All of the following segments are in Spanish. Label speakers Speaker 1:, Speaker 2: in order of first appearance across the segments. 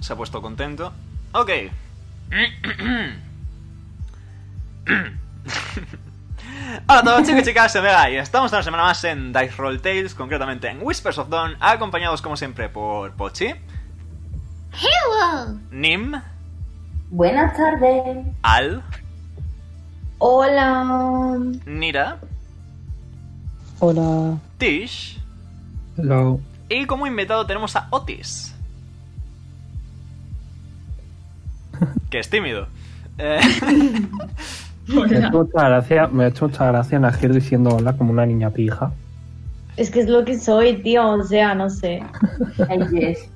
Speaker 1: se ha puesto contento. Ok. Hola a todos chicos y chicas, soy Vega y estamos una semana más en Dice Roll Tales, concretamente en Whispers of Dawn, acompañados como siempre por Pochi,
Speaker 2: Hello.
Speaker 1: Nim,
Speaker 3: Buenas tardes.
Speaker 1: Al,
Speaker 3: Hola.
Speaker 1: Nira,
Speaker 4: Hola.
Speaker 1: Tish
Speaker 4: Hello.
Speaker 1: y como invitado tenemos a Otis. Que es tímido. Eh,
Speaker 4: Me ha hecho mucha gracia, me ha hecho mucha gracia Najir diciendo hola como una niña pija.
Speaker 5: Es que es lo que soy, tío. O sea, no sé.
Speaker 3: Ay, yes.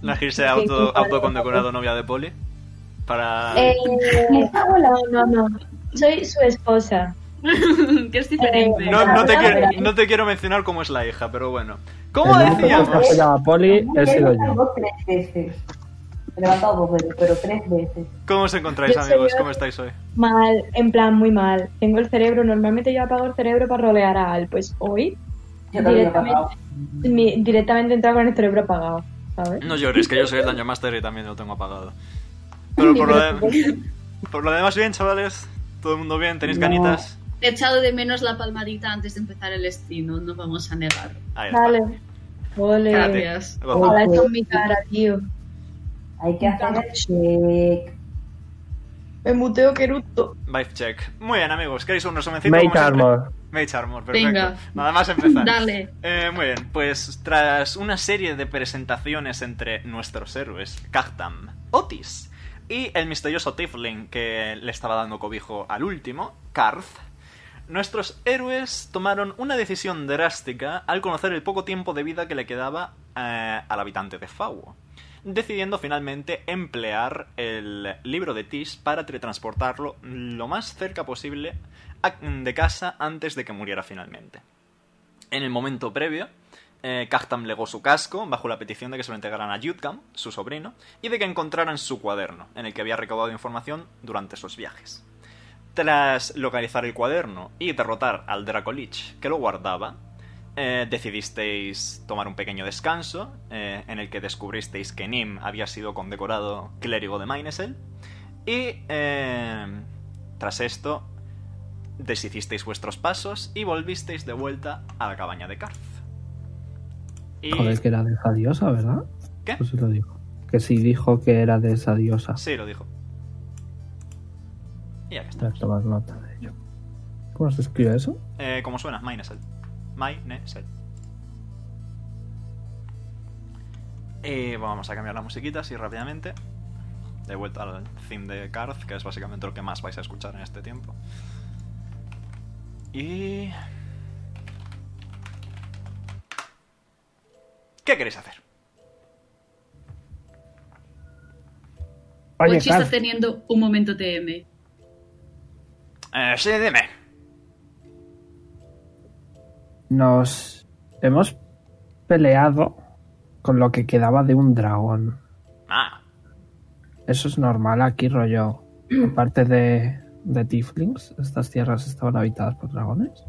Speaker 1: Najir se ha auto, autocondecorado novia de Poli. Para...
Speaker 5: Eh, no, no, no. Soy su esposa.
Speaker 2: que es
Speaker 3: Eh,
Speaker 2: diferente.
Speaker 1: No, no te
Speaker 5: Ah,
Speaker 1: quiero,
Speaker 5: espera.
Speaker 1: no te quiero mencionar cómo es la hija, pero bueno. ¿Cómo
Speaker 4: el único que se ha
Speaker 1: decíamos?
Speaker 4: follado a Poli he sido
Speaker 3: Me he
Speaker 4: yo.
Speaker 3: levantado tres veces. Me he levantado dos veces, pero tres veces.
Speaker 1: ¿Cómo os encontráis,
Speaker 5: Yo soy
Speaker 1: amigos?
Speaker 5: yo.
Speaker 1: ¿Cómo estáis hoy?
Speaker 5: Mal, en plan, muy mal. Tengo el cerebro. Normalmente yo apago el cerebro para rolear a Al. Pues hoy
Speaker 3: Yo también he
Speaker 5: Directamente.
Speaker 3: pasado.
Speaker 5: mi- directamente he entrado con el cerebro apagado. ¿Sabes?
Speaker 1: No llores, que yo soy el Dungeon Master y también lo tengo apagado. Pero por lo, de- por lo demás, bien, chavales. Todo el mundo bien, tenéis
Speaker 3: No.
Speaker 1: ganitas.
Speaker 2: Te he echado de menos la palmadita antes de empezar el stream, no nos vamos a negar.
Speaker 1: Ahí está.
Speaker 5: Vale.
Speaker 4: Eh,
Speaker 5: Ole.
Speaker 2: Gracias.
Speaker 1: Gozo.
Speaker 5: Ojalá esto en mi cara, tío.
Speaker 3: Hay que hacer el check.
Speaker 5: Me muteo queruto.
Speaker 1: Vibe check. Muy bien, amigos. ¿Queréis un resumencito?
Speaker 4: Make
Speaker 1: como siempre?
Speaker 4: Armor.
Speaker 1: Mage Armor, perfecto.
Speaker 2: Venga.
Speaker 1: Nada más empezar.
Speaker 2: Dale.
Speaker 1: Eh, muy bien, pues tras una serie de presentaciones entre nuestros héroes, Cactam, Otis y el misterioso Tifling que le estaba dando cobijo al último, Karth, nuestros héroes tomaron una decisión drástica al conocer el poco tiempo de vida que le quedaba eh, al habitante de Fawo, decidiendo finalmente emplear el libro de Tish para teletransportarlo lo más cerca posible a- de casa antes de que muriera finalmente. En el momento previo, eh, Cactam legó su casco bajo la petición de que se lo entregaran a Yudgam, su sobrino, y de que encontraran su cuaderno, en el que había recaudado información durante sus viajes. Tras localizar el cuaderno y derrotar al Dracolich que lo guardaba, eh, decidisteis tomar un pequeño descanso, eh, en el que descubristeis que Nim había sido condecorado clérigo de Minesel, y eh, tras esto deshicisteis vuestros pasos y volvisteis de vuelta a la cabaña de Karth. Y...
Speaker 4: Joder, que era de esa diosa, ¿verdad?
Speaker 1: ¿Qué?
Speaker 4: Pues lo dijo. Que sí dijo que era de esa diosa.
Speaker 1: Sí, lo dijo. Y ya que está.
Speaker 4: Voy a tomar nota de ello. ¿Cómo se escribe eso?
Speaker 1: Eh, como suena, Minesel. Minesel. Y vamos a cambiar las musiquitas así rápidamente. De vuelta al theme de Karth, que es básicamente lo que más vais a escuchar en este tiempo. Y... ¿Qué queréis hacer?
Speaker 4: Oye,
Speaker 2: Pochi está
Speaker 4: Carl,
Speaker 2: teniendo un momento TM.
Speaker 1: Eh, sí, dime.
Speaker 4: nos hemos peleado con lo que quedaba de un dragón.
Speaker 1: Ah,
Speaker 4: Eso es normal aquí, rollo. Aparte de, de Tieflings, estas tierras estaban habitadas por dragones.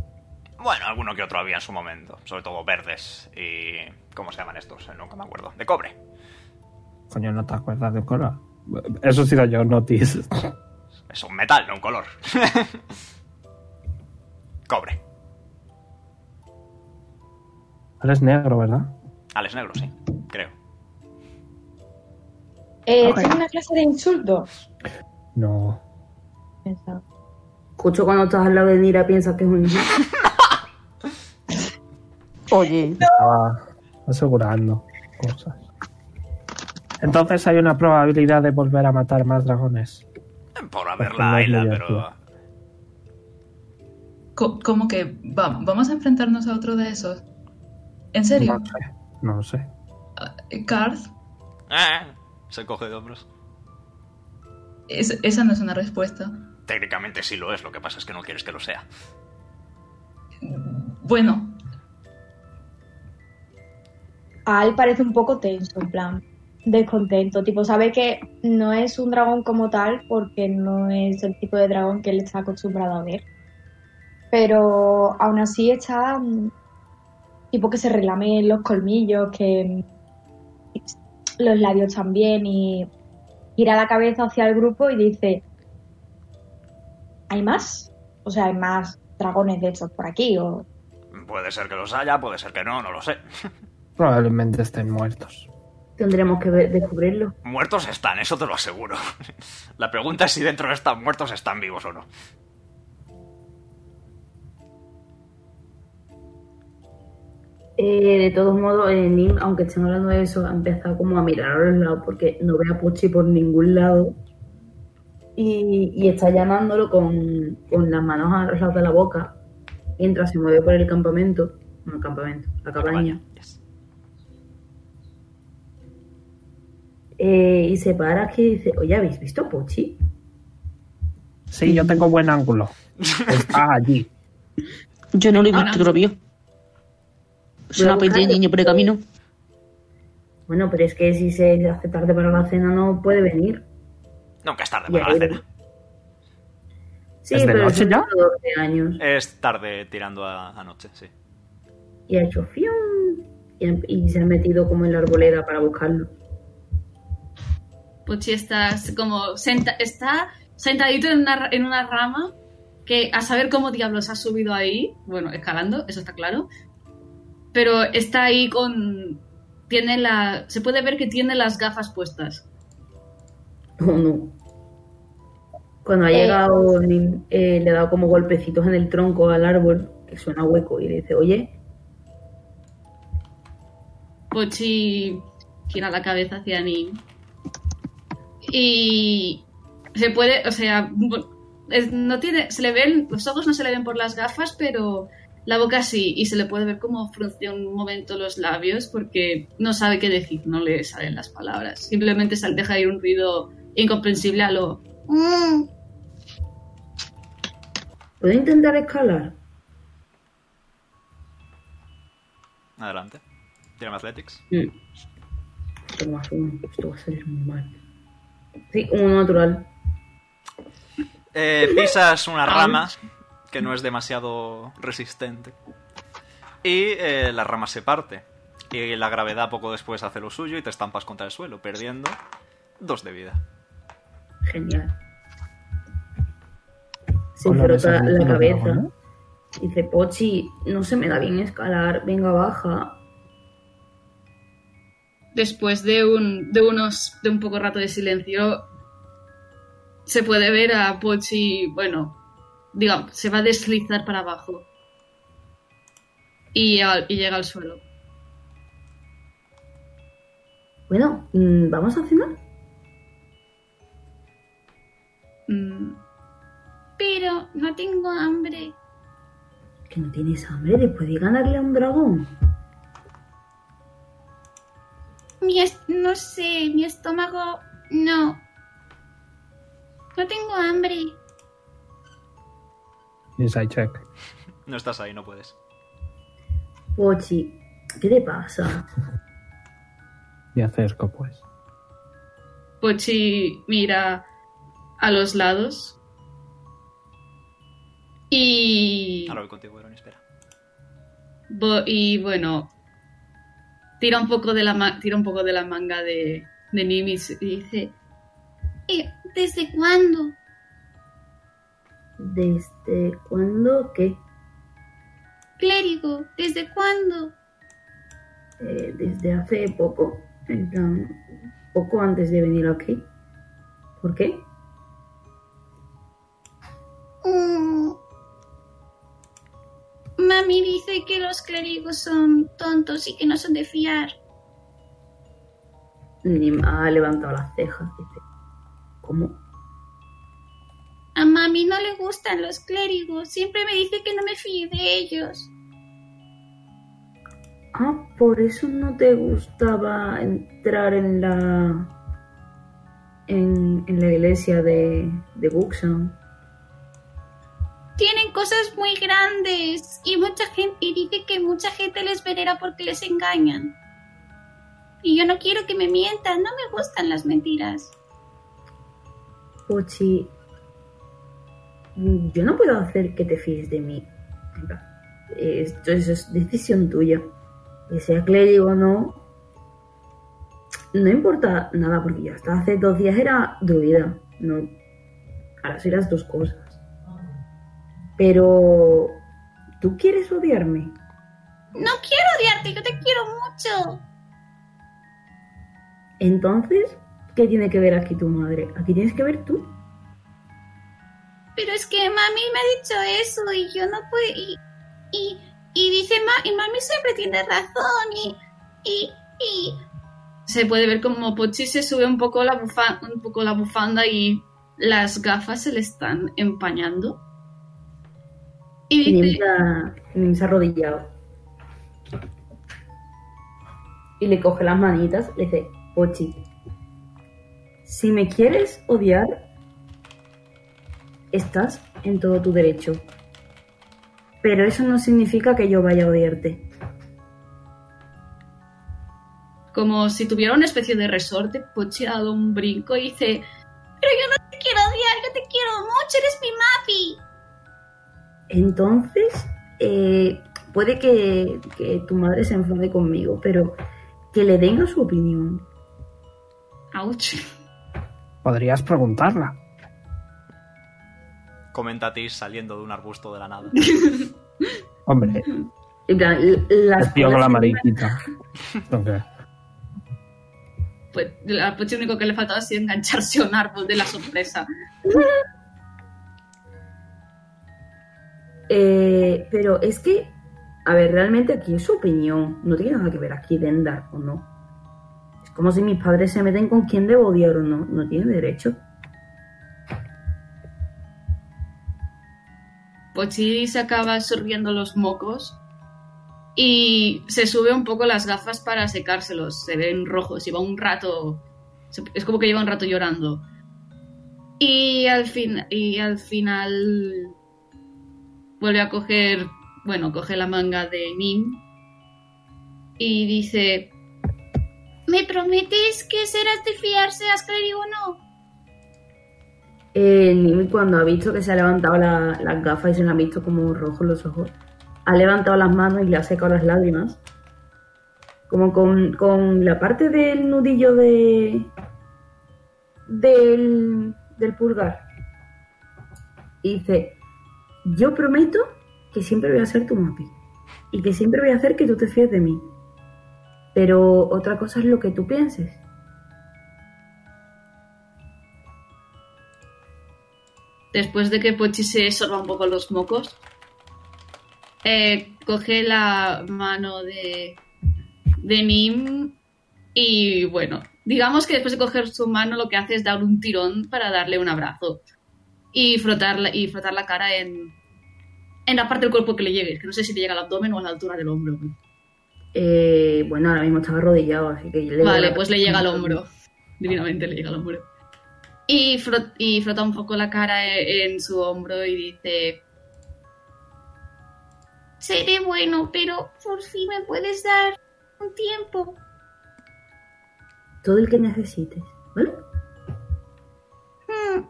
Speaker 1: bueno, alguno que otro había en su momento. Sobre todo verdes y... ¿Cómo se llaman estos? Eh, Nunca me acuerdo. De cobre.
Speaker 4: Coño, no te acuerdas de Cora. Eso he sido yo, no Tis.
Speaker 1: Es un metal, no un color. Cobre.
Speaker 4: Ahora es negro, ¿verdad?
Speaker 1: Alex negro, sí. Creo.
Speaker 5: Eh,
Speaker 4: Ok.
Speaker 5: esto es Eh, una clase de insulto.
Speaker 4: No.
Speaker 5: Pensaba.
Speaker 6: Escucho cuando estás al lado de Nira, piensas que es un hijo.
Speaker 4: Oye. Estaba asegurando cosas. Entonces hay una probabilidad de volver a matar más dragones.
Speaker 1: Por
Speaker 4: no
Speaker 1: haberla
Speaker 4: es
Speaker 1: Ayla,
Speaker 4: medio
Speaker 1: pero.
Speaker 7: Co- ¿Cómo que vamos, vamos a enfrentarnos a otro de esos? ¿En
Speaker 4: No
Speaker 7: serio?
Speaker 4: lo sé. No lo sé.
Speaker 7: Karth,
Speaker 1: Eh, Se coge de hombros.
Speaker 7: es- esa no es una respuesta.
Speaker 1: Técnicamente sí lo es, lo que pasa es que no quieres que lo sea.
Speaker 7: Bueno,
Speaker 5: a Al parece un poco tenso, en plan, descontento. Tipo, sabe que no es un dragón como tal, porque no es el tipo de dragón que él está acostumbrado a ver. Pero aún así está. mm, Tipo que se relame los colmillos, que. mm, los labios también y gira la cabeza hacia el grupo y dice, ¿hay más? O sea, hay más dragones de estos por aquí o...
Speaker 1: Puede ser que los haya, puede ser que no, no lo sé.
Speaker 4: Probablemente estén muertos.
Speaker 6: Tendremos que ver- descubrirlo.
Speaker 1: Muertos están, eso te lo aseguro. La pregunta es si dentro están muertos, están vivos o no.
Speaker 6: Eh, de todos modos, eh, Nim, aunque estén hablando de eso, ha empezado como a mirar a los lados porque no ve a Puchi por ningún lado. Y, y está llamándolo con, con las manos a los lados de la boca mientras se mueve por el campamento. No, el campamento, la cabaña.
Speaker 1: Yes.
Speaker 6: Eh, y se para aquí y dice, oye, ¿habéis visto a Puchi?
Speaker 4: Sí, yo tengo buen ángulo. Está allí.
Speaker 8: Yo Ah, no lo he visto, creo yo. Es
Speaker 6: Voy a
Speaker 8: una
Speaker 6: buscar
Speaker 8: pequeña
Speaker 6: el-
Speaker 8: niña por el camino.
Speaker 6: Bueno, pero es que si se hace tarde para la cena no puede venir.
Speaker 1: Nunca es tarde
Speaker 6: Y
Speaker 1: para la
Speaker 6: ahí-
Speaker 1: cena.
Speaker 6: Sí,
Speaker 4: ¿Es de
Speaker 6: pero
Speaker 4: noche
Speaker 6: son
Speaker 4: ya?
Speaker 6: 12 años.
Speaker 1: Es tarde tirando a, a noche, sí.
Speaker 6: y ha hecho fium y, ha- y se ha metido como en la arboleda para buscarlo.
Speaker 2: Pochi está como senta- está sentadito en una, ra- en una rama que a saber cómo diablos ha subido ahí, bueno, escalando, eso está claro, pero está ahí con tiene la se puede ver que tiene las gafas puestas.
Speaker 6: Oh, no. Cuando ha
Speaker 5: Eh.
Speaker 6: llegado Nim, eh, le ha dado como golpecitos en el tronco al árbol que suena hueco y le dice, oye,
Speaker 2: Pochi gira la cabeza hacia mí. Y se puede, o sea, bu- es- no tiene, se le ven, los ojos no se le ven por las gafas, pero la boca sí, y se le puede ver como frunce un momento los labios porque no sabe qué decir, no le salen las palabras. Simplemente sal- deja ir un ruido incomprensible a lo...
Speaker 6: ¿puedo intentar escalar?
Speaker 1: Adelante. Tírame Athletics.
Speaker 6: Mm. Esto, más uno, esto va a salir muy mal. Sí, uno natural.
Speaker 1: Eh, pisas una rama que no es demasiado resistente. Y eh, la rama se parte. Y la gravedad poco después hace lo suyo y te estampas contra el suelo, perdiendo dos de vida.
Speaker 6: Genial. Se
Speaker 4: Con la
Speaker 6: frota
Speaker 4: mesa
Speaker 6: la
Speaker 4: con los
Speaker 6: cabeza.
Speaker 4: dragones.
Speaker 6: Dice, Pochi, no se me da bien escalar, venga, baja.
Speaker 2: Después de un, de unos, de un poco rato de silencio, se puede ver a Pochi, bueno, digamos, se va a deslizar para abajo. Y, al- y llega al suelo.
Speaker 6: Bueno, mm, ¿vamos a cenar?
Speaker 2: Mm. Pero no tengo hambre.
Speaker 6: Que no tienes hambre después de ganarle a un dragón.
Speaker 2: Mi es- no sé, mi estómago no. No tengo hambre.
Speaker 4: Inside check.
Speaker 1: No estás ahí, no puedes.
Speaker 6: Pochi, ¿qué te pasa?
Speaker 4: Y acerco, pues.
Speaker 2: Pochi mira a los lados. Y.
Speaker 1: Ahora voy contigo, Verón, espera.
Speaker 2: Bo- y bueno, tira un poco de la, ma- tira un poco de la manga de, de Nim y se- y dice... "Eh, ¿Desde cuándo?
Speaker 6: ¿Desde cuándo? ¿Qué?
Speaker 2: Clérigo, ¿desde cuándo?
Speaker 6: Eh, desde hace poco. En plan, poco antes de venir aquí. ¿Por qué?
Speaker 2: Mm. Mami dice que los clérigos son tontos y que no son de fiar.
Speaker 6: Nim ha levantado las cejas. Dice, ¿cómo?
Speaker 2: A mami no le gustan los clérigos, siempre me dice que no me fíe de ellos.
Speaker 6: Ah, por eso no te gustaba entrar en la... En, en la iglesia de, de Buxan.
Speaker 9: Tienen cosas muy grandes y mucha gente y dice que mucha gente les venera porque les engañan. Y yo no quiero que me mientan, no me gustan las mentiras.
Speaker 6: Pochi, mm, yo no puedo hacer que te fíes de mí. En plan, eh, Esto es, es decisión tuya. Que sea clérigo o no, no importa nada, porque yo hasta hace dos días era druida. No, ahora soy las dos cosas. Pero, ¿tú quieres odiarme?
Speaker 9: No quiero odiarte, yo te quiero mucho.
Speaker 6: Entonces, ¿qué tiene que ver aquí tu madre? Aquí tienes que ver tú.
Speaker 9: Pero es que mami me ha dicho eso y yo no puedo. Y, y, y dice, ma- y mami siempre tiene razón y. y, y
Speaker 2: Se puede ver como Pochi se sube un poco la, bufa- un poco la bufanda y las gafas se le están empañando. Y dice,
Speaker 6: Nim se ha- Nim se ha arrodillado. Y le coge las manitas, le dice, Pochi, si me quieres odiar, estás en todo tu derecho. Pero eso no significa que yo vaya a odiarte.
Speaker 2: como si tuviera una especie de resorte, Pochi ha dado un brinco y dice,
Speaker 9: te quiero odiar, yo te quiero mucho, eres mi mami.
Speaker 6: Entonces, eh, puede que, que tu madre se enfade conmigo, pero que le den a su opinión.
Speaker 2: ouch.
Speaker 4: Podrías preguntarla.
Speaker 1: Comenta Tis saliendo de un arbusto de la nada.
Speaker 4: Hombre,
Speaker 6: En plan, l- las
Speaker 4: el tío con la
Speaker 6: cosas-
Speaker 4: mariquita. Ok.
Speaker 2: Pues a Pochi lo único que le faltaba ha sido engancharse a un árbol de la sorpresa.
Speaker 6: Eh, pero es que, a ver, realmente aquí es su opinión. No tiene nada que ver aquí Dendar o no. Es como si mis padres se meten con quién debo odiar o no. No tienen derecho.
Speaker 2: Pochi pues se acaba sorbiendo los mocos y se sube un poco las gafas para secárselos. Se ven rojos. Lleva un rato. se- Es como que lleva un rato llorando. Y al, fin, y al final. Vuelve a coger. Bueno, coge la manga de Nim. Y dice.
Speaker 9: ¿Me prometes que serás de fiarse a o no?
Speaker 6: Eh, Nim, cuando ha visto que se ha levantado la- las gafas y se le han visto como rojos los ojos, ha levantado las manos y le ha secado las lágrimas. Como con, con la parte del nudillo de. del. del pulgar. Y dice: Yo prometo que siempre voy a ser tu mapi. Y que siempre voy a hacer que tú te fíes de mí. Pero otra cosa es lo que tú pienses.
Speaker 2: después de que Pochi se sorba un poco los mocos, eh, coge la mano de, de Nim y bueno, digamos que después de coger su mano lo que hace es dar un tirón para darle un abrazo y frotar la, y frotar la cara en, en la parte del cuerpo que le llegue, que no sé si le llega al abdomen o a la altura del hombro.
Speaker 6: Eh, bueno, ahora mismo estaba arrodillado, así que le
Speaker 2: Vale, pues le llega al hombro. Divinamente le llega al hombro. Y, frot- y frota un poco la cara e- en su hombro y dice...
Speaker 9: Seré bueno, pero por fin me puedes dar un tiempo.
Speaker 6: todo el que necesites, ¿vale?
Speaker 9: Mm,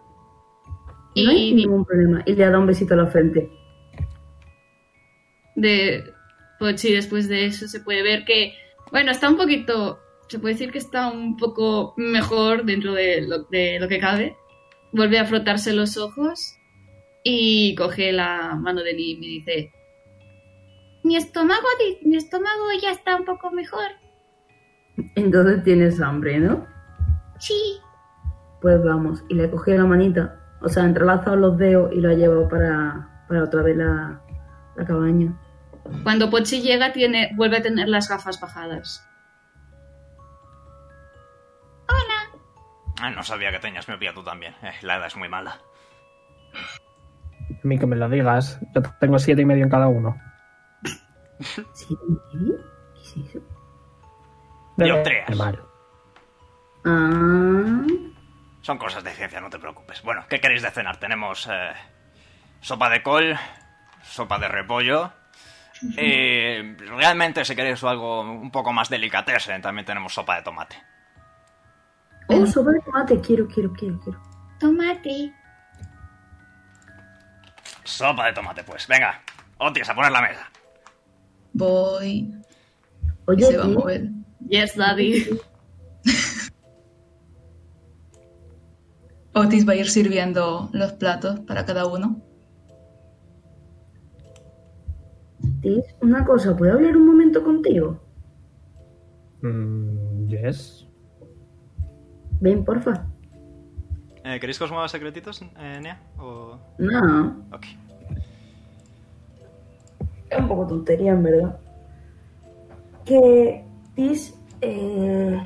Speaker 6: No hay
Speaker 2: Y-
Speaker 6: ningún problema. Y le ha dado un besito a la frente.
Speaker 2: de Pochi después de eso se puede ver que, bueno, está un poquito, se puede decir que está un poco mejor dentro de lo, de lo que cabe. Vuelve a frotarse los ojos y coge la mano de Nim y dice,
Speaker 9: Mi estómago, di- mi estómago ya está un poco mejor.
Speaker 6: Entonces tienes hambre, ¿no?
Speaker 9: Sí,
Speaker 6: Pues vamos. Y le ha cogido la manita. O sea, ha entrelazado los dedos y lo ha llevado para, para otra vez la, la cabaña.
Speaker 2: cuando Pochi llega tiene, vuelve a tener las gafas bajadas.
Speaker 1: Ah, no sabía que tenías miopía tú también. Eh, la edad es muy mala.
Speaker 4: A mí que me lo digas. Yo tengo siete y medio en cada uno.
Speaker 6: ¿Sí? ¿Qué es eso?
Speaker 1: Yo tres.
Speaker 4: Normal.
Speaker 6: Ah,
Speaker 1: Son cosas de ciencia, no te preocupes. Bueno, ¿qué queréis de cenar? Tenemos eh, sopa de col, sopa de repollo. Y realmente, si queréis algo un poco más delicatessen, también tenemos sopa de tomate.
Speaker 7: Em.
Speaker 6: oh, sopa de tomate. Quiero, quiero, quiero, quiero.
Speaker 9: tomate.
Speaker 1: Sopa de tomate, pues. Venga, Otis, a poner la mesa.
Speaker 7: Voy. Y
Speaker 6: Oye,
Speaker 7: se va a
Speaker 6: tío,
Speaker 7: mover.
Speaker 2: Yes, Daddy.
Speaker 7: Otis va a ir sirviendo los platos para cada uno.
Speaker 6: Tis, una cosa, ¿puedo hablar un momento contigo?
Speaker 4: Mm, yes.
Speaker 6: Ven, porfa.
Speaker 1: Eh, ¿Queréis que os mueva secretitos, eh, Nea? O...
Speaker 6: No,
Speaker 1: Ok.
Speaker 6: es un poco tontería, en verdad. Que Tis eh,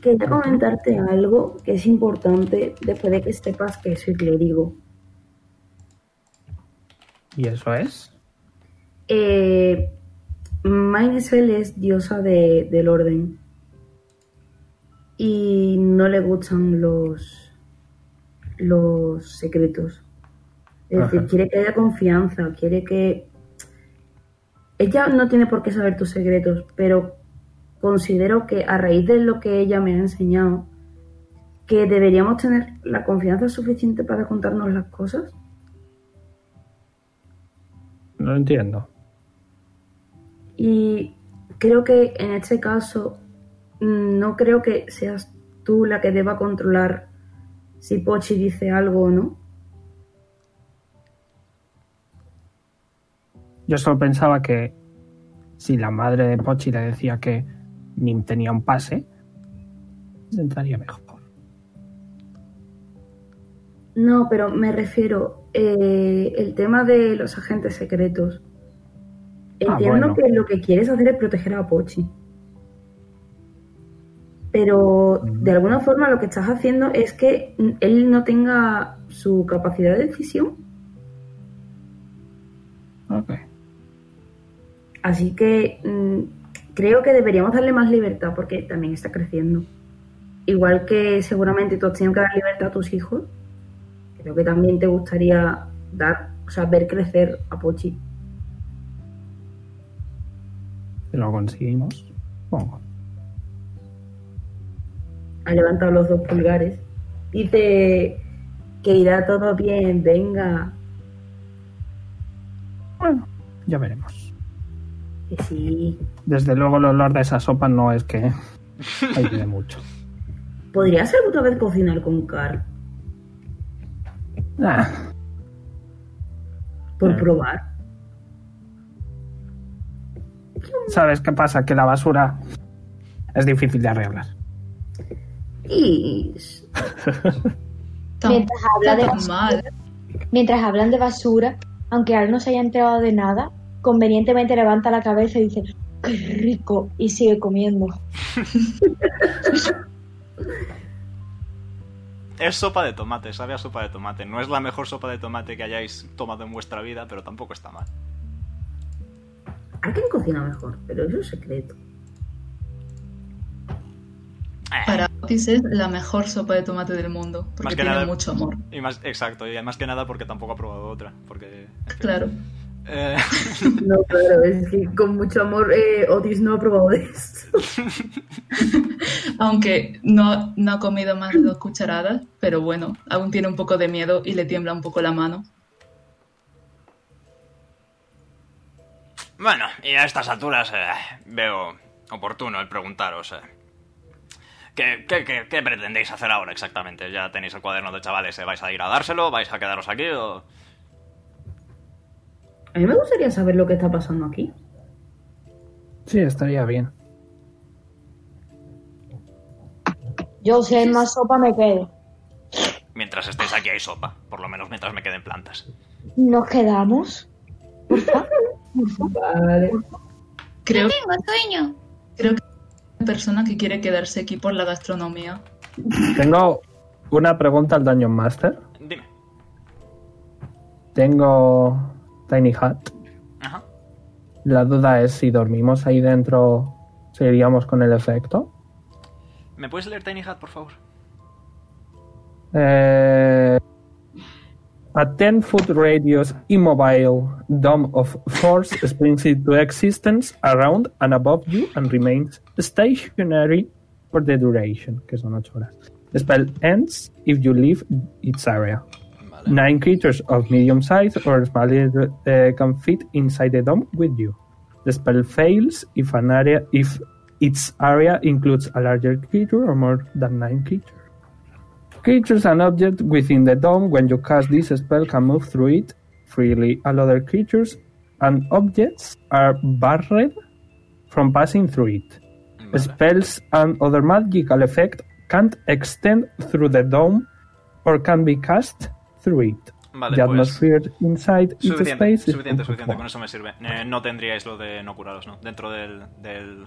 Speaker 6: quería comentarte algo que es importante después de que sepas que soy clérigo.
Speaker 4: ¿Y eso es?
Speaker 6: Eh, Mainesel es diosa de- del orden. Y no le gustan los, los secretos. Es decir,
Speaker 4: Ajá.
Speaker 6: quiere que haya confianza, quiere que... Ella no tiene por qué saber tus secretos, pero considero que a raíz de lo que ella me ha enseñado, que deberíamos tener la confianza suficiente para contarnos las cosas.
Speaker 4: No entiendo.
Speaker 6: Y creo que en este caso mm, no creo que seas tú la que deba controlar si Pochi dice algo o no.
Speaker 4: Yo solo pensaba que si la madre de Pochi le decía que Nim tenía un pase, entraría mejor.
Speaker 6: No, pero me refiero eh, el tema de los agentes secretos.
Speaker 4: Ah,
Speaker 6: Entiendo
Speaker 4: bueno.
Speaker 6: que lo que quieres hacer es proteger a Pochi. Pero
Speaker 4: Mm.
Speaker 6: de alguna forma lo que estás haciendo es que mm, él no tenga su capacidad de decisión
Speaker 4: Ok.
Speaker 6: Así que mm, creo que deberíamos darle más libertad porque también está creciendo. Igual que seguramente tú has tenido que dar libertad a tus hijos, creo que también te gustaría dar, o sea, ver crecer a Pochi.
Speaker 4: Lo conseguimos, supongo.
Speaker 6: Ha levantado los dos pulgares. Dice que irá todo bien, venga,
Speaker 4: Bueno, ya veremos.
Speaker 6: que sí.
Speaker 4: Desde luego el olor de esa sopa no es que ayude mucho.
Speaker 6: ¿Podrías alguna vez cocinar con Carl
Speaker 4: Ah,
Speaker 6: por
Speaker 4: Mm.
Speaker 6: probar?
Speaker 4: ¿Sabes qué pasa? Que la basura es difícil de arreglar.
Speaker 6: Y
Speaker 7: Tan-
Speaker 5: Mientras habla de
Speaker 7: tan
Speaker 5: las-
Speaker 7: mal.
Speaker 5: Mientras hablan de basura, aunque Al no se haya enterado de nada, convenientemente levanta la cabeza y dice, ¡qué rico! Y sigue comiendo.
Speaker 1: Es sopa de tomate, sabe a sopa de tomate. No es la mejor sopa de tomate que hayáis tomado en vuestra vida, pero tampoco está mal.
Speaker 6: Arken cocina mejor, pero eso es secreto.
Speaker 7: Para Otis es la mejor sopa de tomate del mundo,
Speaker 1: Más
Speaker 7: porque
Speaker 1: que
Speaker 7: tiene
Speaker 1: nada-
Speaker 7: mucho amor.
Speaker 1: Y más, exacto, y más que nada porque tampoco ha probado otra. Porque. en fin.
Speaker 7: Claro.
Speaker 1: Eh,
Speaker 6: No, claro, es que con mucho amor eh, Otis no ha probado esto.
Speaker 7: Aunque no, no ha comido más de dos cucharadas, pero bueno, aún tiene un poco de miedo y le tiembla un poco la mano.
Speaker 1: Bueno, y a estas alturas eh, veo oportuno el preguntaros. eh, ¿qué, qué, qué- qué pretendéis hacer ahora exactamente? Ya tenéis el cuaderno de chavales, eh, ¿vais a ir a dárselo? ¿Vais a quedaros aquí? O...
Speaker 6: A mí me gustaría saber lo que está pasando aquí.
Speaker 4: Sí, estaría bien.
Speaker 5: Yo si hay más sopa me quedo.
Speaker 1: Mientras estéis aquí hay sopa, por lo menos mientras me queden plantas.
Speaker 5: ¿Nos quedamos?
Speaker 6: Vale.
Speaker 7: Creo,
Speaker 9: Tengo sueño.
Speaker 7: creo que hay una persona que quiere quedarse aquí por la gastronomía.
Speaker 4: Tengo una pregunta al Dungeon Master.
Speaker 1: Dime.
Speaker 4: Tengo Tiny Hat.
Speaker 1: Ajá.
Speaker 4: La duda es si dormimos ahí dentro, seguiríamos con el efecto.
Speaker 1: ¿Me puedes leer Tiny Hat, por favor?
Speaker 4: Eh, a 10-foot radius immobile dome of force springs into existence around and above you and remains stationary for the duration, que son 8 horas. The spell ends if you leave its area. Nine creatures of medium size or smaller uh, can fit inside the dome with you. The spell fails if an area if Its area includes a larger creature or more than nine creatures. Creatures and objects within the dome when you cast this spell can move through it freely, and other creatures and objects are barred from passing through it.
Speaker 1: Vale.
Speaker 4: Spells and other magical effects can't extend through the dome or can be cast through it.
Speaker 1: Vale,
Speaker 4: the
Speaker 1: pues-
Speaker 4: atmosphere inside its
Speaker 1: Suficiente,
Speaker 4: space is
Speaker 1: suficiente, suficiente,
Speaker 4: unconformed.
Speaker 1: con eso me sirve. Eh, no tendríais lo de no curaros, ¿no? Dentro del, del-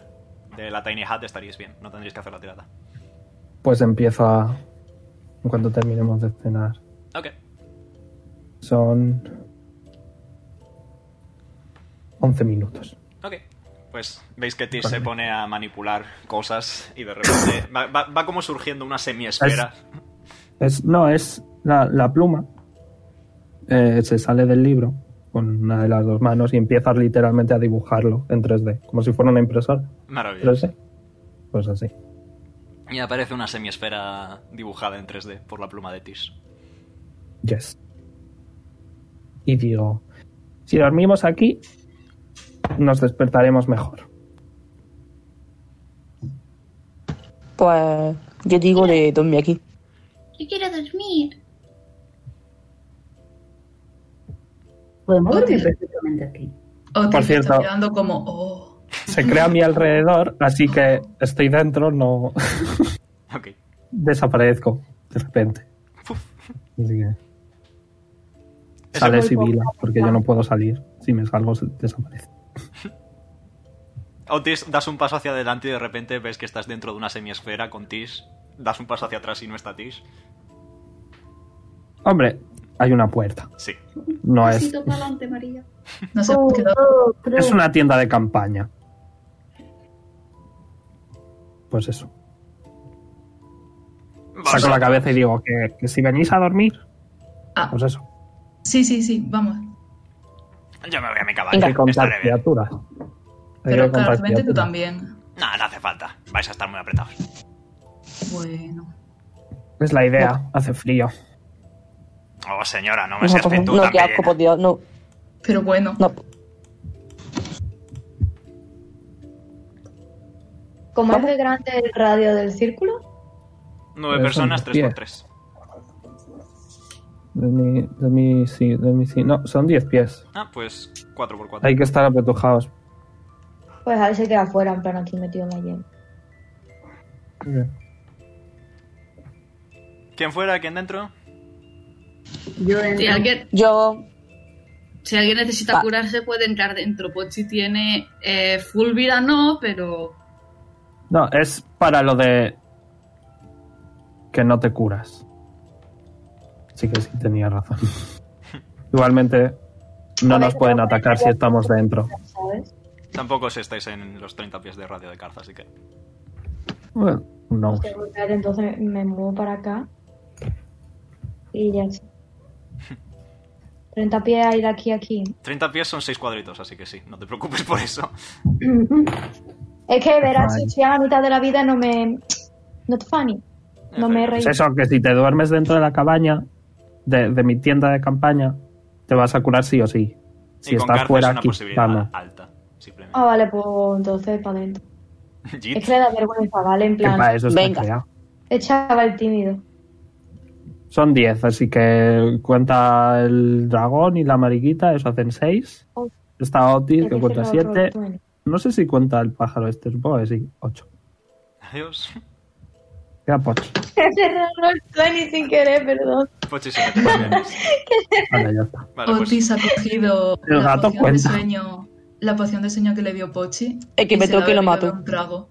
Speaker 1: de la Tiny Hat estaríais bien, no tendríais que hacer la tirada.
Speaker 4: Pues empieza en cuanto terminemos de cenar.
Speaker 1: Ok.
Speaker 4: Son 11 minutos.
Speaker 1: Ok. Pues veis que Tis se pone a manipular cosas y de repente va, va- va como surgiendo una semiesfera.
Speaker 4: Es, no, es la, la pluma. eh, se sale del libro con una de las dos manos y empiezas literalmente a dibujarlo en 3D, como si fuera una impresora.
Speaker 1: Maravilloso.
Speaker 4: 3D. Pues así.
Speaker 1: Y aparece una semiesfera dibujada en 3D por la pluma de Tis.
Speaker 4: Yes. Y digo, si dormimos aquí, nos despertaremos mejor.
Speaker 8: Pues yo digo de dormir aquí.
Speaker 9: Yo quiero dormir.
Speaker 6: Podemos dormir
Speaker 7: Otis.
Speaker 6: perfectamente aquí.
Speaker 7: Otis
Speaker 4: Por cierto.
Speaker 7: está mirando como, oh,
Speaker 4: Se crea a mi alrededor, así que estoy dentro, no
Speaker 1: Ok.
Speaker 4: desaparezco de repente. Así que sale
Speaker 1: Eso-
Speaker 4: Sibila, porque yo no puedo salir. Si me salgo, se- desaparece.
Speaker 1: Otis, das un paso hacia adelante y de repente ves que estás dentro de una semiesfera con Tis. Das un paso hacia atrás y no está Tis.
Speaker 4: Hombre, hay una puerta.
Speaker 1: Sí.
Speaker 4: No es.
Speaker 2: Pasito pa'lante, María.
Speaker 7: no sé,
Speaker 9: Oh.
Speaker 7: quedó
Speaker 4: Es una tienda de campaña. Pues eso. Saco la cabeza y digo que, que si venís a dormir,
Speaker 7: Ah.
Speaker 4: pues eso.
Speaker 7: Sí, sí, sí, vamos.
Speaker 1: Yo me voy a mi caballo.
Speaker 4: Hay que contar
Speaker 1: Estaré bien.
Speaker 4: criaturas. Hay
Speaker 7: Pero
Speaker 4: que contar
Speaker 7: claramente tú
Speaker 4: criaturas.
Speaker 7: también.
Speaker 1: No, no hace falta. Vais a estar muy apretados.
Speaker 7: Bueno.
Speaker 4: Es la idea, hace frío.
Speaker 1: Oh, señora, no me seas
Speaker 8: Nosotros,
Speaker 1: pentuta,
Speaker 8: no, qué asco,
Speaker 1: Mellena.
Speaker 8: por Dios. No,
Speaker 7: Pero bueno,
Speaker 8: no.
Speaker 5: ¿Cómo es de grande el radio del círculo?
Speaker 1: Nueve
Speaker 4: Pero
Speaker 1: personas,
Speaker 4: son
Speaker 1: tres por
Speaker 4: diez.
Speaker 1: tres.
Speaker 4: De mi, de mi- sí, de mi- sí. No, son 10 pies.
Speaker 1: Ah, pues cuatro por cuatro.
Speaker 4: Hay que estar apretujados.
Speaker 5: Pues a ver si queda afuera, en plan aquí metido en la hiel.
Speaker 1: ¿Quién fuera? ¿Quién dentro?
Speaker 6: Yo dentro.
Speaker 2: Si alguien,
Speaker 8: Yo,
Speaker 2: si alguien necesita
Speaker 8: Va.
Speaker 2: curarse, puede entrar dentro. Pochi tiene eh, full vida, no, pero.
Speaker 4: No, es para lo de que no te curas. Así que sí, tenía razón. Igualmente, no nos pueden atacar si estamos dentro.
Speaker 5: ¿Sabes?
Speaker 1: Tampoco si estáis en los 30 pies de radio de Carza, así que...
Speaker 4: Bueno, no.
Speaker 5: Hostia, pues, vale, Entonces me muevo para acá. Y ya está. 30 pies ahí de aquí a aquí.
Speaker 1: 30 pies son seis cuadritos, así que sí, no te preocupes por eso.
Speaker 5: Es que verás,
Speaker 4: Ay.
Speaker 5: si a la mitad de la vida no me. Not funny. No me he
Speaker 4: Es
Speaker 5: reído.
Speaker 4: eso, que si te duermes dentro de la cabaña, de, de mi tienda de campaña, te vas a curar sí o sí. Si
Speaker 1: y con
Speaker 4: estás
Speaker 1: Carza es
Speaker 4: fuera
Speaker 1: una
Speaker 4: aquí,
Speaker 1: posibilidad
Speaker 4: vamos.
Speaker 1: alta, simplemente.
Speaker 5: Ah, vale, pues entonces para adentro.
Speaker 1: Jit,
Speaker 5: Es que le da vergüenza, ¿vale? En
Speaker 4: Que para
Speaker 5: plan,
Speaker 4: eso está
Speaker 8: Venga.
Speaker 4: creado.
Speaker 5: echaba el tímido.
Speaker 4: Son 10, así que cuenta el dragón y la mariquita, eso hacen 6.
Speaker 5: Oh.
Speaker 4: Está Otis,
Speaker 5: Tiene
Speaker 4: que
Speaker 5: que
Speaker 4: cuenta
Speaker 5: ser otro
Speaker 4: 7.
Speaker 5: dueño.
Speaker 4: No sé si cuenta el pájaro este, supongo que sí, 8.
Speaker 1: Adiós.
Speaker 4: Queda por ocho.
Speaker 5: He cerrado el 20 sin querer, perdón.
Speaker 1: Pochi se mete también.
Speaker 4: Vale, ya está.
Speaker 1: Vale, pues...
Speaker 7: Otis ha cogido
Speaker 4: El
Speaker 7: la
Speaker 4: gato
Speaker 7: poción
Speaker 4: cuenta.
Speaker 7: de sueño, la poción de sueño que le dio Pochi.
Speaker 8: Es que
Speaker 7: y
Speaker 8: me
Speaker 7: se la
Speaker 8: toque y lo
Speaker 7: ha bebido
Speaker 8: mato.
Speaker 7: de Un trago.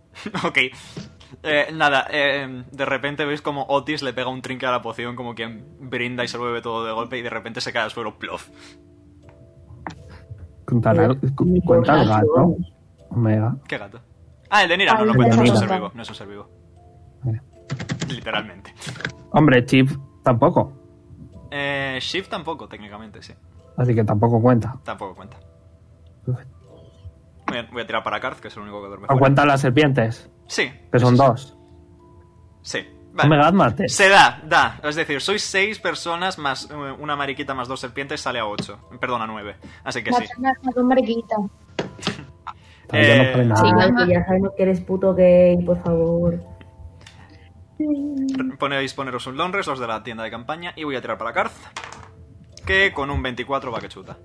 Speaker 1: Ok. Eh, nada, eh, de repente veis como Otis le pega un trinque a la poción, como quien brinda y se lo bebe todo de golpe, y de repente se cae al suelo, plof.
Speaker 4: Contará- cu- cuenta el gato. Omega.
Speaker 1: ¿Qué gato? Ah, el de Nira, no
Speaker 5: Ay,
Speaker 1: lo
Speaker 5: el
Speaker 1: cuenta,
Speaker 5: de
Speaker 1: no es un
Speaker 5: Nira.
Speaker 1: ser vivo, no es un ser vivo.
Speaker 4: Mira.
Speaker 1: Literalmente.
Speaker 4: Hombre, Chip tampoco.
Speaker 1: Eh, Shift tampoco, técnicamente, sí.
Speaker 4: Así que tampoco cuenta.
Speaker 1: Tampoco cuenta.
Speaker 4: Uf.
Speaker 1: Voy a, voy a tirar para Karth, que es el único que duerme
Speaker 4: O
Speaker 1: fuera.
Speaker 4: cuenta las serpientes,
Speaker 1: Sí.
Speaker 4: que son dos.
Speaker 1: Sí. Vale.
Speaker 4: Omega, mate.
Speaker 1: Se da, da. Es decir, sois seis personas más eh, una mariquita más dos serpientes sale a ocho. Perdón, a nueve. Así que sí.
Speaker 5: Matan a las dos mariquitas.
Speaker 4: Tal vez no
Speaker 1: Eh,
Speaker 4: para nada.
Speaker 6: Ay,
Speaker 7: mamá.
Speaker 6: que ya sabemos que eres puto gay, por favor.
Speaker 1: Ponéis poneros un long rest, los de la tienda de campaña, y voy a tirar para Karth. Que con un 24 va que chuta.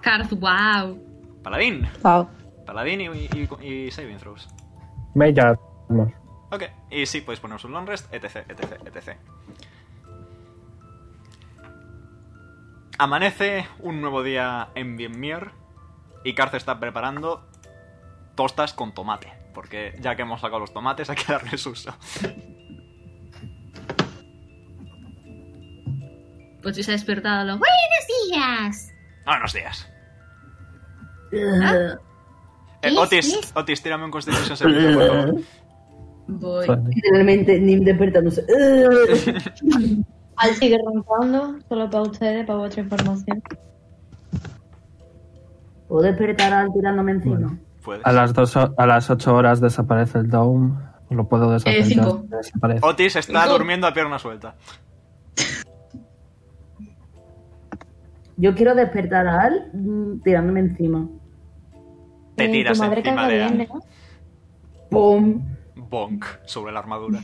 Speaker 2: Karth, wow.
Speaker 1: Paladín.
Speaker 8: Wow.
Speaker 1: Paladín y, y- y saving throws.
Speaker 4: Me ya. vamos.
Speaker 1: Ok. Y sí, podéis poneros un long rest, etc, etc, etc. Amanece un nuevo día en Bienmier y Karth está preparando tostas con tomate. Porque ya que hemos sacado los tomates hay que darles uso.
Speaker 2: Pues se ha despertado. lo-
Speaker 9: ¡Buenos días!
Speaker 1: Buenos días.
Speaker 9: ¿Ah?
Speaker 1: Eh,
Speaker 9: ¿Qué
Speaker 1: Otis,
Speaker 9: es?
Speaker 1: Otis, tírame un Constitution Saving throw, por favor.
Speaker 7: Voy.
Speaker 6: Generalmente, Nim despertándose. "Ugh".
Speaker 5: Al sigue roncando, solo para ustedes, para vuestra información.
Speaker 6: ¿Puedo despertar al tirándome encima?
Speaker 1: Puedes.
Speaker 4: A las, dos, ho- a las 8 horas desaparece el Dome. Lo puedo
Speaker 7: Eh,
Speaker 4: desaparecer.
Speaker 7: cinco.
Speaker 4: Desaparece.
Speaker 1: Otis está
Speaker 2: Cinco.
Speaker 1: durmiendo a pierna suelta.
Speaker 6: Yo quiero despertar a Al mm, tirándome encima.
Speaker 1: Te
Speaker 5: Eh,
Speaker 1: tiras
Speaker 5: tu madre
Speaker 1: encima
Speaker 5: caga
Speaker 1: de
Speaker 5: bien, ¿eh?
Speaker 1: Anne.
Speaker 5: ¿no?
Speaker 6: ¡Pum!
Speaker 1: Bonk sobre la armadura.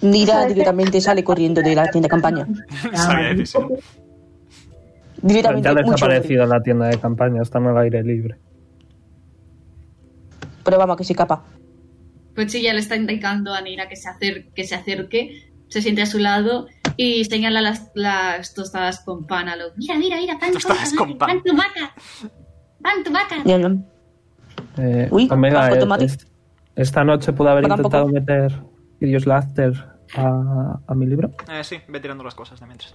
Speaker 8: Nira directamente sale corriendo de la tienda de campaña.
Speaker 5: Ah.
Speaker 1: Sabía decisión.
Speaker 4: Pero
Speaker 8: Directamente
Speaker 4: ya ha
Speaker 8: mucho
Speaker 4: desaparecido la tienda de campaña. Están al aire libre.
Speaker 8: hombre. Pero vamos, que se escapa.
Speaker 2: Pochi ya le está indicando a Nira que se acerque, que se, acerque, se siente a su lado y señala las, las tostadas con pan a lo-
Speaker 9: Mira, mira, mira, pan,
Speaker 1: Tostadas con pan.
Speaker 9: pan, tumaca. Pan, tumaca.
Speaker 8: Ya no.
Speaker 4: Eh,
Speaker 8: Uy,
Speaker 4: Omega,
Speaker 8: bajo
Speaker 4: eh,
Speaker 8: tomate.
Speaker 4: es- esta noche pude haber
Speaker 8: Pero
Speaker 4: intentado
Speaker 8: tampoco-
Speaker 4: meter Videos Laughter a, a mi libro.
Speaker 1: Eh, sí, ve tirando las cosas de mientras.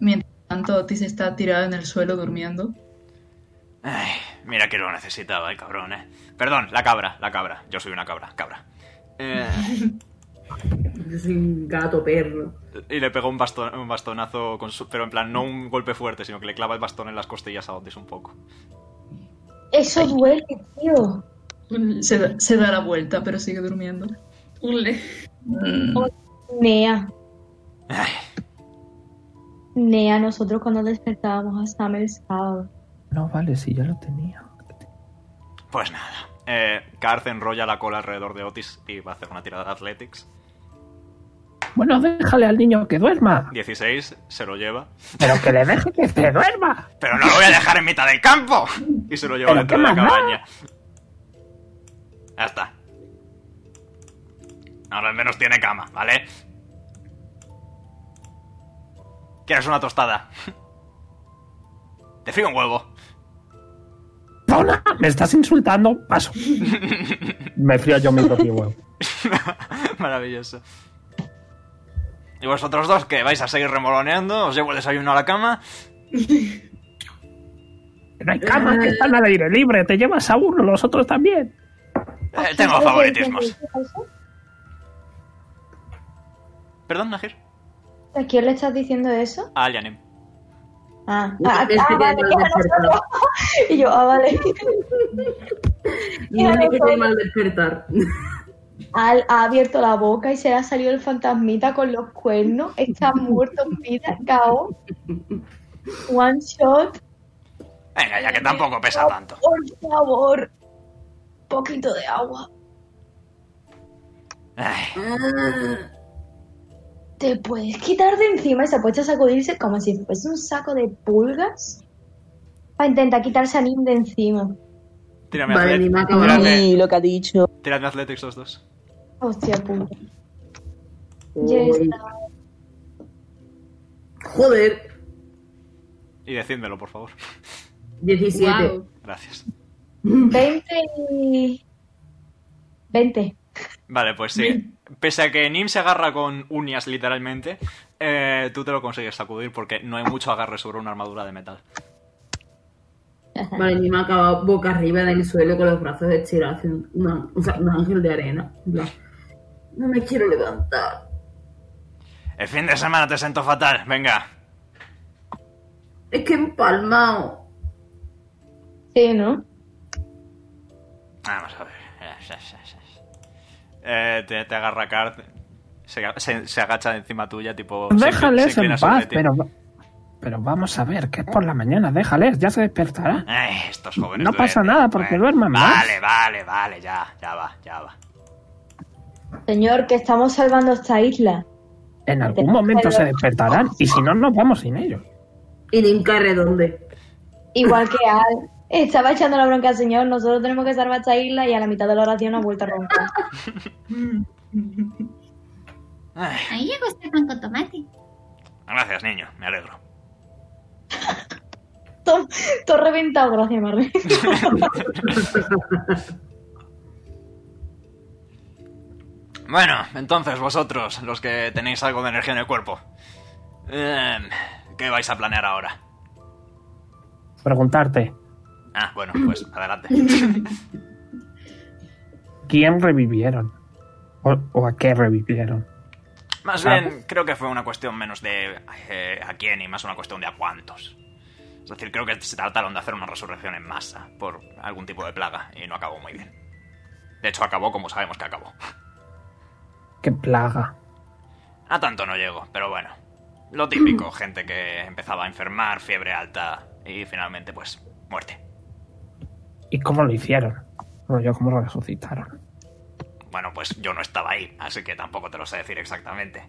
Speaker 7: Mientras tanto, Otis está tirado en el suelo durmiendo.
Speaker 1: Ay, mira que lo necesitaba el cabrón, eh. Perdón, la cabra, la cabra. Yo soy una cabra, cabra. Eh,
Speaker 6: Yo soy un gato perro.
Speaker 1: y le pegó un, basto- un bastonazo, con su- pero en plan, no un golpe fuerte, sino que le clava el bastón en las costillas a Otis un poco.
Speaker 5: Eso duele, tío.
Speaker 2: un-
Speaker 7: Se da, se da la vuelta, pero sigue durmiendo.
Speaker 2: un le-
Speaker 5: Nea.
Speaker 1: Ay,
Speaker 5: Nea, nosotros cuando despertábamos a Sam el sábado.
Speaker 4: No, vale, si ya lo tenía.
Speaker 1: pues nada. Eh, Karth enrolla la cola alrededor de Otis y va a hacer una tirada de Athletics.
Speaker 4: Bueno, déjale al niño que duerma.
Speaker 1: 16, se lo lleva.
Speaker 4: Pero que le deje que se duerma.
Speaker 1: ¡Pero no lo voy a dejar en mitad del campo! Y se lo lleva
Speaker 4: Pero
Speaker 1: dentro
Speaker 4: qué
Speaker 1: de la
Speaker 4: mamá.
Speaker 1: cabaña. Ya está. Ahora al menos tiene cama, ¿vale? ¿Quieres una tostada? Te frío un huevo.
Speaker 4: Dona, me estás insultando. Paso. me frío yo mi propio huevo.
Speaker 1: Maravilloso. ¿Y vosotros dos qué? ¿Vais a seguir remoloneando? ¿Os llevo el desayuno a la cama?
Speaker 4: No hay camas que están al aire libre. Te llevas a uno, los otros también.
Speaker 1: Eh, tengo favoritismos. ¿Perdón, Najir?
Speaker 5: ¿A quién le estás diciendo eso?
Speaker 1: A Alianim.
Speaker 5: Ah,
Speaker 6: Yo
Speaker 5: ah,
Speaker 6: pensé
Speaker 5: ah,
Speaker 6: que
Speaker 5: vale,
Speaker 6: no
Speaker 5: que
Speaker 6: lo
Speaker 5: a nosotros. Y yo, ah, vale.
Speaker 6: No me quedé mal despertar.
Speaker 5: Al ha abierto la boca y se le ha salido el fantasmita con los cuernos. Está muerto en vida, KO. One shot. Oh,
Speaker 1: Venga, ya que tampoco pesa tanto.
Speaker 5: Por favor. Poquito de agua.
Speaker 1: Ay.
Speaker 5: ¿Te puedes quitar de encima y se ha puesto a sacudirse como si fuese un saco de pulgas? Para intentar quitarse a Nim de encima.
Speaker 1: Tírame,
Speaker 6: Vale,
Speaker 1: atlet-
Speaker 6: ni me ha acabado.
Speaker 1: tírame,
Speaker 8: Y lo que ha dicho.
Speaker 1: tírame Athletics los dos.
Speaker 5: Hostia puta. Ya
Speaker 6: Uy.
Speaker 5: está.
Speaker 6: Joder,
Speaker 1: Y decídmelo, por favor.
Speaker 6: 17.
Speaker 2: Guau.
Speaker 1: Gracias.
Speaker 5: 20 y... 20.
Speaker 1: Vale, pues sí. Pese a que Nim se agarra con uñas, literalmente, eh, tú te lo consigues sacudir porque no hay mucho agarre sobre una armadura de metal.
Speaker 6: Vale, ni me ha acabado boca arriba en el suelo con los brazos estirados. haciendo Una, o sea, un ángel de arena. En plan, No me quiero levantar.
Speaker 1: El fin de semana te siento fatal, venga.
Speaker 6: Es que he empalmado.
Speaker 5: Sí, ¿no?
Speaker 1: Vamos a ver. Eh, te, te agarra Card. Se, se- se agacha encima tuya, tipo. se inclina- se
Speaker 4: Déjales
Speaker 1: inclina
Speaker 4: en
Speaker 1: sobre
Speaker 4: paz,
Speaker 1: ti.
Speaker 4: pero. Pero vamos a ver, que es por la mañana, déjales, ya se despertará.
Speaker 1: Ay, estos jóvenes.
Speaker 4: No pasa nada, porque duerman más.
Speaker 1: Vale, vale, vale, ya, ya va, ya va.
Speaker 5: Señor, que estamos salvando esta isla.
Speaker 4: En algún momento se despertarán y si no, nos vamos sin ellos.
Speaker 6: Y Ninka redonde.
Speaker 5: Igual que Al. Estaba echando la bronca al señor, nosotros tenemos que salvar esta isla y a la mitad de la oración ha vuelto a roncar.
Speaker 1: Ay,
Speaker 9: A mí me gusta el pan con tomate.
Speaker 1: gracias, niño, me alegro.
Speaker 5: Todo, todo reventado, gracias, Marlene.
Speaker 1: Bueno, entonces vosotros, los que tenéis algo de energía en el cuerpo, em, ¿qué vais a planear ahora?
Speaker 4: Preguntarte,
Speaker 1: Ah, bueno, pues adelante.
Speaker 4: ¿quién revivieron? ¿O, o a qué revivieron?
Speaker 1: Más
Speaker 4: Ah,
Speaker 1: bien, creo que fue una cuestión menos de eh, a quién y más una cuestión de a cuántos. Es decir, creo que se trataron de hacer una resurrección en masa por algún tipo de plaga y no acabó muy bien. De hecho, acabó como sabemos que acabó.
Speaker 4: ¿Qué plaga?
Speaker 1: A tanto no llego, pero bueno. Lo típico, gente que empezaba a enfermar, fiebre alta y finalmente, pues, muerte.
Speaker 4: ¿Y cómo lo hicieron? Rollo, ¿cómo lo resucitaron?
Speaker 1: Bueno, pues yo no estaba ahí, así que tampoco te lo sé decir exactamente.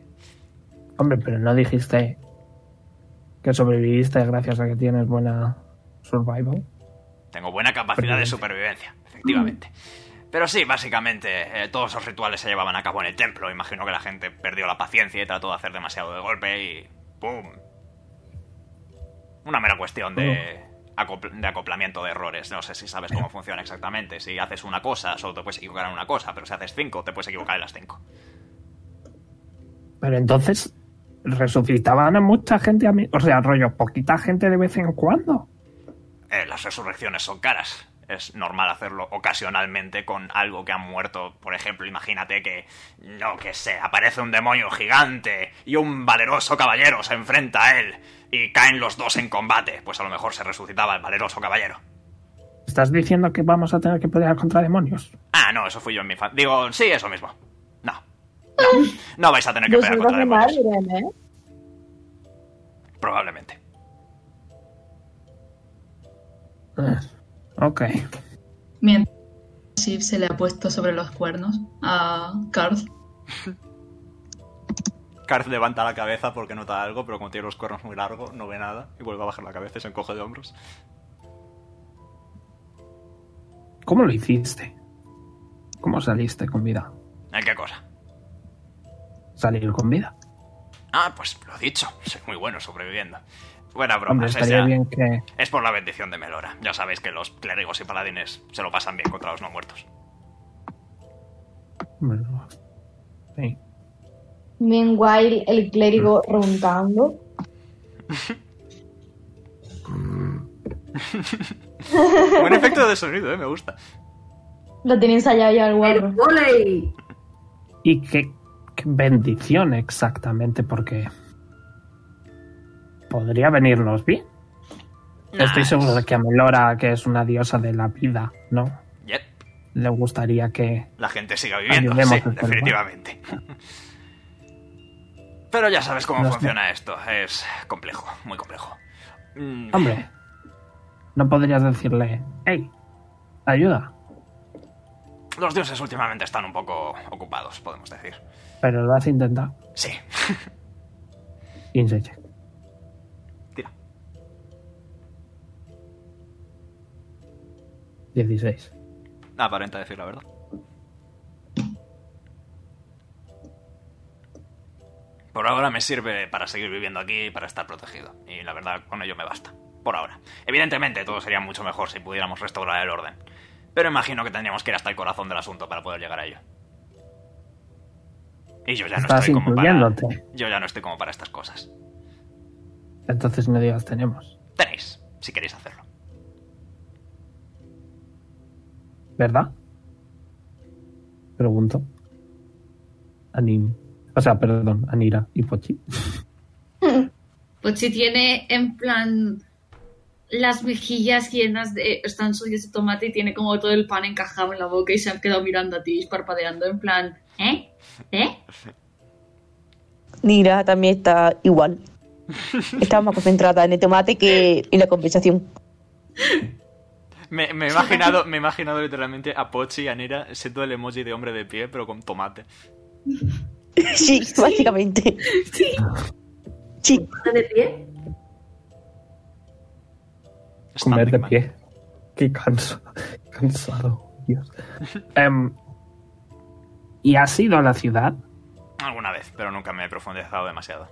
Speaker 4: Hombre, pero no dijiste que sobreviviste gracias a que tienes buena survival.
Speaker 1: Tengo buena capacidad de supervivencia, efectivamente. Pero sí, básicamente, eh, todos esos rituales se llevaban a cabo en el templo. Imagino que la gente perdió la paciencia y trató de hacer demasiado de golpe y... ¡Pum! Una mera cuestión de, acopl- de acoplamiento de errores. No sé si sabes cómo funciona exactamente. Si haces una cosa, solo te puedes equivocar en una cosa, pero si haces cinco, te puedes equivocar en las cinco.
Speaker 4: Pero entonces resucitaban a mucha gente, a mí- o sea, rollo, poquita gente de vez en cuando.
Speaker 1: Eh, las resurrecciones son caras. Es normal hacerlo ocasionalmente con algo que ha muerto. Por ejemplo, imagínate que, no que sé, aparece un demonio gigante y un valeroso caballero se enfrenta a él y caen los dos en combate. Pues a lo mejor se resucitaba el valeroso caballero.
Speaker 4: ¿Estás diciendo que vamos a tener que pelear contra demonios?
Speaker 1: Ah, no, eso fui yo en mi fan. Digo, sí, eso mismo. No. No, No vais a tener que pelear
Speaker 5: Vosotros
Speaker 1: contra
Speaker 5: de
Speaker 1: demonios.
Speaker 5: Marlene, ¿eh?
Speaker 1: Probablemente.
Speaker 4: Ah, Ok.
Speaker 7: Mientras Shiv se le ha puesto sobre los cuernos a Karth.
Speaker 1: Karth levanta la cabeza porque nota algo, pero como tiene los cuernos muy largos, no ve nada y vuelve a bajar la cabeza y se encoge de hombros.
Speaker 4: ¿Cómo lo hiciste? ¿Cómo saliste con vida?
Speaker 1: ¿En qué cosa?
Speaker 4: Salir con vida.
Speaker 1: Ah, pues lo dicho, soy muy bueno sobreviviendo. Buena broma,
Speaker 4: Hombre,
Speaker 1: es,
Speaker 4: estaría
Speaker 1: ya-
Speaker 4: bien que...
Speaker 1: es por la bendición de Melora. Ya sabéis que los clérigos y paladines se lo pasan bien contra los no muertos.
Speaker 4: Bueno, sí.
Speaker 5: Meanwhile, el clérigo roncando.
Speaker 1: Buen efecto de sonido, eh, me gusta.
Speaker 5: Lo tiene ensayado ya el
Speaker 6: ¡El
Speaker 5: guarro.
Speaker 6: voley!
Speaker 4: Y qué, qué bendición exactamente, porque podría venirnos bien. Estoy seguro de que a Melora, que es una diosa de la vida, ¿no?
Speaker 1: Yep,
Speaker 4: Le gustaría que...
Speaker 1: La gente siga viviendo,
Speaker 4: Ayudemos
Speaker 1: sí,
Speaker 4: al cuerpo.
Speaker 1: definitivamente. Pero ya sabes cómo
Speaker 4: Los-
Speaker 1: funciona esto. Es complejo, muy complejo. Mm,
Speaker 4: Hombre, no podrías decirle, hey, ayuda.
Speaker 1: Los dioses últimamente están un poco ocupados, podemos decir.
Speaker 4: Pero lo has intentado.
Speaker 1: Sí.
Speaker 4: Insight check.
Speaker 1: Tira.
Speaker 4: 16.
Speaker 1: Ah, Aparenta decir la verdad. Por ahora me sirve para seguir viviendo aquí y para estar protegido. Y la verdad, con ello me basta. Por ahora. Evidentemente, todo sería mucho mejor si pudiéramos restaurar el orden. Pero imagino que tendríamos que ir hasta el corazón del asunto para poder llegar a ello. Y yo ya no
Speaker 4: Estás
Speaker 1: estoy como para...
Speaker 4: incluyéndote.
Speaker 1: Yo ya no estoy como para estas cosas.
Speaker 4: Entonces no digas tenemos,
Speaker 1: Tenéis, si queréis hacerlo.
Speaker 4: ¿verdad? Pregunto. Anim. O sea, perdón, Anira y Pochi.
Speaker 2: Pochi Pues tiene en plan las mejillas llenas de... están suyas de tomate y tiene como todo el pan encajado en la boca y se han quedado mirando a ti, parpadeando en plan... ¿Eh? ¿Eh?
Speaker 8: Nira también está igual. Estaba más concentrada en el tomate que en la conversación.
Speaker 1: Me, me he imaginado, me he imaginado literalmente a Pochi y a Nera siendo el emoji de hombre de pie, pero con tomate.
Speaker 8: Sí, básicamente. Sí.
Speaker 6: ¿De pie?
Speaker 4: Comer de
Speaker 1: Standing man.
Speaker 4: pie. Qué canso- cansado. Dios. Em, ¿Y has ido a la ciudad?
Speaker 1: Alguna vez, pero nunca me he profundizado demasiado.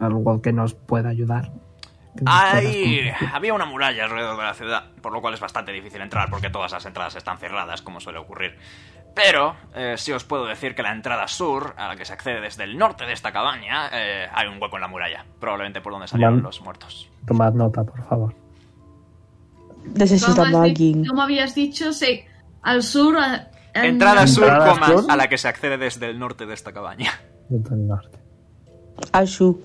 Speaker 4: Algo que nos pueda ayudar. Que nos
Speaker 1: Ahí
Speaker 4: puedas contar.
Speaker 1: había una muralla alrededor de la ciudad, por lo cual es bastante difícil entrar porque todas las entradas están cerradas, como suele ocurrir. Pero eh, sí os puedo decir que la entrada sur, a la que se accede desde el norte de esta cabaña, eh, hay un hueco en la muralla, probablemente por donde salieron
Speaker 4: Vale.
Speaker 1: los muertos.
Speaker 4: Tomad nota, por favor.
Speaker 8: Necesitamos
Speaker 2: Como
Speaker 8: a
Speaker 2: has di-
Speaker 8: alguien.
Speaker 2: como habías dicho, sí, al sur... a- a-
Speaker 1: Entrada sur,
Speaker 4: Em, Entrada
Speaker 1: coma,
Speaker 4: sur.
Speaker 1: a la que se accede desde el norte de esta cabaña.
Speaker 4: Desde el norte.
Speaker 8: A Shu.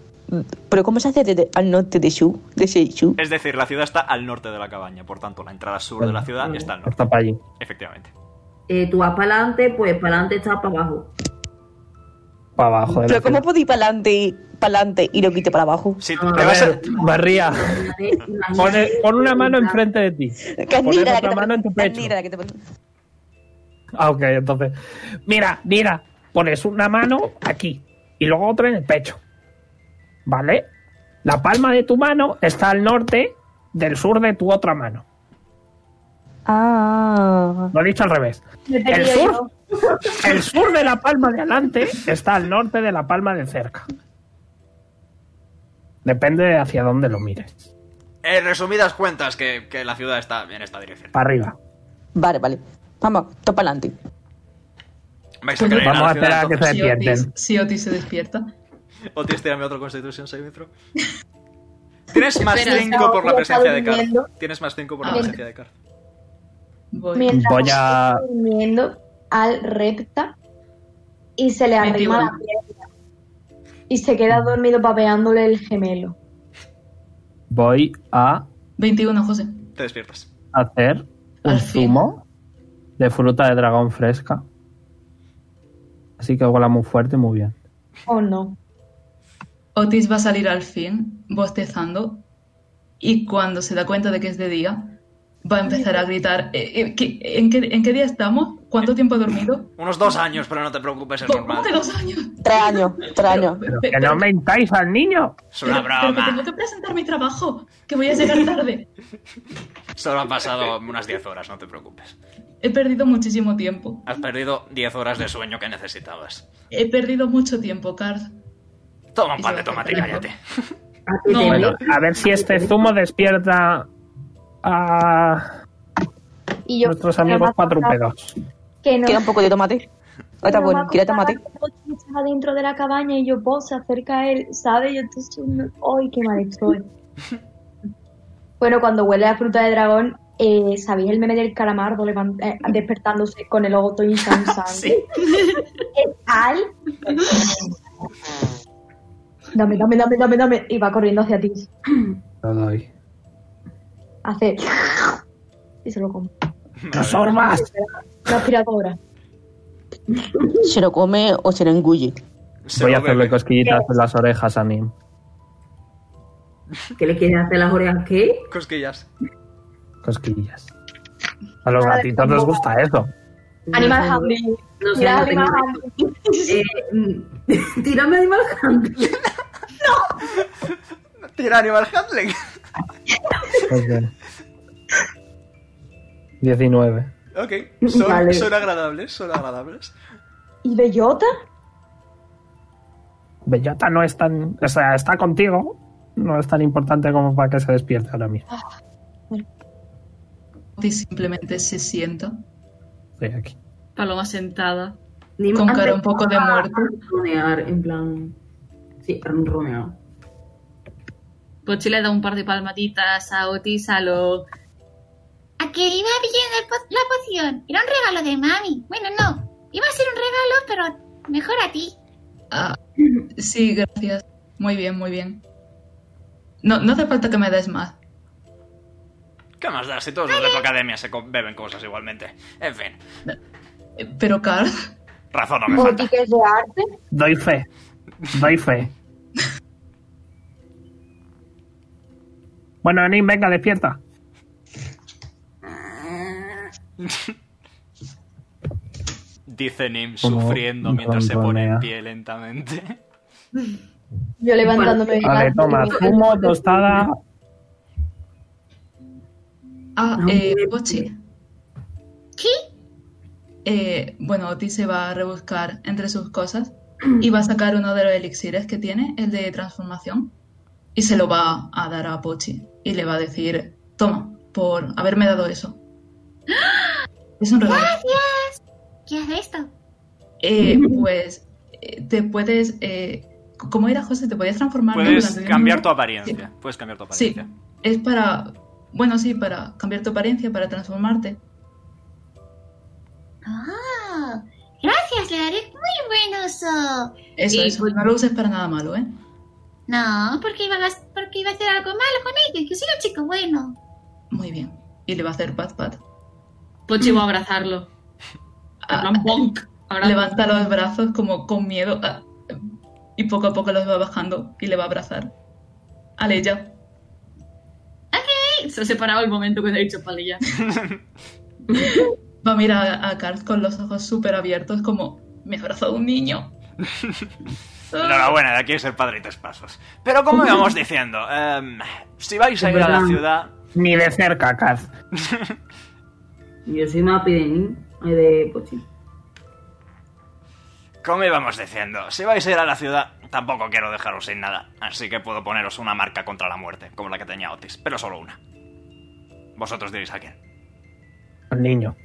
Speaker 8: ¿Pero cómo se hace desde al norte de Shu? De ese Shu.
Speaker 1: Es decir, la ciudad está al norte de la cabaña, por tanto, la entrada sur de la ciudad está al norte,
Speaker 4: Está para allí.
Speaker 1: efectivamente.
Speaker 6: Eh, tú vas para adelante, pues para adelante está para abajo.
Speaker 4: Para abajo de la
Speaker 8: ¿Pero cómo
Speaker 4: ciudad.
Speaker 8: podéis ir para adelante, para adelante y lo quite para abajo?
Speaker 1: Si
Speaker 6: Ah,
Speaker 1: te
Speaker 6: a
Speaker 1: vas a-
Speaker 4: ver, Barría. Pon, pon una mano enfrente de ti.
Speaker 8: Canira, la que
Speaker 4: otra
Speaker 8: te-
Speaker 4: mano en tu pecho.
Speaker 8: Canira, la que te
Speaker 4: Ah, ok, entonces. Mira, mira, pones una mano aquí y luego otra en el pecho. ¿Vale? La palma de tu mano está al norte del sur de tu otra mano.
Speaker 8: Ah.
Speaker 4: Lo he dicho al revés.
Speaker 5: Me he
Speaker 4: El
Speaker 5: perdido
Speaker 4: sur,
Speaker 5: yo.
Speaker 4: el sur de la palma de adelante está al norte de la palma de cerca. Depende de hacia dónde lo mires.
Speaker 1: En resumidas cuentas, que, que la ciudad está en esta dirección.
Speaker 4: Para arriba.
Speaker 8: Vale, vale. Vamos, topa adelante.
Speaker 1: Vais a querer
Speaker 4: Vamos
Speaker 1: la
Speaker 4: a
Speaker 1: ciudad,
Speaker 4: esperar a que
Speaker 1: entonces.
Speaker 4: se- pierden.
Speaker 7: Si Otis, si Otis se despierta.
Speaker 1: Otis, tírame otro Constitution Saving Throw. Tienes más
Speaker 2: Espera,
Speaker 1: 5 por la
Speaker 5: estaba
Speaker 1: presencia de
Speaker 5: durmiendo.
Speaker 1: Karth. Tienes más 5 por
Speaker 7: Ah,
Speaker 1: la
Speaker 7: vale.
Speaker 1: presencia de Karth.
Speaker 7: Voy.
Speaker 5: Mientras
Speaker 4: Voy a-
Speaker 5: está durmiendo al repta y se le arrima la
Speaker 7: 21.
Speaker 5: pierna. Y se queda dormido papeándole el gemelo.
Speaker 4: Voy a
Speaker 7: 21, José.
Speaker 1: Te despiertas.
Speaker 4: hacer un
Speaker 7: Al fin.
Speaker 4: zumo de fruta de dragón fresca. Así que huela muy fuerte y muy bien.
Speaker 5: ¿O Oh, no?
Speaker 7: Otis va a salir al fin, bostezando, y cuando se da cuenta de que es de día, va a empezar a gritar, "Eh, eh, ¿qué- ¿en qué, en qué día estamos? ¿Cuánto tiempo he dormido?
Speaker 1: Unos dos años, pero no te preocupes, es
Speaker 7: ¿Cómo
Speaker 1: normal.
Speaker 7: que dos años?
Speaker 8: Tres años, tres años.
Speaker 4: Pero
Speaker 7: Pe-
Speaker 4: que
Speaker 7: pero-
Speaker 4: no mentáis al niño.
Speaker 1: Es una
Speaker 7: pero- pero que tengo
Speaker 1: broma.
Speaker 7: que presentar mi trabajo, que voy a llegar tarde.
Speaker 1: Solo han pasado unas 10 horas, no te preocupes.
Speaker 7: He perdido muchísimo tiempo.
Speaker 1: Has perdido 10 horas de sueño que necesitabas.
Speaker 7: He perdido mucho tiempo, Carl.
Speaker 1: Toma un par de tomate y cállate.
Speaker 7: No,
Speaker 4: Bueno, a ver si este zumo despierta a
Speaker 5: Y yo
Speaker 4: nuestros amigos cuadrúpedos.
Speaker 5: Que no.
Speaker 8: Queda un poco de tomate. Ah, Está
Speaker 5: Pero me
Speaker 8: bueno, queda
Speaker 5: acordaba
Speaker 8: tomate.
Speaker 5: que Pochi estaba dentro de la cabaña y yo, vos, se acerca a él, ¿sabes? Yo estoy diciendo, ¡ay, qué mal estoy! bueno, cuando huele a fruta de dragón, eh, ¿sabéis el meme del calamardo levant- eh, despertándose con el ojo todo incansable?
Speaker 1: Sí.
Speaker 5: ¿Qué tal? dame, dame, dame, dame, dame. Y va corriendo hacia ti.
Speaker 4: Lo doy.
Speaker 5: Hace... Y se lo come.
Speaker 4: ¡Dos hormas!
Speaker 5: La aspiradora.
Speaker 8: Se lo come o se lo engulle.
Speaker 1: Se
Speaker 4: Voy a
Speaker 1: lo bebe.
Speaker 4: hacerle cosquillitas en las orejas a Nim.
Speaker 6: ¿Qué le quieres hacer las orejas? ¿Qué?
Speaker 1: Cosquillas.
Speaker 4: Cosquillas. A los gatitos les gusta eso.
Speaker 5: Animal
Speaker 6: No,
Speaker 5: Handling.
Speaker 6: No sé,
Speaker 5: Mira,
Speaker 6: no tengo
Speaker 5: Animal
Speaker 6: idea.
Speaker 5: Handling.
Speaker 6: Eh, mm, Tírame Animal Handling.
Speaker 1: Tira Animal Handling.
Speaker 4: Ok. 19.
Speaker 1: Ok. Son,
Speaker 6: Vale.
Speaker 1: son agradables, son agradables.
Speaker 5: ¿Y Bellota?
Speaker 4: Bellota no es tan. O sea, está contigo. No es tan importante como para que se despierte ahora mismo.
Speaker 7: Otis simplemente se sienta,
Speaker 4: Estoy aquí.
Speaker 2: Paloma sentada.
Speaker 6: Ni
Speaker 7: con
Speaker 6: antes
Speaker 7: cara un poco de
Speaker 6: a
Speaker 7: muerto.
Speaker 6: ronronear, en plan. Sí, ronronear.
Speaker 2: Pochi Pues le da un par de palmaditas a Otis a lo...
Speaker 9: A que iba bien el po- la poción. Era un regalo de mami. Bueno, no. Iba a ser un regalo, pero mejor a ti.
Speaker 7: Ah, sí, gracias. Muy bien, muy bien. No, no hace falta que me des más.
Speaker 1: ¿Qué más da? Si todos los de tu academia se co- beben cosas igualmente. En fin,
Speaker 7: Eh, Pero, Carl,
Speaker 1: razón no me falta.
Speaker 5: ¿Pochi que es de arte?
Speaker 4: Doy fe. Doy fe. Bueno, Nin, venga, despierta.
Speaker 1: Dice Nim
Speaker 4: Como
Speaker 1: sufriendo mientras se pone en
Speaker 4: ronronea.
Speaker 1: pie lentamente.
Speaker 5: Yo levantándome.
Speaker 4: A ver,
Speaker 5: de la-
Speaker 4: toma, zumo, tostada.
Speaker 7: Ah,
Speaker 6: No,
Speaker 7: eh,
Speaker 6: hombre.
Speaker 7: Pochi.
Speaker 9: ¿Qué?
Speaker 7: Eh, bueno, Otis se va a rebuscar entre sus cosas y va a sacar uno de los elixires que tiene, el de transformación, y se lo va a dar a Pochi y le va a decir, toma, por haberme dado eso. Es un regalo.
Speaker 9: ¿Qué es esto?
Speaker 7: Eh, pues eh, te puedes... eh, ¿Cómo era, José? ¿Te podías transformar? no?
Speaker 1: Puedes
Speaker 7: durante diez
Speaker 1: cambiar tu
Speaker 7: minutos?
Speaker 1: apariencia. Puedes cambiar tu
Speaker 7: Sí,
Speaker 1: apariencia.
Speaker 7: es para... Bueno, sí, para cambiar tu apariencia, para transformarte.
Speaker 9: Ah, gracias, le daré muy buen uso.
Speaker 7: Eso,
Speaker 2: Y-
Speaker 7: eso, no lo uses para nada malo, ¿eh?
Speaker 9: No, porque iba a, gas- porque iba a hacer algo malo con ella. Yo soy un chico bueno.
Speaker 7: Muy bien. Y le va a hacer pat pat.
Speaker 2: Pochi va Pues a abrazarlo.
Speaker 7: Ah,
Speaker 2: Plan bonk. Ahora
Speaker 7: levanta los brazos como con miedo ah, y poco a poco los va bajando y le va a abrazar. Ale, ya.
Speaker 2: Se ha separado el momento que le he dicho palilla.
Speaker 7: Va a mirar a Karl con los ojos súper abiertos como me ha abrazado un niño.
Speaker 1: Enhorabuena, de aquí es el padre y tres pasos. Pero como íbamos diciendo, em, si vais a ir a la
Speaker 6: Perdón.
Speaker 1: ciudad,
Speaker 4: Ni de cerca, Kaz.
Speaker 6: Yo soy más de Nin, eh, de Pochi.
Speaker 1: como íbamos diciendo, si vais a ir a la ciudad, tampoco quiero dejaros sin nada. Así que puedo poneros una marca contra la muerte, como la que tenía Otis, pero solo una. Vosotros diréis a quién.
Speaker 4: Un niño.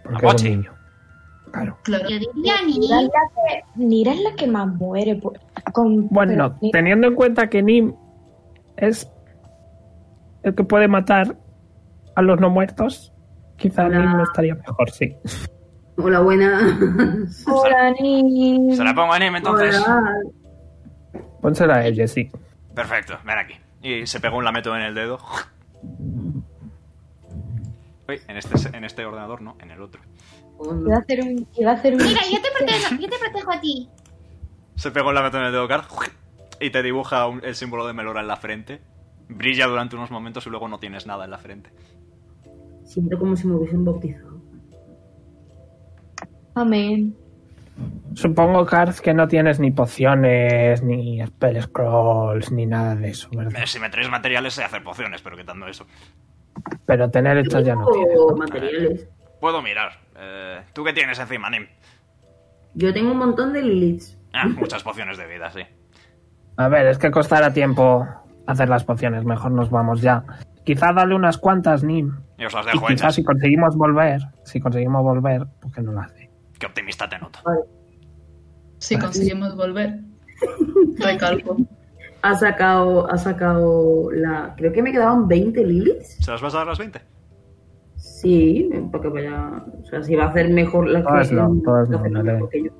Speaker 1: A
Speaker 4: Porque es
Speaker 1: Pochi.
Speaker 4: un niño. Claro.
Speaker 7: Claro.
Speaker 9: Yo diría ni.
Speaker 5: Nira es la que, Nira es la que más muere. por- con-
Speaker 4: Bueno,
Speaker 5: pero-
Speaker 4: teniendo en cuenta que Nim es el que puede matar a los no muertos, quizá
Speaker 6: Hola.
Speaker 4: Nim estaría mejor, sí.
Speaker 6: Hola, buenas.
Speaker 5: Hola, Nira.
Speaker 1: ¿Se la pongo a Nim entonces?
Speaker 6: Hola.
Speaker 4: Pónsela a ella, sí.
Speaker 1: Perfecto, ven aquí. Y se pegó un lameto en el dedo. Uy, en este, en este ordenador no, en el otro.
Speaker 5: Iba a hacer un. Iba a hacer un
Speaker 9: Mira, yo te protejo, yo te protejo a ti.
Speaker 1: Se pegó un lameto en el dedo, Carl. Y te dibuja un- el símbolo de Melora en la frente. Brilla durante unos momentos y luego no tienes nada en la frente.
Speaker 6: Siento como si me hubiesen bautizado.
Speaker 5: Amén.
Speaker 4: Supongo, Karth, que no tienes ni pociones, ni spell scrolls, ni nada de eso, ¿verdad?
Speaker 1: Eh, Si me traéis materiales, sé hacer pociones, pero quitando eso.
Speaker 4: Pero tener esto ya no tienes.
Speaker 6: Tengo materiales.
Speaker 1: Puedo mirar. Eh, ¿Tú qué tienes encima, Nim?
Speaker 6: Yo tengo un montón de Liliths.
Speaker 1: Ah, muchas pociones de vida, sí.
Speaker 4: A ver, es que costará tiempo hacer las pociones, mejor nos vamos ya. Quizá dale unas cuantas, Nim.
Speaker 1: Y os las
Speaker 4: Y
Speaker 1: dejo
Speaker 4: quizá
Speaker 1: hechas.
Speaker 4: si conseguimos volver, si conseguimos volver, pues que no lo hace.
Speaker 1: Qué optimista te noto.
Speaker 7: Si conseguimos volver. Recalco.
Speaker 6: Ha sacado, ha sacado la. Creo que me quedaban 20 Liliths.
Speaker 1: ¿Se las vas a dar las 20?
Speaker 6: Sí, porque vaya. O sea, si va a hacer mejor la
Speaker 4: Todas no, todas no,
Speaker 6: la-
Speaker 4: no le-
Speaker 6: porque yo-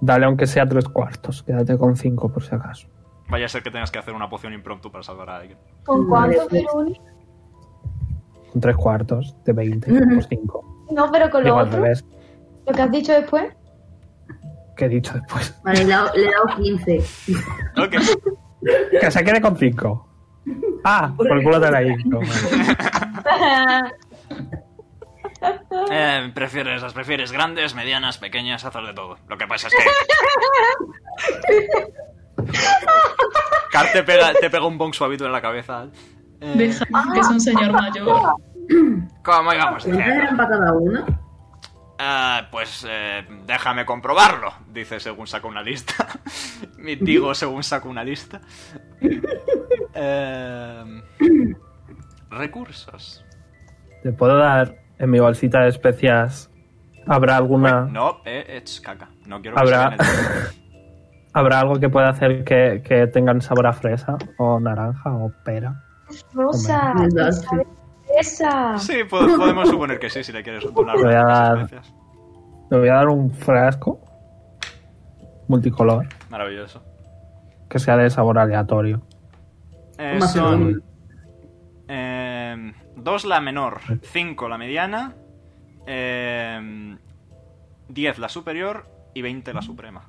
Speaker 4: Dale aunque sea tres cuartos, quédate con cinco por si acaso.
Speaker 1: Vaya a ser que tengas que hacer una poción impromptu para salvar a alguien.
Speaker 5: ¿Con
Speaker 6: Mm,
Speaker 5: cuánto,
Speaker 6: después.
Speaker 5: Veroni?
Speaker 4: Con tres cuartos de 20 por cinco.
Speaker 5: No, pero con lo
Speaker 4: Digo al
Speaker 5: otro.
Speaker 4: revés,
Speaker 5: Lo que has dicho después.
Speaker 4: que he dicho después.
Speaker 6: Vale, le he dado, le he dado 15.
Speaker 1: Ok.
Speaker 4: Que se quede con cinco. Ah, por el culo de la intro. vale.
Speaker 1: Eh, prefieres, las prefieres grandes, medianas, pequeñas, haces de todo. Lo que pasa es que. Car te pega, te pega un bong suavito en la cabeza. Eh,
Speaker 7: Deja que es un señor mayor.
Speaker 1: ¿Cómo íbamos
Speaker 6: ¿Cuántas
Speaker 1: diciendo?
Speaker 6: eran para cada una?
Speaker 1: Ah, pues eh, déjame comprobarlo, dice según saca una lista. Mitigo según saca una lista. Eh, recursos.
Speaker 4: ¿Te puedo dar en mi bolsita de especias? ¿Habrá alguna...
Speaker 1: No, eh, es caca. No quiero que se
Speaker 4: ¿Habrá,
Speaker 1: vean el-
Speaker 4: ¿Habrá algo que pueda hacer que, que tengan sabor a fresa o naranja o pera?
Speaker 5: Rosa.
Speaker 6: Hombre.
Speaker 5: ¿qué sabe Esa.
Speaker 1: Sí, po- podemos suponer que sí, si le quieres donar
Speaker 4: Voy a
Speaker 1: unas
Speaker 4: dar-
Speaker 1: especias.
Speaker 4: Le voy a dar un frasco multicolor
Speaker 1: Maravilloso.
Speaker 4: que sea de sabor aleatorio.
Speaker 1: Eh,
Speaker 6: Más
Speaker 1: son
Speaker 6: uno.
Speaker 1: eh, dos la menor, cinco la mediana, eh, 10 la superior y 20 la suprema.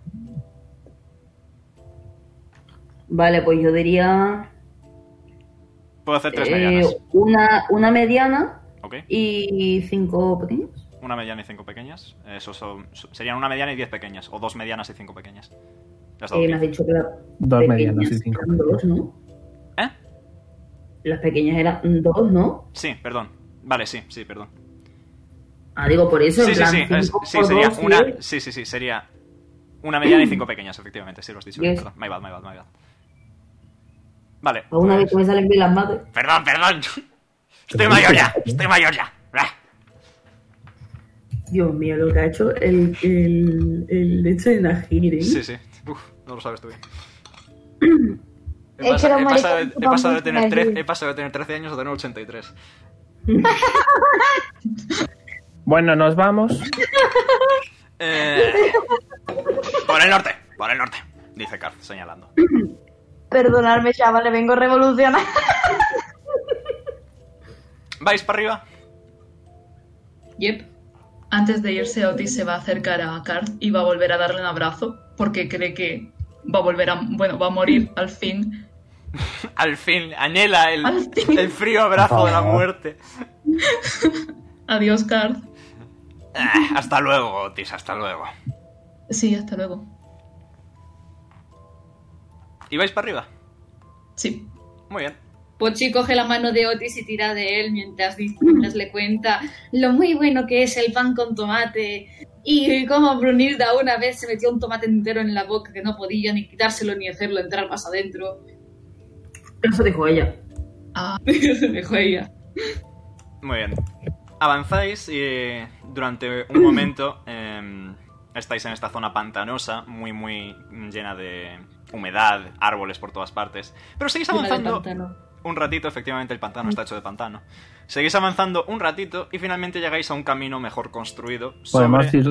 Speaker 6: Vale, pues yo diría.
Speaker 1: Puedo hacer tres
Speaker 6: Eh,
Speaker 1: medianas.
Speaker 6: una, una mediana
Speaker 1: Ok.
Speaker 6: y cinco pequeños.
Speaker 1: Una mediana y cinco pequeñas. Eso son, so- serían una mediana y diez pequeñas. O dos medianas y cinco pequeñas. Las
Speaker 6: Eh, me has dicho que las
Speaker 4: Dos
Speaker 6: pequeñas
Speaker 4: medianas y cinco.
Speaker 6: eran dos, ¿no?
Speaker 1: ¿Eh?
Speaker 6: Las pequeñas eran dos, ¿no?
Speaker 1: Sí, perdón. Vale, sí, sí, perdón.
Speaker 6: Ah, digo, por eso,
Speaker 1: Sí,
Speaker 6: en
Speaker 1: sí,
Speaker 6: plan,
Speaker 1: sí. es-
Speaker 6: cinco
Speaker 1: sí,
Speaker 6: por
Speaker 1: sería
Speaker 6: dos,
Speaker 1: una.
Speaker 6: diez.
Speaker 1: Sí, sí, sí. Sería una mediana y cinco pequeñas, efectivamente. Sí, lo has dicho. bien,
Speaker 6: Diez.
Speaker 1: Perdón. My bad, my bad, my bad. Vale.
Speaker 6: A una vez
Speaker 1: pues-
Speaker 6: que me salen bien las mates.
Speaker 1: Perdón, perdón. Estoy mayor ya. Estoy mayor ya. Blah.
Speaker 6: Dios mío, lo que ha hecho el, el, el hecho de Najiri.
Speaker 1: Sí, sí. Uf, no lo sabes tú bien. He
Speaker 5: Es que
Speaker 1: pasa-
Speaker 5: los
Speaker 1: he pasado,
Speaker 5: maricones
Speaker 1: he pasado de
Speaker 5: ocupan
Speaker 1: tener
Speaker 5: mucho
Speaker 1: tre-
Speaker 5: energía.
Speaker 1: he pasado de tener 13 años a tener 83.
Speaker 4: Bueno, nos vamos.
Speaker 1: Eh, por el norte, por el norte, dice Karth señalando.
Speaker 5: Perdonadme, chavales, vengo revolucionar.
Speaker 1: ¿Vais para arriba?
Speaker 2: Yep.
Speaker 7: Antes de irse, Otis se va a acercar a Karth y va a volver a darle un abrazo porque cree que va a volver a... Bueno, va a morir al fin.
Speaker 1: Al fin, anhela el,
Speaker 7: Al fin.
Speaker 1: el frío abrazo de la muerte.
Speaker 7: Adiós, Karth.
Speaker 1: Ah, hasta luego, Otis, hasta luego.
Speaker 7: Sí, hasta luego.
Speaker 1: ¿Y vais para arriba?
Speaker 7: Sí.
Speaker 1: Muy bien.
Speaker 2: Pochi coge la mano de Otis y tira de él mientras, dice- mientras le cuenta lo muy bueno que es el pan con tomate y cómo Brunilda una vez se metió un tomate entero en la boca que no podía ni quitárselo ni hacerlo entrar más adentro.
Speaker 6: Eso dijo ella.
Speaker 7: Ah,
Speaker 2: Dejó ella.
Speaker 1: Muy bien. Avanzáis y durante un momento eh, estáis en esta zona pantanosa, muy, muy llena de humedad, árboles por todas partes. Pero seguís
Speaker 2: Llena de
Speaker 1: avanzando
Speaker 2: pantano.
Speaker 1: un ratito, efectivamente el
Speaker 6: Mm.
Speaker 1: pantano está hecho de pantano. Seguís avanzando un ratito y finalmente llegáis a un camino mejor construido. sobre-
Speaker 4: Podemos ir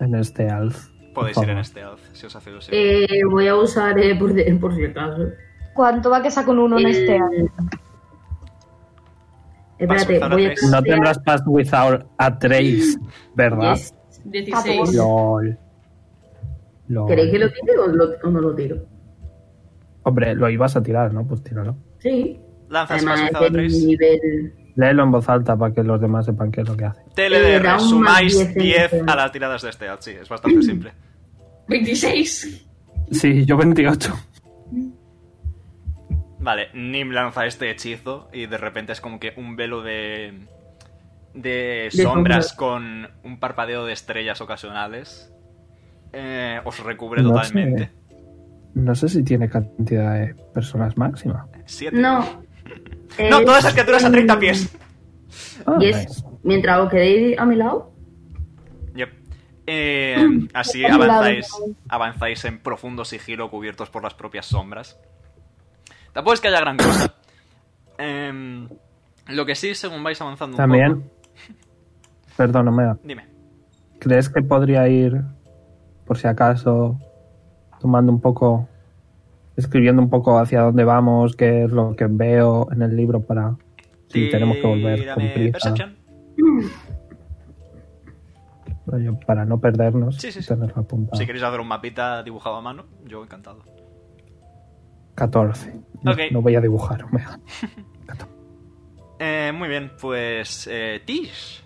Speaker 4: en este alz.
Speaker 1: Podéis
Speaker 4: por
Speaker 1: ir en
Speaker 4: favor.
Speaker 1: este alz, si os hace ilusión.
Speaker 6: Eh, voy a usar eh, por, de- por si acaso.
Speaker 5: ¿Cuánto va que saco un uno en
Speaker 6: Eh,
Speaker 5: este año?
Speaker 6: Espérate,
Speaker 1: Vas a usar
Speaker 6: voy a
Speaker 1: tres.
Speaker 4: No tendrás Pass Without a Trace, ¿verdad?
Speaker 6: Yes.
Speaker 2: 16.
Speaker 4: LOL. LOL.
Speaker 6: ¿Queréis que lo tire o, lo- o no lo tiro?
Speaker 4: Hombre, lo ibas a tirar, ¿no? Pues tíralo.
Speaker 6: Sí.
Speaker 1: Lanzas
Speaker 6: Además, eh,
Speaker 1: pasizado
Speaker 6: es del
Speaker 1: 3.
Speaker 6: nivel.
Speaker 4: Léelo en voz alta para que los demás sepan qué es lo que hace.
Speaker 1: TLDR,
Speaker 6: Eh, da un más
Speaker 1: sumáis
Speaker 6: 10 en
Speaker 1: 10
Speaker 6: este.
Speaker 1: a las tiradas de este alz. Sí, es bastante simple.
Speaker 2: 26.
Speaker 4: Sí, yo 28.
Speaker 1: Vale, Nim lanza este hechizo y de repente es como que un velo de. de sombras
Speaker 6: sombras.
Speaker 1: con un parpadeo de estrellas ocasionales. eh, os recubre
Speaker 4: No
Speaker 1: totalmente.
Speaker 4: No sé si tiene cantidad de personas máxima.
Speaker 1: Siete.
Speaker 6: No.
Speaker 1: No,
Speaker 6: Eh,
Speaker 1: todas las criaturas a 30 pies.
Speaker 4: Ah,
Speaker 6: Yes.
Speaker 4: nice.
Speaker 6: Mientras os quedéis a mi lado,
Speaker 1: Yep. Eh, así avanzáis, avanzáis en profundo sigilo cubiertos por las propias sombras. Tampoco es que haya gran cosa. Em, lo que sí, según vais avanzando un poco-
Speaker 4: También. Perdón, Omega.
Speaker 1: Dime.
Speaker 4: ¿Crees que podría ir, por si acaso, tomando un poco, escribiendo un poco hacia dónde vamos, qué es lo que veo en el libro para si tenemos que volver con
Speaker 1: Tírame
Speaker 4: prisa,
Speaker 1: Perception.
Speaker 4: rollo, para no perdernos,
Speaker 1: Sí, sí, sí.
Speaker 4: tenerlo apuntado.
Speaker 1: Si queréis hacer un mapita dibujado a mano, yo encantado.
Speaker 4: 14. No,
Speaker 1: Ok.
Speaker 4: no voy a dibujar, Omega.
Speaker 1: Eh, muy bien, pues eh, Tish,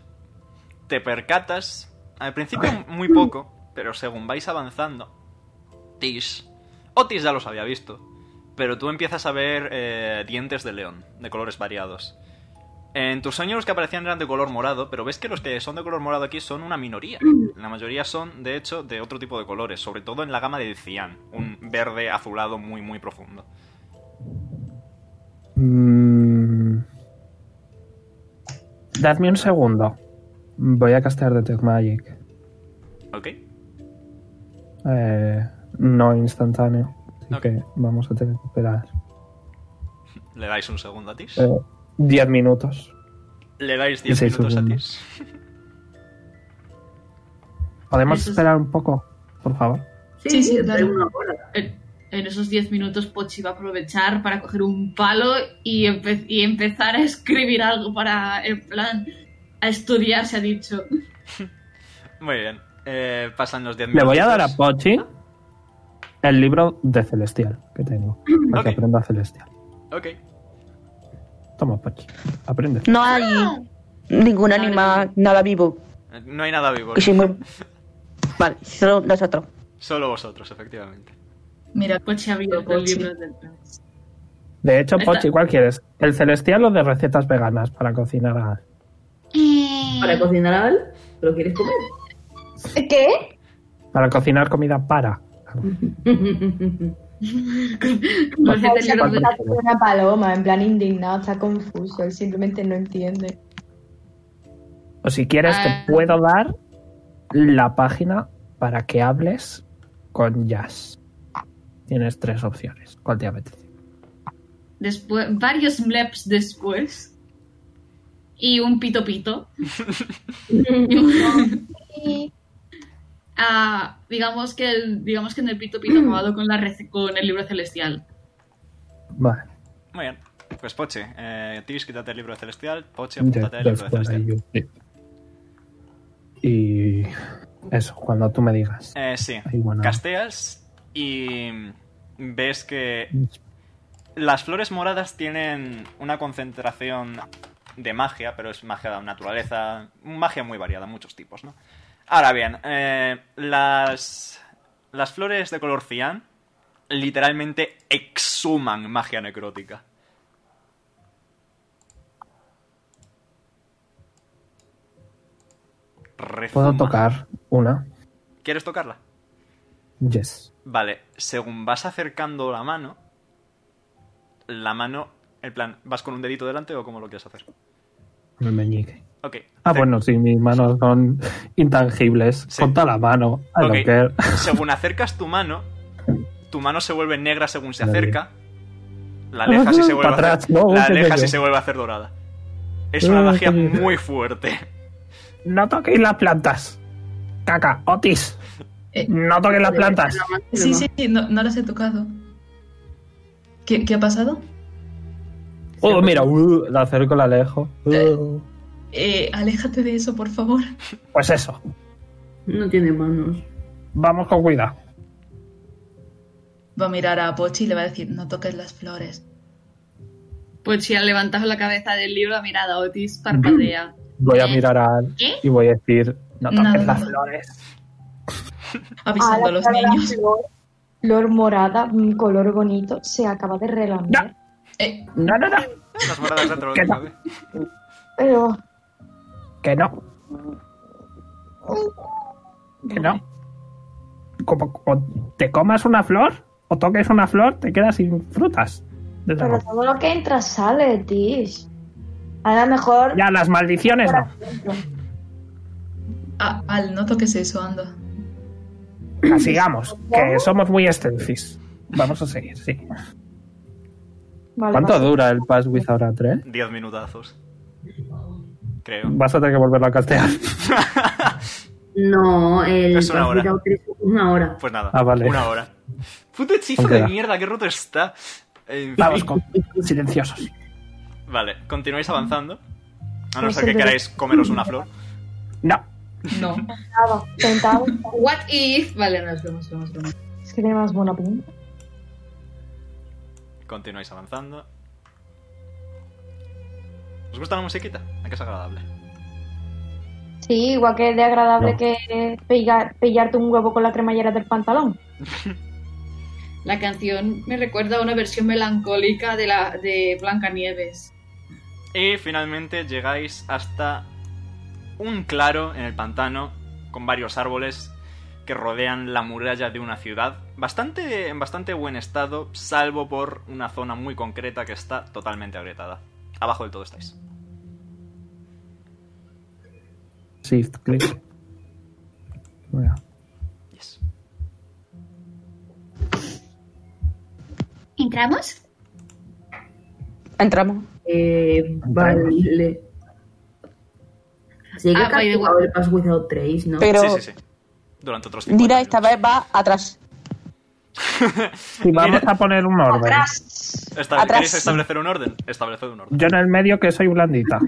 Speaker 1: te percatas, al principio muy poco, pero según vais avanzando, Tish, Otis ya los había visto, pero tú empiezas a ver eh, dientes de león, de colores variados. En tus sueños los que aparecían eran de color morado, pero ves que los que son de color morado aquí son una minoría. La mayoría son, de hecho, de otro tipo de colores, sobre todo en la gama del cian, un verde azulado muy, muy profundo.
Speaker 4: Mm. Dadme un segundo. Voy a castear Detect Magic.
Speaker 1: ¿Ok?
Speaker 4: Eh, no instantáneo. Así
Speaker 1: Ok.
Speaker 4: que vamos a tener que esperar
Speaker 1: Le dais un segundo a Tish.
Speaker 4: eh, 10 minutos.
Speaker 1: Le dais 10
Speaker 4: Seis
Speaker 1: minutos a
Speaker 4: segundos.
Speaker 1: Tish.
Speaker 4: ¿Podemos
Speaker 2: Eso es-
Speaker 4: esperar un poco, por favor?
Speaker 6: sí,
Speaker 7: Sí, sí, dale.
Speaker 6: dale una hora.
Speaker 2: En, en esos 10 minutos Pochi va a aprovechar para coger un palo y, empe- y empezar a escribir algo para, en plan, a estudiar, se ha dicho.
Speaker 1: Muy bien. Eh, pasan los 10
Speaker 4: Le
Speaker 1: minutos.
Speaker 4: voy a dar a Pochi el libro de Celestial que tengo. Para
Speaker 1: Ok.
Speaker 4: que aprenda Celestial.
Speaker 1: Ok.
Speaker 4: Toma, Pachi. Aprende.
Speaker 8: No hay ningún animal, nada vivo.
Speaker 1: Eh, No hay nada vivo.
Speaker 8: Que se mueve. Vale, solo nosotros.
Speaker 1: Solo vosotros, efectivamente.
Speaker 7: Mira,
Speaker 2: Pochi ha abierto el
Speaker 7: Pochi.
Speaker 2: libro del Prince.
Speaker 4: De hecho,
Speaker 2: Ahí está.
Speaker 4: Pochi, ¿cuál quieres? ¿El celestial o de recetas veganas para cocinar? a-
Speaker 9: Eh,
Speaker 6: Para cocinar a él, ¿te lo quieres comer?
Speaker 5: ¿Qué?
Speaker 4: Para cocinar comida para.
Speaker 2: Los siete
Speaker 5: Está
Speaker 2: libros del-
Speaker 5: como una paloma, en plan indignado, está confuso, él simplemente no entiende.
Speaker 4: O si quieres,
Speaker 2: Ah.
Speaker 4: te puedo dar la página para que hables con Jazz. Tienes tres opciones. ¿Cuál te apetece?
Speaker 2: después, varios mleps después. Y un pito pito. Y un- Ah, digamos que el, digamos que en el pito pito acabado con la rece- con el libro celestial.
Speaker 4: Vale.
Speaker 1: Muy bien. Pues Poche, eh, Tis, quítate el libro de celestial. Poche,
Speaker 4: Ya-
Speaker 1: apúntate el libro de
Speaker 4: that's what I
Speaker 1: celestial.
Speaker 4: do. Y eso, cuando tú me digas.
Speaker 1: Eh, sí.
Speaker 4: Ay, bueno.
Speaker 1: Casteas y ves que las flores moradas tienen una concentración de magia, pero es magia de la naturaleza, magia muy variada, muchos tipos, ¿no? Ahora bien, eh, las, las flores de color cian literalmente exhuman magia necrótica.
Speaker 4: ¿Puedo
Speaker 1: Rezuma.
Speaker 4: tocar una?
Speaker 1: ¿Quieres tocarla?
Speaker 4: Yes.
Speaker 1: Vale, según vas acercando la mano, la mano, en plan, ¿vas con un dedito delante o cómo lo quieres hacer?
Speaker 4: El meñique.
Speaker 1: Ok.
Speaker 4: Ah,
Speaker 1: cer-
Speaker 4: bueno, sí, mis manos son intangibles.
Speaker 1: Sí.
Speaker 4: Conta la mano. I don't
Speaker 1: Ok.
Speaker 4: care.
Speaker 1: Según acercas tu mano, tu mano se vuelve negra según se
Speaker 4: Vale.
Speaker 1: acerca. La alejas y se vuelve
Speaker 4: Pa'
Speaker 1: a
Speaker 4: atrás,
Speaker 1: hacer,
Speaker 4: no,
Speaker 1: la
Speaker 4: qué
Speaker 1: alejas y
Speaker 4: coño.
Speaker 1: se vuelve a hacer dorada. Es una
Speaker 4: Ah,
Speaker 1: magia
Speaker 4: coño.
Speaker 1: muy fuerte.
Speaker 4: No toquéis las plantas. Caca, Otis.
Speaker 7: Eh,
Speaker 4: No toques las plantas.
Speaker 7: Sí, sí, sí, no, no las he tocado. ¿Qué, qué ha pasado?
Speaker 4: Oh, mira, uh, la acerco, la alejo. Uh.
Speaker 7: Eh, aléjate de eso, por favor.
Speaker 4: Pues eso,
Speaker 6: No tiene manos.
Speaker 4: vamos con cuidado.
Speaker 7: Va a mirar a Pochi y le va a decir, no toques las flores.
Speaker 2: Pochi ha Pues levantado la cabeza del libro, ha mirado a Otis, parpadea.
Speaker 4: Voy a mirar a Al
Speaker 2: ¿Eh?
Speaker 4: y voy a decir, no toques
Speaker 7: Nada.
Speaker 4: las flores.
Speaker 7: Avisando a los
Speaker 5: cara de Ah, la
Speaker 7: niños.
Speaker 5: Flor, flor morada, un color bonito, se acaba de relamer.
Speaker 7: Eh,
Speaker 4: No, no, no,
Speaker 1: Las moradas dentro
Speaker 4: ¿Qué
Speaker 1: del
Speaker 4: tal?
Speaker 1: cabello.
Speaker 5: Pero
Speaker 4: que no. Que no. Como, como te comas una flor o toques una flor, te quedas sin frutas. De
Speaker 5: Pero
Speaker 4: dragón.
Speaker 5: todo lo que entra sale, Tish. A lo mejor.
Speaker 4: Ya, las maldiciones no.
Speaker 7: a- Ah, Al, no toques eso, anda.
Speaker 4: La sigamos, que somos muy extensis. Vamos a seguir, sí.
Speaker 5: Vale,
Speaker 4: ¿Cuánto
Speaker 5: vale.
Speaker 4: dura el Pass with Aura 3?
Speaker 1: Diez minutazos. Creo.
Speaker 4: Vas a tener que volverlo a castear.
Speaker 6: No, el
Speaker 1: Es una hora.
Speaker 6: has mirado tres- una hora.
Speaker 1: Pues nada,
Speaker 4: Ah, vale.
Speaker 1: una hora. Puto hechizo
Speaker 4: Aunque
Speaker 1: de
Speaker 4: da.
Speaker 1: mierda, qué roto está. En
Speaker 4: Vamos
Speaker 1: fin.
Speaker 4: con silenciosos.
Speaker 1: Vale, continuáis avanzando. A no
Speaker 5: Pues
Speaker 1: ser que
Speaker 5: el de-
Speaker 1: queráis comeros una flor.
Speaker 4: No,
Speaker 7: No.
Speaker 5: Nada, sentado.
Speaker 2: What if? Vale, nos vemos, nos vemos.
Speaker 5: Es que tiene más buena pinta.
Speaker 1: Continuáis avanzando. ¿Os gusta la musiquita? ¿A qué es agradable?
Speaker 5: Sí, igual que de agradable
Speaker 4: No.
Speaker 5: que pillar, pillarte un huevo con la cremallera del pantalón.
Speaker 2: La canción me recuerda a una versión melancólica de la de Blancanieves.
Speaker 1: Y finalmente llegáis hasta un claro en el pantano con varios árboles que rodean la muralla de una ciudad. Bastante, en bastante buen estado, salvo por una zona muy concreta que está totalmente agrietada. Abajo del todo estáis.
Speaker 4: Shift, click. Venga.
Speaker 1: Yes.
Speaker 9: ¿Entramos?
Speaker 8: Entramos.
Speaker 6: Eh, vale. Así que
Speaker 2: Ah, by the
Speaker 6: activado el Pass Without Trace, ¿no?
Speaker 8: Pero
Speaker 1: Sí, sí, sí. Durante otros 50
Speaker 8: Dira
Speaker 1: minutos.
Speaker 8: esta vez va atrás.
Speaker 4: Y vamos a poner un orden.
Speaker 1: Esta-
Speaker 8: atrás.
Speaker 1: ¿Queréis establecer un orden? Estableced un orden.
Speaker 4: Yo en el medio que soy blandita.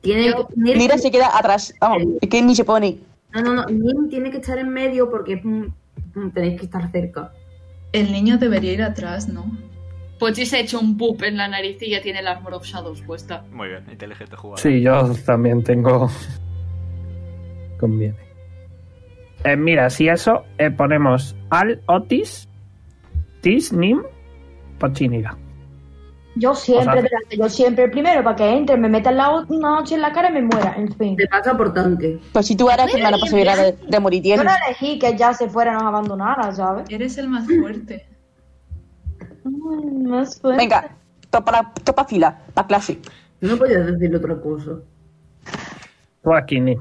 Speaker 6: Tiene que tener-
Speaker 8: Dira se queda atrás. Vamos, es que ni se pone.
Speaker 6: No, no, no. Nim tiene que estar en medio porque mm, mm, tenéis que estar cerca.
Speaker 7: El niño debería ir atrás, ¿no?
Speaker 2: Pochi Pues se ha hecho un boop en la nariz y ya tiene el Armor of Shadows puesta.
Speaker 1: Muy bien, inteligente jugador.
Speaker 4: Sí, yo también tengo. Conviene. Eh, mira, si eso, eh, ponemos Al Otis, Tis, Nim, Pochinira.
Speaker 5: Yo siempre,
Speaker 4: O sea-
Speaker 5: delante, yo siempre el primero para que entre, me metan la o- una noche en la cara y me muera, en fin.
Speaker 6: Te pasa por tanque.
Speaker 8: Pues si tú eres tu hermana posibilidad de, de morir
Speaker 5: Yo no
Speaker 8: tienes.
Speaker 5: elegí que ya se fuera, nos abandonara, ¿sabes?
Speaker 7: Eres el más fuerte.
Speaker 5: Ay, Más fuerte.
Speaker 8: Venga, topa, la, topa fila, pa' clase.
Speaker 6: No podías decir otra cosa.
Speaker 4: Tú aquí, Nim.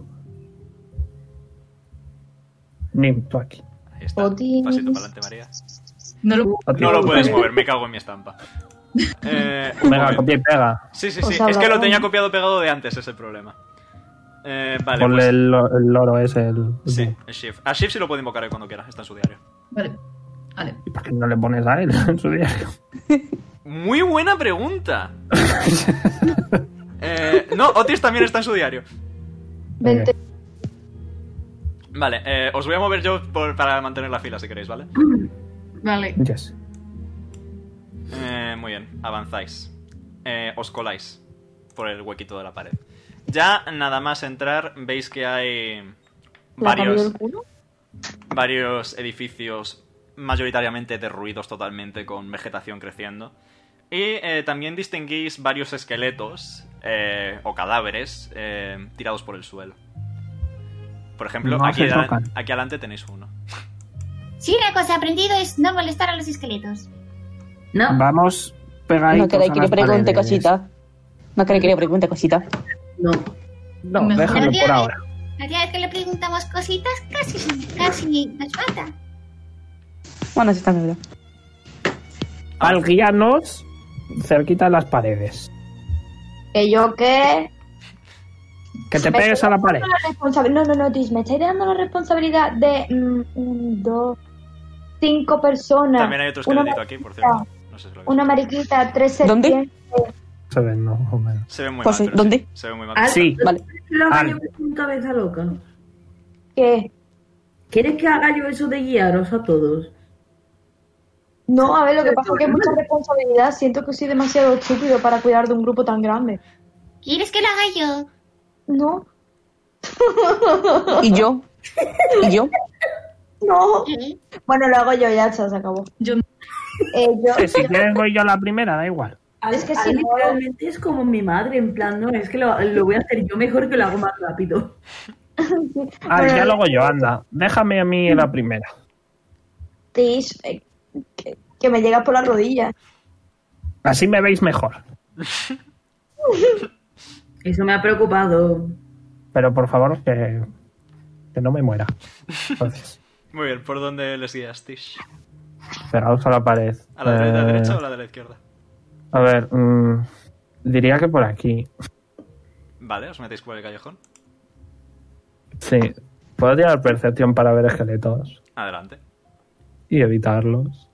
Speaker 4: Nim, tú aquí.
Speaker 1: Ahí está.
Speaker 5: Otis.
Speaker 1: Pasito para adelante, María.
Speaker 7: No lo
Speaker 4: Otis.
Speaker 1: No lo puedes mover, me cago en mi estampa. Eh, un
Speaker 4: Venga,
Speaker 1: momento.
Speaker 4: copia y pega.
Speaker 1: Sí, sí,
Speaker 5: Os
Speaker 1: sí. Es que lo
Speaker 5: hablarán.
Speaker 1: tenía copiado pegado de antes, ese problema. Eh, vale,
Speaker 4: Ponle
Speaker 1: pues-
Speaker 4: el, lo- el loro ese. El,
Speaker 1: Sí, el Shift. A Shift sí lo puede invocar él cuando quiera, está en su diario.
Speaker 7: Vale. Vale.
Speaker 4: ¿Y por qué no le pones a él en su diario?
Speaker 1: Muy buena pregunta. Eh, no, Otis también está en su diario.
Speaker 5: Vente.
Speaker 1: Vale, eh, os voy a mover yo por- para mantener la fila si queréis, ¿vale?
Speaker 2: Vale.
Speaker 4: Yes.
Speaker 1: Eh, muy bien, avanzáis. Eh, os coláis por el huequito de la pared. Ya nada más entrar, veis que hay
Speaker 5: ¿Le ha caído
Speaker 1: varios,
Speaker 5: el culo?
Speaker 1: varios edificios mayoritariamente derruidos totalmente con vegetación creciendo. Y eh, también distinguís varios esqueletos eh, o cadáveres eh, tirados por el suelo. Por ejemplo,
Speaker 4: No
Speaker 1: aquí,
Speaker 4: se
Speaker 1: adelan-
Speaker 4: tocan.
Speaker 1: aquí adelante tenéis uno.
Speaker 9: Sí, una cosa he aprendido es no molestar a los esqueletos.
Speaker 6: No,
Speaker 4: Vamos, pegaditos.
Speaker 8: No queréis
Speaker 4: a
Speaker 8: que le
Speaker 4: las
Speaker 8: pregunte
Speaker 4: paredes.
Speaker 8: cosita. No queréis que le pregunte cosita.
Speaker 6: no.
Speaker 4: No,
Speaker 7: Mejor.
Speaker 4: déjalo por ahora.
Speaker 9: La última vez que le preguntamos cositas casi, casi nos mata.
Speaker 8: Bueno, sí, está bien.
Speaker 4: Al guíanos cerquita de las paredes.
Speaker 5: Que yo qué.
Speaker 4: Que te pegues a la pared.
Speaker 5: La responsabil- No, no, no, Tis, me estáis dando la responsabilidad de mm, un, dos, cinco personas.
Speaker 1: También hay otro
Speaker 5: una
Speaker 1: esqueletito aquí, por cierto. No sé si lo veis.
Speaker 5: Una mariquita, tres
Speaker 8: ¿Dónde?
Speaker 5: serpientes.
Speaker 4: Se ven, no, o menos.
Speaker 1: Se ve muy
Speaker 8: Pues,
Speaker 1: mal. pero
Speaker 8: ¿dónde?
Speaker 1: sí, Se ve muy mal.
Speaker 6: Al-
Speaker 4: Sí.
Speaker 8: Vale.
Speaker 6: Lo haga
Speaker 4: Al-
Speaker 6: yo con cabeza loca.
Speaker 5: ¿Qué?
Speaker 6: ¿Quieres que haga yo eso de guiaros a todos?
Speaker 5: No, a ver, lo que pasa es que es mucha responsabilidad. Siento que soy demasiado estúpido para cuidar de un grupo tan grande.
Speaker 9: ¿Quieres que lo haga yo?
Speaker 5: No,
Speaker 8: ¿Y yo? ¿Y yo?
Speaker 5: no.
Speaker 9: ¿Eh?
Speaker 5: Bueno, lo hago yo, ya está, se acabó.
Speaker 7: Yo
Speaker 5: Eh, yo-
Speaker 4: Que si quieres voy yo a la primera, da igual.
Speaker 6: Al-
Speaker 5: Es que
Speaker 6: al
Speaker 5: si no-
Speaker 6: literalmente es como mi madre, en plan, no, es que lo, lo voy a hacer yo mejor que lo hago más rápido.
Speaker 4: Al
Speaker 5: Bueno,
Speaker 4: diálogo yo, anda. Déjame a mí en la primera.
Speaker 5: Tis, eh, que, que me llegas por las rodillas.
Speaker 4: Así me veis mejor.
Speaker 6: Eso me ha preocupado.
Speaker 4: Pero por favor, que, que no me muera. Entonces,
Speaker 1: Muy bien, ¿por dónde les guías, Tish?
Speaker 4: pegados a la pared.
Speaker 1: ¿A la, de la
Speaker 4: Eh,
Speaker 1: derecha o a la de la izquierda?
Speaker 4: a ver, mm, diría que por aquí.
Speaker 1: Vale, os metéis por el callejón.
Speaker 4: Sí. Puedo tirar percepción para ver esqueletos
Speaker 1: Adelante.
Speaker 4: y evitarlos.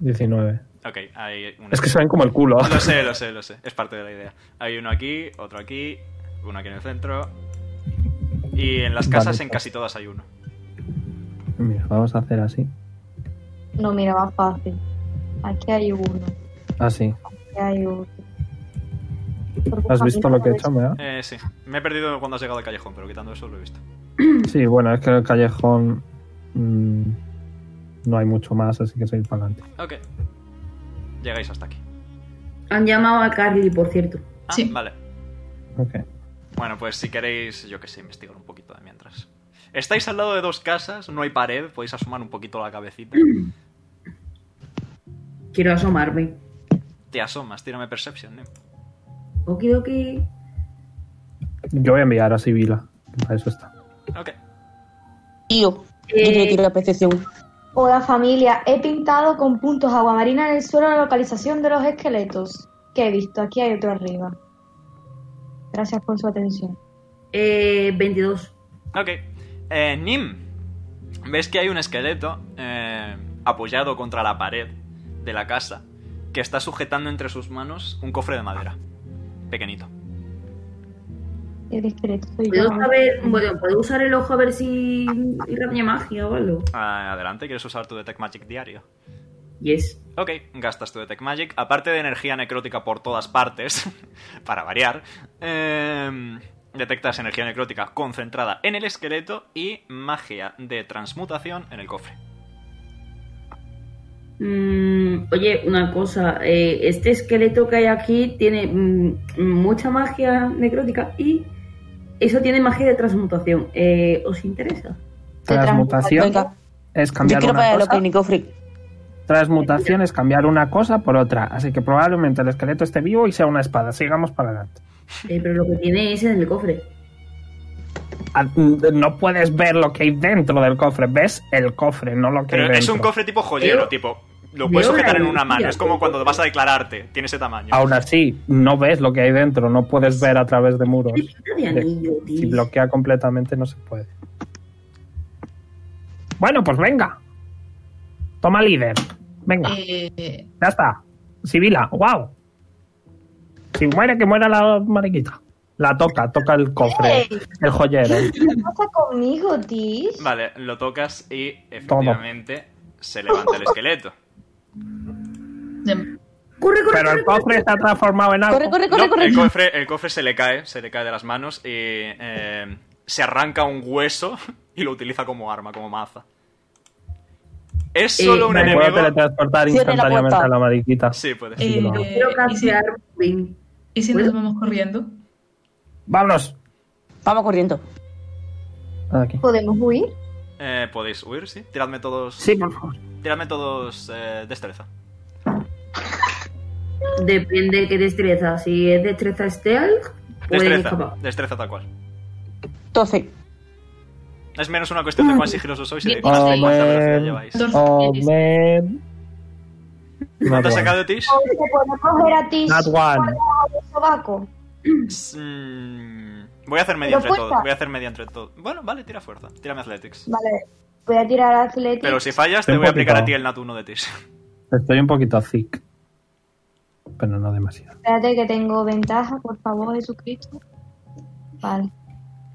Speaker 4: 19.
Speaker 1: Ok, hay un...
Speaker 4: Es que se ven como el culo.
Speaker 1: Lo sé, lo sé, lo sé. Es parte de la idea. Hay uno aquí, otro aquí, uno aquí en el centro. Y en las casas,
Speaker 4: Vale.
Speaker 1: en casi todas hay uno.
Speaker 4: Mira, vamos a hacer así.
Speaker 5: No, mira, más fácil. Aquí hay uno.
Speaker 4: Así.
Speaker 5: Aquí hay uno.
Speaker 4: ¿Has visto lo que he hecho? Mea?
Speaker 1: Eh, sí. Me he perdido cuando has llegado al callejón, pero quitando eso lo he visto.
Speaker 4: Sí, bueno, es que en el callejón mm, no hay mucho más, así que seguir para adelante.
Speaker 1: Ok. Llegáis hasta aquí.
Speaker 6: Han llamado a Carly, por cierto.
Speaker 1: Ah,
Speaker 7: Sí.
Speaker 1: vale.
Speaker 4: Ok.
Speaker 1: Bueno, pues si queréis, yo que sé, investigar un poquito de mientras. Estáis al lado de dos casas, no hay pared, podéis asomar un poquito la cabecita.
Speaker 6: Quiero asomarme.
Speaker 1: Te asomas, tírame Perception, Nim.
Speaker 6: Okidoki.
Speaker 4: Yo voy a enviar a Sibila. Para eso está.
Speaker 1: Ok.
Speaker 8: ¿Y yo?
Speaker 6: Eh,
Speaker 8: Yo me tiro la percepción.
Speaker 5: Hola familia, he pintado con puntos aguamarina en el suelo la localización de los esqueletos. Que he visto, aquí hay otro arriba. Gracias por su atención.
Speaker 6: Eh, 22.
Speaker 1: Ok. Eh, Nim, ves que hay un esqueleto eh, apoyado contra la pared de la casa que está sujetando entre sus manos un cofre de madera. Pequeñito.
Speaker 5: El esqueleto soy yo.
Speaker 6: ¿Puedo saber? Bueno, ¿puedo usar el ojo a ver si irradia magia o algo?
Speaker 1: Ah, adelante, ¿quieres usar tu Detect Magic diario?
Speaker 6: Yes.
Speaker 1: Ok, gastas tu Detect Magic. Aparte de energía necrótica por todas partes, para variar, em, detectas energía necrótica concentrada en el esqueleto y magia de transmutación en el cofre.
Speaker 6: Mm, oye, una cosa. eh, este esqueleto que hay aquí tiene mm, mucha magia necrótica y eso tiene magia de transmutación. Eh, ¿Os interesa?
Speaker 4: Transmutación
Speaker 8: Venga,
Speaker 4: es
Speaker 8: yo
Speaker 4: cambiar
Speaker 8: quiero
Speaker 4: una
Speaker 8: para lo
Speaker 4: cosa.
Speaker 8: que Nico Frick.
Speaker 4: Transmutación es cambiar una cosa por otra. Así que probablemente el esqueleto esté vivo y sea una espada. Sigamos para adelante.
Speaker 6: Eh, pero lo que tiene es en el cofre.
Speaker 4: Ah, mm, No puedes ver lo que hay dentro del cofre. Ves el cofre, no lo que
Speaker 1: Pero
Speaker 4: hay
Speaker 1: es un
Speaker 4: dentro.
Speaker 1: cofre tipo joyero,
Speaker 6: Veo-
Speaker 1: tipo. Lo puedes
Speaker 6: veo
Speaker 1: sujetar
Speaker 6: la
Speaker 1: en una mano.
Speaker 6: energía
Speaker 1: Es como
Speaker 6: del
Speaker 1: cuando
Speaker 6: cofre.
Speaker 1: vas a declararte. Tiene ese tamaño.
Speaker 4: Aún así, no ves lo que hay dentro. No puedes ver a través de muros.
Speaker 6: Tiene pinta de
Speaker 4: De-
Speaker 6: anillo,
Speaker 4: Pues, eh, Si
Speaker 6: tío.
Speaker 4: bloquea completamente no se puede. Bueno, pues venga. Toma líder. Venga,
Speaker 7: Eh,
Speaker 4: ya está. Sibila, wow. Si muere, que muera la mariquita. La toca, toca el cofre, el joyero.
Speaker 5: ¿Qué pasa conmigo, Tish?
Speaker 1: Vale, lo tocas y efectivamente se levanta el esqueleto.
Speaker 7: de-
Speaker 6: Corre, corre,
Speaker 4: Pero
Speaker 6: corre,
Speaker 4: el cofre está transformado en algo.
Speaker 8: Corre, corre, corre,
Speaker 1: No,
Speaker 8: eh, corre.
Speaker 1: el cofre, el cofre se le cae, se le cae de las manos y eh, se arranca un hueso y lo utiliza como arma, como maza. Es
Speaker 6: Eh,
Speaker 1: solo un
Speaker 4: Me puedo
Speaker 1: enemigo.
Speaker 4: teletransportar
Speaker 8: Cierre la
Speaker 4: instantáneamente
Speaker 8: puerta.
Speaker 4: a la mariquita.
Speaker 1: Sí, puedes.
Speaker 7: eh,
Speaker 4: no.
Speaker 7: eh,
Speaker 6: Quiero
Speaker 7: ¿y, si,
Speaker 6: castear Moving.
Speaker 7: y si
Speaker 6: ¿Puedo?
Speaker 7: nos vamos corriendo?
Speaker 4: Vámonos.
Speaker 8: Vamos corriendo.
Speaker 4: Ah, Aquí.
Speaker 5: ¿Podemos huir?
Speaker 1: Eh, Podéis huir, sí. Tiradme todos.
Speaker 4: Sí, por favor.
Speaker 1: Tiradme todos eh, destreza.
Speaker 6: Depende de qué destreza. Si es destreza stealth, pueden
Speaker 1: Destreza.
Speaker 6: escapar.
Speaker 1: Destreza tal cual.
Speaker 8: 12.
Speaker 1: Es menos una cuestión de cuán sigilosos sois y de
Speaker 7: Bien,
Speaker 1: cuánta
Speaker 7: bien.
Speaker 1: cuánta
Speaker 4: Oh,
Speaker 1: velocidad
Speaker 4: man.
Speaker 1: lleváis.
Speaker 7: Entonces,
Speaker 4: Oh,
Speaker 7: eh,
Speaker 4: man. Not
Speaker 1: ¿Cuánto has
Speaker 4: one.
Speaker 1: sacado, Tish?
Speaker 5: ¿O te podemos coger a Tish
Speaker 4: Not one.
Speaker 5: por el sobaco?
Speaker 1: Mm, voy a hacer media
Speaker 5: Pero
Speaker 1: entre
Speaker 5: fuerza.
Speaker 1: todos. Voy a hacer media entre todos. Bueno, vale, tira fuerza. Tírame athletics.
Speaker 5: Vale, voy a tirar a Athletics.
Speaker 1: Pero si fallas, te
Speaker 4: Ten
Speaker 1: voy a aplicar a
Speaker 4: poquito.
Speaker 1: ti el nat 1 de Tish.
Speaker 4: Estoy un poquito thick. Pero no demasiado.
Speaker 5: Espérate que tengo ventaja, por favor, Jesucristo. Vale.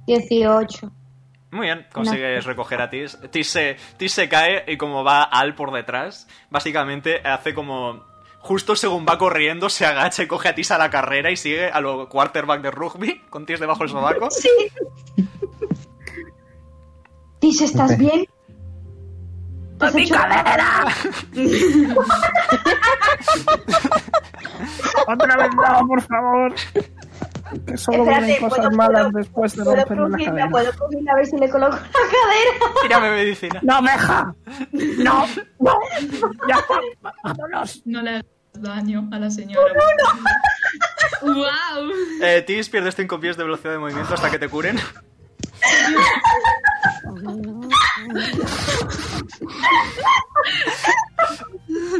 Speaker 5: 18.
Speaker 1: Muy bien, consigues recoger a Tis. Tis se, Tis se cae y como va Al por detrás, básicamente hace como... Justo según va corriendo, se agacha y coge a Tis a la carrera y sigue a lo quarterback de rugby, con Tis debajo del sobaco.
Speaker 5: Tish, ¿estás
Speaker 4: Ok.
Speaker 5: bien? ¿Te has hecho-
Speaker 4: ¡Otra vez no, por favor! Que solo
Speaker 5: Espérate,
Speaker 4: vienen cosas
Speaker 5: puedo-
Speaker 4: malas
Speaker 5: puedo-
Speaker 4: después de
Speaker 5: puedo
Speaker 4: romperme la
Speaker 5: crujirla,
Speaker 4: cadena.
Speaker 5: puedo crujirla, a ver si le coloco la cadera.
Speaker 1: Tírame medicina.
Speaker 4: ¡No, deja! ¡No! ¡No! ¡Ya está! ¡Vámonos!
Speaker 7: No le hagas daño a la señora.
Speaker 2: ¡Wow!
Speaker 1: Eh, Tis, pierdes 5 pies de velocidad de movimiento hasta que te curen.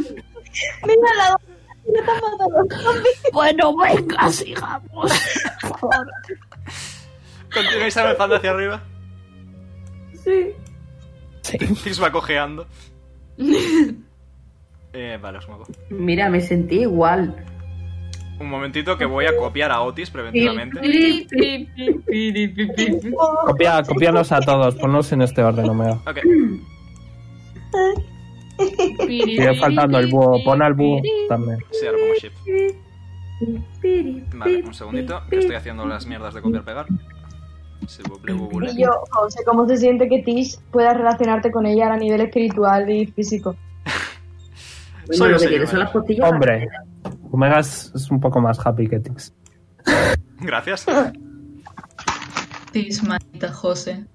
Speaker 5: Mira la no te han matado los zombies.
Speaker 8: Bueno, venga, sigamos.
Speaker 1: Continuáis avanzando hacia arriba.
Speaker 6: Sí.
Speaker 1: Tis va cojeando. Eh, vale, os muevo.
Speaker 6: Mira, me sentí igual.
Speaker 1: Un momentito que voy a copiar a Otis preventivamente.
Speaker 2: Pi, pi, pi, pi, pi, pi, pi.
Speaker 4: Copia, copianos a todos, ponnos en este orden, Omega.
Speaker 1: Ok,
Speaker 4: Sigue faltando el búho, pon al búho también.
Speaker 1: sí, ahora pongo shift.
Speaker 6: Piri,
Speaker 1: Vale,
Speaker 6: piri,
Speaker 1: un segundito, que
Speaker 6: piri,
Speaker 1: estoy haciendo las mierdas de copiar-pegar. Se bucle, buble.
Speaker 5: Y yo, no sé cómo se siente que Tish pueda relacionarte con ella a nivel espiritual y físico.
Speaker 6: Bueno,
Speaker 1: Soy un
Speaker 6: lo que
Speaker 1: señor.
Speaker 6: quiero son las costillas.
Speaker 4: Hombre, Omega es, es un poco más happy que Tix.
Speaker 1: Gracias.
Speaker 7: Tismanita, José.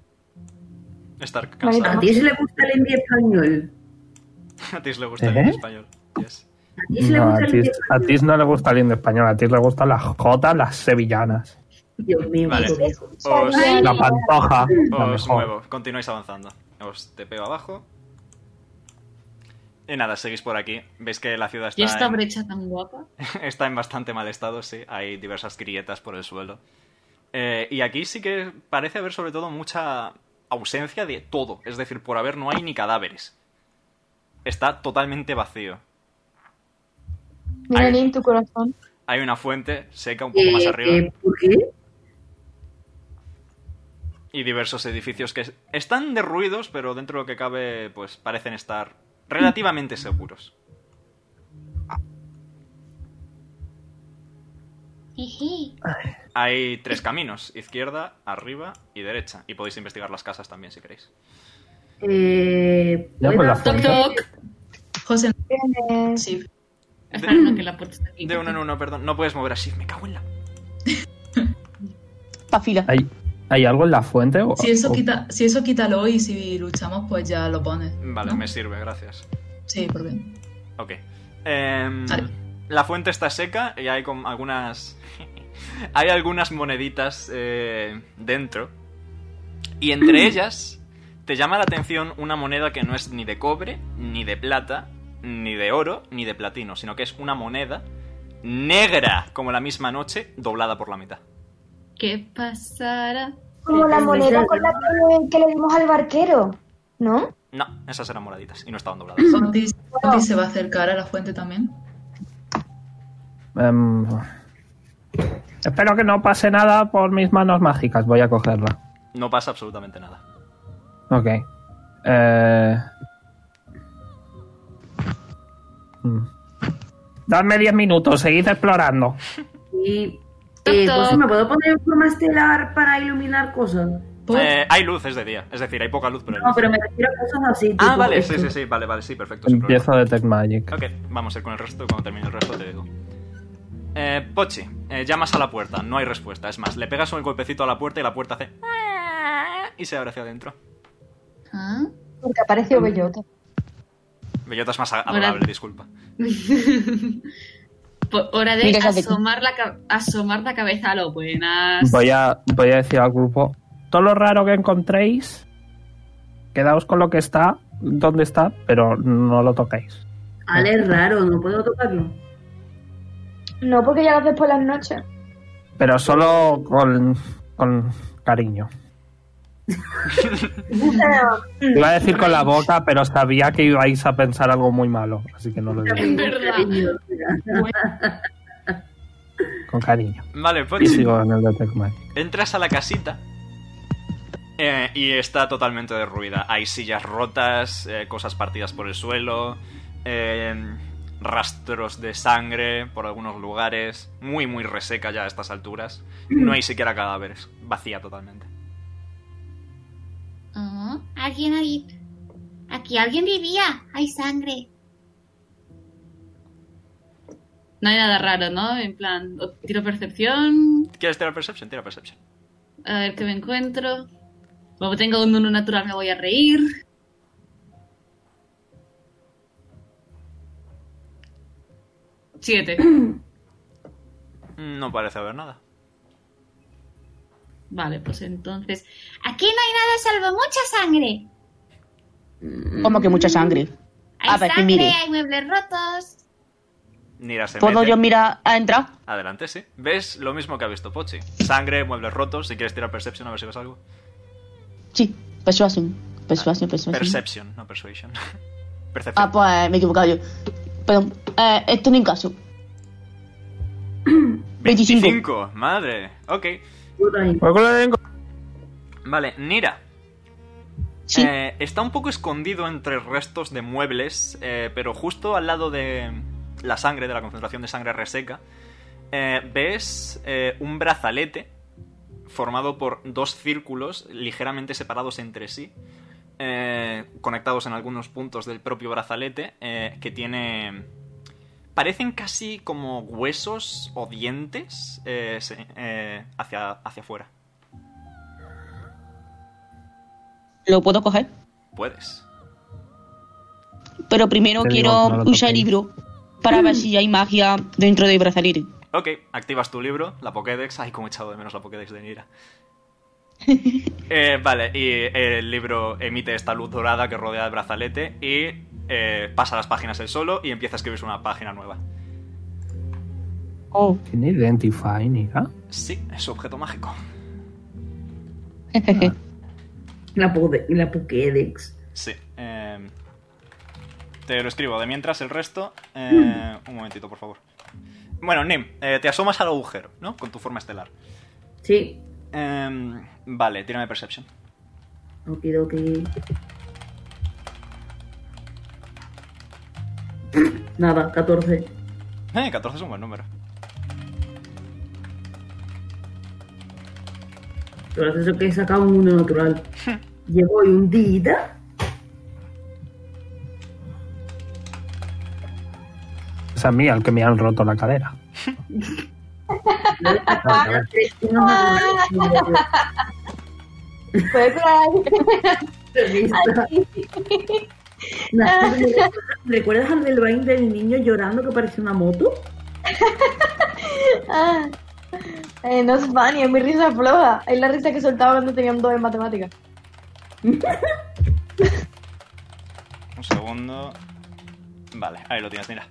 Speaker 1: Estar cansado.
Speaker 6: A ti ¿Eh? se le gusta el indie español.
Speaker 1: A ti le gusta el inglés
Speaker 4: ¿Eh?
Speaker 1: español. Yes.
Speaker 6: A ti se le
Speaker 1: Ah,
Speaker 4: No, a
Speaker 6: gusta el indie
Speaker 4: Tix, a
Speaker 6: español.
Speaker 4: Tix no le gusta el lindo español, a Tix le gustan las jotas, las sevillanas,
Speaker 6: Dios mío,
Speaker 1: Vale.
Speaker 6: qué viejo.
Speaker 1: Os,
Speaker 4: la pantoja, la
Speaker 1: os
Speaker 4: mejor.
Speaker 1: muevo, continuáis avanzando. Os te pego abajo. Y nada, seguís por aquí. Veis que la ciudad
Speaker 2: ¿Y
Speaker 1: está
Speaker 2: esta
Speaker 1: en,
Speaker 2: brecha tan guapa?
Speaker 1: está en bastante mal estado, sí. Hay diversas grietas por el suelo. Eh, y aquí sí que parece haber sobre todo mucha ausencia de todo. Es decir, por haber no hay ni cadáveres. Está totalmente vacío.
Speaker 5: Mira,
Speaker 1: Ay.
Speaker 5: Nin, tu corazón.
Speaker 1: Hay una fuente seca un poco más
Speaker 6: Eh,
Speaker 1: arriba
Speaker 6: eh, ¿Por qué?
Speaker 1: y diversos edificios que es- están derruidos, pero dentro de lo que cabe, pues parecen estar relativamente seguros.
Speaker 9: Jeje.
Speaker 1: Hay tres caminos, izquierda, arriba y derecha. Y podéis investigar las casas también si queréis.
Speaker 6: Eh,
Speaker 4: Ya con la
Speaker 6: ¿puedo-
Speaker 4: fuerza.
Speaker 7: José,
Speaker 5: Eh,
Speaker 7: sí.
Speaker 2: Espera, no, que la puerta está aquí.
Speaker 1: De uno en uno, perdón. No puedes mover así, me cago en la...
Speaker 8: Pa' fila.
Speaker 4: ¿Hay, hay algo en la fuente? O,
Speaker 7: Si eso,
Speaker 4: o-
Speaker 7: quita, si eso quítalo y si luchamos, pues ya lo pones.
Speaker 1: Vale,
Speaker 7: ¿no?
Speaker 1: me sirve, gracias.
Speaker 7: Sí, por bien.
Speaker 1: Ok. Em,
Speaker 7: Vale.
Speaker 1: la fuente está seca y hay como algunas... hay algunas moneditas eh, dentro. Y entre ellas te llama la atención una moneda que no es ni de cobre, ni de plata, ni de oro, ni de platino, sino que es una moneda negra, como la misma noche, doblada por la mitad.
Speaker 2: ¿Qué pasará?
Speaker 5: Como la moneda con la que, que le dimos al barquero, ¿no?
Speaker 1: No, esas eran moraditas y no estaban dobladas.
Speaker 7: Otis, Otis se va a acercar a la fuente también.
Speaker 4: Em, espero que no pase nada por mis manos mágicas. Voy a cogerla.
Speaker 1: No pasa absolutamente nada.
Speaker 4: Ok. Eh... mm. Dadme 10 minutos, seguid explorando.
Speaker 6: Y, eh,
Speaker 2: Toc, toc.
Speaker 6: José, ¿me puedo poner en forma estelar para iluminar cosas?
Speaker 7: Pop,
Speaker 1: Eh, hay luz, es de día. Es decir, hay poca luz, pero hay
Speaker 6: No,
Speaker 1: luz.
Speaker 6: pero me refiero a cosas así.
Speaker 1: Ah,
Speaker 6: tipo
Speaker 1: vale,
Speaker 6: esto.
Speaker 1: sí, sí, sí, vale, vale, sí, perfecto. sin problema.
Speaker 4: Empiezo a Detect Magic.
Speaker 1: Ok, vamos a ir con el resto. Cuando termine el resto te digo. Eh, Pochi, eh, llamas a la puerta. No hay respuesta. Es más, le pegas un golpecito a la puerta y la puerta hace... Y se abre hacia adentro.
Speaker 2: ¿Ah?
Speaker 5: Porque apareció
Speaker 4: Mm.
Speaker 5: Bellota.
Speaker 1: Bellota es más a-
Speaker 2: Hola.
Speaker 1: adorable, disculpa.
Speaker 2: Por- hora de
Speaker 8: Mira esa fecha.
Speaker 2: asomar la, ca- asomar la cabeza a lo buenas.
Speaker 4: Voy a, voy a decir al grupo: todo lo raro que encontréis, quedaos con lo que está, donde está, pero no lo toquéis.
Speaker 6: Ale, es raro, no puedo tocarlo.
Speaker 5: No, porque ya lo haces por las noches.
Speaker 4: Pero solo con, con cariño. Iba a decir con la boca, pero sabía que ibais a pensar algo muy malo, así que no lo digo.
Speaker 2: En verdad.
Speaker 4: Con cariño.
Speaker 1: Vale,
Speaker 4: Y
Speaker 1: Pochi.
Speaker 4: sigo en el Detect Magic.
Speaker 1: Entras a la casita eh, y está totalmente derruida. Hay sillas rotas, eh, cosas partidas por el suelo, eh, rastros de sangre por algunos lugares. Muy, muy reseca ya a estas alturas. No hay siquiera cadáveres. Vacía totalmente.
Speaker 9: Oh, alguien ahí. Aquí alguien vivía. Hay sangre.
Speaker 2: No hay nada raro, ¿no? En plan, o- tiro percepción,
Speaker 1: ¿Quieres tirar Perception? Tira Perception.
Speaker 2: a ver qué me encuentro. Como tengo un uno natural, me voy a reír. Siete.
Speaker 1: Mm, No parece haber nada.
Speaker 2: Vale, pues entonces.
Speaker 9: Aquí no hay nada salvo mucha sangre.
Speaker 8: Como que mucha sangre.
Speaker 9: Hay
Speaker 8: A ver, que
Speaker 9: sangre,
Speaker 8: mire.
Speaker 9: hay muebles rotos.
Speaker 1: Nira se
Speaker 8: ¿Puedo
Speaker 1: mete.
Speaker 8: yo mirar a entrar?
Speaker 1: Adelante, sí. ¿Ves lo mismo que ha visto Pochi? Sangre, muebles rotos. Si quieres tirar Perception, a ver si ves algo.
Speaker 8: Sí, persuasión. Persuasión, persuasión.
Speaker 1: Perception, no Persuasion. Perception.
Speaker 8: Ah, pues me he equivocado yo. Perdón, eh, esto no es un caso. 25.
Speaker 1: 25. Madre. Ok.
Speaker 6: Puta, y-
Speaker 1: Vale, Nira.
Speaker 8: Sí.
Speaker 1: Eh, está un poco escondido entre restos de muebles, eh, pero justo al lado de la sangre, de la concentración de sangre reseca, eh, ves eh, un brazalete formado por dos círculos ligeramente separados entre sí, eh, conectados en algunos puntos del propio brazalete, eh, que tiene... Parecen casi como huesos o dientes eh, se- eh, hacia, hacia afuera.
Speaker 8: Lo puedo coger.
Speaker 1: Puedes.
Speaker 8: Pero primero
Speaker 4: Te digo,
Speaker 8: quiero
Speaker 4: no lo
Speaker 8: usar el
Speaker 4: toquéis.
Speaker 8: libro para ver si hay magia dentro del brazalete.
Speaker 1: Ok, activas tu libro, la Pokédex. Ay, cómo he echado de menos la Pokédex de Nira. Eh, vale, y eh, el libro emite esta luz dorada que rodea el brazalete y eh, pasa las páginas él solo y empieza a escribir una página nueva.
Speaker 8: Oh.
Speaker 4: ¿Tiene Identify, Nira?
Speaker 1: Sí, es objeto mágico.
Speaker 4: Ah.
Speaker 6: la, pode- la Pokédex.
Speaker 1: Sí. eh, te lo escribo. De mientras, el resto... eh, un momentito, por favor. Bueno, Nim, eh, te asomas al agujero, ¿no? Con tu forma estelar.
Speaker 6: Sí,
Speaker 1: Em, vale, tírame Perception.
Speaker 6: no quiero que. Nada, 14.
Speaker 1: Eh, 14 es un buen número.
Speaker 6: Pero hace eso que he sacado un uno natural. Llevo hoy un día.
Speaker 4: Es a mí al que me han roto la cadera. Ah.
Speaker 6: Tres unos naturales.
Speaker 5: Puedes
Speaker 6: Revista. Nah, ¿Recuerdas al del Brain del niño llorando que parecía una moto?
Speaker 5: Ah, eh, no es funny, es mi risa floja. Es la risa que soltaba cuando tenían dos en matemáticas.
Speaker 1: Un segundo. Vale, ahí lo tienes, mira.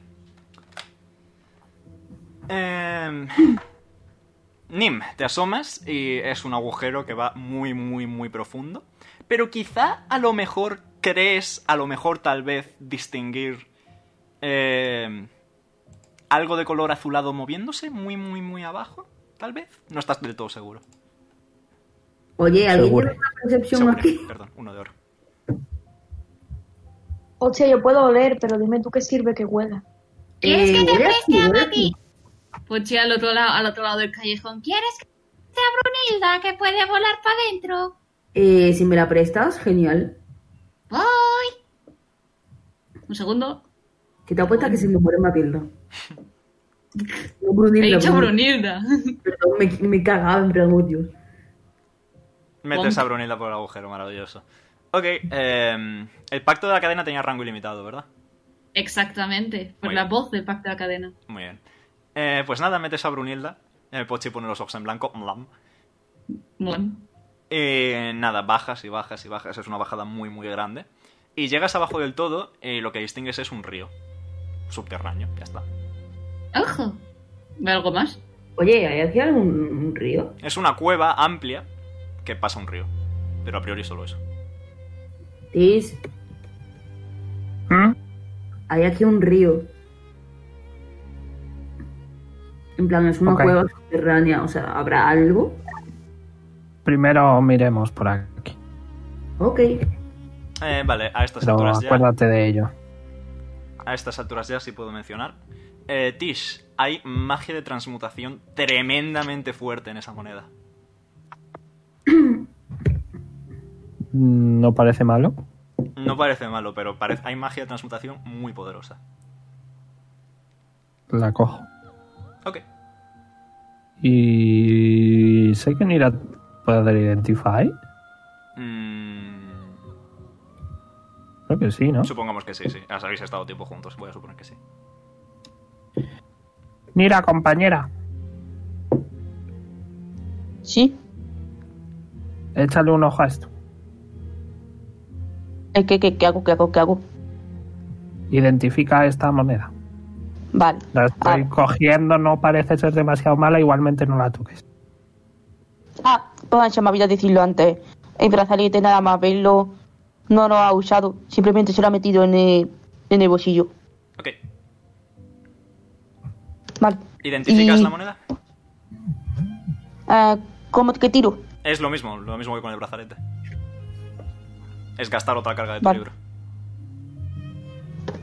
Speaker 1: Em, Nim, te asomas y es un agujero que va muy, muy, muy profundo. Pero quizá a lo mejor crees, a lo mejor tal vez distinguir em, algo de color azulado moviéndose muy, muy, muy abajo. Tal vez. No estás del todo seguro.
Speaker 6: Oye, ¿alguien
Speaker 4: Seguro.
Speaker 6: tiene una percepción
Speaker 1: Seguro.
Speaker 6: aquí?
Speaker 1: Perdón, uno de oro.
Speaker 5: Hostia, yo puedo oler, pero dime tú qué sirve que huela.
Speaker 9: ¿Quieres que te
Speaker 6: huele
Speaker 9: preste
Speaker 6: aquí,
Speaker 9: algo
Speaker 6: huele
Speaker 9: a ti?
Speaker 6: aquí.
Speaker 2: Pochi pues al otro lado, al otro lado del callejón.
Speaker 9: ¿Quieres que te abra una que puede volar para adentro?
Speaker 6: Eh, si me la prestas, genial.
Speaker 9: Voy.
Speaker 2: Un segundo.
Speaker 6: Que te apuesta que se me muere Matilda. No,
Speaker 2: He
Speaker 6: Brunilda,
Speaker 2: dicho
Speaker 6: Brunilda.
Speaker 2: Brunilda.
Speaker 6: Perdón, me, me cagaba en plan, oh, Dios.
Speaker 1: Metes
Speaker 2: Bonk.
Speaker 1: a Brunilda por el agujero, maravilloso. Ok, em, el pacto de la cadena tenía rango ilimitado, ¿verdad?
Speaker 2: Exactamente. Por
Speaker 1: Muy
Speaker 2: la
Speaker 1: bien.
Speaker 2: voz del pacto de la cadena.
Speaker 1: Muy bien. Eh, pues nada, metes a Brunilda. El Pochi pone los ojos en blanco. mlam.
Speaker 2: Bueno.
Speaker 1: Y nada, bajas y bajas y bajas. Es una bajada muy, muy grande. Y llegas abajo del todo y lo que distingues es un río subterráneo. Ya está.
Speaker 2: Ojo. ¿Ve algo más?
Speaker 6: Oye, ¿hay aquí algún un río?
Speaker 1: Es una cueva amplia que pasa un río. Pero a priori solo eso.
Speaker 6: Tis,
Speaker 4: ¿Mm?
Speaker 6: hay aquí un río. En plan, es una
Speaker 4: Ok.
Speaker 6: cueva subterránea, o sea, ¿habrá algo?
Speaker 4: Primero miremos por aquí.
Speaker 6: Ok.
Speaker 1: Eh, vale, a estas
Speaker 4: Pero
Speaker 1: alturas ya.
Speaker 4: acuérdate de ello.
Speaker 1: A estas alturas ya sí puedo mencionar. Eh, Tish, hay magia de transmutación tremendamente fuerte en esa moneda.
Speaker 4: Mm, No parece malo.
Speaker 1: No parece malo, pero parece, hay magia de transmutación muy poderosa.
Speaker 4: La cojo.
Speaker 1: Ok.
Speaker 4: Y sé que Nira puede identify.
Speaker 1: Mm,
Speaker 4: Creo que sí, ¿no?
Speaker 1: supongamos que sí, sí. As- Habéis estado tiempo juntos, voy a suponer que sí.
Speaker 4: Nira, compañera,
Speaker 8: Sí,
Speaker 4: échale un ojo a esto.
Speaker 8: Eh, ¿qué, qué, qué hago? ¿Qué hago? ¿Qué hago?
Speaker 4: Identifica esta moneda.
Speaker 8: Vale.
Speaker 4: La estoy
Speaker 8: Ah.
Speaker 4: cogiendo, no parece ser demasiado mala, igualmente no la toques.
Speaker 8: Ah, pues se me olvidó decirlo antes. El brazalete nada más verlo no lo ha usado, simplemente se lo ha metido en el, en el bolsillo.
Speaker 1: Ok.
Speaker 8: Vale.
Speaker 1: ¿Identificas
Speaker 8: Y-
Speaker 1: la moneda?
Speaker 8: Ah, ¿Cómo que tiro?
Speaker 1: Es lo mismo, lo mismo que con el brazalete. Es gastar otra carga de tu
Speaker 8: Vale.
Speaker 1: libro.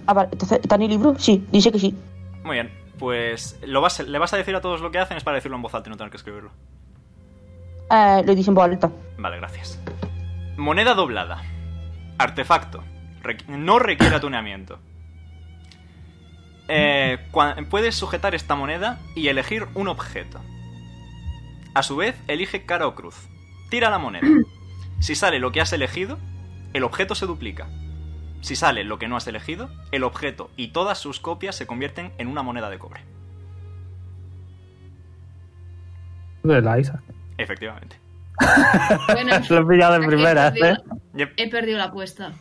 Speaker 8: Ah, vale. entonces, ¿Está en el libro? Sí, dice que sí.
Speaker 1: Muy bien, pues lo vas, le vas a decir a todos lo que hacen es para decirlo en voz alta y no tener que escribirlo.
Speaker 8: Ah, lo dice en voz alta.
Speaker 1: Vale, gracias. Moneda doblada. Artefacto. Requ- no requiere atuneamiento. Eh, cua- puedes sujetar esta moneda y elegir un objeto. A su vez, elige cara o cruz. Tira la moneda. Si sale lo que has elegido, el objeto se duplica. Si sale lo que no has elegido, el objeto y todas sus copias se convierten en una moneda de cobre.
Speaker 4: De la Isa.
Speaker 1: Efectivamente.
Speaker 2: Bueno, en
Speaker 4: Lo he pillado de
Speaker 2: fin,
Speaker 4: primera,
Speaker 2: he perdido,
Speaker 4: ¿eh?
Speaker 1: Yep.
Speaker 2: he perdido la apuesta.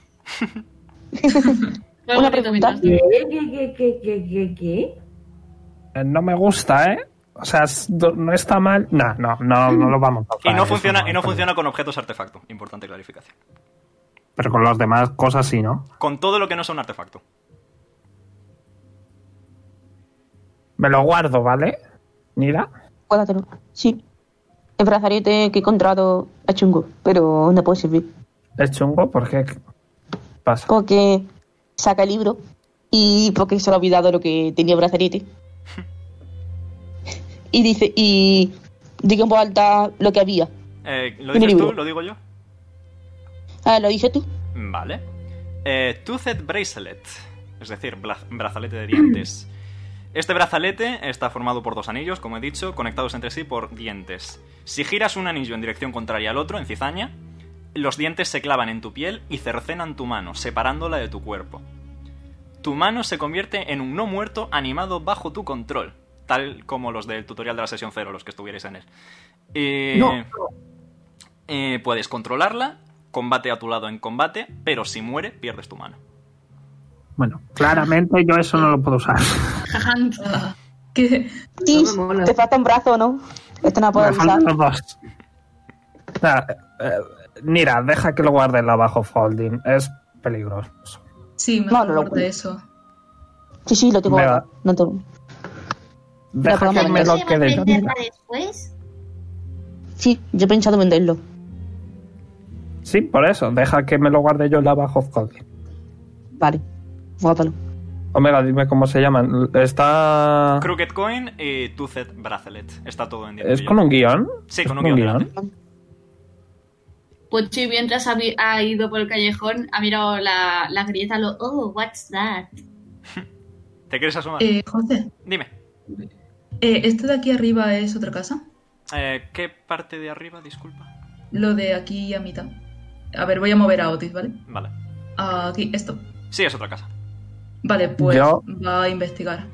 Speaker 8: Una pregunta.
Speaker 6: ¿Qué, qué, qué, qué, qué, qué?
Speaker 4: Eh, No me gusta, ¿eh? O sea, es- do- no está mal. No, no, no, no lo vamos a
Speaker 1: Y
Speaker 4: tocar, ¿eh?
Speaker 1: no
Speaker 4: ah, eso
Speaker 1: funciona, y no
Speaker 4: está
Speaker 1: funciona con objetos artefacto. Importante clarificación.
Speaker 4: bien. Pero con las demás cosas sí, ¿no?
Speaker 1: Con todo lo que no sea un artefacto.
Speaker 4: Me lo guardo, ¿vale? Nira.
Speaker 8: Guárdatelo. Sí. El brazalete que he encontrado este, es chungo, pero no puede servir.
Speaker 4: Es chungo porque pasa.
Speaker 8: Porque saca el libro y porque se lo ha olvidado lo que tenía este. el brazalete. Y dice, y digo en voz alta lo que había.
Speaker 1: Eh, ¿Lo
Speaker 8: Tiene
Speaker 1: dices tú?
Speaker 8: libro.
Speaker 1: ¿Lo digo yo?
Speaker 8: Ah, lo dices tú.
Speaker 1: Vale. Eh, Toothed Bracelet, es decir, bla- brazalete de dientes. Este brazalete está formado por dos anillos, como he dicho, conectados entre sí por dientes. Si giras un anillo en dirección contraria al otro, en cizaña, los dientes se clavan en tu piel y cercenan tu mano, separándola de tu cuerpo. Tu mano se convierte en un no muerto animado bajo tu control, tal como los del tutorial de la sesión cero, los que estuvierais en él. Eh,
Speaker 4: No.
Speaker 1: eh, puedes controlarla, combate a tu lado en combate, pero si muere, pierdes tu mano.
Speaker 4: Bueno, claramente yo eso no lo puedo usar.
Speaker 2: Jajan.
Speaker 7: Ah, que
Speaker 8: Tis,
Speaker 6: me mola.
Speaker 8: te falta un brazo, ¿no? Esto no lo puedo
Speaker 4: Me
Speaker 8: usar.
Speaker 4: faltan los dos. Nah, eh, mira, deja que lo guarden la bajo folding. Es peligroso.
Speaker 7: sí, me
Speaker 8: No, no lo
Speaker 7: acuerdo de eso.
Speaker 8: Sí, sí, lo tengo.
Speaker 4: Me
Speaker 8: guardado. No te...
Speaker 4: Deja
Speaker 8: podemos
Speaker 4: que me
Speaker 9: ¿No
Speaker 4: lo
Speaker 9: se va a
Speaker 4: quede yo.
Speaker 9: venderla después?
Speaker 8: Sí, yo he pensado en venderlo.
Speaker 4: Sí, por eso. Deja que me lo guarde yo la bajo folding.
Speaker 8: Vale, guárdalo.
Speaker 4: Omega, dime cómo se llaman. Está.
Speaker 1: Crooked Coin y Toothed Bracelet. Está todo en directo.
Speaker 4: Ah. ¿Es con un guión?
Speaker 1: Sí,
Speaker 4: ¿Es
Speaker 1: con un guión delante.
Speaker 2: Pochi, mientras ha, vi- ha ido por el callejón, ha mirado la, la grieta, lo, oh, what's that?
Speaker 1: ¿Te quieres asomar?
Speaker 7: Eh, José,
Speaker 1: Dime.
Speaker 7: eh, ¿esto de aquí arriba es otra casa?
Speaker 1: Eh, ¿Qué parte de arriba? Disculpa.
Speaker 7: Lo de aquí a mitad. A ver, voy a mover a Otis, ¿vale?
Speaker 1: Vale.
Speaker 7: Aquí, esto.
Speaker 1: Sí, es otra casa.
Speaker 7: Vale, pues
Speaker 4: Yo-
Speaker 7: va a investigar.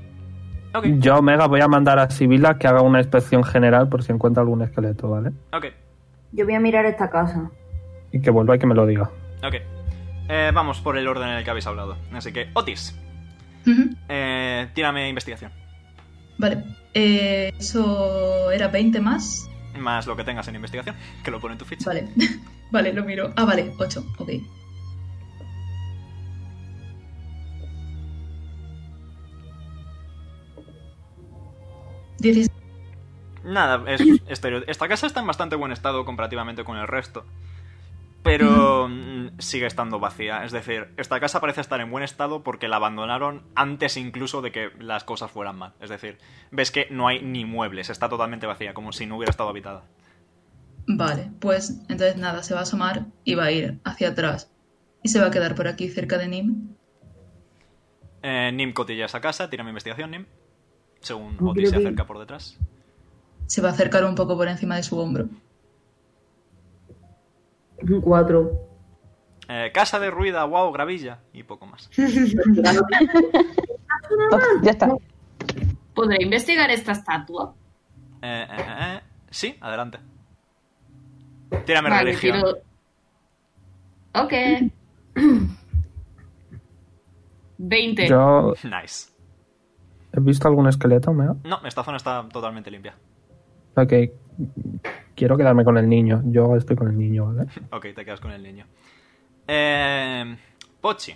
Speaker 1: Ok,
Speaker 4: Yo, Omega, voy a mandar a Sibila que haga una inspección general por si encuentra algún esqueleto, ¿vale?
Speaker 1: ok,
Speaker 6: Yo voy a mirar esta casa.
Speaker 4: Y que vuelva y que me lo diga.
Speaker 1: ok. Eh, vamos por el orden en el que habéis hablado. Así que, Otis,
Speaker 7: Ujú,
Speaker 1: eh, tírame investigación.
Speaker 7: Vale. Eh, eso era 20 más.
Speaker 1: Más lo que tengas en investigación, que lo pone en tu ficha.
Speaker 7: Vale. vale, lo miro. Ah, vale, 8. Ok. Diecis-
Speaker 1: Nada, es estereo- esta casa está en bastante buen estado comparativamente con el resto. Pero mm, sigue estando vacía. Es decir, esta casa parece estar en buen estado porque la abandonaron antes incluso de que las cosas fueran mal. Es decir, ves que no hay ni muebles, está totalmente vacía, como si no hubiera estado habitada.
Speaker 7: Vale, pues entonces nada, se va a asomar y va a ir hacia atrás. Y se va a quedar por aquí cerca de Nim.
Speaker 1: Eh, Nim cotilla esa casa, tira mi investigación, Nim. Según
Speaker 6: No
Speaker 1: Otis se
Speaker 6: creo que-
Speaker 1: acerca por detrás.
Speaker 7: Se va a acercar un poco por encima de su hombro.
Speaker 6: Un 4.
Speaker 1: Eh, casa derruida, wow, gravilla. Y poco más.
Speaker 8: Pues, ya está.
Speaker 2: ¿Podré investigar esta estatua?
Speaker 1: Eh, eh, eh, eh. Sí, adelante. Tírame
Speaker 2: Vale,
Speaker 1: religión.
Speaker 2: tiro- Ok. 20.
Speaker 4: Yo
Speaker 1: Nice.
Speaker 4: he visto algún esqueleto, Omega.
Speaker 1: No, esta zona está totalmente limpia.
Speaker 4: Ok. Quiero quedarme con el niño. Yo estoy con el niño, ¿vale?
Speaker 1: Ok, te quedas con el niño. Eh, Pochi.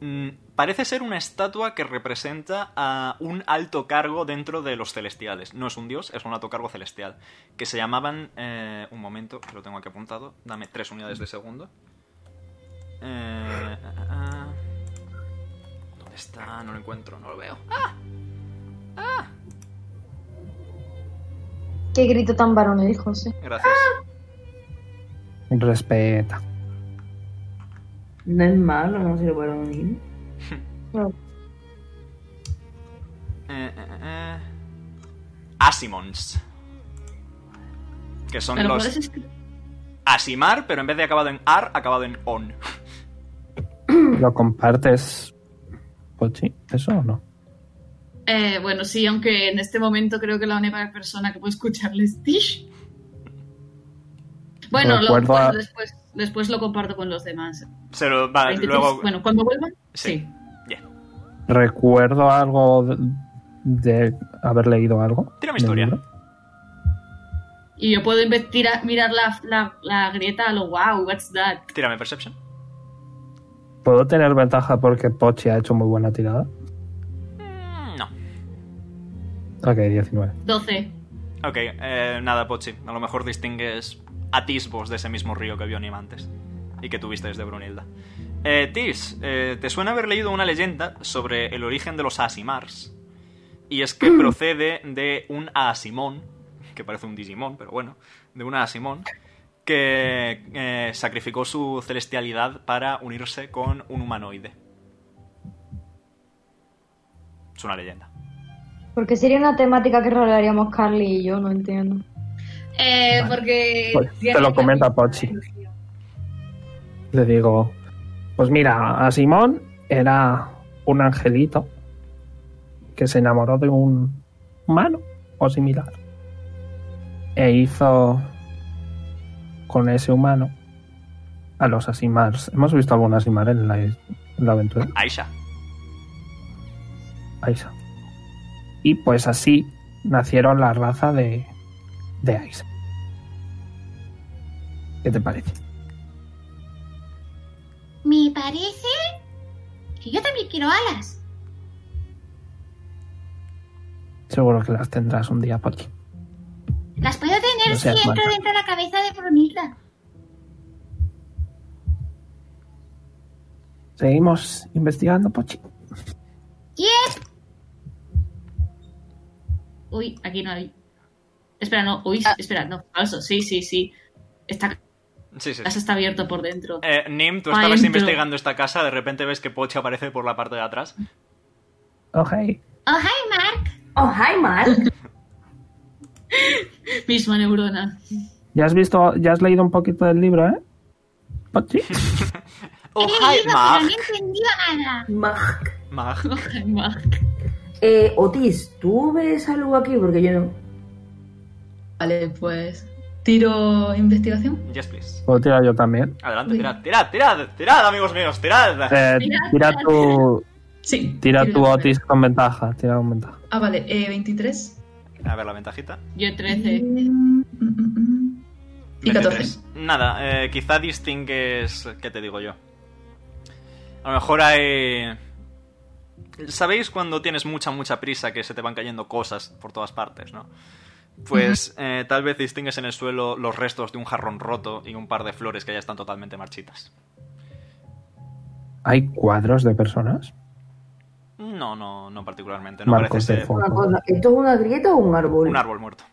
Speaker 1: Mm, Parece ser una estatua que representa a un alto cargo dentro de los celestiales. No es un dios, es un alto cargo celestial. Que se llamaban... eh, un momento, que lo tengo aquí apuntado. Dame tres unidades de segundo. Eh, ah, ah. ¿Dónde está? No lo encuentro, no lo veo. Ah,
Speaker 5: Qué grito tan varonil, José.
Speaker 1: gracias.
Speaker 4: Respeta.
Speaker 6: No es malo, no se lo para unir.
Speaker 1: Eh, eh, eh. Asimons. Que son
Speaker 2: ¿Me lo
Speaker 1: los...
Speaker 2: puedes escri-
Speaker 1: Asimar, pero en vez de acabado en ar, acabado en on.
Speaker 4: ¿Lo compartes, Pochi? ¿Eso o no?
Speaker 2: Eh, bueno, sí, aunque en este momento creo que la única persona que puede escucharle es Tish. Bueno, lo-
Speaker 4: Recuerdo a-
Speaker 2: bueno, después, después lo comparto con los demás.
Speaker 1: Se lo
Speaker 4: Ah,
Speaker 1: va,
Speaker 2: Veinte,
Speaker 1: luego.
Speaker 2: pues, bueno, cuando vuelvan,
Speaker 1: Sí.
Speaker 2: sí.
Speaker 4: ¿Recuerdo algo de, de haber leído algo?
Speaker 1: Tírame
Speaker 4: del
Speaker 1: historia.
Speaker 4: libro?
Speaker 2: Y yo puedo inve- tira- mirar la, la- la grieta a lo wow, what's that?
Speaker 1: Tírame Perception.
Speaker 4: ¿Puedo tener ventaja porque Pochi ha hecho muy buena tirada?
Speaker 1: Mm, no.
Speaker 4: Ok, 19.
Speaker 2: 12.
Speaker 1: Ok, eh, nada, Pochi. A lo mejor distingues atisbos de ese mismo río que vio Nim antes. Y que tuviste desde Brunilda. Eh, Tis, eh, ¿te suena haber leído una leyenda sobre el origen de los Asimars? Y es que procede de un Asimón, que parece un Digimon, pero bueno, de una Simón, que eh, sacrificó su celestialidad para unirse con un humanoide. Es una leyenda.
Speaker 5: Porque sería una temática que rolearíamos Carly y yo, no entiendo.
Speaker 2: Eh, porque...
Speaker 4: Pues, te lo comenta Pochi. Le digo, pues mira, a Simón era un angelito que se enamoró de un humano o similar. E hizo con ese humano a los Asimars. Hemos visto algún Asimar en la, en la aventura.
Speaker 1: Aisha.
Speaker 4: Aisa. Y pues así nacieron la raza de, de Aisa. ¿Qué te parece?
Speaker 9: Me parece que yo también quiero alas.
Speaker 4: Seguro que las tendrás un día, Pochi.
Speaker 9: Las puedo tener
Speaker 4: No seas
Speaker 9: si entro
Speaker 4: mala.
Speaker 9: dentro de la cabeza de Brunilda.
Speaker 4: Seguimos investigando, Pochi.
Speaker 9: Yep.
Speaker 2: Uy, aquí no hay. Espera, Ah, no, uy, espera, no, falso. Sí, sí, sí. Esta
Speaker 1: Sí, sí.
Speaker 2: casa está abierta por dentro.
Speaker 1: Eh, Nim, tú
Speaker 2: Pa'
Speaker 1: estabas
Speaker 2: dentro.
Speaker 1: investigando esta casa, de repente ves que Pochi aparece por la parte de atrás.
Speaker 4: Ok.
Speaker 9: Oh, hi, Mark.
Speaker 6: Oh, hi, Mark.
Speaker 2: Misma neurona.
Speaker 4: ¿Ya has visto, ya has leído un poquito del libro, eh? Pochi.
Speaker 1: ¡Oh,
Speaker 9: He
Speaker 1: hi,
Speaker 9: leído,
Speaker 1: Mag!
Speaker 9: pero no he entendido nada.
Speaker 6: Mark.
Speaker 1: Mag.
Speaker 2: Ay, ma.
Speaker 6: Eh, Otis, ¿tú ves algo aquí? Porque yo no.
Speaker 7: Vale, pues. ¿Tiro investigación?
Speaker 1: Yes, please.
Speaker 4: Puedo tirar yo también.
Speaker 1: Adelante, tirad, tirad, tirad, tirad, amigos míos, tirad.
Speaker 4: Eh,
Speaker 2: Mira,
Speaker 4: tira tu,
Speaker 7: Sí.
Speaker 4: tira
Speaker 7: tiro
Speaker 4: tu
Speaker 7: la
Speaker 4: Otis con ventaja. Tira con ventaja.
Speaker 7: primera. Ah, vale, eh, 23.
Speaker 1: A ver la ventajita.
Speaker 2: Yo
Speaker 7: Eh,
Speaker 2: 13.
Speaker 7: mm, mm, mm. Y
Speaker 1: 23.
Speaker 7: 14.
Speaker 1: Nada, eh, quizá distingues. ¿Qué te digo yo? A lo mejor hay. ¿Sabéis cuando tienes mucha, mucha prisa que se te van cayendo cosas por todas partes, no? Pues eh, tal vez distingues en el suelo los restos de un jarrón roto y un par de flores que ya están totalmente marchitas.
Speaker 4: ¿Hay cuadros de personas?
Speaker 1: No, no, no particularmente. No
Speaker 4: Marcos
Speaker 1: parece
Speaker 4: de
Speaker 1: ser
Speaker 4: fuego.
Speaker 6: Una cosa, ¿esto es una grieta o un árbol?
Speaker 1: un árbol muerto.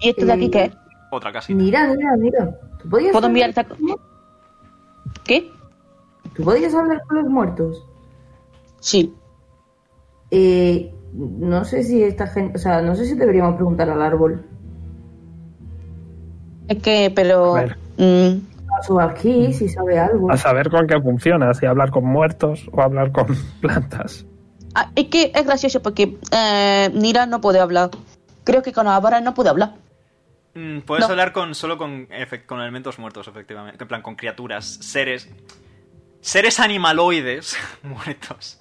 Speaker 8: ¿Y esto de aquí qué? es?
Speaker 1: Otra casi.
Speaker 6: Mira, mira, mira. ¿Tú podías,
Speaker 8: ¿Puedo enviar
Speaker 6: hablar,
Speaker 8: esta... ¿Qué?
Speaker 6: ¿Tú podías hablar con los muertos?
Speaker 8: Sí.
Speaker 6: Eh, no sé si esta gente. O sea, no sé si deberíamos preguntar al árbol.
Speaker 8: Es que, pero...
Speaker 4: A ver.
Speaker 8: mm,
Speaker 6: Paso
Speaker 4: Mm.
Speaker 6: aquí, si sabe algo.
Speaker 4: A saber con qué funciona, si hablar con muertos o hablar con plantas.
Speaker 8: ah, es que es gracioso porque eh, Nira no puede hablar. Creo que con Avara no puede hablar.
Speaker 1: Mm, Puedes
Speaker 8: No.
Speaker 1: hablar con solo con, efe- con elementos muertos, efectivamente. En plan, con criaturas, seres. Seres animaloides muertos.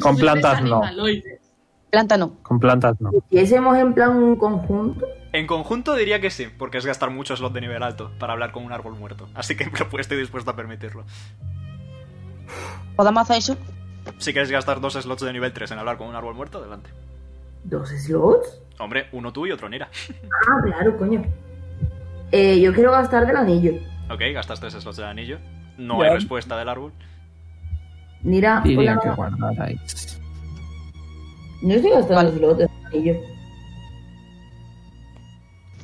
Speaker 4: Con plantas no.
Speaker 2: Animaloides.
Speaker 8: Planta no.
Speaker 4: Con plantas no.
Speaker 6: Si hiciésemos en plan un conjunto,
Speaker 1: En conjunto diría que sí, porque es gastar mucho slot de nivel alto para hablar con un árbol muerto. Así que pues, estoy dispuesto a permitirlo.
Speaker 8: ¿Podemos hacer eso?
Speaker 1: Si quieres gastar dos slots de nivel 3 en hablar con un árbol muerto, adelante.
Speaker 6: dos slots.
Speaker 1: Hombre, uno tú y otro Nira.
Speaker 6: Ah, claro, coño. Eh, yo quiero gastar del anillo.
Speaker 1: Ok, gastas tres slots del anillo. No
Speaker 4: Ya.
Speaker 1: hay respuesta del árbol.
Speaker 6: Mira,
Speaker 4: Diría
Speaker 6: hola.
Speaker 4: que guardarais.
Speaker 6: no estoy gastando slots del anillo.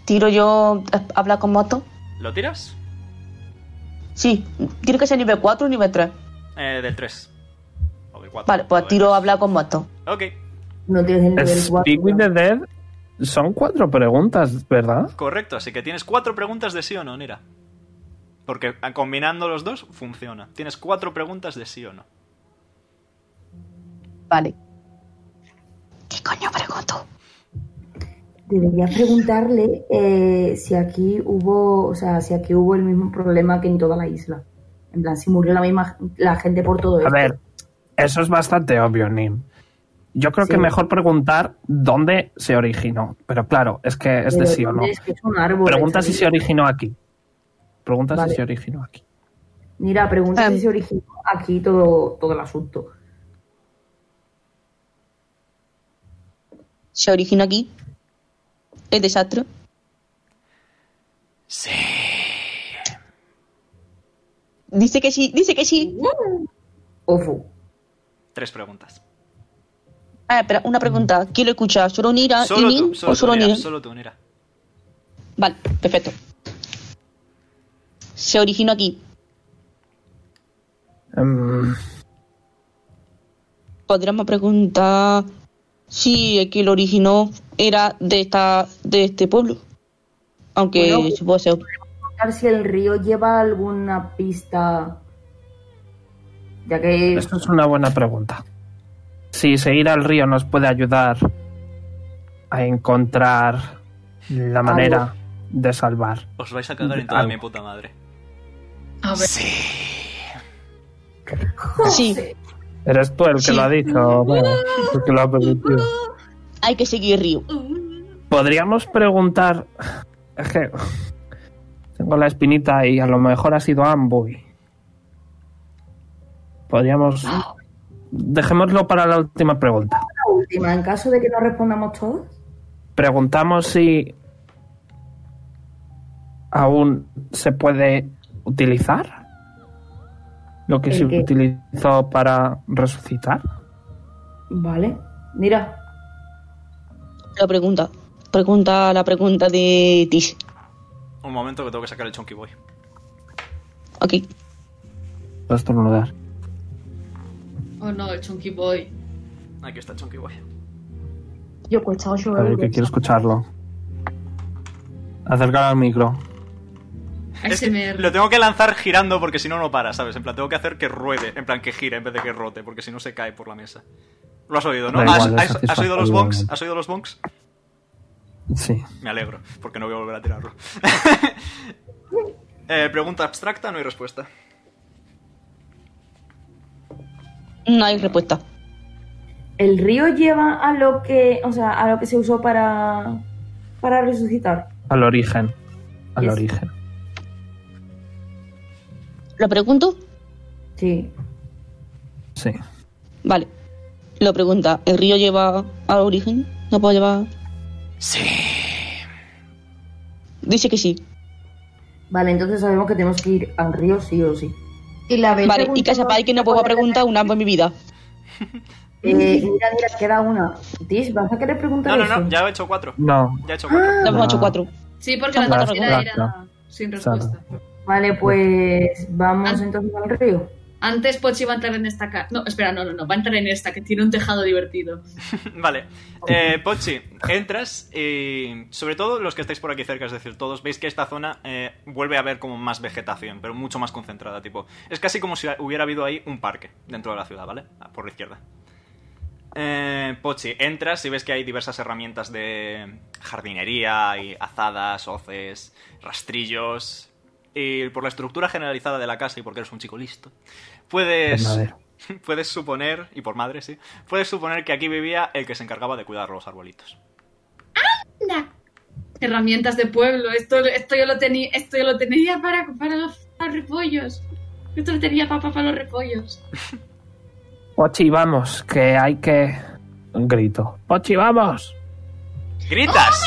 Speaker 8: ¿Tiro yo eh, hablar con moto?
Speaker 1: ¿Lo tiras?
Speaker 8: Sí. ¿Tiro que sea nivel 4 o nivel 3?
Speaker 1: Eh, del 3. O del 4.
Speaker 8: Vale, pues tiro hablar con moto.
Speaker 1: Ok,
Speaker 6: No tienes el nivel
Speaker 4: Speak with the
Speaker 6: 4.
Speaker 4: Dead son cuatro preguntas, ¿verdad?
Speaker 1: correcto. Así que tienes cuatro preguntas de sí o no, Nira. Porque ah, combinando los dos, funciona. Tienes cuatro preguntas de sí o no.
Speaker 8: Vale. ¿Qué coño pregunto?
Speaker 6: Deberías preguntarle eh, si aquí hubo, o sea, si aquí hubo el mismo problema que en toda la isla. En plan, si murió la misma la gente por todo
Speaker 4: A
Speaker 6: esto.
Speaker 4: ver, eso es bastante obvio, Nim. Yo creo
Speaker 6: Sí.
Speaker 4: que mejor preguntar dónde se originó. Pero claro, es que es de
Speaker 6: Pero,
Speaker 4: sí o no.
Speaker 6: Es que es un árbol.
Speaker 4: Pregunta si
Speaker 6: ¿sabes?
Speaker 4: se originó aquí. Pregunta
Speaker 6: Vale.
Speaker 4: si se originó aquí.
Speaker 6: Mira, pregunta
Speaker 8: Em.
Speaker 6: si se originó aquí todo, todo el asunto.
Speaker 8: ¿Se originó aquí? ¿Es desastre?
Speaker 1: Sí.
Speaker 8: Dice que sí, dice que sí.
Speaker 6: Ofu.
Speaker 1: Tres preguntas.
Speaker 8: Ah, espera, una pregunta. ¿Quién lo escucha? ¿Solo Nira?
Speaker 1: Mm. Solo
Speaker 8: y Nin?
Speaker 1: tú, solo
Speaker 8: ¿O
Speaker 1: tú,
Speaker 8: solo
Speaker 1: Nira,
Speaker 8: Nira?
Speaker 1: solo tú, Nira.
Speaker 8: Vale, perfecto. Se originó aquí.
Speaker 4: Em,
Speaker 8: Podríamos preguntar si el que lo originó era de esta de este pueblo. Aunque
Speaker 6: Bueno.
Speaker 8: supongo ser
Speaker 6: A ver si el río lleva alguna pista. Ya que
Speaker 4: esto es una buena pregunta. Si seguir al río nos puede ayudar a encontrar la manera de salvar.
Speaker 1: Os vais a cagar en toda
Speaker 4: Algo.
Speaker 1: mi puta madre.
Speaker 7: A ver,
Speaker 8: Sí,
Speaker 4: Eres tú el que
Speaker 8: Sí.
Speaker 4: lo ha dicho, bueno, el que lo ha permitido.
Speaker 8: hay que seguir el río.
Speaker 4: Podríamos preguntar. Es que tengo la espinita y a lo mejor ha sido Amboy. Podríamos. Dejémoslo para la última pregunta.
Speaker 6: la última, en caso de que no respondamos todos.
Speaker 4: Preguntamos si aún se puede utilizar lo que
Speaker 6: ¿El
Speaker 4: se
Speaker 6: qué?
Speaker 4: utilizó para resucitar.
Speaker 6: Vale. Mira,
Speaker 8: La pregunta. Pregunta la pregunta de Tish.
Speaker 1: Un momento que tengo que sacar el Chunky Boy.
Speaker 8: Ok.
Speaker 4: Voy a estornudar.
Speaker 2: Oh no, el Chunky Boy.
Speaker 1: Aquí está el Chunky Boy.
Speaker 5: Yo cuesta 8
Speaker 4: A ver,
Speaker 5: euros.
Speaker 4: que quiero escucharlo. Acercar al micro.
Speaker 1: Es que
Speaker 2: ASMR.
Speaker 1: lo tengo que lanzar girando porque si no, no para, ¿sabes? En plan, tengo que hacer que ruede, en plan, que gire en vez de que rote, porque si no se cae por la mesa. Lo has oído, ¿no?
Speaker 4: Da
Speaker 1: ¿Has,
Speaker 4: igual, es
Speaker 1: has- has oído los
Speaker 4: satisfactorio
Speaker 1: bonks?
Speaker 4: igualmente.
Speaker 1: ¿Has oído los bonks?
Speaker 4: Sí.
Speaker 1: Me alegro, porque no voy a volver a tirarlo. Eh, pregunta abstracta, no hay respuesta.
Speaker 8: No hay respuesta.
Speaker 6: el río lleva a lo que. O sea, a lo que se usó para. Para resucitar.
Speaker 4: Al origen. Al
Speaker 6: Yes.
Speaker 4: origen.
Speaker 8: ¿Lo pregunto?
Speaker 6: Sí.
Speaker 4: Sí.
Speaker 8: Vale. Lo pregunta. ¿El río lleva al origen? ¿No puedo llevar?
Speaker 1: Sí.
Speaker 8: Dice que sí.
Speaker 6: Vale, entonces sabemos que tenemos que ir al río sí o sí.
Speaker 5: Y la habéis
Speaker 8: Vale, y que
Speaker 5: preguntado-
Speaker 8: sepáis que no puedo preguntar una vez en mi vida.
Speaker 6: Eh, mira, mira, queda una. Tish, ¿vas a querer preguntar
Speaker 1: No, no,
Speaker 6: eso?
Speaker 1: no, ya he hecho cuatro.
Speaker 4: No.
Speaker 1: Ya he hecho cuatro.
Speaker 8: Damos
Speaker 4: Ah.
Speaker 8: 8-4.
Speaker 2: Sí, porque la
Speaker 4: Claro,
Speaker 2: tercera era
Speaker 4: claro.
Speaker 2: sin respuesta.
Speaker 6: Vale, pues vamos
Speaker 2: Ah.
Speaker 6: entonces al río.
Speaker 2: Antes Pochi va a entrar en esta ca- No, espera, no, no, no. Va a entrar en esta, que tiene un tejado divertido.
Speaker 1: Vale. Eh, Pochi, entras y sobre todo los que estáis por aquí cerca, es decir, todos veis que esta zona eh, vuelve a haber como más vegetación, pero mucho más concentrada, tipo. Es casi como si hubiera habido ahí un parque dentro de la ciudad, ¿vale? Ah, Por la izquierda. Eh, Pochi, entras y ves que hay diversas herramientas de jardinería, y azadas, hoces, rastrillos. Y por la estructura generalizada de la casa y porque eres un chico listo, puedes
Speaker 4: Madera.
Speaker 1: puedes suponer, y por madre, sí, puedes suponer que aquí vivía el que se encargaba de cuidar los arbolitos.
Speaker 9: Anda,
Speaker 2: Herramientas de pueblo. Esto, esto, yo, lo tenía esto yo lo tenía para, para los para repollos. Esto lo tenía papá para los repollos.
Speaker 4: Pochi, vamos, que hay que. Un grito. Pochi, vamos.
Speaker 1: ¡Gritas!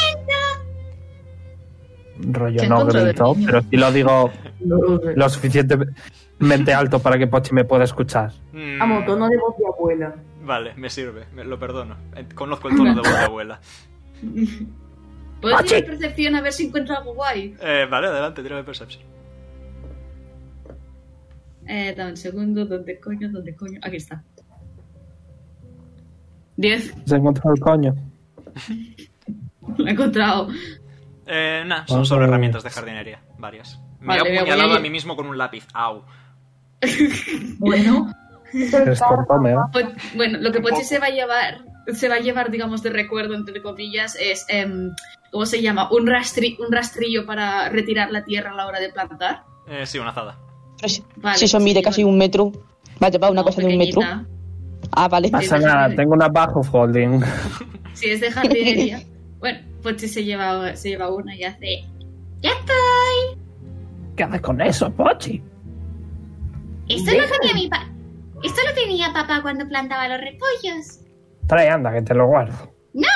Speaker 4: Rollo
Speaker 7: ¿Qué
Speaker 4: no
Speaker 7: encontró del
Speaker 4: grito,
Speaker 7: niño?
Speaker 4: pero sí lo digo
Speaker 6: No lo sé.
Speaker 4: lo suficientemente alto para que Pochi me pueda escuchar.
Speaker 1: Mm,
Speaker 6: Amo, tono de voz de abuela.
Speaker 1: Vale, me sirve, me- lo perdono. Eh, Conozco el tono de voz de abuela.
Speaker 2: ¿Puedo
Speaker 4: Pochi.
Speaker 2: tirar percepción a ver si encuentro algo guay?
Speaker 1: Eh, vale, adelante, tira de Perception.
Speaker 2: Eh, dame un segundo. ¿Dónde coño? ¿Dónde coño? Aquí está. 10.
Speaker 4: Se encontró el coño.
Speaker 2: Lo he encontrado.
Speaker 1: Eh, nah,
Speaker 4: Vamos
Speaker 1: son
Speaker 4: a
Speaker 1: sobre
Speaker 4: ver.
Speaker 1: herramientas de jardinería, varias. Me he
Speaker 2: Vale, voy a-
Speaker 1: apuñalado
Speaker 2: voy a-
Speaker 1: a mí mismo con un lápiz, au.
Speaker 7: bueno,
Speaker 4: Es por Tomeo.
Speaker 2: Po- Pues, bueno, lo que
Speaker 1: Tampoco.
Speaker 2: Pochi se va a llevar, se va a llevar, digamos, de recuerdo, entre comillas, es, em, ¿cómo se llama? Un, rastri- un rastrillo para retirar la tierra a la hora de plantar.
Speaker 1: Eh, sí, una azada.
Speaker 8: Pero si,
Speaker 2: Vale,
Speaker 8: si eso
Speaker 2: sí,
Speaker 8: mide
Speaker 2: bueno.
Speaker 8: casi un metro, va a llevar una
Speaker 2: No,
Speaker 8: cosa de un metro.
Speaker 2: pequeñita.
Speaker 8: Ah, vale.
Speaker 4: Pasa nada, tengo una bajo folding.
Speaker 2: Si es de jardinería. bueno, Pochi se lleva, se lleva una y hace...
Speaker 9: ya está.
Speaker 4: ¿Qué haces con eso, Pochi?
Speaker 9: Esto lo tenía mi pa- Esto lo tenía papá cuando plantaba los repollos.
Speaker 4: Trae, anda, que te lo guardo.
Speaker 9: No,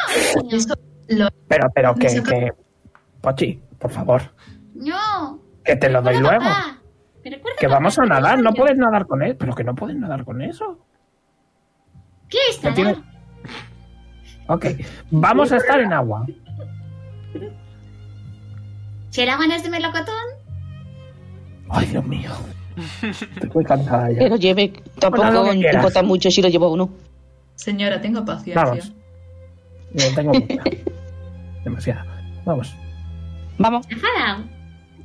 Speaker 7: eso lo
Speaker 4: Pero, pero, que.
Speaker 7: Saca-
Speaker 4: que... Pochi, por favor,
Speaker 9: no.
Speaker 4: que te lo doy
Speaker 9: Hola,
Speaker 4: luego.
Speaker 9: papá. Me recuerda
Speaker 4: Que
Speaker 9: papá
Speaker 4: vamos a
Speaker 9: cuando
Speaker 4: nadar,
Speaker 9: era
Speaker 4: no
Speaker 9: niño.
Speaker 4: puedes nadar con eso. Pero que no puedes nadar con eso.
Speaker 9: ¿Qué es
Speaker 4: No
Speaker 9: nadar?
Speaker 4: tiene- Ok, vamos a estar en agua.
Speaker 9: ¿Será ganas de melocotón?
Speaker 4: Ay, Dios mío. Estoy muy cansada ya.
Speaker 8: Que lo lleve. Tampoco
Speaker 4: lo que quieras.
Speaker 8: importa mucho si lo lleva uno.
Speaker 7: Señora, tenga paciencia.
Speaker 4: Vamos. Yo tengo mucha. Demasiada. Vamos.
Speaker 8: Vamos.
Speaker 9: Enfadado.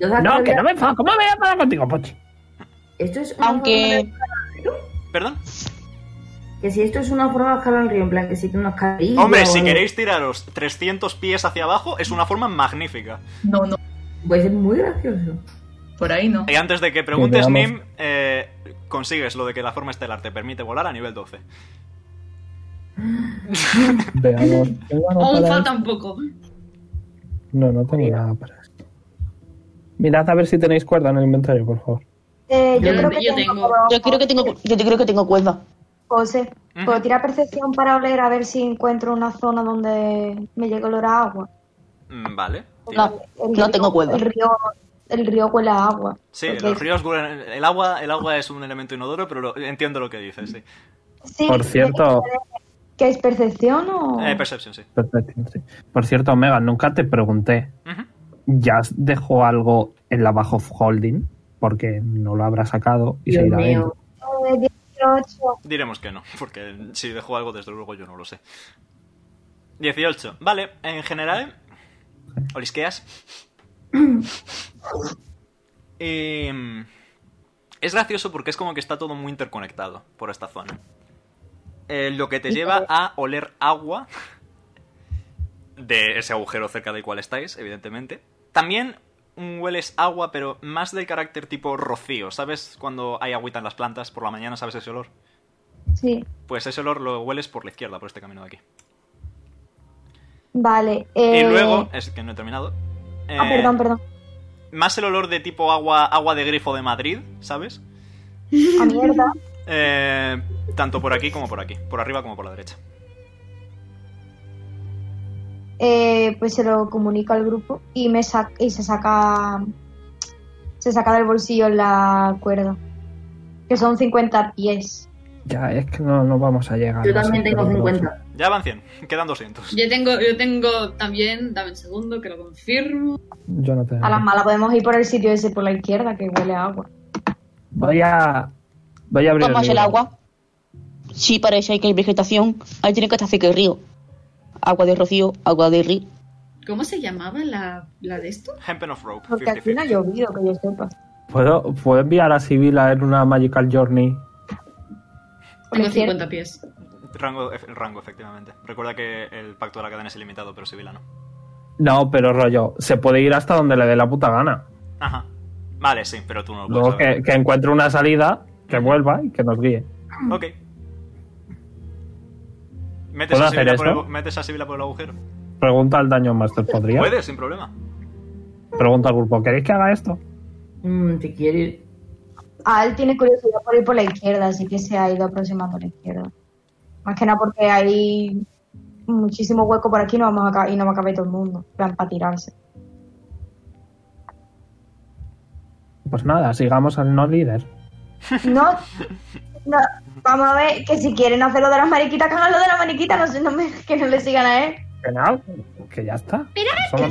Speaker 6: Yo os
Speaker 4: No, que
Speaker 6: atrevería-
Speaker 4: no me enfado. ¿Cómo me voy a parar contigo, Pochi?
Speaker 6: Esto es una forma
Speaker 8: Aunque.
Speaker 6: de-
Speaker 1: ¿Perdón?
Speaker 6: Que si esto es una forma de bajar al río, en plan que si tú nos caes.
Speaker 1: Hombre,
Speaker 2: eh.
Speaker 1: si queréis tiraros 300 pies hacia abajo, es una forma magnífica.
Speaker 7: No, no,
Speaker 6: Pues es muy gracioso.
Speaker 7: por ahí no.
Speaker 1: Y antes de que preguntes,
Speaker 4: Veamos.
Speaker 1: Nim, eh, consigues lo de que la forma estelar te permite volar a nivel 12.
Speaker 4: Veamos. Tengo
Speaker 2: Aún
Speaker 4: anotada-
Speaker 2: falta un poco.
Speaker 4: No, no tengo nada para esto. Mirad a ver si tenéis cuerda en el inventario, por favor.
Speaker 5: Eh, yo,
Speaker 2: Yo-
Speaker 5: creo que
Speaker 2: yo tengo.
Speaker 5: tengo.
Speaker 8: Yo creo que tengo, yo creo que tengo cuerda.
Speaker 5: José, ¿puedo tirar percepción para oler a ver si encuentro una zona donde me llegue olor a agua?
Speaker 1: Mm, Vale. tira.
Speaker 8: No, no tengo cuerda.
Speaker 5: El río, el río huele a agua.
Speaker 1: Sí,
Speaker 5: Porque-
Speaker 1: los ríos, huelen- el agua, el agua es un elemento inodoro, pero lo- entiendo lo que dices, sí.
Speaker 5: Sí,
Speaker 4: Por cierto-
Speaker 5: ¿Qué es percepción o...?
Speaker 1: Eh, perception, sí.
Speaker 4: Perfecto, sí. Por cierto, Omega, nunca te pregunté.
Speaker 1: Ujú.
Speaker 4: ¿Jazz dejó algo en la bajo holding? Porque no lo habrá sacado y se
Speaker 6: Dios
Speaker 4: irá
Speaker 6: mío.
Speaker 4: dentro.
Speaker 5: Eh, 18.
Speaker 1: Diremos que no, porque si dejó algo, desde luego yo no lo sé. 18. Vale, en general. Olisqueas. Y, mm, es gracioso porque es como que está todo muy interconectado por esta zona. Eh, lo que te lleva a oler agua de ese agujero cerca del cual estáis, evidentemente. También mm, hueles agua, pero más del carácter tipo rocío. ¿Sabes cuando hay agüita en las plantas por la mañana? ¿Sabes ese olor?
Speaker 5: Sí,
Speaker 1: Pues ese olor lo hueles por la izquierda, por este camino de aquí.
Speaker 5: vale.
Speaker 1: Y
Speaker 5: eh,
Speaker 1: luego, es que no he terminado.
Speaker 5: Ah,
Speaker 1: eh,
Speaker 5: perdón, perdón.
Speaker 1: Más el olor de tipo agua, agua de grifo de Madrid, ¿sabes?
Speaker 5: A mierda.
Speaker 1: Eh, tanto por aquí como por aquí, por arriba como por la derecha.
Speaker 5: Eh, pues se lo comunico al grupo y me sa- y se saca se saca del bolsillo la cuerda que son 50 pies
Speaker 4: Ya, es que no, no vamos a llegar.
Speaker 6: Yo
Speaker 4: no sé,
Speaker 6: también tengo
Speaker 4: pero-
Speaker 6: 50.
Speaker 1: Ya van 100, quedan 200.
Speaker 2: Yo tengo, yo tengo también, dame un segundo que lo confirmo.
Speaker 4: Yo no tengo.
Speaker 5: a las malas podemos ir por el sitio ese por la izquierda que huele a agua
Speaker 4: Voy a. Voy a abrir.
Speaker 8: ¿Cómo es el
Speaker 4: libro.
Speaker 8: agua? Sí, parece que hay vegetación. Ahí tiene que estar cerca el río. Agua de rocío, agua de río.
Speaker 2: ¿Cómo se llamaba la, la de esto?
Speaker 1: Hempen of Rope,
Speaker 5: porque aquí no ha
Speaker 1: 50-50.
Speaker 5: llovido que yo sepa
Speaker 4: ¿Puedo, ¿Puedo enviar a Sibila en una Magical Journey?
Speaker 5: Por
Speaker 2: Tengo
Speaker 5: la izquierda.
Speaker 2: 50 pies.
Speaker 1: Rango, efe- rango, efectivamente. Recuerda que el pacto de la cadena es ilimitado, pero Sibila no.
Speaker 4: No, pero rollo, se puede ir hasta donde le dé la puta gana.
Speaker 1: Ajá. Vale, sí, pero tú no lo puedes
Speaker 4: Luego
Speaker 1: saber.
Speaker 4: que, que encuentre una salida, que vuelva y que nos guíe.
Speaker 1: Ok. Metes
Speaker 4: ¿Puedo
Speaker 1: a,
Speaker 4: hacer
Speaker 1: Sibila por el,
Speaker 4: esto?
Speaker 1: agu- metes a Sibila por el agujero.
Speaker 4: Pregunta al Daño Master, ¿podría?
Speaker 1: Puedes, sin problema.
Speaker 4: Pregunta al grupo, ¿queréis que haga esto?
Speaker 6: Mm, si quieres.
Speaker 5: a Ah, él tiene curiosidad por ir por la izquierda así que se ha ido aproximando a la izquierda más que nada porque hay muchísimo hueco por aquí no vamos a ca- y no va a caber todo el mundo en plan para tirarse
Speaker 4: Pues nada, sigamos al no líder.
Speaker 5: No, no, vamos a ver que si quieren hacer lo de las mariquitas, que hagan lo de las mariquitas, no, sé, no me- que no le sigan a él.
Speaker 4: Que no, que ya está. Somos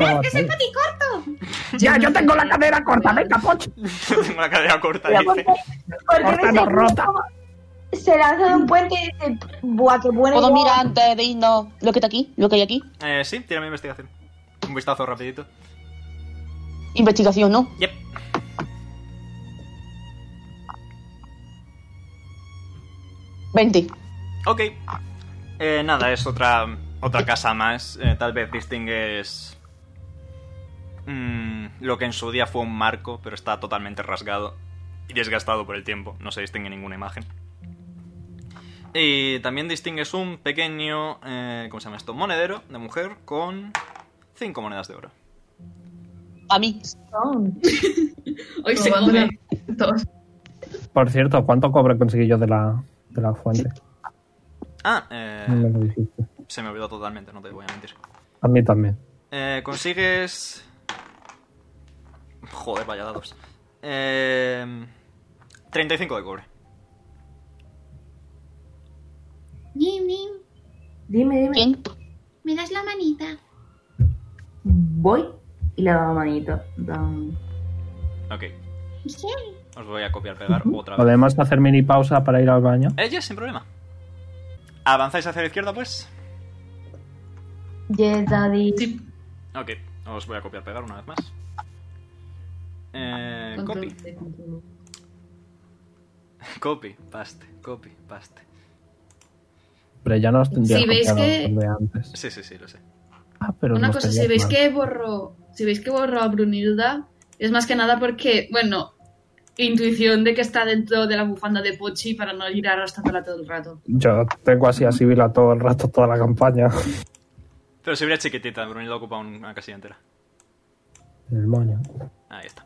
Speaker 9: ¡Espera, que
Speaker 4: los
Speaker 9: soy
Speaker 4: dos.
Speaker 9: paticorto!
Speaker 4: ya, yo tengo la cadera corta, venga, poche.
Speaker 1: Yo tengo la cadera corta,
Speaker 5: Porque,
Speaker 1: dice.
Speaker 5: porque
Speaker 4: Corta,
Speaker 5: ves
Speaker 4: no
Speaker 5: el
Speaker 4: rota.
Speaker 5: grupo, Se lanza de un puente y dice, buah, qué buena
Speaker 8: Puedo
Speaker 5: idea".
Speaker 8: mirar antes de irnos lo que está aquí, lo que hay aquí.
Speaker 1: Eh, sí, tira mi investigación. Un vistazo rapidito.
Speaker 8: Investigación, ¿no?
Speaker 1: Yep.
Speaker 8: Vente.
Speaker 1: Ok. Eh, nada, es otra, otra casa más. Eh, tal vez distingues mm, lo que en su día fue un marco, pero está totalmente rasgado y desgastado por el tiempo. No se distingue ninguna imagen. Y también distingues un pequeño, eh, ¿cómo se llama esto? Monedero de mujer con cinco monedas de oro.
Speaker 8: A mí.
Speaker 5: No,
Speaker 2: Hoy se
Speaker 7: Robando
Speaker 2: come.
Speaker 7: las- todos.
Speaker 4: Por cierto, ¿cuánto cobre conseguí yo de la, de la fuente?
Speaker 1: Ah, eh,
Speaker 4: No me lo dijiste.
Speaker 1: se me olvidó totalmente, no te voy a mentir.
Speaker 4: A mí también.
Speaker 1: Eh, consigues. Joder, vaya dados. Eh, 35 de cobre.
Speaker 9: Nim, Nim,
Speaker 6: Dime, dime.
Speaker 8: ¿Quién?
Speaker 9: me das la manita.
Speaker 6: Voy y le ha dado manito. en plan,
Speaker 1: Ok. Os voy a copiar, pegar otra vez.
Speaker 4: Podemos hacer mini pausa para ir al baño.
Speaker 1: Eh, yes, sin problema. ¿Avanzáis hacia la izquierda, pues?
Speaker 5: Yes, daddy.
Speaker 7: Sí.
Speaker 1: Ok. Os voy a copiar, pegar una vez más. Eh,
Speaker 2: Control
Speaker 1: copy,
Speaker 2: C, control V.
Speaker 1: copy, paste, copy, paste.
Speaker 4: Pero ya nos tendrían
Speaker 2: Sí, veis
Speaker 4: copiado
Speaker 2: que-
Speaker 4: los de antes.
Speaker 1: Sí, sí, sí, lo sé.
Speaker 4: Ah, pero
Speaker 2: Una
Speaker 4: nos
Speaker 2: cosa, si
Speaker 4: tenían
Speaker 2: veis
Speaker 4: mal.
Speaker 2: que borro, si veis que borro a Brunilda, es más que nada porque, bueno, intuición de que está dentro de la bufanda de Pochi para no ir arrastrándola todo el rato.
Speaker 4: Yo tengo así a Sibila todo el rato, toda la campaña.
Speaker 1: Pero si hubiera chiquitita, Brunilda ocupa un- una casilla entera.
Speaker 4: El moño.
Speaker 1: Ahí está.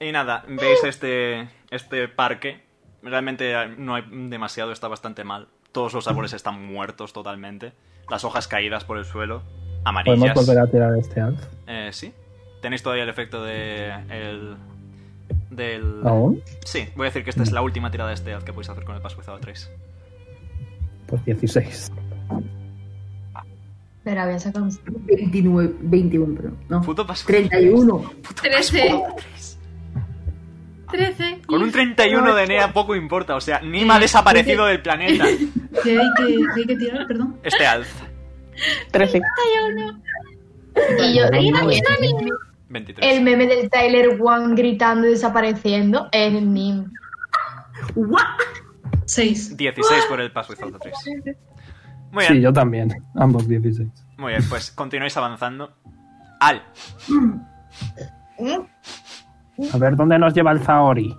Speaker 1: Y nada, veis este, este parque. Realmente eh, no hay demasiado, está bastante mal. Todos los árboles están muertos totalmente. Las hojas caídas por el suelo,
Speaker 4: Podemos
Speaker 1: amarillas.
Speaker 4: volver a tirar este alf.
Speaker 1: Eh, sí. Tenéis todavía el efecto de el del
Speaker 4: ¿Aún?
Speaker 1: Sí, voy a decir que esta es la última tirada de este haz que podéis hacer con el Pass Without 3.
Speaker 4: Pues 16.
Speaker 5: Pero había sacado un
Speaker 6: 29, 21, perdón. No,
Speaker 1: Puto Pass Without
Speaker 6: 31.
Speaker 2: 13, 13.
Speaker 1: Con un 31 de NEA poco importa, o sea, Nima ha desaparecido del planeta.
Speaker 7: ¿Qué hay que, qué hay que tirar? Perdón.
Speaker 1: Este alz.
Speaker 8: 13.
Speaker 5: Y yo,
Speaker 4: Ahí va, ahí va,
Speaker 1: 23.
Speaker 5: el meme del Tyler One gritando y desapareciendo es el meme.
Speaker 6: ¡Guau!
Speaker 7: 6.
Speaker 1: 16 por el Pass Without 3. Muy
Speaker 4: Sí,
Speaker 1: bien,
Speaker 4: yo también. Ambos 16.
Speaker 1: muy bien, pues continuáis avanzando. Al,
Speaker 4: Eh, A ver dónde nos lleva el Zaori.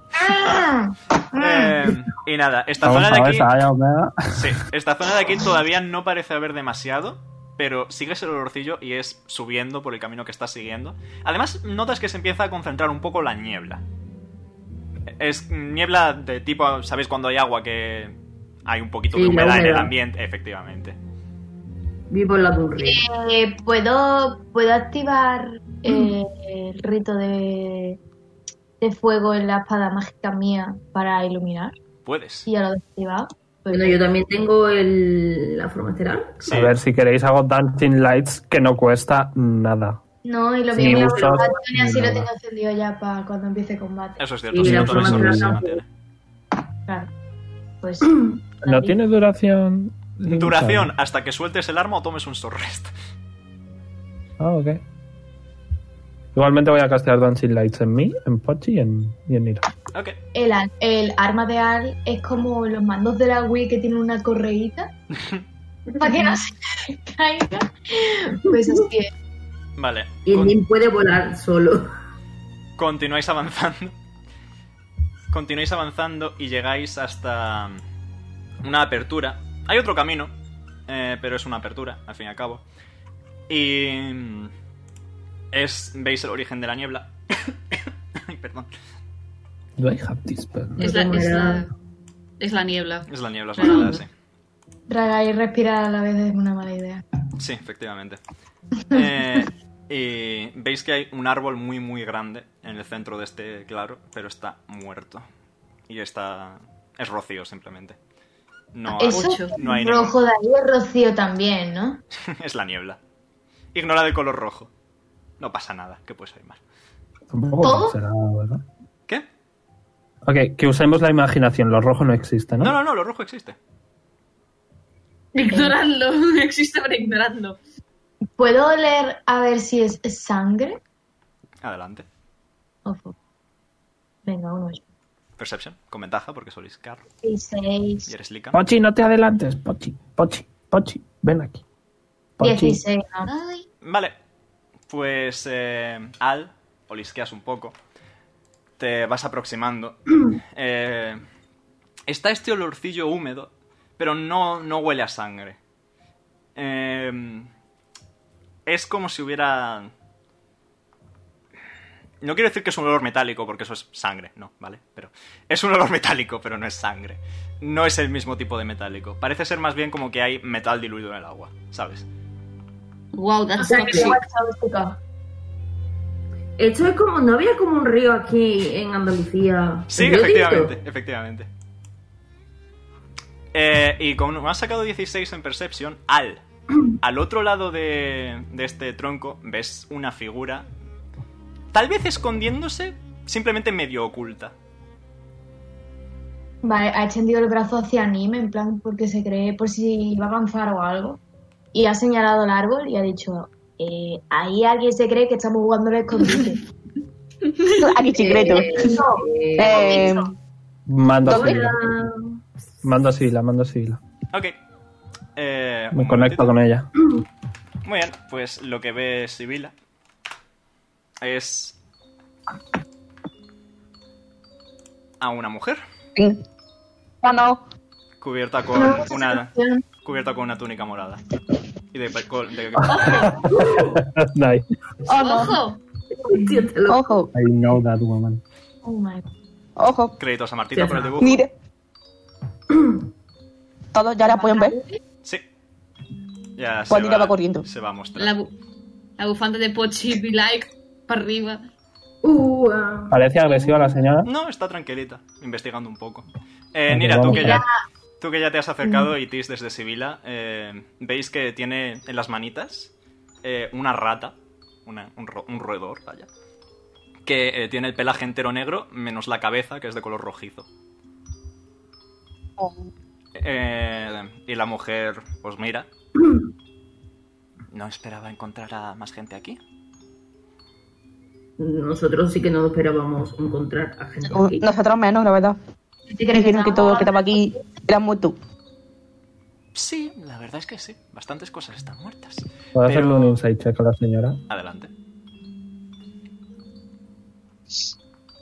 Speaker 5: Mm.
Speaker 1: eh, y nada, esta
Speaker 4: Vamos
Speaker 1: zona de
Speaker 4: a ver,
Speaker 1: aquí
Speaker 4: Zaya Omega.
Speaker 1: Sí, esta zona de aquí todavía no parece haber demasiado, pero sigues el olorcillo y es subiendo por el camino que estás siguiendo. Además, notas que se empieza a concentrar un poco la niebla. Es niebla de tipo, ¿sabéis cuando hay agua que hay un poquito de
Speaker 6: Sí, la
Speaker 1: humedad en el
Speaker 6: humedad.
Speaker 1: ambiente? Efectivamente.
Speaker 6: Vivo en la turre.
Speaker 5: Eh, ¿puedo, ¿Puedo activar eh, el rito de, de fuego en la espada mágica mía para iluminar?
Speaker 1: Puedes.
Speaker 5: Si ya lo he activado. Pues-
Speaker 6: Bueno, yo también tengo el, la forma estelar.
Speaker 1: Sí.
Speaker 4: A ver si queréis hago Dancing Lights, que no cuesta nada.
Speaker 5: no, y lo
Speaker 4: Sí,
Speaker 5: mismo
Speaker 4: me
Speaker 5: la
Speaker 4: gusta.
Speaker 5: combate, y así
Speaker 4: Nada.
Speaker 5: lo tengo encendido ya para cuando empiece combate.
Speaker 1: Eso es cierto,
Speaker 6: Y
Speaker 1: sí,
Speaker 6: la
Speaker 1: no tomes
Speaker 6: forma
Speaker 1: sorpresas,
Speaker 6: de la-
Speaker 1: Mateo.
Speaker 5: Claro. Pues.
Speaker 4: No tiene duración. limitada.
Speaker 1: Duración hasta que sueltes el arma o tomes un short rest.
Speaker 4: Ah, ok. Igualmente voy a castear Dancing Lights en mí, en Pochi y en, y en Nira.
Speaker 1: Ok.
Speaker 5: El, ar- el arma de Al es como los mandos de la Wii que tienen una correíta. para que no se caiga. Pues así es.
Speaker 1: Vale.
Speaker 6: Y
Speaker 1: Con-
Speaker 6: Nim puede volar solo.
Speaker 1: Continuáis avanzando. Continuáis avanzando y llegáis hasta una apertura. Hay otro camino, eh, pero es una apertura, al fin y al cabo. Y mm, es veis el origen de la niebla. Ay, Perdón,
Speaker 4: Do I have this pen?
Speaker 2: Es la, es la- es la niebla.
Speaker 1: es la niebla, es la niebla, sí.
Speaker 5: Tragar y respirar a la vez es una mala idea.
Speaker 1: Sí, efectivamente. Eh, y veis que hay un árbol muy, muy grande en el centro de este claro, pero está muerto. Y está. Es rocío, simplemente. No hay,
Speaker 5: Eso
Speaker 2: ocho.
Speaker 1: no hay
Speaker 5: rojo de ahí es rocío también, ¿no?
Speaker 1: ningún- Es la niebla. Ignora el color rojo. No pasa nada, que puede salir mal.
Speaker 4: Tampoco
Speaker 5: ¿Todo?
Speaker 4: será, ¿verdad?
Speaker 1: ¿Qué?
Speaker 4: Ok, que usemos la imaginación. Lo rojo no existe, ¿no?
Speaker 1: No, no, no, lo rojo existe.
Speaker 2: Ignoradlo, no existe para ignorarlo.
Speaker 5: ¿Puedo oler a ver si es sangre?
Speaker 1: Adelante.
Speaker 5: O fu- Venga, uno. ocho.
Speaker 1: Perception, con ventaja, porque sois carro
Speaker 5: Y
Speaker 1: y
Speaker 5: seis.
Speaker 1: eres Lican.
Speaker 4: Pochi, no te adelantes. Pochi, Pochi, Pochi. Ven aquí. Pochi.
Speaker 5: Dieciséis. ¿no?
Speaker 9: Ay,
Speaker 1: Vale. Pues, eh, Al, olisqueas un poco. Te vas aproximando. Eh, está este olorcillo húmedo, pero no, no huele a sangre. Eh, es como si hubiera... No quiero decir que es un olor metálico, porque eso es sangre, no, ¿vale? Pero es un olor metálico, pero no es sangre. No es el mismo tipo de metálico. Parece ser más bien como que hay metal diluido en el agua, ¿sabes?
Speaker 2: Wow, that's
Speaker 6: sea, que
Speaker 2: toxic.
Speaker 6: este Esto es como, no había como un río aquí en Andalucía.
Speaker 1: Sí,
Speaker 6: ¿El río
Speaker 1: efectivamente,
Speaker 6: Tinto?
Speaker 1: efectivamente. Eh, y como has sacado 16 en Perception, al, al otro lado de, de este tronco ves una figura Tal vez escondiéndose, simplemente medio oculta.
Speaker 5: Vale, ha extendido el brazo hacia Anime, en plan porque se cree por si va a avanzar o algo. Y ha señalado el árbol y ha dicho, eh, ahí alguien se cree que estamos jugando al escondite.
Speaker 8: Aquí chicleto. Eh,
Speaker 4: Mando a
Speaker 5: ¿Dónde?
Speaker 4: Sibila. Mando a Sibila, mando a Sibila.
Speaker 1: Ok. Eh,
Speaker 4: Me
Speaker 1: un
Speaker 4: conecto
Speaker 1: momentito.
Speaker 4: con ella.
Speaker 1: Muy bien, pues lo que ve Sibila es a una mujer
Speaker 8: No, Ah, no.
Speaker 1: cubierta con una cubierta con una túnica morada y de, col- de-
Speaker 4: nice.
Speaker 8: Oh, no.
Speaker 2: ¡Ojo!
Speaker 6: Tío, te lo-
Speaker 8: Ojo,
Speaker 4: I know that woman.
Speaker 5: Oh my god.
Speaker 8: ojo.
Speaker 1: créditos a Martita por el dibujo.
Speaker 8: Mira. Todos ya la pueden ver.
Speaker 1: Sí. Ya se
Speaker 8: Juanita
Speaker 1: va,
Speaker 8: va corriendo.
Speaker 1: se va a mostrar.
Speaker 2: La, bu- la bufanda de Pochi, be like, para arriba.
Speaker 6: Uh, ah.
Speaker 4: Parece agresiva la señora.
Speaker 1: No, está tranquilita, investigando un poco. Eh,
Speaker 4: Ok,
Speaker 1: Nira, tú
Speaker 4: vamos.
Speaker 1: que, ya, tú que ya te has acercado y Tis desde Sibila, eh, veis que tiene en las manitas eh, una rata, una- un, ro- un roedor, vaya, que eh, tiene el pelaje entero negro menos la cabeza, que es de color rojizo. Eh, y la mujer os mira. No esperaba encontrar a más gente aquí.
Speaker 6: Nosotros sí que no esperábamos encontrar a gente
Speaker 8: Oh,
Speaker 6: aquí.
Speaker 8: Nosotros menos, la verdad. Dijeron que todo lo que estaba aquí era muerto.
Speaker 1: Sí, la verdad es que sí. Bastantes cosas están muertas. Pero-
Speaker 4: Puedo hacerle un insight check a la señora
Speaker 1: Adelante.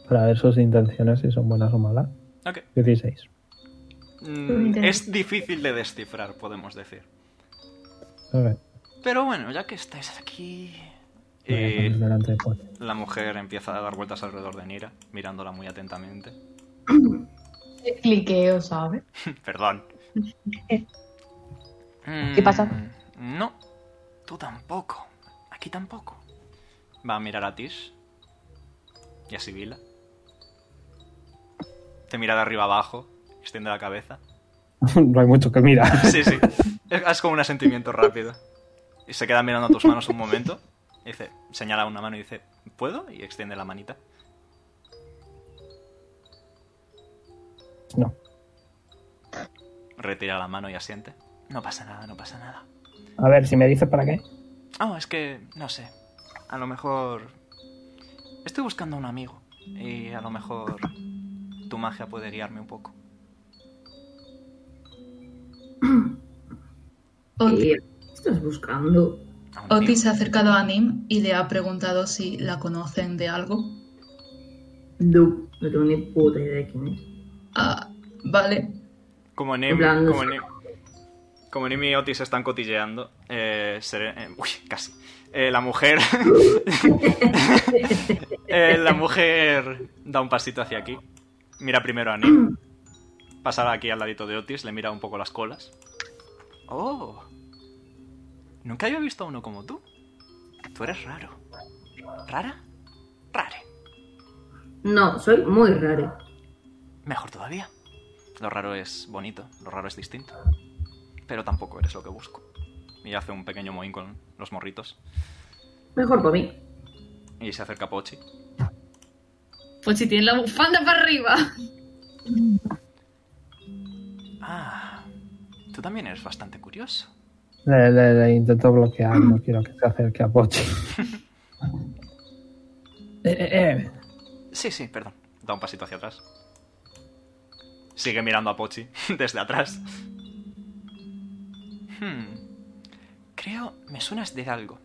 Speaker 4: para ver sus intenciones, si son buenas o malas.
Speaker 1: Ok.
Speaker 4: 16.
Speaker 1: Mm, es difícil de descifrar, podemos decir.
Speaker 4: Ok.
Speaker 1: Pero bueno, ya que estáis aquí...
Speaker 4: Vale,
Speaker 1: Y
Speaker 4: pones delante de Pochi.
Speaker 1: la mujer empieza a dar vueltas alrededor de Nira, mirándola muy atentamente.
Speaker 5: Cliqueo, ¿sabes?
Speaker 1: Perdón.
Speaker 8: ¿Qué pasa?
Speaker 1: Mm, No, tú tampoco. Aquí tampoco. Va a mirar a Tish. Y a Sibila. Te mira de arriba abajo, extiende la cabeza.
Speaker 4: no hay mucho que mirar.
Speaker 1: Sí, sí. Es- Es como un asentimiento rápido. Y se queda mirando a tus manos un momento. Y dice, señala una mano y dice, ¿puedo? Y extiende la manita.
Speaker 4: No.
Speaker 1: Retira la mano y asiente. No pasa nada, no pasa nada.
Speaker 4: A ver, si me dices para qué.
Speaker 1: Ah, es que, no sé. A lo mejor... Estoy buscando a un amigo. Y a lo mejor tu magia puede guiarme un poco.
Speaker 7: Oti-
Speaker 6: Eh, ¿qué estás buscando?
Speaker 1: A un
Speaker 7: Otis
Speaker 1: amigo.
Speaker 7: se ha acercado a Nim y le ha preguntado si la conocen de algo.
Speaker 6: No, no tengo ni puta idea de quién es.
Speaker 7: Ah, vale.
Speaker 1: Como Nim,
Speaker 6: En plan, no
Speaker 1: como
Speaker 6: sé.
Speaker 1: Nim, como Nim y Otis están cotilleando, eh, Seren- eh, uy, casi. Eh, la mujer. Eh, la mujer da un pasito hacia aquí. Mira primero a Nim. Pasa aquí al ladito de Otis, le mira un poco las colas. Oh. Nunca había visto a uno como tú. Tú eres raro. ¿Rara? Rare.
Speaker 6: No, soy muy raro.
Speaker 1: Mejor todavía. Lo raro es bonito, lo raro es distinto. Pero tampoco eres lo que busco. Y hace un pequeño mohín con los morritos.
Speaker 6: Mejor para mí.
Speaker 1: Y se acerca a Pochi.
Speaker 2: Pochi tiene la bufanda para arriba.
Speaker 1: Ah, tú también eres bastante curioso.
Speaker 4: Le, le- le intento bloquear, no quiero que se acerque a Pochi. Eh, eh, eh.
Speaker 1: Sí, sí, perdón. Da un pasito hacia atrás. Sigue mirando a Pochi desde atrás. Hmm. Creo, me suenas de algo.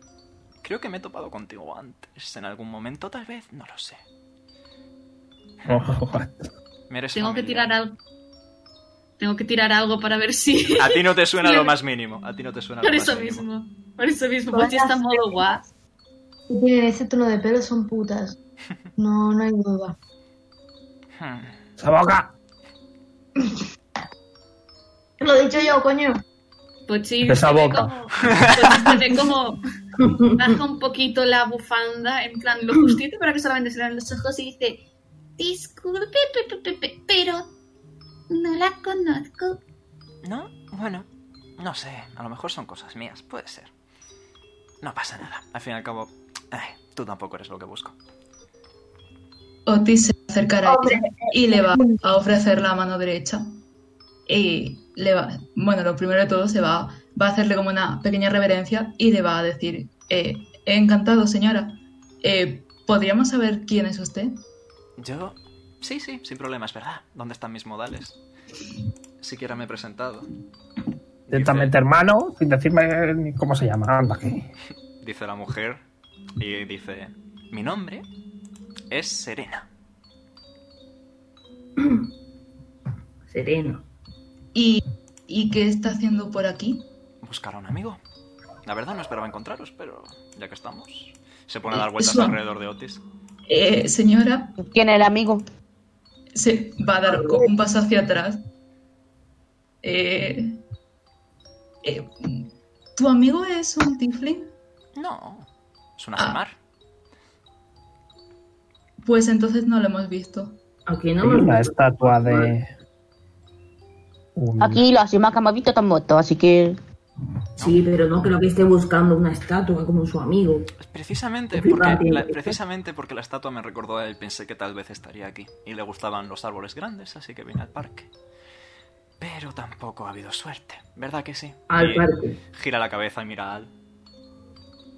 Speaker 1: Creo que me he topado contigo antes, en algún momento, tal vez, no lo sé.
Speaker 4: Oh, what?
Speaker 1: Me eres
Speaker 2: Tengo que
Speaker 1: familiar.
Speaker 2: tirar algo. Tengo que tirar algo para ver si.
Speaker 1: A ti no te suena lo más mínimo. A ti no te suena lo
Speaker 2: Por
Speaker 1: más
Speaker 2: eso
Speaker 1: mínimo.
Speaker 2: mismo. Por eso mismo.
Speaker 5: Todas
Speaker 2: Pochi está
Speaker 5: las-
Speaker 2: en modo guap.
Speaker 5: Si tienen ese tono de pelo son putas. No, no hay duda.
Speaker 1: Hmm.
Speaker 4: ¡Esa boca!
Speaker 5: Lo he dicho yo, coño.
Speaker 2: Pochi.
Speaker 4: Esa
Speaker 2: pues se ve
Speaker 4: boca.
Speaker 2: como- Pochi se ve como. Baja un poquito la bufanda, en plan lo justito para que solamente se le vean los ojos y dice.
Speaker 9: Disculpe, pe- pe- pe- pe- pero no la conozco.
Speaker 1: ¿No? Bueno, no sé. A lo mejor son cosas mías. Puede ser. No pasa nada. Al fin y al cabo, ay, tú tampoco eh, eres lo que busco.
Speaker 7: Otis se va a acercar a
Speaker 5: Hombre,
Speaker 7: ella y le va a ofrecer la mano derecha. Y le va, bueno, lo primero de todo se va, va a hacerle como una pequeña reverencia y le va a decir, eh, encantado señora, Eh, ¿podríamos saber quién es usted?
Speaker 1: Yo. Sí, sí, sin problemas, ¿verdad? ¿Dónde están mis modales? Siquiera me he presentado.
Speaker 4: Directamente, hermano, sin decirme ni cómo se llama. Anda, que.
Speaker 1: Dice la mujer y dice: Mi nombre es Serena.
Speaker 6: Sereno.
Speaker 7: ¿Y, y qué está haciendo por aquí?
Speaker 1: Buscar a un amigo. La verdad no esperaba encontraros, pero ya que estamos. Se pone a dar vueltas alrededor de Otis.
Speaker 7: Eh, señora,
Speaker 8: ¿Quién es el amigo?
Speaker 7: se va a dar co- un paso hacia atrás. Eh, eh, ¿Tu amigo es un tiefling?
Speaker 1: No. Es una
Speaker 7: Ah.
Speaker 1: semar.
Speaker 7: Pues entonces no lo hemos visto.
Speaker 6: Aquí
Speaker 4: Hay
Speaker 6: no me
Speaker 4: una estatua de. un-
Speaker 8: Aquí la semana que me ha visto está muerto, así que.
Speaker 6: Sí, pero no creo que esté buscando una estatua como su amigo.
Speaker 1: Precisamente
Speaker 6: Sí,
Speaker 1: porque,
Speaker 6: rápido.
Speaker 1: la, precisamente porque la estatua me recordó a él, pensé que tal vez estaría aquí. Y le gustaban los árboles grandes, así que vine al parque. Pero tampoco ha habido suerte, ¿verdad que sí?
Speaker 6: Al
Speaker 1: Y
Speaker 6: parque.
Speaker 1: Gira la cabeza y mira a Al,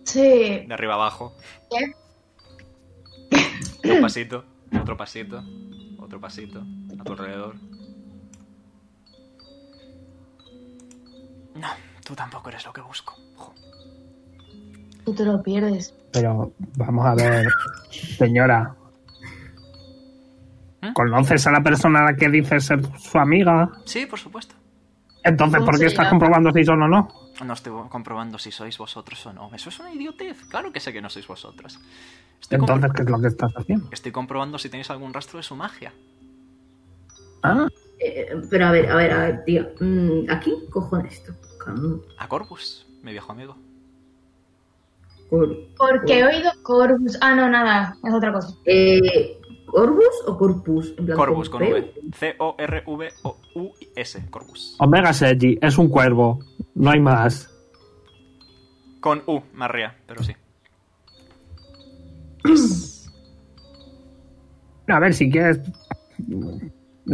Speaker 5: Sí.
Speaker 1: de arriba abajo.
Speaker 5: ¿Qué?
Speaker 1: Un pasito, otro pasito, otro pasito, a tu alrededor. No, tú tampoco eres lo que busco. Jo.
Speaker 5: Tú te lo pierdes.
Speaker 4: Pero vamos a ver, señora.
Speaker 1: ¿Mm?
Speaker 4: ¿Conoces a la persona a la que dices ser su amiga?
Speaker 1: Sí, por supuesto.
Speaker 4: Entonces,
Speaker 5: ¿Cómo
Speaker 4: ¿por
Speaker 5: se
Speaker 4: qué estás
Speaker 5: llama?
Speaker 4: comprobando si son o no?
Speaker 1: No estoy comprobando si sois vosotros o no. Eso es una idiotez. Claro que sé que no sois vosotras. Estoy, compro-
Speaker 4: Entonces, ¿qué es lo que estás haciendo?
Speaker 1: estoy comprobando si tenéis algún rastro de su magia.
Speaker 4: Ah,
Speaker 6: Eh, pero a ver, a ver, a ver, tío. Mm, ¿A quién cojones está buscando?
Speaker 1: A Corvus, mi viejo amigo.
Speaker 6: Cor-
Speaker 5: Porque he oído Corvus. Ah, no, nada. Es otra cosa.
Speaker 6: eh, ¿Corvus o Corpus? En plan,
Speaker 1: Corvus con V.
Speaker 6: P.
Speaker 1: C-O-R-V-O-U-S. Corvus.
Speaker 4: Omega Seji es un cuervo. No hay más.
Speaker 1: Con U, Marrea, pero sí.
Speaker 4: A ver, si quieres.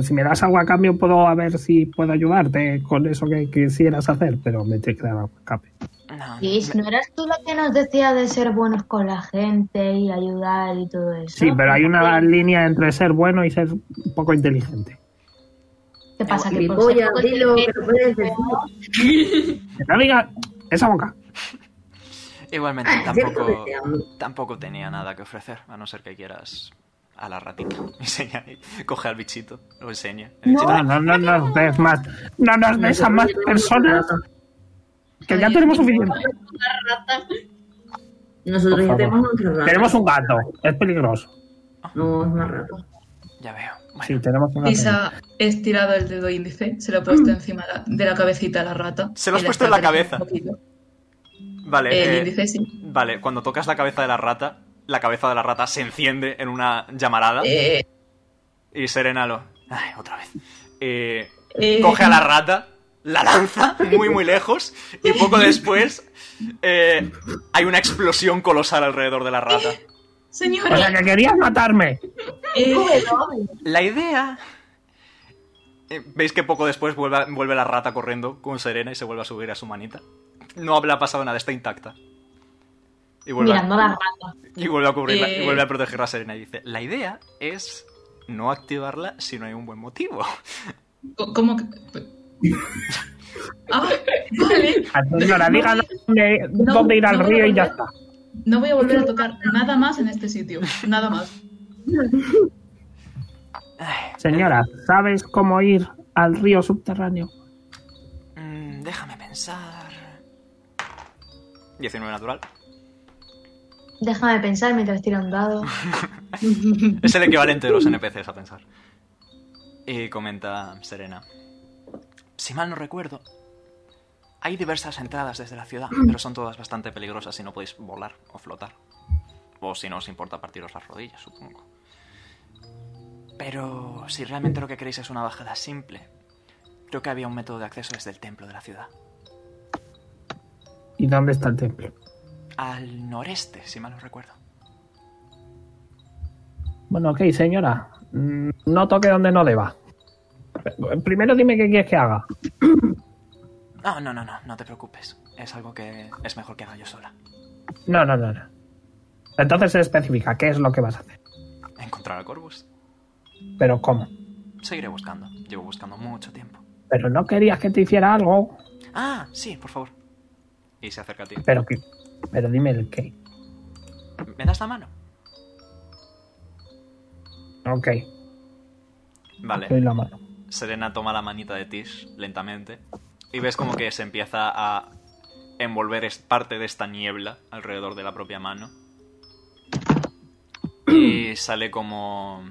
Speaker 4: Si me das algo a cambio, puedo a ver si puedo ayudarte con eso que quisieras hacer, pero me tienes que dar algo a cambio.
Speaker 1: No,
Speaker 5: Liz,
Speaker 1: me-
Speaker 5: ¿no eras tú la que nos decía de ser buenos con la gente y ayudar y todo eso?
Speaker 4: Sí, pero hay una línea entre ser bueno y ser un poco inteligente.
Speaker 5: ¿Qué
Speaker 9: Ah,
Speaker 5: pasa? Que por ser
Speaker 6: Gilipollas,
Speaker 5: poco
Speaker 6: dilo, que
Speaker 5: inteligente-
Speaker 6: lo puedes decir.
Speaker 4: Que no diga esa boca.
Speaker 1: Igualmente,
Speaker 6: Ah, ya lo
Speaker 1: tampoco,
Speaker 6: deseamos.
Speaker 1: tampoco tenía nada que ofrecer, a no ser que quieras a la ratita. Enseña ahí. Coge al bichito, lo enseña. El bichito-
Speaker 4: No, no, no nos des más. No nos des a más personas. Que ya tenemos suficiente.
Speaker 6: Nosotros
Speaker 4: Por
Speaker 6: ya
Speaker 4: favor.
Speaker 6: tenemos nuestra rata.
Speaker 4: Tenemos un gato. Es peligroso.
Speaker 6: No, es más rato.
Speaker 1: Ya veo.
Speaker 4: Sí,
Speaker 1: Bueno,
Speaker 4: tenemos un
Speaker 7: Tis
Speaker 4: gato.
Speaker 7: ha estirado el dedo índice, se lo ha puesto encima la- de la cabecita a la rata.
Speaker 1: Se lo has
Speaker 7: y
Speaker 1: puesto en
Speaker 7: está
Speaker 1: la cabeza.
Speaker 7: acariciando un poquito.
Speaker 1: vale.
Speaker 7: El
Speaker 1: eh,
Speaker 7: índice sí.
Speaker 1: Vale, cuando tocas la cabeza de la rata, la cabeza de la rata se enciende en una llamarada
Speaker 7: Eh,
Speaker 1: y Serena lo... Ay, otra vez. Eh,
Speaker 7: eh,
Speaker 1: coge a la rata, la lanza muy muy lejos y poco después eh, hay una explosión colosal alrededor de la rata.
Speaker 4: O sea,
Speaker 7: Señora,
Speaker 4: que querías matarme.
Speaker 7: eh,
Speaker 1: La idea... eh, Veis que poco después vuelve, vuelve la rata corriendo con Serena y se vuelve a subir a su manita. No habrá pasado nada, está intacta. Y vuelve a-
Speaker 5: Mirando la rata.
Speaker 1: Y vuelve a cubrirla, y
Speaker 7: Eh.
Speaker 1: vuelve a proteger a Serena y dice, la idea es no activarla si no hay un buen motivo.
Speaker 7: co- ¿cómo que...? Ah, vale.
Speaker 4: A tu señora,
Speaker 7: No,
Speaker 4: diga dónde,
Speaker 7: no,
Speaker 4: dónde ir al
Speaker 7: no,
Speaker 4: río y ya
Speaker 7: no.
Speaker 4: está.
Speaker 7: No voy a volver a tocar nada más en este sitio. Nada más.
Speaker 1: Ay,
Speaker 4: Señora, ¿sabes cómo ir al río subterráneo?
Speaker 1: mm, déjame pensar. 19 natural.
Speaker 5: Déjame pensar mientras tiro un dado.
Speaker 1: Es el equivalente de los NPCs a pensar. Y comenta Serena. Si mal no recuerdo, hay diversas entradas desde la ciudad, pero son todas bastante peligrosas si no podéis volar o flotar. O si no os importa partiros las rodillas, supongo. Pero si realmente lo que queréis es una bajada simple, creo que había un método de acceso desde el templo de la ciudad.
Speaker 4: ¿Y dónde está el templo?
Speaker 1: Al noreste, si mal no recuerdo.
Speaker 4: Mm. Bueno, ok, señora. Mm, No toque donde no deba. Primero dime qué quieres que haga.
Speaker 1: No, no, no, no, no te preocupes. Es algo que es mejor que haga yo sola.
Speaker 4: No, no, no. no. Entonces se especifica qué es lo que vas a hacer.
Speaker 1: Encontrar a Corvus.
Speaker 4: Pero cómo.
Speaker 1: Seguiré buscando. Llevo buscando mucho tiempo.
Speaker 4: Pero no querías que te hiciera algo.
Speaker 1: Ah, sí, por favor. Y se acerca a ti.
Speaker 4: Pero que. Pero dime el qué.
Speaker 1: ¿Me das la mano?
Speaker 4: Ok,
Speaker 1: Vale.
Speaker 4: doy la mano.
Speaker 1: Serena toma la manita de Tish lentamente y ves como que se empieza a envolver es- parte de esta niebla alrededor de la propia mano. Y sale como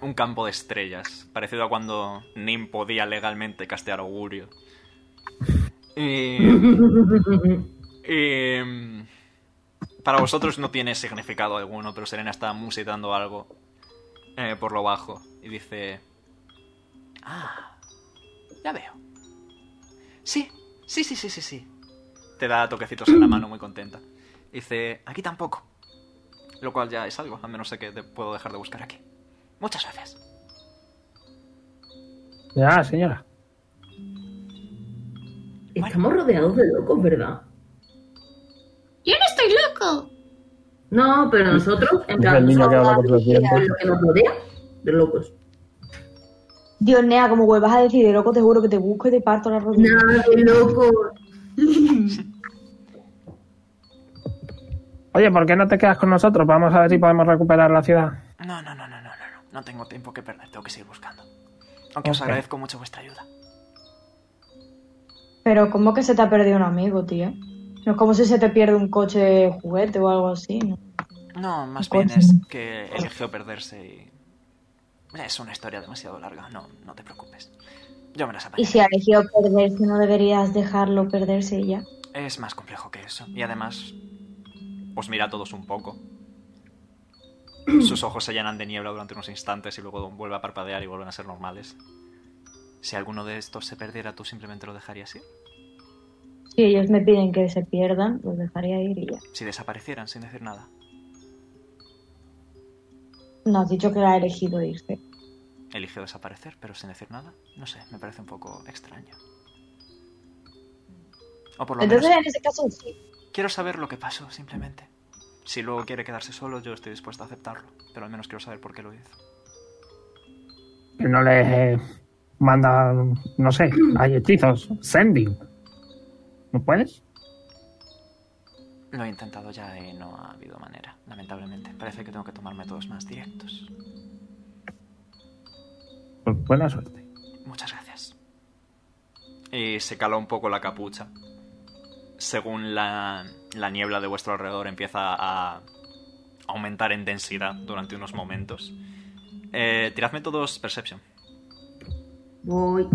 Speaker 1: un campo de estrellas, parecido a cuando Nim podía legalmente castear augurio. Y y, mm, para vosotros no tiene significado alguno, pero Serena está musitando algo eh, por lo bajo y dice... Ah, ya veo. Sí, sí, sí, sí, sí, sí. Te da toquecitos en la mano muy contenta. Dice, aquí tampoco. Lo cual ya es algo, a menos sé que te puedo dejar de buscar aquí. Muchas gracias.
Speaker 4: Ya, Ah, señora.
Speaker 6: Estamos rodeados de locos, ¿verdad?
Speaker 9: Yo no estoy loco.
Speaker 6: No, pero nosotros, en
Speaker 4: Es el
Speaker 6: plan,
Speaker 4: niño que habla con los
Speaker 6: somos
Speaker 4: dientes.
Speaker 6: lo que nos rodea de locos.
Speaker 5: Dios, Nea, como vuelvas a decir de loco, te juro que te busco y te parto la rodilla.
Speaker 6: Nada de locos.
Speaker 4: Oye, ¿por qué no te quedas con nosotros? Vamos a ver si podemos recuperar la ciudad.
Speaker 1: No, no, no, no, no, no, no. No tengo tiempo que perder, tengo que seguir buscando. Aunque os
Speaker 4: Ok.
Speaker 1: agradezco mucho vuestra ayuda.
Speaker 5: Pero ¿cómo que se te ha perdido un amigo, tío? No es como si se te pierde un coche de juguete o algo así, ¿no?
Speaker 1: No, más
Speaker 5: Con-
Speaker 1: bien es que eligió perderse y... Es una historia demasiado larga, no, no te preocupes. Yo me las apañaré.
Speaker 5: Y si ha elegido perderse, no deberías dejarlo perderse y ya.
Speaker 1: Es más complejo que eso. Y además, os mira a todos un poco. Sus ojos se llenan de niebla durante unos instantes y luego vuelve a parpadear y vuelven a ser normales. Si alguno de estos se perdiera, ¿tú simplemente lo dejarías ir?
Speaker 5: Si ellos me piden que se pierdan, los dejaría ir y ya.
Speaker 1: Si desaparecieran sin decir nada.
Speaker 5: No has dicho que ha elegido irse.
Speaker 1: Eligió desaparecer, pero sin decir nada. No sé, me parece un poco extraño. O por lo menos...
Speaker 5: Entonces, en ese caso, sí.
Speaker 1: Quiero saber lo que pasó, simplemente. Si luego quiere quedarse solo, yo estoy dispuesta a aceptarlo. Pero al menos quiero saber por qué lo hizo.
Speaker 4: Que no les eh, manda, no sé, hay hechizos. Sending. ¿No puedes?
Speaker 1: Lo he intentado ya y no ha habido manera, lamentablemente. Parece que tengo que tomar métodos más directos.
Speaker 4: Pues buena suerte.
Speaker 1: Muchas gracias. Y se cala un poco la capucha. Según la, la niebla de vuestro alrededor empieza a aumentar en densidad durante unos momentos. Eh, tiradme todos Perception.
Speaker 6: Voy.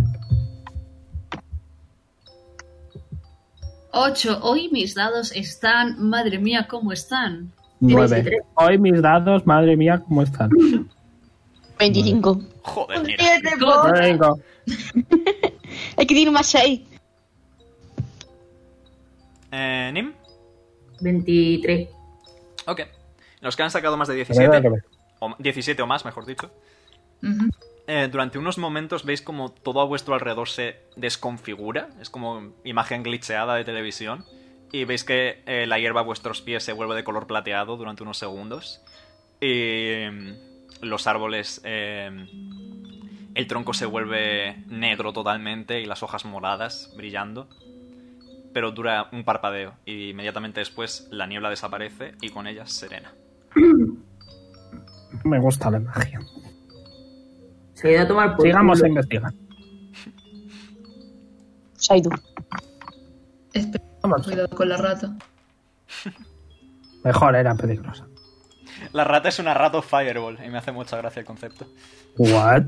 Speaker 2: Ocho. Hoy mis dados están. Madre mía, ¿cómo están?
Speaker 4: Nueve.
Speaker 6: 23.
Speaker 4: Hoy mis dados, madre mía, ¿cómo están?
Speaker 8: 25.
Speaker 1: Joder,
Speaker 5: Un
Speaker 1: mira.
Speaker 5: siete,
Speaker 2: God.
Speaker 5: po.
Speaker 4: Vengo.
Speaker 8: Hay que tirar más 6.
Speaker 1: Eh, Nim.
Speaker 6: 23.
Speaker 1: Ok. Los que han sacado más de
Speaker 4: Venga,
Speaker 1: 17,
Speaker 4: venga.
Speaker 1: o, 17 o más, mejor dicho,
Speaker 7: Ujú.
Speaker 1: Eh, durante unos momentos veis como todo a vuestro alrededor se desconfigura, es como imagen glitcheada de televisión, y veis que eh, la hierba a vuestros pies se vuelve de color plateado durante unos segundos, y mm, los árboles, eh, el tronco se vuelve negro totalmente y las hojas moradas brillando, pero dura un parpadeo, y inmediatamente después la niebla desaparece y con ella serena.
Speaker 4: Me gusta la magia.
Speaker 6: Se ha ido a tomar por
Speaker 4: Sigamos a
Speaker 6: culo.
Speaker 4: investigar.
Speaker 8: Se ha ido.
Speaker 7: Espera,
Speaker 4: Vamos.
Speaker 7: cuidado con la rata.
Speaker 4: Mejor era peligrosa.
Speaker 1: La rata es una rato fireball, y me hace mucha gracia el concepto.
Speaker 4: What?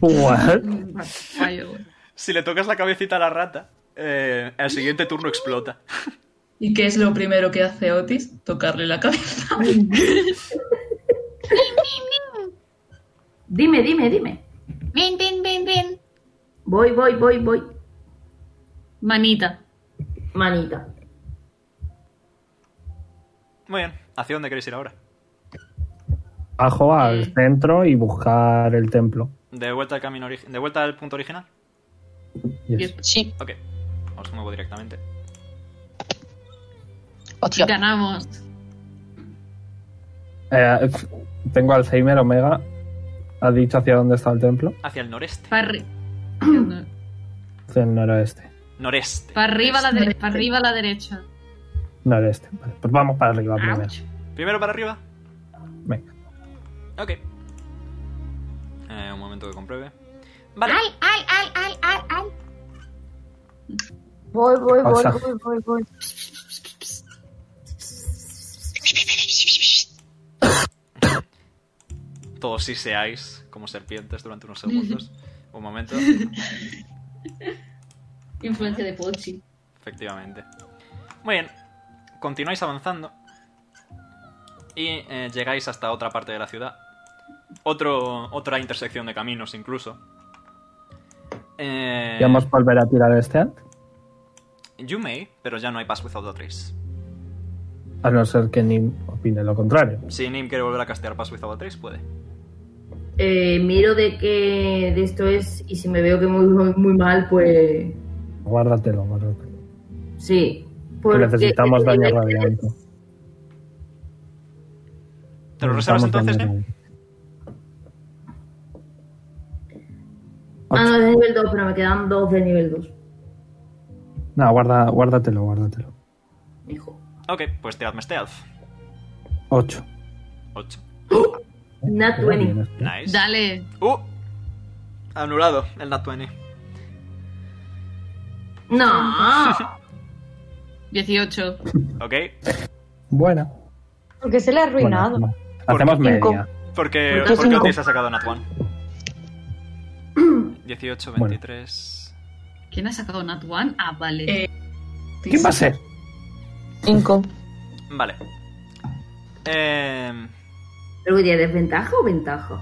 Speaker 4: What?
Speaker 7: Firewall.
Speaker 1: Si le tocas la cabecita a la rata, eh, al siguiente turno explota.
Speaker 7: ¿Y qué es lo primero que hace Otis? Tocarle la cabeza.
Speaker 6: Dime, dime, dime.
Speaker 9: Ven, ven, ven, ven.
Speaker 6: Voy, voy, voy, voy.
Speaker 2: Manita.
Speaker 6: Manita.
Speaker 1: Muy bien, ¿hacia dónde queréis ir ahora?
Speaker 4: abajo al centro y buscar el templo.
Speaker 1: De vuelta al camino origi- de vuelta al punto original.
Speaker 4: Yes.
Speaker 8: Sí,
Speaker 1: Ok. Os muevo directamente.
Speaker 8: hostia.
Speaker 2: Ganamos.
Speaker 4: Eh, tengo Alzheimer, Omega. ¿Ha dicho hacia dónde está el templo?
Speaker 1: Hacia el noreste.
Speaker 2: Para arri-
Speaker 4: Hacia el noroeste.
Speaker 1: Noreste.
Speaker 2: Para arriba, a la dere- para arriba a la derecha.
Speaker 4: Noreste. Vale, pues vamos para arriba primero.
Speaker 2: Ouch.
Speaker 1: Primero para arriba.
Speaker 4: Venga.
Speaker 1: Ok. Eh, un momento que compruebe. Vale.
Speaker 9: ¡Ay, ay, ay, ay, ay, ay!
Speaker 5: Voy, voy, voy,
Speaker 4: Pasa.
Speaker 5: voy, voy, voy.
Speaker 1: Todos sí seáis como serpientes durante unos segundos. un momento.
Speaker 2: Influencia de Pochi.
Speaker 1: Efectivamente. Muy bien. Continuáis avanzando. Y eh, llegáis hasta otra parte de la ciudad. Otro, otra intersección de caminos, incluso. Eh,
Speaker 4: ¿Y vamos a volver a tirar este ant?
Speaker 1: You may, pero ya no hay Pass Without a Trace.
Speaker 4: A no ser que Nim opine lo contrario.
Speaker 1: Si Nim quiere volver a castear Pass Without a Trace, puede.
Speaker 6: Eh, miro de que de esto es, y si me veo que muy, muy, muy mal, pues
Speaker 4: Guárdatelo, guárdatelo.
Speaker 6: sí.
Speaker 4: Que
Speaker 6: porque-
Speaker 1: eh,
Speaker 4: necesitamos daño radiante.
Speaker 1: ¿Te lo reservas
Speaker 4: Necesitamos
Speaker 1: entonces, eh?
Speaker 4: daño
Speaker 1: Nim?
Speaker 4: radiante.
Speaker 6: Ah, no, es de nivel 2, pero me quedan dos de nivel 2.
Speaker 4: No, guarda, guárdatelo, guárdatelo.
Speaker 6: Hijo.
Speaker 1: Ok, pues tiradme Stealth.
Speaker 4: 8.
Speaker 1: 8. Ah,
Speaker 6: Nat 20.
Speaker 1: Nice.
Speaker 2: Dale.
Speaker 1: ¡Uh! Anulado el Nat 20.
Speaker 6: No.
Speaker 2: 18.
Speaker 1: Ok.
Speaker 4: Buena.
Speaker 5: Porque se le ha arruinado.
Speaker 4: Buena. Hacemos
Speaker 8: Cinco.
Speaker 4: media.
Speaker 1: Porque,
Speaker 6: Porque
Speaker 1: porque
Speaker 6: cinco.
Speaker 1: Otis ha sacado Nat 1. 18, 23.
Speaker 2: ¿Quién ha sacado Nat One? Ah, vale.
Speaker 7: Eh,
Speaker 4: ¿Quién va a ser?
Speaker 8: Cinco.
Speaker 1: Vale. Eh,
Speaker 6: ¿Pero diría desventaja o ventaja?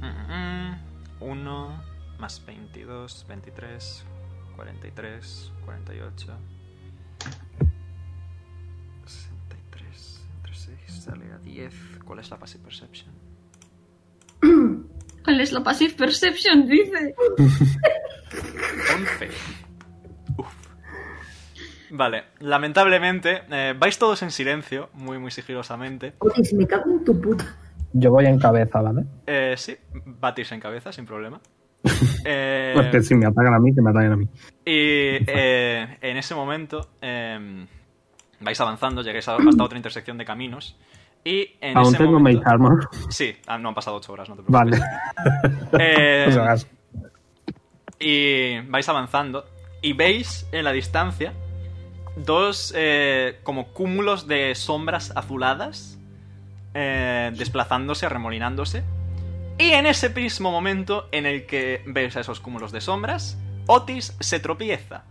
Speaker 1: mm, mm, 1 más 22, 23, 43, 48. 63, entre 6, sale a 10. ¿Cuál es la passive perception?
Speaker 2: ¿Cuál es la passive perception? Dice.
Speaker 1: 11. Uf. Vale, lamentablemente, eh, vais todos en silencio, muy, muy sigilosamente.
Speaker 6: Otis, me cago en tu puta.
Speaker 4: Yo voy en cabeza, ¿vale?
Speaker 1: Eh, sí, batís en cabeza, sin problema. Eh,
Speaker 4: Porque si me atacan a mí, que me ataquen a mí.
Speaker 1: Y eh, en ese momento eh, vais avanzando, llegáis a- hasta otra intersección de caminos. Y en
Speaker 4: Aún
Speaker 1: ese
Speaker 4: tengo
Speaker 1: momento.
Speaker 4: Mage Armor.
Speaker 1: Sí, ah, no han pasado 8 horas, no te
Speaker 4: Vale.
Speaker 1: preocupes. Eh,
Speaker 4: Pues hagas.
Speaker 1: y vais avanzando. Y veis en la distancia dos eh, como cúmulos de sombras azuladas eh, desplazándose, arremolinándose. Y en ese mismo momento en el que veis a esos cúmulos de sombras, Otis se tropieza.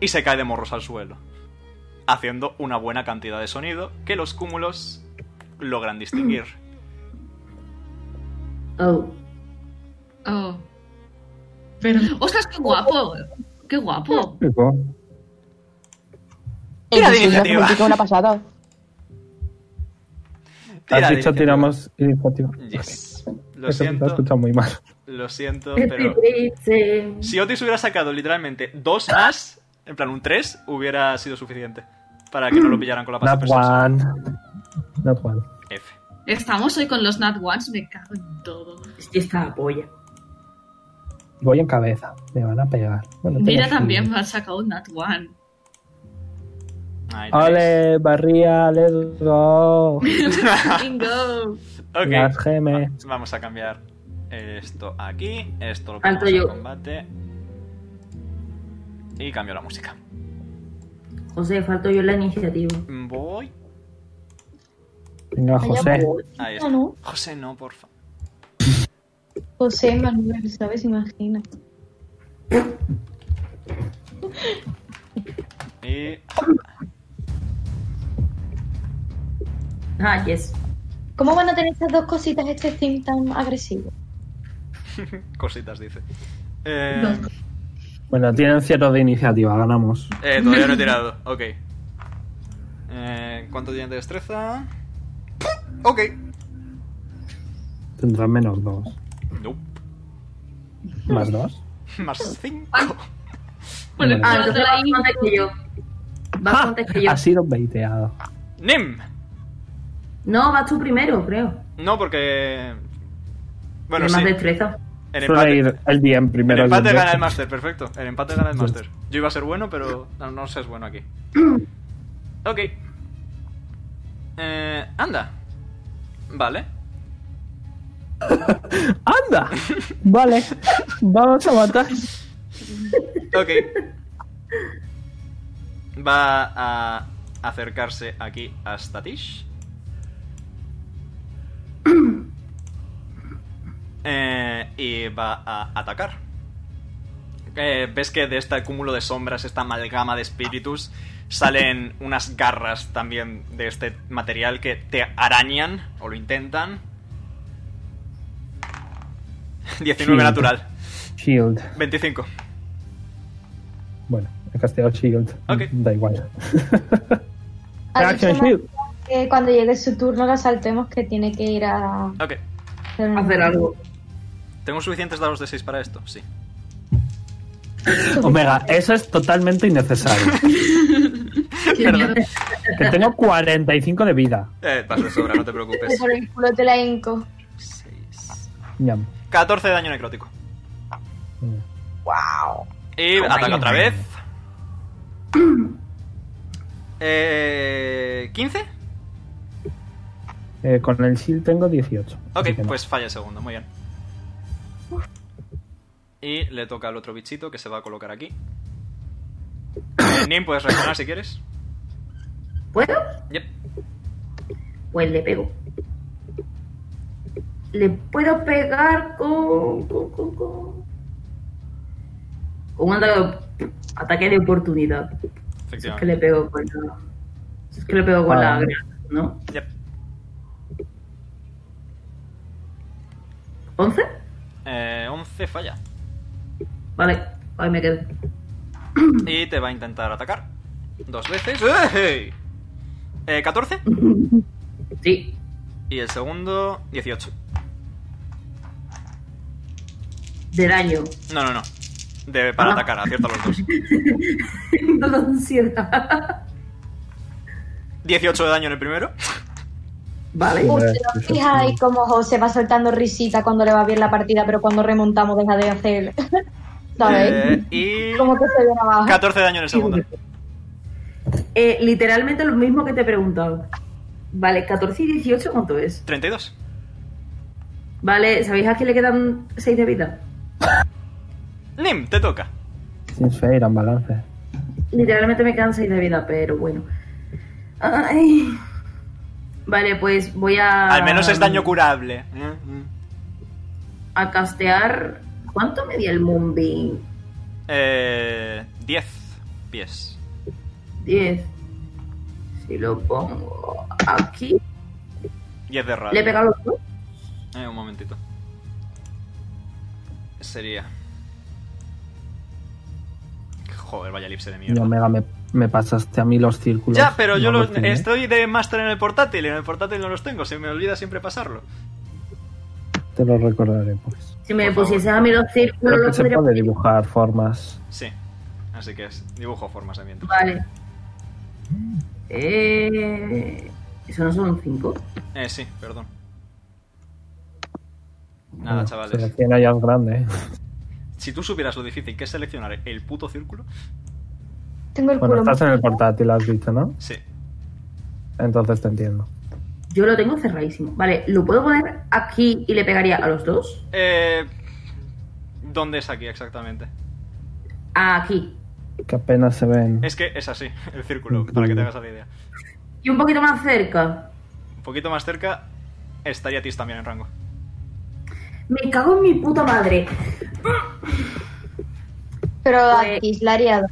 Speaker 1: Y se cae de morros al suelo. Haciendo una buena cantidad de sonido que los cúmulos logran distinguir.
Speaker 6: Oh.
Speaker 2: Oh.
Speaker 7: Pero
Speaker 2: ¡Ostras, qué guapo! ¡Qué guapo!
Speaker 4: Chico,
Speaker 1: Tira de
Speaker 8: Entonces, la
Speaker 1: iniciativa.
Speaker 8: gente que es una pasada.
Speaker 1: Tira
Speaker 4: Has
Speaker 1: de
Speaker 4: dicho
Speaker 1: iniciativa.
Speaker 4: tiramos iniciativa.
Speaker 1: Yes. Lo
Speaker 4: Eso te ha
Speaker 1: siento,
Speaker 4: escuchado muy mal.
Speaker 1: lo siento, pero
Speaker 6: Pero...
Speaker 1: si Otis hubiera sacado literalmente dos más, en plan un 3, hubiera sido suficiente para que no lo pillaran con la pasta
Speaker 4: Not one. Not one.
Speaker 1: F.
Speaker 2: Estamos hoy con los Nat Ones, me cago en todo.
Speaker 6: Hostia, esta polla.
Speaker 4: Voy en cabeza. Me van a pegar. Bueno,
Speaker 2: Mira
Speaker 4: tengo
Speaker 2: también
Speaker 4: frío.
Speaker 2: me ha sacado un Nat One.
Speaker 1: Ahí tenéis.
Speaker 4: Ole, barría, let's go.
Speaker 2: Bingo.
Speaker 1: Ok.
Speaker 4: Las gemes.
Speaker 1: Vamos a cambiar esto aquí, esto lo
Speaker 6: Alto
Speaker 1: ponemos en
Speaker 6: yo.
Speaker 1: combate. Y cambio la música.
Speaker 6: José, falto yo en la iniciativa.
Speaker 1: Voy.
Speaker 4: Venga, José.
Speaker 1: Ahí
Speaker 5: Ah,
Speaker 1: está.
Speaker 5: no.
Speaker 1: José, no, porfa.
Speaker 5: José Manuel, ¿sabes? Imagina.
Speaker 1: Y.
Speaker 6: Ah, yes.
Speaker 5: ¿Cómo van a tener estas dos cositas este team tan agresivo?
Speaker 1: Cositas, dice. Eh,
Speaker 7: Dos.
Speaker 4: Bueno, tienen cierto de iniciativa. Ganamos.
Speaker 1: eh, todavía no he tirado. Ok.
Speaker 7: Eh, ¿Cuánto tiene de destreza? Ok.
Speaker 4: Tendrá menos dos.
Speaker 7: Nope.
Speaker 4: Más dos.
Speaker 7: Más 5.
Speaker 10: Bueno,
Speaker 4: Vale.
Speaker 6: Ah,
Speaker 10: cuatro
Speaker 6: entonces vas
Speaker 10: ahí,
Speaker 6: antes que yo. Vas antes que yo.
Speaker 4: Ha sido baiteado.
Speaker 7: Nim.
Speaker 6: No, vas tú primero, creo.
Speaker 7: No, porque... Bueno,
Speaker 6: Tienes
Speaker 7: sí.
Speaker 6: más destreza.
Speaker 7: El
Speaker 4: Suele
Speaker 7: empate,
Speaker 4: ir el DM
Speaker 7: el
Speaker 4: primero. al
Speaker 7: empate
Speaker 4: DM.
Speaker 7: gana el máster, perfecto. El empate gana el máster. Yo iba a ser bueno, pero no, no sé es bueno aquí. Ok. Eh, anda. Vale.
Speaker 4: ¡Anda! Vale, vamos a matar.
Speaker 7: Ok. Va a acercarse aquí hasta Tish. Eh, y va a atacar. Eh, Ves que de este cúmulo de sombras, esta amalgama de espíritus, salen unas garras también de este material que te arañan o lo intentan. 19
Speaker 4: Sí.
Speaker 7: natural.
Speaker 4: Shield.
Speaker 7: 25.
Speaker 4: Bueno, he casteado Shield.
Speaker 7: Ok.
Speaker 4: Da igual.
Speaker 5: Ha dicho
Speaker 4: Action Shield.
Speaker 5: que cuando llegue su turno la saltemos que tiene que ir a
Speaker 7: Ok.
Speaker 5: hacer, una-
Speaker 6: Hacer algo.
Speaker 7: ¿Tengo suficientes dados de 6 para esto? Sí.
Speaker 4: Omega, eso es totalmente innecesario.
Speaker 11: Qué miedo.
Speaker 4: que tengo 45 de vida.
Speaker 7: Eh, vas de sobra, no te preocupes.
Speaker 5: Por el culo te la hinco.
Speaker 7: Seis.
Speaker 4: Ñam.
Speaker 7: 14 de daño necrótico. Y ataca otra vez. Eh, ¿15?
Speaker 4: Eh, con el Shield tengo 18.
Speaker 7: Ok,
Speaker 4: así que no.
Speaker 7: pues falla el segundo, muy bien. Y le toca al otro bichito que se va a colocar aquí. Eh, Nim, puedes reaccionar si quieres.
Speaker 6: ¿Puedo?
Speaker 7: Yep.
Speaker 6: Pues le pego. Le puedo pegar con. con. con. con. con un ataque, ataque de oportunidad. Si es que le
Speaker 7: Efectivamente.
Speaker 6: pego con la. si es que le pego con la
Speaker 4: Ah.
Speaker 6: granada, ¿no?
Speaker 7: Yep.
Speaker 6: ¿11?
Speaker 7: Eh, 11 falla.
Speaker 6: Vale, ahí me quedo.
Speaker 7: Y te va a intentar atacar. Dos veces. ¡Ey! Eh, 14.
Speaker 6: Sí.
Speaker 7: Y el segundo, 18.
Speaker 6: De daño.
Speaker 7: No, no, no. De, para
Speaker 6: Ah.
Speaker 7: atacar, acierta los dos.
Speaker 6: No da ansiedad.
Speaker 7: 18 de daño en el primero.
Speaker 6: Vale.
Speaker 4: Hombre,
Speaker 5: Usted no
Speaker 4: eso es
Speaker 5: fija ahí como José va soltando risita cuando le va bien la partida, pero cuando remontamos deja de hacer. ¿Sabes?
Speaker 7: Eh, y
Speaker 5: Como que se viene abajo.
Speaker 7: 14 de daño en el segundo.
Speaker 6: Eh, literalmente lo mismo que te he preguntado. Vale, 14 y 18, ¿cuánto es?
Speaker 7: 32.
Speaker 6: Vale, ¿sabéis a quién le quedan 6 de vida?
Speaker 7: Nim, te toca.
Speaker 4: Sin fair, en balance.
Speaker 6: Literalmente me quedan 6 de vida, pero bueno. Ay. Vale, pues voy a.
Speaker 7: Al menos este es daño curable. Eh, mm.
Speaker 6: A castear. ¿Cuánto me di el Moonbeam?
Speaker 7: Eh, 10 pies.
Speaker 6: 10. Si lo pongo aquí.
Speaker 7: 10 de radio.
Speaker 6: Le he pegado los dos.
Speaker 7: Eh, un momentito. Sería. Joder, vaya elipse de
Speaker 4: Y
Speaker 7: mierda.
Speaker 4: Omega, me, me pasaste a mí los círculos.
Speaker 7: Ya, pero yo
Speaker 4: No
Speaker 7: los-
Speaker 4: tenía.
Speaker 7: estoy de máster en el portátil. y En el portátil no los tengo. Se me olvida siempre pasarlo.
Speaker 4: Te lo recordaré, pues.
Speaker 6: Si me
Speaker 7: Por favor.
Speaker 6: pusieses a mí los círculos,
Speaker 4: Creo que
Speaker 6: los
Speaker 4: se
Speaker 6: podría.
Speaker 4: puede dibujar formas.
Speaker 7: Sí. Así que es dibujo formas de mientras.
Speaker 6: Vale. Eh. ¿Eso no son 5?
Speaker 7: Eh, sí, perdón. Nada,
Speaker 4: Bueno,
Speaker 7: chavales.
Speaker 4: Selecciona ya es grande. ¿eh?
Speaker 7: Si tú supieras lo difícil que es seleccionar el puto círculo.
Speaker 5: Tengo el
Speaker 4: Bueno,
Speaker 5: culo.
Speaker 4: estás en el portátil, has dicho, ¿no?
Speaker 7: Sí.
Speaker 4: Entonces te entiendo.
Speaker 6: Yo lo tengo cerradísimo. Vale, lo puedo poner aquí y le pegaría a los dos.
Speaker 7: Eh, ¿Dónde es aquí exactamente?
Speaker 6: Aquí.
Speaker 4: Que apenas se ven.
Speaker 7: Es que es así, el círculo, para que te hagas la idea.
Speaker 6: Y un poquito más cerca.
Speaker 7: Un poquito más cerca estaría Tis también en rango.
Speaker 6: Me cago en mi puta madre.
Speaker 5: Pero
Speaker 6: Pues-
Speaker 5: aquí, lareado.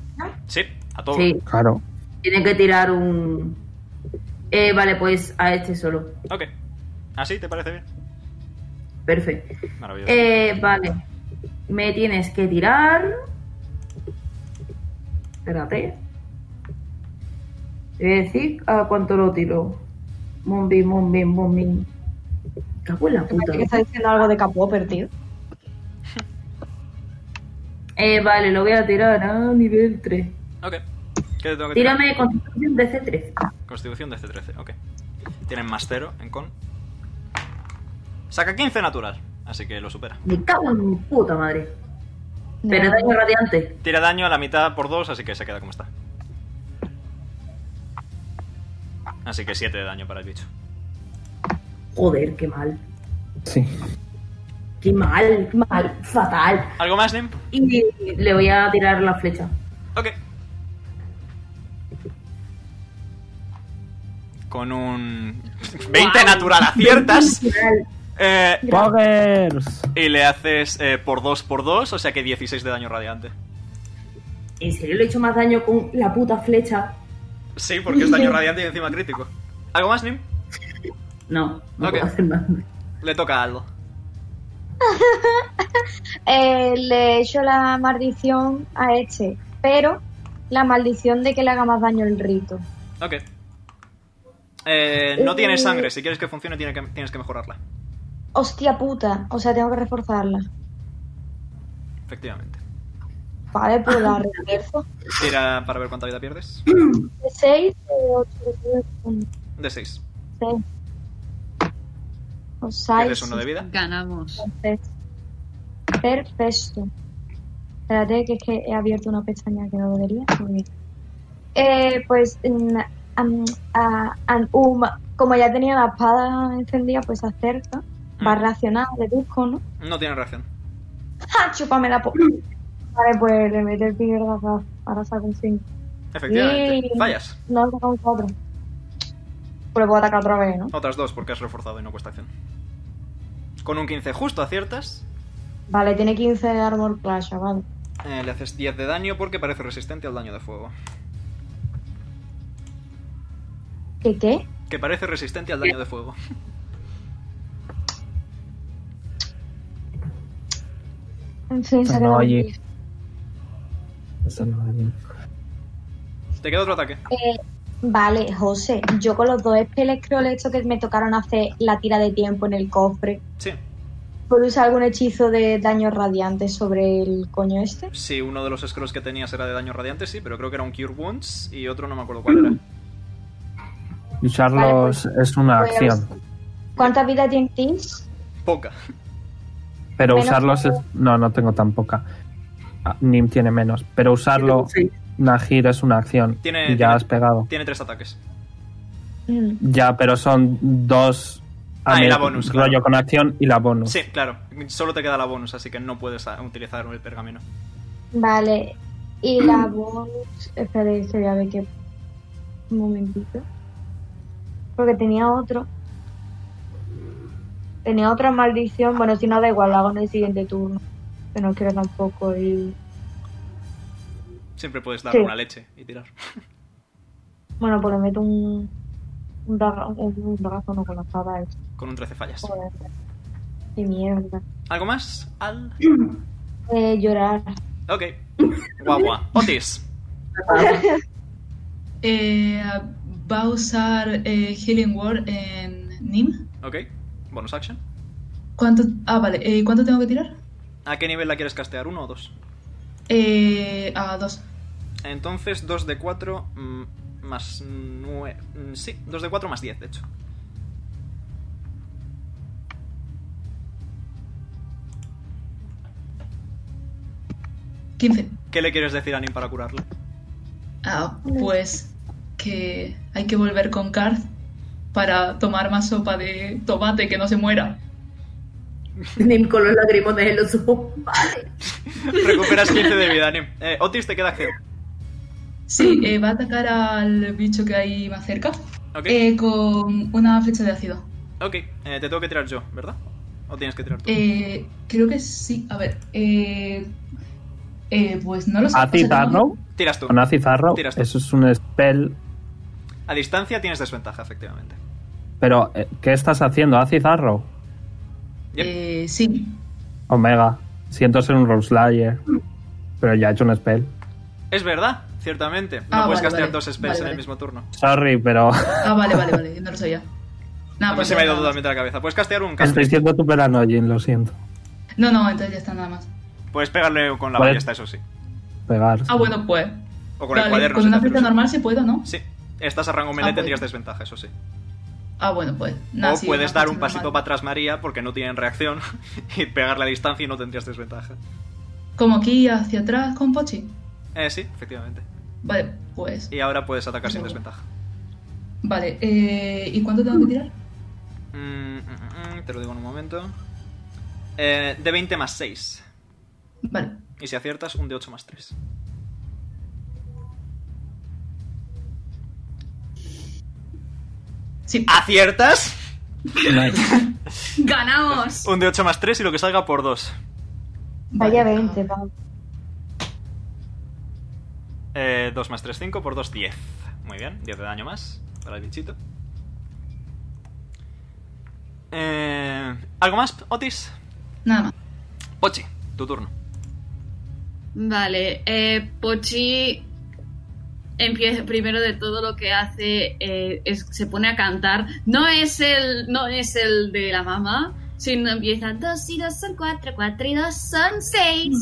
Speaker 7: Sí, a todo.
Speaker 6: Sí,
Speaker 4: Claro.
Speaker 6: tiene que tirar un. Eh, vale, pues a este solo.
Speaker 7: Ok. ¿Así te parece bien?
Speaker 6: Perfecto.
Speaker 7: Maravilloso.
Speaker 6: Eh, vale. Me tienes que tirar. Espérate. Te voy a decir a cuánto lo tiro. Bombín, bombín, bombín. Cago en la puta.
Speaker 5: Parece que está diciendo algo de Capoper, tío.
Speaker 6: Eh, vale, lo voy a tirar a nivel 3.
Speaker 7: Ok. ¿Qué te tengo que tirar?
Speaker 6: Tírame constitución de C3.
Speaker 7: Constitución de C13, ok. Tienen más 0 en con. Saca 15 natural, así que lo supera.
Speaker 6: Me cago en mi puta madre. Pero daño radiante.
Speaker 7: Tira daño a la mitad por 2, así que se queda como está. Así que 7 de daño para el bicho.
Speaker 6: Joder, qué mal.
Speaker 4: Sí.
Speaker 6: Qué mal, mal, fatal.
Speaker 7: ¿Algo más, Nim?
Speaker 6: Y le voy a tirar la flecha.
Speaker 7: Ok. Con un 20 natural aciertas. Eh,
Speaker 4: Poggers.
Speaker 7: y le haces eh, por 2 por 2, o sea que 16 de daño radiante.
Speaker 6: En serio le he hecho más daño con la puta flecha.
Speaker 7: Sí, porque es daño radiante y encima crítico. ¿Algo más, Nim?
Speaker 6: No, no
Speaker 7: Ok.
Speaker 6: puedo hacer más.
Speaker 7: Le toca a Aldo.
Speaker 5: Eh, le echo la maldición a este, pero la maldición de que le haga más daño el rito.
Speaker 7: Ok. Eh, no tiene sangre, si quieres que funcione tiene que- tienes que mejorarla.
Speaker 5: Hostia puta, o sea, tengo que reforzarla.
Speaker 7: Efectivamente.
Speaker 5: Vale, pues la refuerzo.
Speaker 7: Tira para ver cuánta vida pierdes.
Speaker 5: De 6, de 8, de
Speaker 7: De 6.
Speaker 5: 6. O sea,
Speaker 7: Pierdes uno de vida.
Speaker 12: Ganamos.
Speaker 5: perfecto. Perfecto. Espérate, que es que he abierto una pestaña que no debería. Muy bien. Eh, pues, mm, am- a- am- um, como ya tenía la espada encendida, pues se acerca.
Speaker 7: Mm.
Speaker 5: Va racionado, deduzco, ¿no?
Speaker 7: No tiene reacción.
Speaker 5: ¡Ja! Chúpame la po. Vale, pues le mete el pierda para sacar un 5.
Speaker 7: Efectivamente.
Speaker 5: Bien.
Speaker 7: Fallas.
Speaker 5: No, saca un 4. Pero puedo atacar otra vez, ¿no?
Speaker 7: Otras dos porque has reforzado y no cuesta acción. Con un 15 justo aciertas.
Speaker 5: Vale, tiene 15 de armor clash, vale.
Speaker 7: Eh, le haces 10 de daño porque parece resistente al daño de fuego.
Speaker 5: ¿Qué qué?
Speaker 7: Que parece resistente al daño de fuego.
Speaker 5: En fin, se ha
Speaker 4: Pues No,
Speaker 5: quedado
Speaker 4: oye.
Speaker 5: aquí.
Speaker 4: Eso no va bien.
Speaker 7: Te queda otro ataque.
Speaker 5: Eh, vale, José, yo con los dos espeles creo el hecho que me tocaron hacer la tira de tiempo en el cofre.
Speaker 7: Sí.
Speaker 5: ¿Puedo usar algún hechizo de daño radiante sobre el coño este?
Speaker 7: Si uno de los scrolls que tenías era de daño radiante, sí, pero creo que era un Cure Wounds y otro no me acuerdo cuál era.
Speaker 4: Y Usarlos es una
Speaker 5: Pues,
Speaker 4: acción,
Speaker 5: ¿Cuántas vidas tienes? Tish?
Speaker 7: Poca.
Speaker 4: pero
Speaker 5: menos
Speaker 4: usarlos es... No, no tengo tan poca. Ah, Nim tiene menos, pero usarlo,
Speaker 6: Sí.
Speaker 4: una gira es una acción.
Speaker 7: Tiene-
Speaker 4: y
Speaker 7: tiene-
Speaker 4: ya has pegado.
Speaker 7: Tiene tres ataques.
Speaker 5: Mm,
Speaker 4: Ya, pero son dos...
Speaker 7: Ah, y la
Speaker 4: ame-
Speaker 7: bonus,
Speaker 4: Rollo
Speaker 7: claro.
Speaker 4: con acción y la bonus.
Speaker 7: Sí, claro. Solo te queda la bonus, así que no puedes ah, utilizar el pergamino.
Speaker 5: Vale, y la bonus... Espera, que voy a ver qué... Un momentito. Porque tenía otro. Tenía otra maldición. Bueno, si no, da igual, lo hago en el siguiente turno. Pero no quiero tampoco ir...
Speaker 7: Siempre puedes dar
Speaker 5: Sí.
Speaker 7: una leche y tirar.
Speaker 5: Bueno, pues le meto un. Un dagazo, un dagazo no con la espada. es-
Speaker 7: Con un 13 fallas.
Speaker 5: joder. Qué mierda.
Speaker 7: ¿Algo más? Al.
Speaker 5: Eh, llorar.
Speaker 7: Ok. Guagua. Otis.
Speaker 2: Eh, va a usar eh, Healing Word en Nim.
Speaker 7: Ok. Bonus action.
Speaker 2: ¿Cuánto? Ah, vale. eh, ¿Cuánto tengo que tirar?
Speaker 7: ¿A qué nivel la quieres castear? ¿Uno o dos?
Speaker 2: Eh, a dos.
Speaker 7: Entonces, 2 de 4 más 9. Sí, 2 de 4 más 10, de hecho.
Speaker 2: Quince.
Speaker 7: ¿Qué le quieres decir a Nim para curarle?
Speaker 2: Ah, pues que hay que volver con Karth para tomar más sopa de tomate que no se muera.
Speaker 6: Ni con los lagrimones en los ojos. Vale.
Speaker 7: Recuperas 15 de vida, Nim. Eh, Otis, te queda acción.
Speaker 2: Sí, eh, va a atacar al bicho que hay más cerca
Speaker 7: Ok.
Speaker 2: eh, con una flecha de ácido.
Speaker 7: Ok. Eh, te tengo que tirar yo, ¿verdad? ¿O tienes que tirar tú?
Speaker 2: Eh, creo que sí. A ver, eh, eh, pues no lo sé. O
Speaker 4: Acid
Speaker 2: sea, tengo-
Speaker 4: Arrow.
Speaker 7: Tiras tú.
Speaker 4: Con Acid Arrow.
Speaker 7: Tiras tú.
Speaker 4: Eso es un spell.
Speaker 7: A distancia tienes desventaja, efectivamente.
Speaker 4: Pero, eh, ¿qué estás haciendo? ¿Acid Arrow?
Speaker 7: Yep.
Speaker 2: Eh, sí.
Speaker 4: Omega. Siento ser un Rose Slayer. Pero ya he hecho un spell.
Speaker 7: Es verdad. ciertamente. No
Speaker 2: Ah,
Speaker 7: puedes
Speaker 2: vale,
Speaker 7: castear
Speaker 2: vale.
Speaker 7: dos spells
Speaker 2: Vale,
Speaker 7: en el
Speaker 2: vale.
Speaker 7: mismo turno.
Speaker 4: Sorry, pero
Speaker 2: Ah, vale, vale, vale. No lo sabía.
Speaker 7: a
Speaker 2: Nada,
Speaker 7: mí
Speaker 2: pues
Speaker 7: se
Speaker 2: ya
Speaker 7: me ha ido
Speaker 2: está.
Speaker 7: totalmente la cabeza. Puedes castear un
Speaker 4: estoy
Speaker 7: cantrip.
Speaker 4: siendo tu paranoia, lo siento.
Speaker 2: No, no, entonces ya está nada más.
Speaker 7: Puedes pegarle con la
Speaker 4: Vale.
Speaker 7: ballesta, eso sí.
Speaker 4: Pegar.
Speaker 2: Ah, bueno, pues.
Speaker 7: O con el
Speaker 2: Vale,
Speaker 7: cuaderno.
Speaker 2: con
Speaker 7: si
Speaker 2: una
Speaker 7: te
Speaker 2: fiesta
Speaker 7: interesa.
Speaker 2: normal sí puedo, ¿no?
Speaker 7: Sí. Estás a rango melee,
Speaker 2: Ah,
Speaker 7: tendrías
Speaker 2: bueno.
Speaker 7: desventaja, eso sí.
Speaker 2: Ah, bueno, pues. Nada,
Speaker 7: o
Speaker 2: sí,
Speaker 7: puedes
Speaker 2: una
Speaker 7: dar un
Speaker 2: fiesta
Speaker 7: pasito
Speaker 2: normal.
Speaker 7: para atrás, María, porque no tienen reacción, y pegarle a distancia y no tendrías desventaja.
Speaker 2: Como aquí hacia atrás con Pochi.
Speaker 7: Eh, sí, efectivamente.
Speaker 2: Vale, pues.
Speaker 7: Y ahora puedes atacar sin
Speaker 2: Vale.
Speaker 7: desventaja.
Speaker 2: Vale, eh, ¿y cuánto tengo que tirar?
Speaker 7: Mm, mm, mm, te lo digo en un momento. Eh, de 20 más 6.
Speaker 2: Vale.
Speaker 7: Y si aciertas, un de 8 más 3.
Speaker 2: Sí.
Speaker 7: Ah. ¿Aciertas?
Speaker 4: Nice.
Speaker 9: ¡Ganamos!
Speaker 7: Un de 8 más 3 y lo que salga por 2.
Speaker 5: Vaya
Speaker 2: Vale.
Speaker 5: 20, vamos.
Speaker 7: Eh, 2 más 3, 5 por 2, 10. Muy bien, 10 de daño más para el bichito. Eh, ¿Algo más, Otis?
Speaker 2: ah, Nada más.
Speaker 7: Pochi, tu turno.
Speaker 9: Vale, eh, Pochi empieza primero de todo lo que hace eh, es se pone a cantar. No es el no es el de la mamá, sino empieza dos y dos son cuatro, cuatro y dos son seis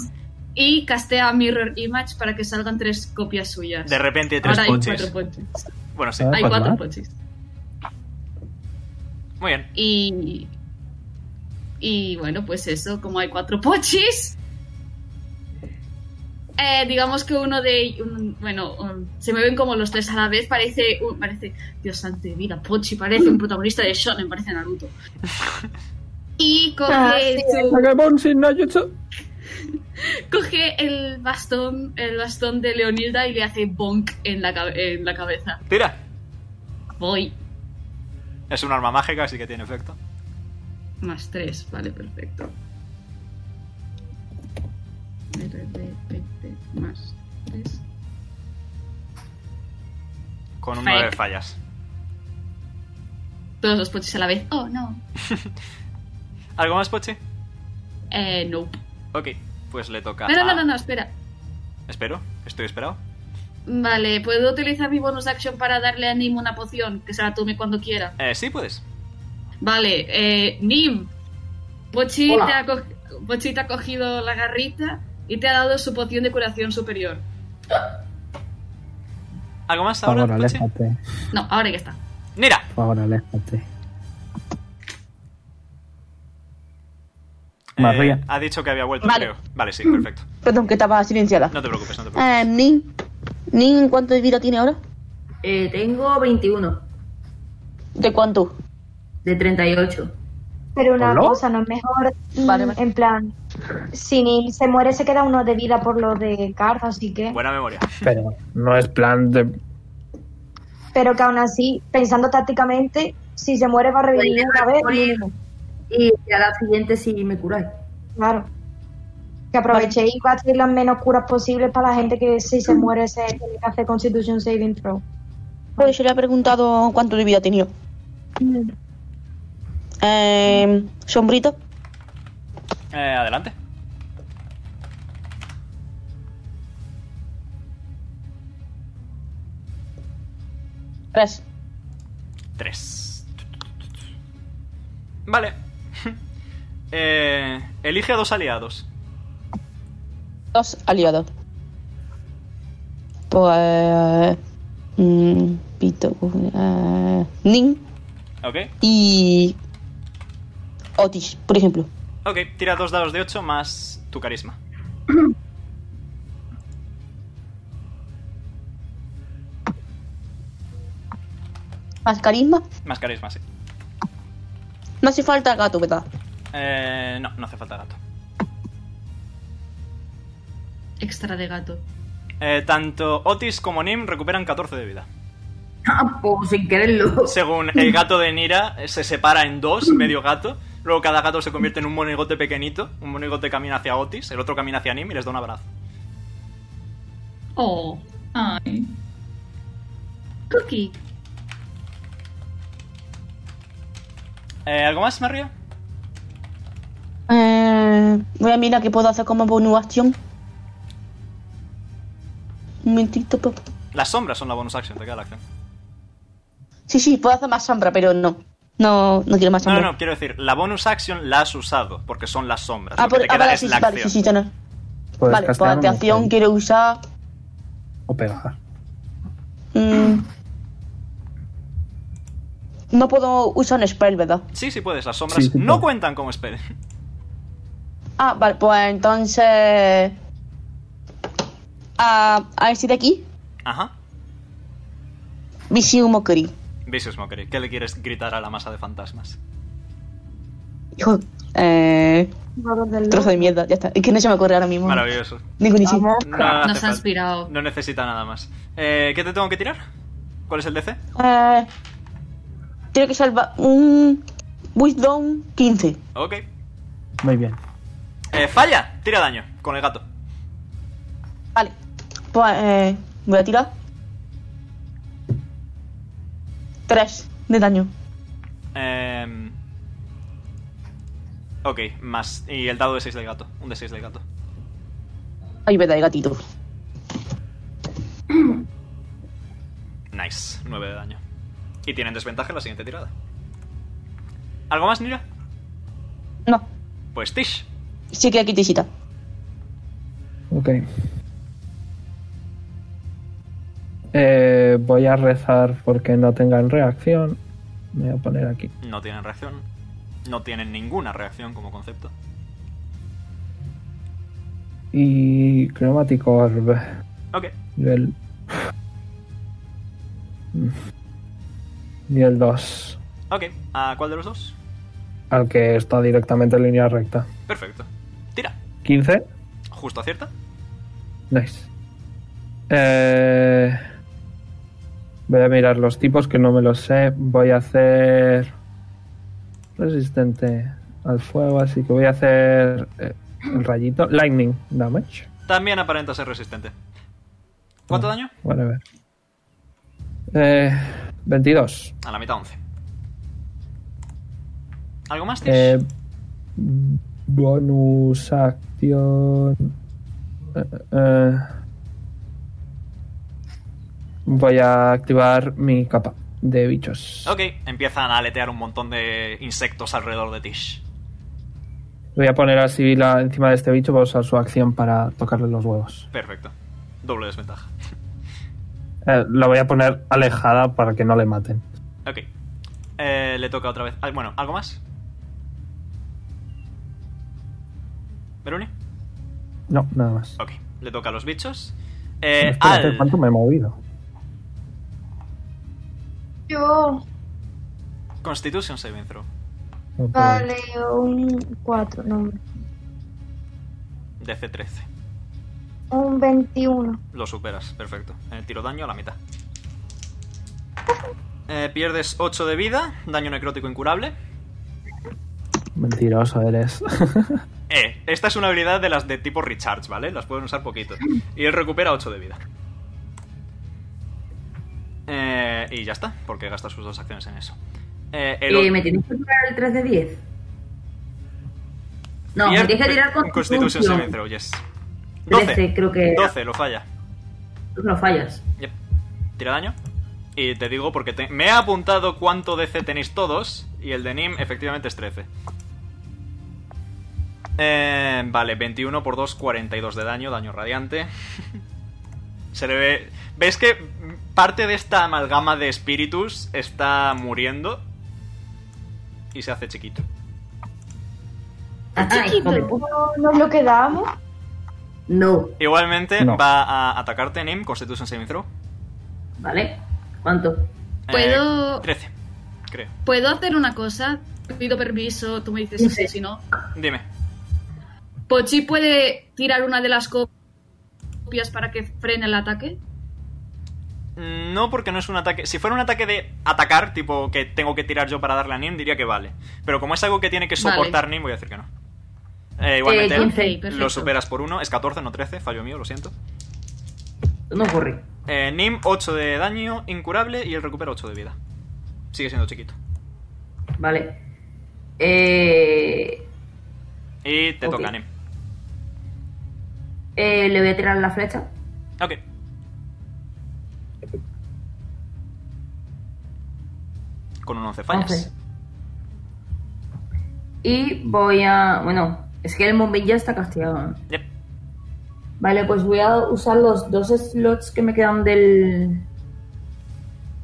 Speaker 9: y castea Mirror Image para que salgan tres copias suyas.
Speaker 7: De repente, tres
Speaker 9: Ahora hay
Speaker 7: pochis.
Speaker 9: cuatro Pochis.
Speaker 7: Bueno, sí.
Speaker 4: Ah,
Speaker 9: Hay
Speaker 4: pues
Speaker 9: cuatro
Speaker 4: va.
Speaker 9: Pochis.
Speaker 7: Muy bien.
Speaker 9: Y y bueno, pues eso, como hay cuatro pochis, eh, digamos que uno de un- bueno, um, se me ven como los tres a la vez, parece un- parece Dios santo de vida, pochi parece un protagonista de shonen, parece Naruto. Y coge
Speaker 5: Ah, sí,
Speaker 9: su-
Speaker 4: Vagabond sin Nayutsu.
Speaker 9: coge el bastón, el bastón de Leonilda y le hace bonk en la cabe- en la cabeza.
Speaker 7: Tira.
Speaker 9: Voy
Speaker 7: Es un arma mágica, así que tiene efecto.
Speaker 9: Más 3, vale, perfecto. RD20 más 3.
Speaker 7: Con un
Speaker 9: Fake.
Speaker 7: 9 fallas.
Speaker 9: Todos los poches a la vez. Oh, no.
Speaker 7: ¿Algo más, Pochi?
Speaker 9: Eh, nope.
Speaker 7: Ok, pues le toca.
Speaker 9: No, no,
Speaker 7: a-
Speaker 9: no, no, no, espera.
Speaker 7: Espero, estoy esperado.
Speaker 9: Vale, ¿puedo utilizar mi bonus action para darle a Nim una poción? Que se la tome cuando quiera.
Speaker 7: Eh, sí, puedes.
Speaker 9: Vale, eh, Nim. Pochi
Speaker 6: Hola.
Speaker 9: te, ha co- Pochi te ha cogido la garrita y te ha dado su poción de curación superior.
Speaker 7: ¿Algo más
Speaker 4: Por
Speaker 7: ahora,
Speaker 4: favor,
Speaker 7: Pochi?
Speaker 4: aléjate.
Speaker 9: No, ahora ya está.
Speaker 7: Nira,
Speaker 4: Por favor, aléjate. María.
Speaker 7: Eh, ha dicho que había vuelto,
Speaker 8: Vale.
Speaker 7: creo. Vale, sí, perfecto.
Speaker 8: Perdón, que estaba silenciada.
Speaker 7: No te preocupes, no te preocupes.
Speaker 8: Eh, Nin, Nin, ¿cuánto de vida tiene ahora?
Speaker 6: Eh, tengo 21
Speaker 8: ¿De cuánto?
Speaker 6: de 38.
Speaker 5: Pero una
Speaker 4: ¿Hola?
Speaker 5: cosa, no es mejor. mm,
Speaker 8: Vale, vale.
Speaker 5: En plan, si ni se muere, se queda uno de vida por lo de carta, así que.
Speaker 7: Buena memoria.
Speaker 4: Pero no es plan de.
Speaker 5: Pero que aún así, pensando tácticamente, si se muere, va a revivir
Speaker 6: Bueno,
Speaker 5: una vez.
Speaker 6: morir.
Speaker 5: mínimo.
Speaker 6: Y a la siguiente si me curáis.
Speaker 5: Claro. Que aprovechéis y gastéis las menos curas posibles para la gente que si se muere, se tiene que hacer Constitution Saving Throw.
Speaker 8: Pues yo le he preguntado cuánto de vida ha tenido. Eh, sombrita,
Speaker 7: Eh, adelante.
Speaker 8: tres.
Speaker 7: Tres. Vale. Eh, elige a dos aliados.
Speaker 8: Dos aliados. Pues. mm, pito. eh, Nin
Speaker 7: Ok,
Speaker 8: y. Otis, por ejemplo.
Speaker 7: ok, tira dos dados de 8 más tu carisma.
Speaker 8: Más carisma.
Speaker 7: Más carisma, sí.
Speaker 8: No hace falta gato, ¿verdad?
Speaker 7: Eh, no, no hace falta gato.
Speaker 9: Extra de gato.
Speaker 7: Eh, tanto Otis como Nim recuperan 14 de vida.
Speaker 6: Ah, pues sin quererlo.
Speaker 7: Según el gato de Nira eh, se separa en dos, medio gato. Luego cada gato se convierte en un monigote pequeñito. Un monigote camina hacia Otis, el otro camina hacia Nim y les da un abrazo.
Speaker 9: Oh,
Speaker 2: Ay.
Speaker 9: Cookie.
Speaker 7: Eh, ¿Algo más, María?
Speaker 8: Eh, voy a mirar qué puedo hacer como bonus acción. Un momentito, papá.
Speaker 7: Las sombras son la bonus action, te queda la acción.
Speaker 8: Sí, sí, puedo hacer más sombra, pero no. No, no quiero más
Speaker 7: No,
Speaker 8: sombra.
Speaker 7: no, no, quiero decir, la bonus action la has usado, porque son las sombras.
Speaker 8: Ah,
Speaker 7: Lo que
Speaker 8: por-
Speaker 7: te
Speaker 8: ah,
Speaker 7: queda
Speaker 8: vale,
Speaker 7: es
Speaker 8: sí,
Speaker 7: la
Speaker 8: sí, vale, sí, sí,
Speaker 7: acción.
Speaker 8: ya no.
Speaker 4: Puedes
Speaker 8: Vale, pues
Speaker 4: castear un
Speaker 8: de acción
Speaker 4: spell
Speaker 8: quiero usar.
Speaker 4: O pegar.
Speaker 8: mm, no puedo usar un spell, ¿verdad?
Speaker 7: Sí, sí puedes, las sombras
Speaker 4: Sí, sí
Speaker 7: no
Speaker 4: puedes.
Speaker 7: cuentan como spell.
Speaker 8: Ah, vale, pues entonces. A, a este de aquí,
Speaker 7: Ajá.
Speaker 8: Visión Mockery.
Speaker 7: Vicious Mockery, ¿qué le quieres gritar a la masa de fantasmas?
Speaker 8: Hijo. Eh, trozo de mierda, ya está. Es que no se me ocurre ahora mismo.
Speaker 7: Maravilloso.
Speaker 8: Ningunísimo.
Speaker 7: No, hace
Speaker 2: Nos ha
Speaker 7: falta.
Speaker 2: inspirado.
Speaker 7: No necesita nada más. Eh, ¿Qué te tengo que tirar? ¿Cuál es el DC?
Speaker 8: Eh, tengo que salvar un Wisdom 15.
Speaker 7: Ok.
Speaker 4: Muy bien.
Speaker 7: Eh, falla, tira daño con el gato.
Speaker 8: Vale. Pues eh, voy a tirar. 3 de daño.
Speaker 7: Eh, ok, más. Y el dado de 6 del gato. Un de 6 del gato.
Speaker 8: Ay, verdad, el gatito.
Speaker 7: Nice, 9 de daño. Y tienen desventaja en la siguiente tirada. ¿Algo más, Nira?
Speaker 8: No,
Speaker 7: Pues Tish.
Speaker 8: sí que aquí te cita.
Speaker 4: Ok. Eh, voy a rezar porque no tengan reacción. Me voy a poner aquí.
Speaker 7: No tienen reacción. No tienen ninguna reacción como concepto.
Speaker 4: Y Chromatic Orb.
Speaker 7: Ok,
Speaker 4: Nivel. Nivel 2.
Speaker 7: ok. ¿A cuál de los dos?
Speaker 4: Al que está directamente en línea recta.
Speaker 7: Perfecto. Tira.
Speaker 4: 15.
Speaker 7: ¿Justo acierta?
Speaker 4: Nice. Eh, voy a mirar los tipos que no me los sé. Voy a hacer resistente al fuego, así que voy a hacer eh, el rayito. Lightning damage.
Speaker 7: También aparenta ser resistente. ¿Cuánto
Speaker 4: Ah.
Speaker 7: daño?
Speaker 4: Whatever. Eh, 22.
Speaker 7: A la mitad 11. ¿Algo más, Tish?
Speaker 4: Eh, bonus acción. Eh, eh. voy a activar mi capa de bichos.
Speaker 7: Ok, empiezan a aletear un montón de insectos alrededor de Tish.
Speaker 4: Voy a poner a Sibila encima de este bicho para usar su acción para tocarle los huevos.
Speaker 7: Perfecto. Doble desventaja.
Speaker 4: Eh, la voy a poner alejada para que no le maten.
Speaker 7: Ok. Eh, le toca otra vez. Ah, Bueno, ¿algo más? ¿Veruni?
Speaker 4: No, nada más.
Speaker 7: Ok. Le toca a los bichos. Eh,
Speaker 4: Espera,
Speaker 7: Al.
Speaker 4: ¿Cuánto me he movido?
Speaker 5: Yo,
Speaker 7: Constitution saving throw.
Speaker 4: No pues, puedo.
Speaker 5: vale, un 4, no,
Speaker 7: DC 13.
Speaker 5: un 21.
Speaker 7: Lo superas, perfecto. En el tiro daño a la mitad. Eh, pierdes 8 de vida, daño necrótico incurable.
Speaker 4: Mentiroso eres.
Speaker 7: Eh, esta es una habilidad de las de tipo recharge, ¿vale? Las pueden usar poquito. Y él recupera 8 de vida. Eh, y ya está, porque gasta sus dos acciones en eso. Eh, el
Speaker 6: Eh,
Speaker 7: o-
Speaker 6: ¿Me tienes que tirar el 3 de 10? No,
Speaker 7: pierde-
Speaker 6: me tienes que tirar con
Speaker 7: Constitution saving throw, yes. 12,
Speaker 6: 13, creo que
Speaker 7: 12, lo falla.
Speaker 6: no fallas.
Speaker 7: Yep. Tira daño. Y te digo porque te- me he apuntado cuánto DC tenéis todos. Y el de Nim efectivamente es 13. Eh, vale, 21 por 2, 42 de daño, daño radiante. Se le ve... ¿Ves que parte de esta amalgama de espíritus está muriendo? Y se hace chiquito.
Speaker 6: Ay, Ah, joder.
Speaker 5: No, pues, nos lo quedamos.
Speaker 6: No,
Speaker 7: Igualmente
Speaker 4: No.
Speaker 7: va a atacarte Nim, Constitution Saving Throw.
Speaker 6: ¿vale? ¿Cuánto?
Speaker 7: Eh,
Speaker 2: ¿Puedo,
Speaker 7: 13, creo.
Speaker 2: ¿Puedo hacer una cosa? Pido permiso, tú me dices si sí, si no.
Speaker 7: Dime.
Speaker 2: ¿Pochi puede tirar una de las copias para que frene el ataque?
Speaker 7: Mm, No, porque no es un ataque. Si fuera un ataque de atacar, tipo que tengo que tirar yo para darle a Nim, diría que vale. Pero como es algo que tiene que soportar Nim, voy a decir que no. Eh, igualmente,
Speaker 6: Eh, quince,
Speaker 2: Ok, perfecto.
Speaker 7: lo superas por uno. Es 14, no 13. Fallo mío, lo siento.
Speaker 6: No corre.
Speaker 7: Eh, Nim, 8 de daño, incurable, y él recupera 8 de vida. Sigue siendo chiquito.
Speaker 6: Vale. Eh,
Speaker 7: Y te
Speaker 6: Ok.
Speaker 7: toca, Nim.
Speaker 6: eh, le voy a tirar la flecha.
Speaker 7: Ok. Con un 11 fallas.
Speaker 6: Once. Y voy a. Bueno, es que el bombín ya está castigado. ¿no?
Speaker 7: Yep.
Speaker 6: Vale, pues voy a usar los dos slots que me quedan del.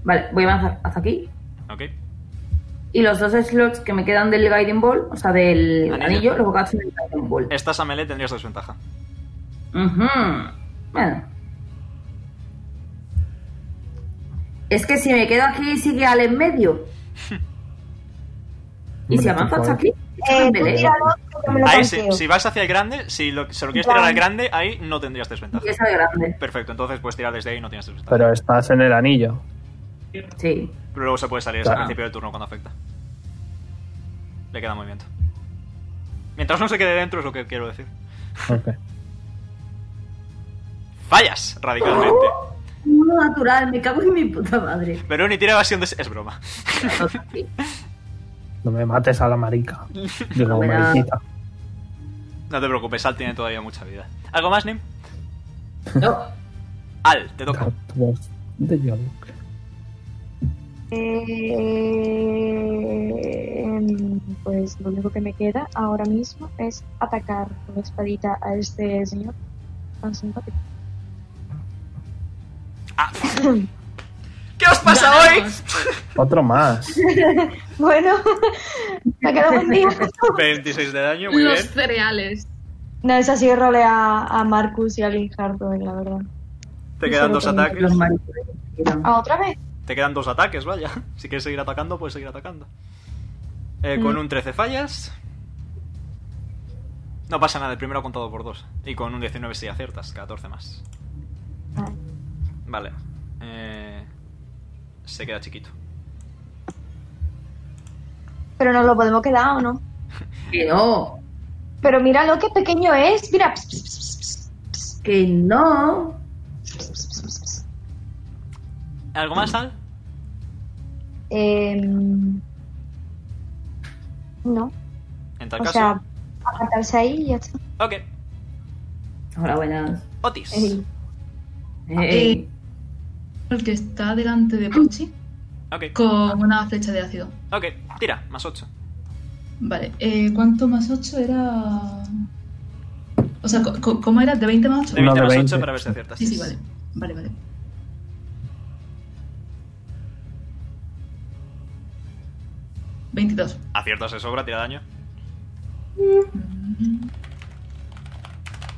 Speaker 6: Vale, voy a avanzar hasta aquí.
Speaker 7: Ok.
Speaker 6: Y los dos slots que me quedan del Guiding Ball, o sea, del
Speaker 7: Anillo.
Speaker 6: anillo, los gasto en el Guiding Ball.
Speaker 7: Estás a melee, tendrías desventaja.
Speaker 6: Ujú. Bueno. Es que si me quedo aquí, sigue al en medio. y si
Speaker 4: Hombre,
Speaker 6: avanzo
Speaker 4: por
Speaker 6: hasta aquí.
Speaker 5: Eh, tú
Speaker 6: me peleo.
Speaker 5: tíralo, que me lo
Speaker 7: Ahí, si,
Speaker 5: tanqueo.
Speaker 7: si vas hacia el grande, si lo, se lo quieres tirar al grande, ahí no tendrías desventaja.
Speaker 6: Y es al grande.
Speaker 7: Perfecto, entonces puedes tirar desde ahí y no tienes desventaja.
Speaker 4: Pero estás en el anillo.
Speaker 6: Sí.
Speaker 7: Pero luego se puede salir
Speaker 4: Claro.
Speaker 7: al principio del turno cuando afecta. Le queda movimiento. Mientras no se quede dentro es lo que quiero decir.
Speaker 4: Ok.
Speaker 7: Fallas radicalmente.
Speaker 6: Uno natural, me cago en mi puta madre.
Speaker 7: Pero ni tira evasión de... Es broma.
Speaker 4: No me mates a la marica. Digo,
Speaker 6: Bueno.
Speaker 4: mariquita.
Speaker 7: No te preocupes, Al tiene todavía mucha vida. ¿Algo más, Nim?
Speaker 6: No.
Speaker 7: Al, te toca.
Speaker 4: That was the joke.
Speaker 5: Eh, em, pues lo único que me queda ahora mismo es atacar con espadita a este señor tan simpático.
Speaker 7: ¿Qué os pasa
Speaker 2: Ganamos.
Speaker 4: Otro más.
Speaker 5: Bueno, me queda buen día.
Speaker 7: hoy? 26 de daño, muy
Speaker 2: Los
Speaker 7: bien.
Speaker 2: cereales.
Speaker 5: No, es así, role a, a Marcus y a Linhardo, la verdad.
Speaker 7: Te quedan dos ataques.
Speaker 6: Los maridos eran-
Speaker 5: ¿Ah, otra vez?
Speaker 7: Te quedan dos ataques, vaya. Si quieres seguir atacando, puedes seguir atacando. Eh, Con un 13 fallas. No pasa nada, el primero ha contado por dos. Y con un 19 sí aciertas, 14 más.
Speaker 5: Vale.
Speaker 7: Vale. Eh, se queda chiquito.
Speaker 5: Pero nos lo podemos quedar o no.
Speaker 6: Que no.
Speaker 5: Pero mira lo que pequeño es. Mira. Pss, pss, pss, pss, pss,
Speaker 6: Que no.
Speaker 5: pss, pss, pss, pss, pss.
Speaker 7: ¿Algo más, Al?
Speaker 5: Em, no.
Speaker 7: En tal
Speaker 5: O
Speaker 7: caso.
Speaker 5: sea, apartarse ahí y ya está.
Speaker 7: Ok.
Speaker 6: Hola, buenas.
Speaker 7: Otis.
Speaker 5: Ey.
Speaker 6: Hey.
Speaker 13: El que está delante de Pochi
Speaker 7: Ok,
Speaker 13: con una flecha de ácido.
Speaker 7: ok. Tira, más 8.
Speaker 13: Vale, eh, ¿cuánto más 8 era...? O sea, co- co- ¿cómo era? ¿De 20 más 8?
Speaker 7: De
Speaker 4: Uno
Speaker 7: 20
Speaker 4: de
Speaker 7: más 8
Speaker 4: 20.
Speaker 7: para ver si aciertas.
Speaker 13: Sí, sí, vale. Vale, vale. ¿22?
Speaker 7: Aciertas de sobra, tira daño.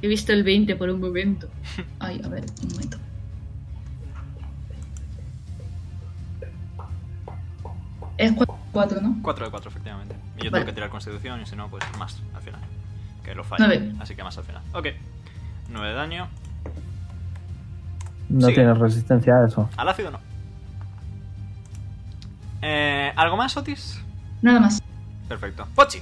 Speaker 2: He visto el 20 por un momento.
Speaker 13: Ay, a ver, un momento. Es 4, ¿no?
Speaker 7: 4 de 4, efectivamente. Y
Speaker 13: Vale.
Speaker 7: yo tengo que tirar constitución, y si no, pues más al final. Que lo fallo.
Speaker 13: Nueve.
Speaker 7: Así que más al final. Ok. 9 de daño.
Speaker 4: No
Speaker 7: Sigue.
Speaker 4: tienes resistencia a eso.
Speaker 7: Al ácido no. Eh, ¿Algo más, Otis?
Speaker 13: Nada más.
Speaker 7: Perfecto. Pochi.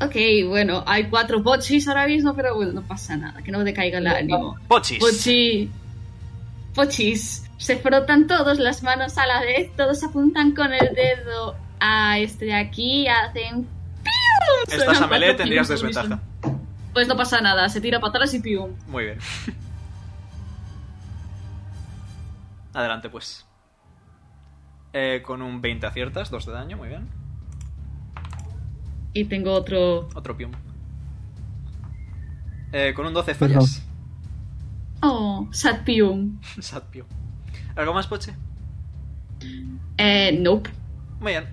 Speaker 2: Ok, bueno, hay cuatro pochis ahora mismo, pero bueno, no pasa nada, que no te caiga el ánimo.
Speaker 7: Pochis.
Speaker 2: Pochi. Pochis. Se frotan todos las manos a la vez, todos apuntan con el dedo a este de aquí, hacen. ¡pium!
Speaker 7: Estás
Speaker 2: Suenan
Speaker 7: a melee,
Speaker 2: cuatro
Speaker 7: tendrías
Speaker 2: piums.
Speaker 7: desventaja.
Speaker 2: Pues no pasa nada, se tira para atrás y pium.
Speaker 7: Muy bien. Adelante, pues. Eh, con un 20 aciertas, 2 de daño, muy bien.
Speaker 2: Y tengo otro.
Speaker 7: Otro pium. Eh, con un 12 fallas.
Speaker 2: Oh, sad pium.
Speaker 7: Sad pium. ¿Algo más, Poche?
Speaker 2: Eh, nope.
Speaker 7: Muy bien.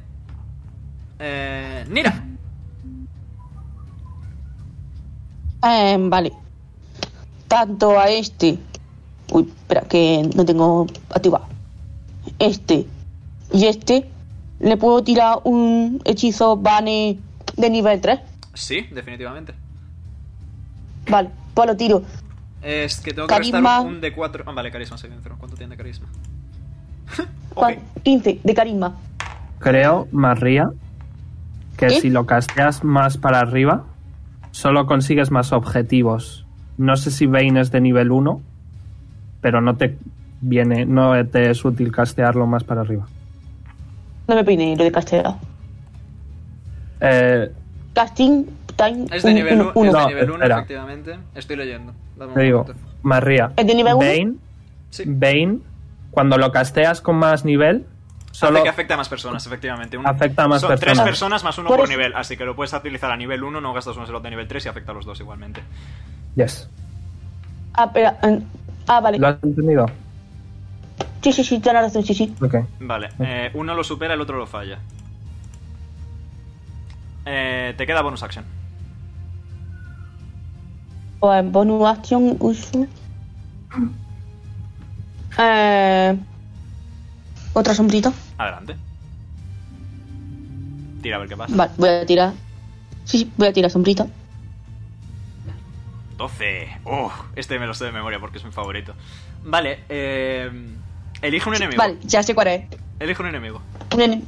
Speaker 7: Eh, Nira.
Speaker 8: Eh, vale. Tanto a este. Uy, espera, que no tengo activado. Este y este. Le puedo tirar un hechizo Bane de nivel 3.
Speaker 7: Sí, definitivamente.
Speaker 8: Vale, pues lo tiro.
Speaker 7: Es que tengo que
Speaker 8: Carisma.
Speaker 7: gastar un de 4. Ah, vale, carisma, se venció. ¿Cuánto tiene de carisma? ok.
Speaker 8: Juan, 15 de carisma.
Speaker 4: Creo, María, que
Speaker 8: ¿Qué?
Speaker 4: si lo casteas más para arriba, solo consigues más objetivos. No sé si Bane es de nivel 1, pero no te viene, no te es útil castearlo más para arriba.
Speaker 8: No me peine lo de castellano.
Speaker 4: Eh,
Speaker 8: Casting time.
Speaker 7: Es de
Speaker 8: un-
Speaker 7: nivel
Speaker 8: uno-
Speaker 7: 1,
Speaker 8: uno.
Speaker 4: No, espera.
Speaker 7: efectivamente. Estoy leyendo. Dame un
Speaker 4: te digo,
Speaker 7: momento.
Speaker 4: María,
Speaker 8: ¿Es de nivel uno?
Speaker 4: Bane,
Speaker 7: Sí.
Speaker 4: Bane, cuando lo casteas con más nivel,
Speaker 7: Hace
Speaker 4: Solo
Speaker 7: que afecta a más personas, efectivamente. Un-
Speaker 4: afecta a más
Speaker 7: son
Speaker 4: personas.
Speaker 7: tres personas más uno
Speaker 5: Por
Speaker 7: por
Speaker 5: eso-
Speaker 7: nivel, así que lo puedes utilizar a nivel 1, no gastas un slot de nivel 3 y afecta a los dos igualmente.
Speaker 4: Yes.
Speaker 8: Ah, pero, eh, ah, vale.
Speaker 4: ¿Lo has entendido?
Speaker 8: Sí, sí, sí, tienes razón, sí, sí.
Speaker 4: Ok.
Speaker 7: Vale, eh, uno lo supera, el otro lo falla. Eh, te queda bonus action.
Speaker 8: Pues bonus action uso. Eh, Otra sombrita.
Speaker 7: Adelante. Tira a ver qué pasa.
Speaker 8: Vale, voy a tirar. Sí, sí, voy a tirar sombrita.
Speaker 7: 12. Oh, este me lo sé de memoria porque es mi favorito. Vale, eh, elige un enemigo.
Speaker 8: Vale, ya sé cuál es.
Speaker 7: Elige un enemigo.
Speaker 8: Un ene-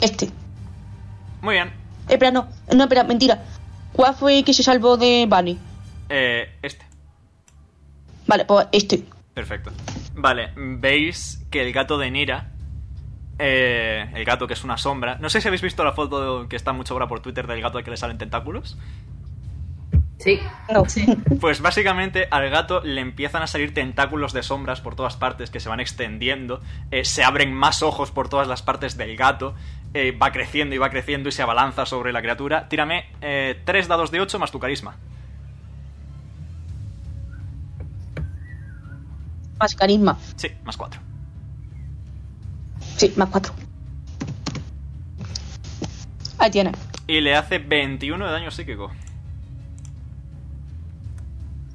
Speaker 8: Este.
Speaker 7: Muy bien.
Speaker 8: Espera, no, no, espera, mentira. ¿Cuál fue que se salvó de Bunny?
Speaker 7: Eh, este.
Speaker 8: Vale, pues este.
Speaker 7: Perfecto. Vale, veis que el gato de Nira, eh, el gato que es una sombra, no sé si habéis visto la foto que está mucho ahora por Twitter del gato al que le salen tentáculos.
Speaker 6: Sí.
Speaker 2: Sí.
Speaker 7: Pues básicamente al gato le empiezan a salir tentáculos de sombras por todas partes que se van extendiendo, eh, se abren más ojos por todas las partes del gato, eh, va creciendo y va creciendo y se abalanza sobre la criatura. Tírame eh, tres dados de 8 más tu carisma.
Speaker 8: Más carisma.
Speaker 7: Sí, más 4.
Speaker 8: Sí, más cuatro. Ahí tiene.
Speaker 7: Y le hace 21 de daño psíquico.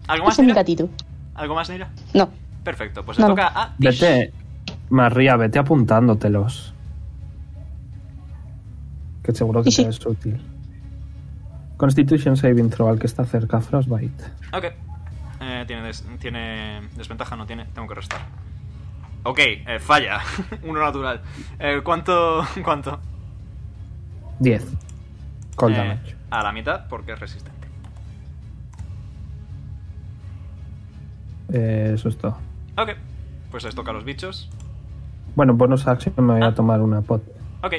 Speaker 7: ¿Algo más,
Speaker 8: Es un
Speaker 7: Nira?
Speaker 8: gatito.
Speaker 7: ¿Algo más, Nira?
Speaker 8: No.
Speaker 7: Perfecto, pues le
Speaker 8: No.
Speaker 7: toca a Tish.
Speaker 4: Vete, María, vete apuntándotelos. Que seguro que
Speaker 8: Sí, sí.
Speaker 4: te es útil. Constitution Saving Throw al que está cerca, Frostbite.
Speaker 7: Ok. Eh, tiene, des- tiene desventaja, no tiene. Tengo que restar. Ok, eh, falla. Uno natural. Eh, ¿Cuánto? ¿Cuánto?
Speaker 4: 10. Cold
Speaker 7: Eh,
Speaker 4: damage.
Speaker 7: a la mitad, porque es resistente.
Speaker 4: Eh, eso es todo.
Speaker 7: Ok, pues les toca a los bichos.
Speaker 4: Bueno, bonus action me voy
Speaker 7: Ah.
Speaker 4: a tomar una pot.
Speaker 7: Ok,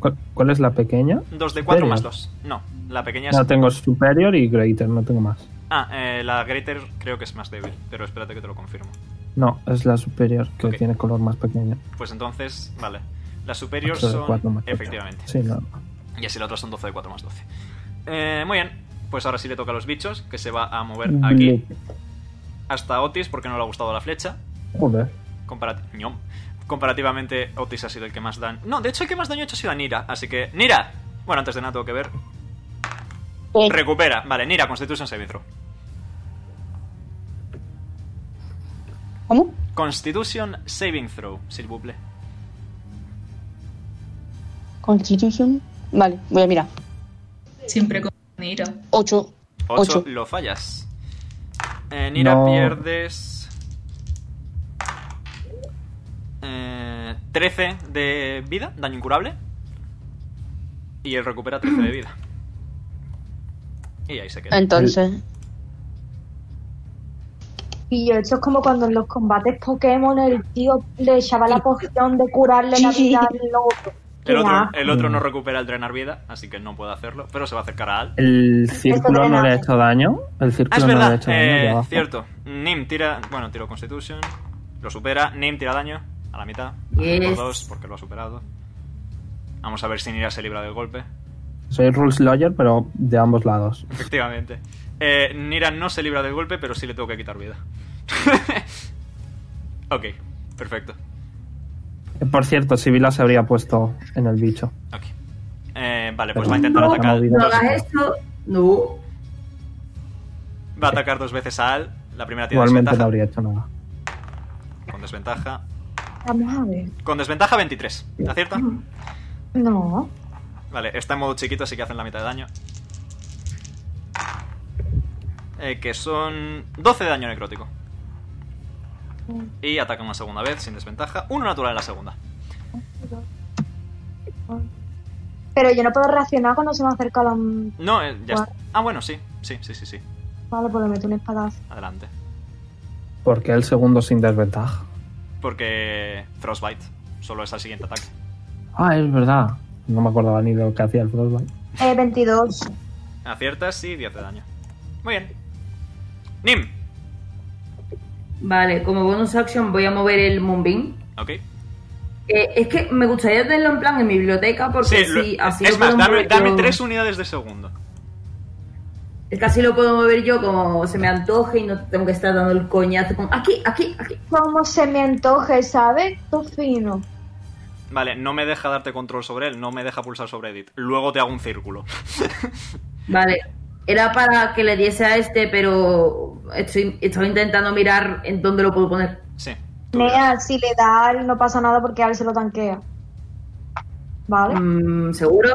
Speaker 4: ¿Cuál, cuál es la pequeña?
Speaker 7: 2 de 4
Speaker 4: ¿Superior?
Speaker 7: más 2. No, la pequeña es.
Speaker 4: No, tengo Superior y Greater, no tengo más.
Speaker 7: Ah, eh, la Greater creo que es más débil, pero espérate que te lo confirmo.
Speaker 4: No, es la Superior, que
Speaker 7: Ok.
Speaker 4: tiene color más pequeño.
Speaker 7: Pues entonces, vale. Las superiores
Speaker 4: Ocho de cuatro
Speaker 7: son.
Speaker 4: más ocho.
Speaker 7: Efectivamente.
Speaker 4: Sí, no.
Speaker 7: Y así la otra son 12 de 4 más 12. Eh, muy bien, pues ahora sí le toca a los bichos, que se va a mover aquí
Speaker 4: Blip.
Speaker 7: hasta Otis porque no le ha gustado la flecha.
Speaker 4: Joder.
Speaker 7: Comparat- ñom. Comparativamente, Otis ha sido el que más daño. No, de hecho, el que más daño ha hecho ha sido a Nira. Así que, Nira. Bueno, antes de nada, tengo que ver.
Speaker 8: Eh,
Speaker 7: Recupera. Vale, Nira, Constitution Saving Throw.
Speaker 8: ¿Cómo?
Speaker 7: Constitution Saving Throw, s'il vous plaît.
Speaker 8: Constitution. Vale, voy a mirar.
Speaker 2: Siempre con ira.
Speaker 8: 8.
Speaker 7: 8,
Speaker 8: Ocho.
Speaker 7: lo fallas. Eh, Nira,
Speaker 4: No.
Speaker 7: pierdes. Eh, 13 de vida, daño incurable. Y él recupera 13 de vida. Y ahí se queda.
Speaker 8: Entonces.
Speaker 5: Y eso es como cuando en los combates Pokémon el tío le echaba la poción de curarle la vida al otro.
Speaker 7: El otro,
Speaker 5: Qué
Speaker 7: el otro
Speaker 4: Mm.
Speaker 7: no recupera el drenar vida, así que no puede hacerlo, pero se va a acercar a Al.
Speaker 4: ¿El círculo no le ha hecho daño? El
Speaker 7: Ah,
Speaker 4: círculo
Speaker 7: es
Speaker 4: no le ha
Speaker 7: verdad,
Speaker 4: hecho daño. de
Speaker 7: eh,
Speaker 4: abajo.
Speaker 7: cierto. Nim tira, bueno, tiro Constitution, lo supera. Nim tira daño a la mitad, por
Speaker 6: Yes.
Speaker 7: dos, porque lo ha superado. Vamos a ver si Nira se libra del golpe.
Speaker 4: Soy Rules Lawyer, pero de ambos lados.
Speaker 7: Efectivamente. Eh, Nira no se libra del golpe, pero sí le tengo que quitar vida. ok, perfecto.
Speaker 4: Eh, Por cierto, Sibila se habría puesto en el bicho.
Speaker 7: Ok. Eh, vale, pues
Speaker 4: Pero
Speaker 7: va a intentar
Speaker 4: no, no,
Speaker 7: atacar.
Speaker 6: No
Speaker 4: no.
Speaker 7: dos-
Speaker 6: hagas esto. No.
Speaker 7: va a atacar dos veces a Al. La primera tiene
Speaker 4: Igualmente no
Speaker 7: desventaja.
Speaker 4: habría hecho nada.
Speaker 7: Con desventaja.
Speaker 5: Vamos a ver.
Speaker 7: Con desventaja 23. ¿Te ¿Acierta?
Speaker 5: No.
Speaker 7: Vale, está en modo chiquito, así que hacen la mitad de daño. Eh, que son 12 de daño necrótico. Y ataca una segunda vez, sin desventaja. Uno natural en la segunda.
Speaker 5: Pero yo no puedo reaccionar cuando se me acerca la... Vale,
Speaker 7: No, eh, ya está. Ah, bueno, sí. Sí, sí, sí, sí.
Speaker 5: pues le meto un espadazo.
Speaker 7: Adelante.
Speaker 4: Porque el segundo sin desventaja.
Speaker 7: Porque Frostbite solo es al siguiente ataque.
Speaker 4: Ah, es verdad. No me acordaba ni de lo que hacía el Frostbite.
Speaker 5: Eh, 22.
Speaker 7: Aciertas y 10 de daño. Muy bien. Nim.
Speaker 6: Vale, como bonus action voy a mover el Moonbeam
Speaker 7: Ok.
Speaker 6: Eh, es que me gustaría tenerlo en plan en mi biblioteca porque
Speaker 7: Sí, lo-
Speaker 6: si así
Speaker 7: es
Speaker 6: lo
Speaker 7: más,
Speaker 6: puedo
Speaker 7: dame,
Speaker 6: mover
Speaker 7: dame
Speaker 6: yo-
Speaker 7: tres unidades de segundo.
Speaker 6: Es que así lo puedo mover yo como se me antoje y no tengo que estar dando el coñazo con aquí, aquí, aquí.
Speaker 5: Como se me antoje, ¿sabes? Tú fino.
Speaker 7: Vale, no me deja darte control sobre él, no me deja pulsar sobre Edit. Luego te hago un círculo.
Speaker 6: Vale. Era para que le diese a este, pero estoy, estoy intentando mirar en dónde lo puedo poner.
Speaker 7: Sí.
Speaker 5: Nea, si le da a Al no pasa nada porque Al se lo tanquea. ¿Vale?
Speaker 6: Mm, ¿Seguro?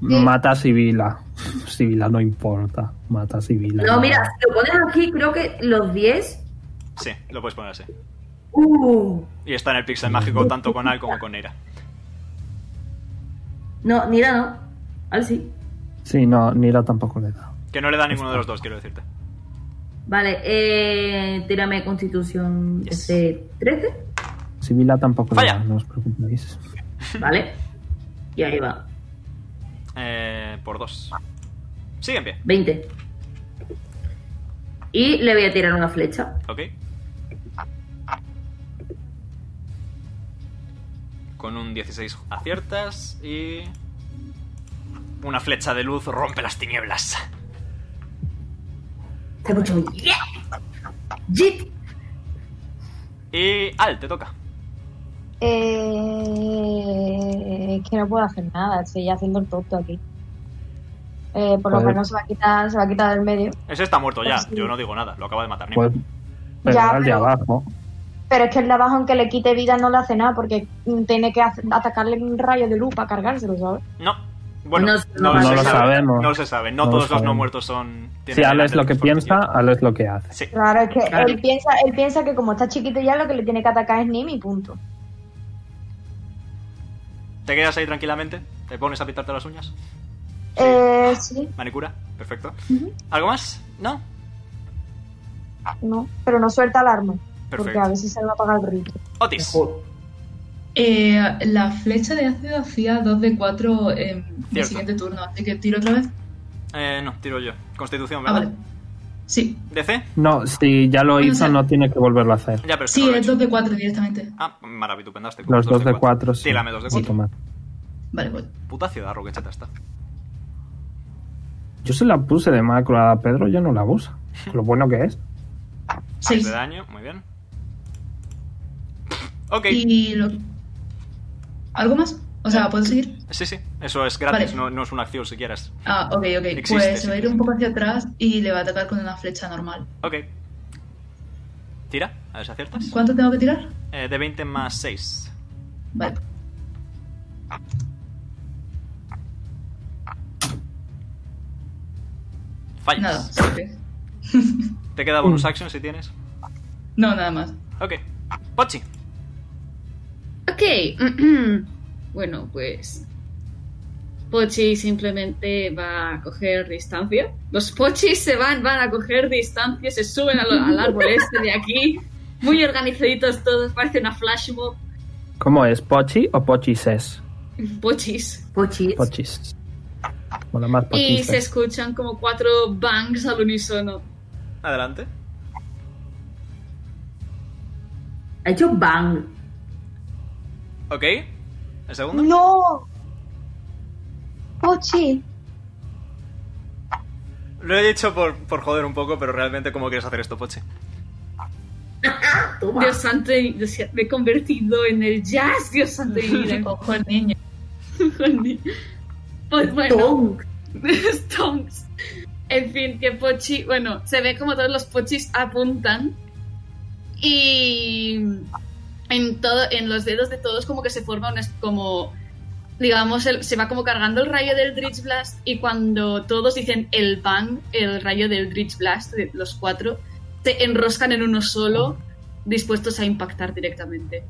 Speaker 4: Mata a Sibila. Sibila no importa. Mata a Sibila.
Speaker 6: No, mira, si lo pones aquí, creo que los 10.
Speaker 7: Sí, lo puedes poner así.
Speaker 6: Uh,
Speaker 7: Y está en el pixel mágico tanto con Al como con Era.
Speaker 6: no, mira, no. Al sí.
Speaker 4: Sí, no, Nira tampoco le da.
Speaker 7: Que no le da a ninguno de los dos, quiero decirte.
Speaker 6: Vale, eh, tírame constitución
Speaker 7: Yes.
Speaker 6: este 13.
Speaker 4: Sibila tampoco
Speaker 7: Falla.
Speaker 4: le da, no os preocupéis.
Speaker 6: Vale. Y ahí va.
Speaker 7: Eh, por dos. Sigue en pie,
Speaker 6: 20. Y le voy a tirar una flecha.
Speaker 7: ¿ok? Con un 16 aciertas y... Una flecha de luz rompe las tinieblas.
Speaker 6: Se escucha un yeah. Jit.
Speaker 7: Y Al, te toca.
Speaker 5: Eh, es que no puedo hacer nada, estoy haciendo el tonto aquí. Eh, por lo
Speaker 4: Joder.
Speaker 5: menos se va a quitar, se va a quitar del medio.
Speaker 7: Ese está muerto ya,
Speaker 5: Sí.
Speaker 7: yo no digo nada, lo acaba de matar. Nima.
Speaker 4: Pues, pero
Speaker 5: Ya,
Speaker 4: al de
Speaker 5: pero-
Speaker 4: abajo.
Speaker 5: Pero es que el de abajo, aunque le quite vida, no le hace nada porque tiene que hace- atacarle un rayo de luz para cargárselo, ¿sabes?
Speaker 7: No. Bueno,
Speaker 6: No-
Speaker 7: no,
Speaker 6: no
Speaker 7: se
Speaker 6: lo
Speaker 7: sabe.
Speaker 4: sabemos.
Speaker 7: No se sabe. No,
Speaker 4: No lo
Speaker 7: todos los no
Speaker 4: sabemos.
Speaker 7: muertos son.
Speaker 4: Si
Speaker 7: tienen
Speaker 4: Al es lo que
Speaker 7: adelante
Speaker 4: piensa,
Speaker 7: por
Speaker 4: Al es lo que hace.
Speaker 7: Sí.
Speaker 5: Claro, es que
Speaker 6: Claro.
Speaker 5: él piensa él piensa que como está chiquito ya, lo que le tiene que atacar es Nimi, punto.
Speaker 7: ¿Te quedas ahí tranquilamente? ¿Te pones a pintarte las uñas? Sí.
Speaker 5: Eh, sí,
Speaker 7: Manicura. Perfecto. ¿Algo más? No.
Speaker 5: no, pero no suelta alarma porque a
Speaker 7: Perfecto.
Speaker 5: veces se le va a apagar el rito.
Speaker 7: Otis.
Speaker 14: Eh, la flecha de ácido hacía 2 de 4 en el
Speaker 7: Cierto.
Speaker 14: siguiente turno, así que tiro otra vez.
Speaker 7: Eh, no, tiro yo. Constitución,
Speaker 14: Ah,
Speaker 7: ¿verdad?
Speaker 14: vale. Sí,
Speaker 7: ¿DC?
Speaker 4: No, si ya lo
Speaker 14: Bueno,
Speaker 4: hizo,
Speaker 14: sí.
Speaker 4: no tiene que volverlo a hacer.
Speaker 7: Ya, pero es
Speaker 14: sí,
Speaker 7: que no lo he
Speaker 14: es
Speaker 7: hecho.
Speaker 14: 2 de 4 directamente.
Speaker 7: Ah, maravilloso, pendaste.
Speaker 4: Los dos de cuatro, sí.
Speaker 7: Tírame dos de cuatro.
Speaker 4: Automático.
Speaker 14: Vale, voy.
Speaker 7: Puta ciudad roquecheta está.
Speaker 4: Yo se la puse de macro a Pedro, ya no la usa. Lo bueno que es.
Speaker 7: 6 de
Speaker 14: 6.
Speaker 7: daño, muy bien. Ok. Eh,
Speaker 14: Y lo... ¿Algo más? O sea, ¿puedo seguir?
Speaker 7: Sí, sí. Eso es gratis,
Speaker 14: Vale.
Speaker 7: no, no es una acción si quieres.
Speaker 14: Ah, ok, ok.
Speaker 7: Existe,
Speaker 14: pues
Speaker 7: sí.
Speaker 14: se va a ir un poco hacia atrás y le va a atacar con una flecha normal.
Speaker 7: Ok. Tira, a ver si aciertas.
Speaker 14: ¿Cuánto tengo que tirar?
Speaker 7: Eh, de 20 más 6.
Speaker 14: Vale.
Speaker 7: Fallas.
Speaker 14: Nada, siete.
Speaker 7: Te queda
Speaker 4: Mm.
Speaker 7: bonus action si tienes.
Speaker 14: No, nada más.
Speaker 7: Ok. Pochi.
Speaker 2: Ok. bueno, pues. Pochi simplemente va a coger distancia. Los pochis se van, van a coger distancia, se suben al, al árbol este de aquí. Muy organizaditos todos, parece una flash mob.
Speaker 4: ¿Cómo es? ¿Pochi o pochises?
Speaker 2: Pochis.
Speaker 6: Pochis.
Speaker 4: Pochis. Bueno, más
Speaker 2: Y se
Speaker 4: pochises.
Speaker 2: escuchan como cuatro bangs al unísono.
Speaker 7: Adelante.
Speaker 6: Ha hecho bang.
Speaker 7: Ok. El segundo.
Speaker 5: ¡No! Pochi,
Speaker 7: Lo he dicho por, por joder un poco, pero realmente, ¿cómo quieres hacer esto, Pochi?
Speaker 6: Toma.
Speaker 2: Dios santo, de mi- Dios santo, me he convertido en el jazz. Dios santo, de mi vida.
Speaker 14: Ojo el niño.
Speaker 2: Pues bueno.
Speaker 6: Tonk.
Speaker 2: Stonks. En fin, que Pochi, bueno, se ve como todos los Pochis apuntan y en todo, en los dedos de todos como que se forma un es- como, digamos, el- se va como cargando el rayo del Dredge Blast y cuando todos dicen el bang, el rayo del Dredge Blast, de los cuatro, se enroscan en uno solo, dispuestos a impactar directamente.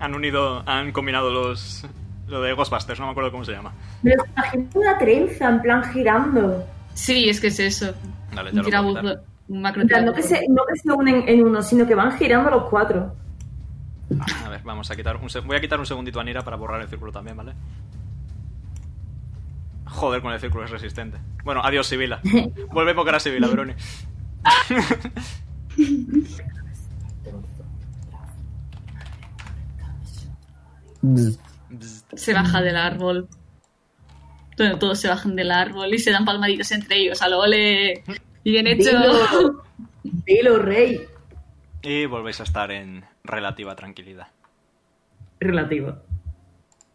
Speaker 7: Han unido, han combinado los. Lo de Ghostbusters, no me acuerdo cómo se llama.
Speaker 6: Me lo imagino una trenza en plan girando.
Speaker 2: Sí, es que es eso.
Speaker 7: Dale, ya
Speaker 2: Un
Speaker 7: lo puedo quitar.
Speaker 2: tirabuco- un macro
Speaker 6: En plan, no que,
Speaker 2: tirabuco.
Speaker 6: se, no que se unen en uno, sino que van girando los cuatro.
Speaker 7: A ver, vamos a quitar un se- Voy a quitar un segundito a Nira para borrar el círculo también, ¿vale? Joder, con el círculo es resistente. Bueno, adiós, Sibila. Vuelve a invocar a Sibila, Bruni.
Speaker 4: Bzz.
Speaker 7: Bzz.
Speaker 2: se baja del árbol. Bueno, todos se bajan del árbol y se dan palmaditas entre ellos. ¡Al ole! ¡Bien hecho!
Speaker 6: Dilo. Dilo, rey.
Speaker 7: Y volvéis a estar en relativa tranquilidad.
Speaker 6: Relativo.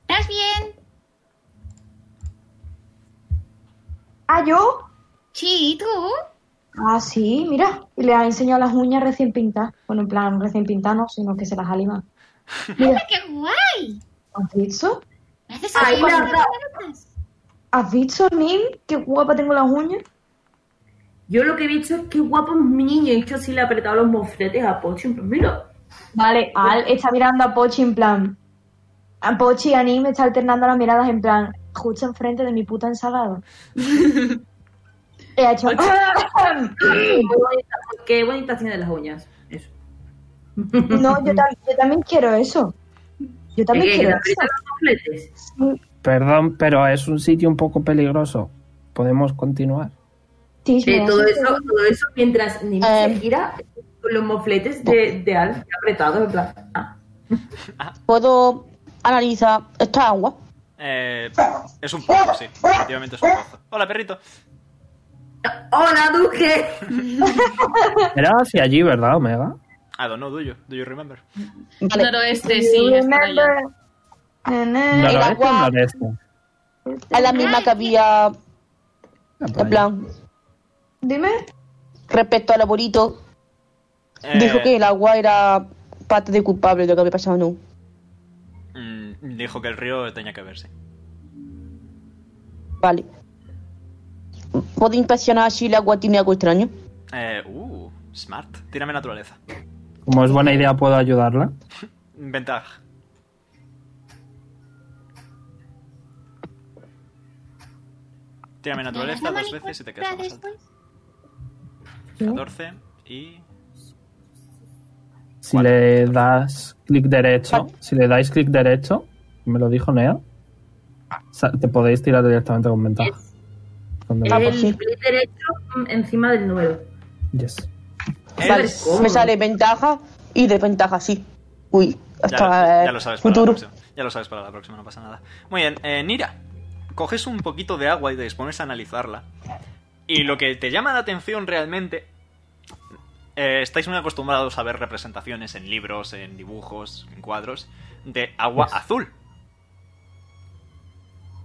Speaker 9: ¿Estás bien?
Speaker 5: Ah, yo.
Speaker 9: Sí, ¿y tú?
Speaker 5: Ah, sí, mira. Y le ha enseñado las uñas recién pintadas. Bueno, en plan, recién pintadas no, sino que se las ha limado. Mira,
Speaker 9: ¡Qué guay!
Speaker 5: ¿has visto?
Speaker 9: ¿Me haces
Speaker 6: Ay,
Speaker 9: algo
Speaker 6: nada.
Speaker 9: con las manos?
Speaker 5: ¿Has visto, Nin? Qué guapa tengo las uñas.
Speaker 6: Yo lo que he visto es que guapo es mi niño. He hecho así, le he apretado los mofletes a Pochi. Pues mira,
Speaker 5: Vale, Al está mirando a Pochi en plan. A Pochi y a Nin me está alternando las miradas en plan. Justo enfrente de mi puta ensalada. y ha hecho. "Ah,
Speaker 6: qué bonita, qué bonitas tiene las uñas. Eso.
Speaker 5: No, yo, tam- yo también quiero eso. Yo también
Speaker 6: Eh, que le
Speaker 5: quiero
Speaker 6: aprieta
Speaker 5: eso.
Speaker 6: los mofletes.
Speaker 4: Perdón, pero es un sitio un poco peligroso. Podemos continuar.
Speaker 5: Sí, me
Speaker 6: Eh,
Speaker 5: da
Speaker 6: todo
Speaker 5: sentido.
Speaker 6: eso, todo eso mientras Nim se
Speaker 8: Eh.
Speaker 6: gira con los mofletes de, de Alf apretados. En plan, ah.
Speaker 8: ¿Puedo analizar esta agua?
Speaker 7: Eh, es un pozo, sí. Efectivamente es un pozo. Hola, perrito.
Speaker 6: ¡Hola, Duque!
Speaker 4: Era hacia allí, ¿verdad, Omega?
Speaker 7: Ah, no, do you, do you remember?
Speaker 8: Vale.
Speaker 9: este.
Speaker 2: Noroeste, sí.
Speaker 5: You
Speaker 2: es por allá.
Speaker 5: remember- Na,
Speaker 2: Eh,
Speaker 5: na,
Speaker 4: Noroeste
Speaker 8: el agua-
Speaker 4: o noreste.
Speaker 8: Es la misma que había,
Speaker 4: La
Speaker 8: en
Speaker 4: playa.
Speaker 8: plan,
Speaker 5: Dime.
Speaker 8: respecto al arbolito.
Speaker 7: Eh,
Speaker 8: Dijo que el agua era parte de culpable de lo que había pasado, ¿no?
Speaker 7: mm, dijo que el río tenía que verse.
Speaker 8: Vale. ¿Puedo inspeccionar si el agua tiene algo extraño?
Speaker 7: Eh, uh, smart. Tírame naturaleza.
Speaker 4: Como es buena idea, puedo ayudarla.
Speaker 7: Ventaja. Tírame naturaleza
Speaker 9: ¿Me das
Speaker 7: dos
Speaker 9: la
Speaker 7: veces y te
Speaker 9: manicura
Speaker 7: quedas más alta.
Speaker 9: después?
Speaker 7: 14 y...
Speaker 4: Si le das clic derecho, si le dais clic derecho, me lo dijo Nea, sa- te podéis tirar directamente con ventaja. Con
Speaker 6: El
Speaker 4: ventaja.
Speaker 6: clic derecho mm, encima del número.
Speaker 4: Yes.
Speaker 8: Vale,
Speaker 7: Eres-
Speaker 6: cómodo.
Speaker 8: me sale ventaja y desventaja, sí. Uy,
Speaker 7: Ya, lo-
Speaker 8: hasta
Speaker 7: ya lo sabes para
Speaker 8: futuro.
Speaker 7: la próxima. Ya lo sabes para la próxima, no pasa nada. Muy bien, eh, Nira, coges un poquito de agua y te dispones a analizarla. Y lo que te llama la atención realmente. eh, estáis muy acostumbrados a ver representaciones en libros, en dibujos, en cuadros, de agua azul.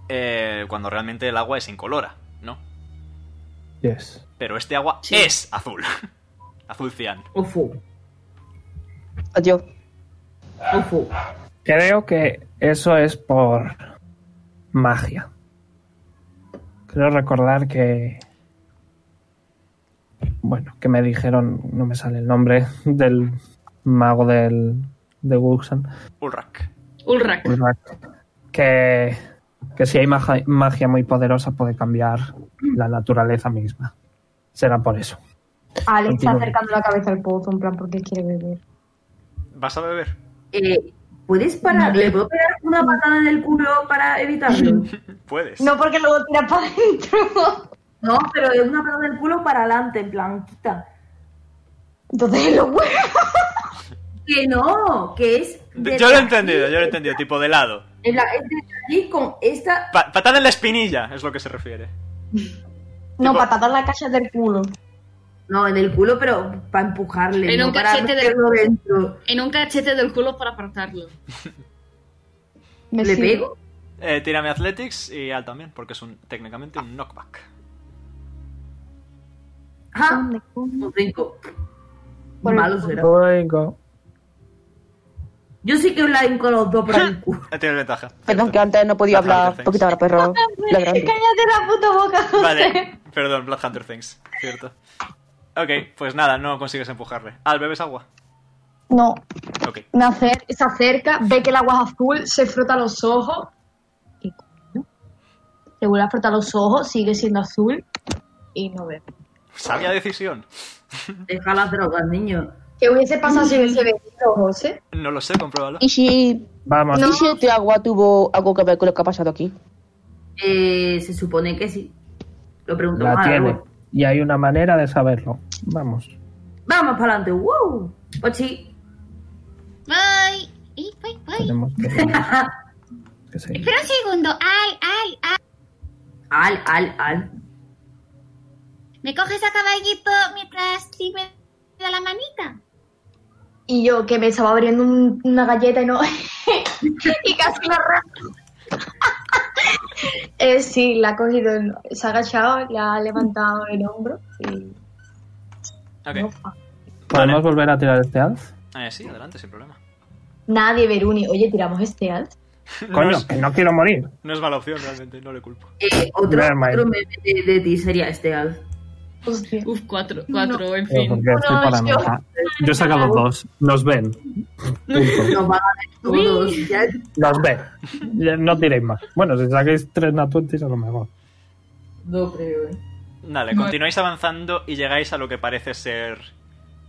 Speaker 7: Eh, cuando realmente el agua es incolora, ¿no?
Speaker 4: Yes.
Speaker 7: Pero este agua
Speaker 2: Sí.
Speaker 7: es azul. azul cian.
Speaker 6: Ofu,
Speaker 8: Adiós.
Speaker 6: ofu.
Speaker 4: Creo que eso es por magia. Creo recordar que... Bueno, que me dijeron, no me sale el nombre, del mago del, de Wuxan.
Speaker 7: Ulrak.
Speaker 2: Ulrak.
Speaker 4: Pues que, que si hay maja- magia muy poderosa puede cambiar la naturaleza misma. Será por eso.
Speaker 5: Ale está
Speaker 4: Continúa.
Speaker 5: acercando la cabeza al pozo, en plan, porque quiere beber.
Speaker 7: ¿Vas a beber?
Speaker 6: Eh, ¿Puedes parar? ¿Le puedo pegar una patada en el culo para evitarlo?
Speaker 7: Puedes.
Speaker 5: No, porque luego tira para adentro.
Speaker 6: No, pero es una patada en el culo para adelante, en plan, quita.
Speaker 5: Entonces lo huevos.
Speaker 6: Que no, que es. desde
Speaker 7: Yo lo he
Speaker 6: aquí,
Speaker 7: entendido, yo lo he entendido. Tipo de lado.
Speaker 6: en la- es desde aquí con esta.
Speaker 7: Pa- patada en la espinilla, es lo que se refiere.
Speaker 5: No,
Speaker 7: Tipo-
Speaker 5: patada en la caja del culo.
Speaker 6: No, en el culo, pero para empujarle.
Speaker 2: En
Speaker 6: no
Speaker 2: un
Speaker 6: para
Speaker 2: cachete de-
Speaker 6: meterlo dentro.
Speaker 2: En un cachete del culo para apartarlo.
Speaker 5: Me
Speaker 6: ¿Le
Speaker 5: sirve.
Speaker 6: pego?
Speaker 7: Eh, tírame Athletics y Al también, porque es un, técnicamente un knockback.
Speaker 6: Ajá, un cinco.
Speaker 5: Por el
Speaker 6: Malo será.
Speaker 4: Luego,
Speaker 6: Yo sí que os la hinco a los dos para el culo.
Speaker 7: Eh, Tienes ventaja.
Speaker 8: Perdón,
Speaker 7: cierto.
Speaker 8: que antes no podía
Speaker 7: Black Hunter
Speaker 8: hablar,
Speaker 7: Things.
Speaker 8: porque ahora perro la grande.
Speaker 5: Cállate la puta boca. José.
Speaker 7: Vale, perdón, Blood Hunter Things, cierto. Ok, pues nada, no consigues empujarle. Al, bebes agua.
Speaker 5: No,
Speaker 7: Ok.
Speaker 5: Nacer se acerca, ve que el agua es azul, se frota los ojos. ¿Qué coño? Se vuelve a frotar los ojos, sigue siendo azul y no ve.
Speaker 7: Sabia decisión.
Speaker 6: Deja las drogas, niño.
Speaker 5: ¿Qué hubiese pasado si hubiese venido, José?
Speaker 7: No lo sé, compruébalo.
Speaker 8: ¿Y si,
Speaker 4: Vamos.
Speaker 8: ¿Y si este agua tuvo algo que ver con lo que ha pasado aquí?
Speaker 6: Eh, se supone que sí. Lo pregunto
Speaker 4: La
Speaker 6: más a
Speaker 4: tiene.
Speaker 6: Aragorn.
Speaker 4: Y hay una manera de saberlo. Vamos.
Speaker 6: Pues Vamos para adelante. ¡Wow! Pochi,
Speaker 9: Voy. Y voy, voy.
Speaker 4: tenemos que, que seguir.
Speaker 15: Espera un segundo. Al, al, al.
Speaker 6: Al, al, al.
Speaker 15: ¿Me coges a caballito mientras sí me da la manita?
Speaker 5: Y yo que me estaba abriendo un- una galleta y no. y casi la rompo. eh, sí, la ha cogido, en- se ha agachado, la ha levantado el hombro y. no
Speaker 7: Ok.
Speaker 5: fa-
Speaker 4: ¿Podemos volver a tirar este alz?
Speaker 7: Eh, sí, adelante, sin problema.
Speaker 5: Nadie, Veruni. Oye, tiramos este alz.
Speaker 4: Coño,
Speaker 7: No es,
Speaker 4: que no quiero morir.
Speaker 7: no es mala opción realmente, no le culpo.
Speaker 6: Eh, otro
Speaker 4: Never mind.
Speaker 6: otro meme de, de ti sería este Alf.
Speaker 5: Hostia.
Speaker 9: Uf, cuatro, cuatro, en
Speaker 4: Pero
Speaker 9: fin.
Speaker 4: porque estoy
Speaker 5: No,
Speaker 4: paranoica. Yo he sacado dos. Nos ven. Punto.
Speaker 6: Nos van a ver todos. Ya-
Speaker 4: Nos ven. Ya No tiréis más. Bueno, si saquéis tres natuentes a lo mejor.
Speaker 6: No creo, eh.
Speaker 7: Dale,
Speaker 2: Vale.
Speaker 7: continuáis avanzando y llegáis a lo que parece ser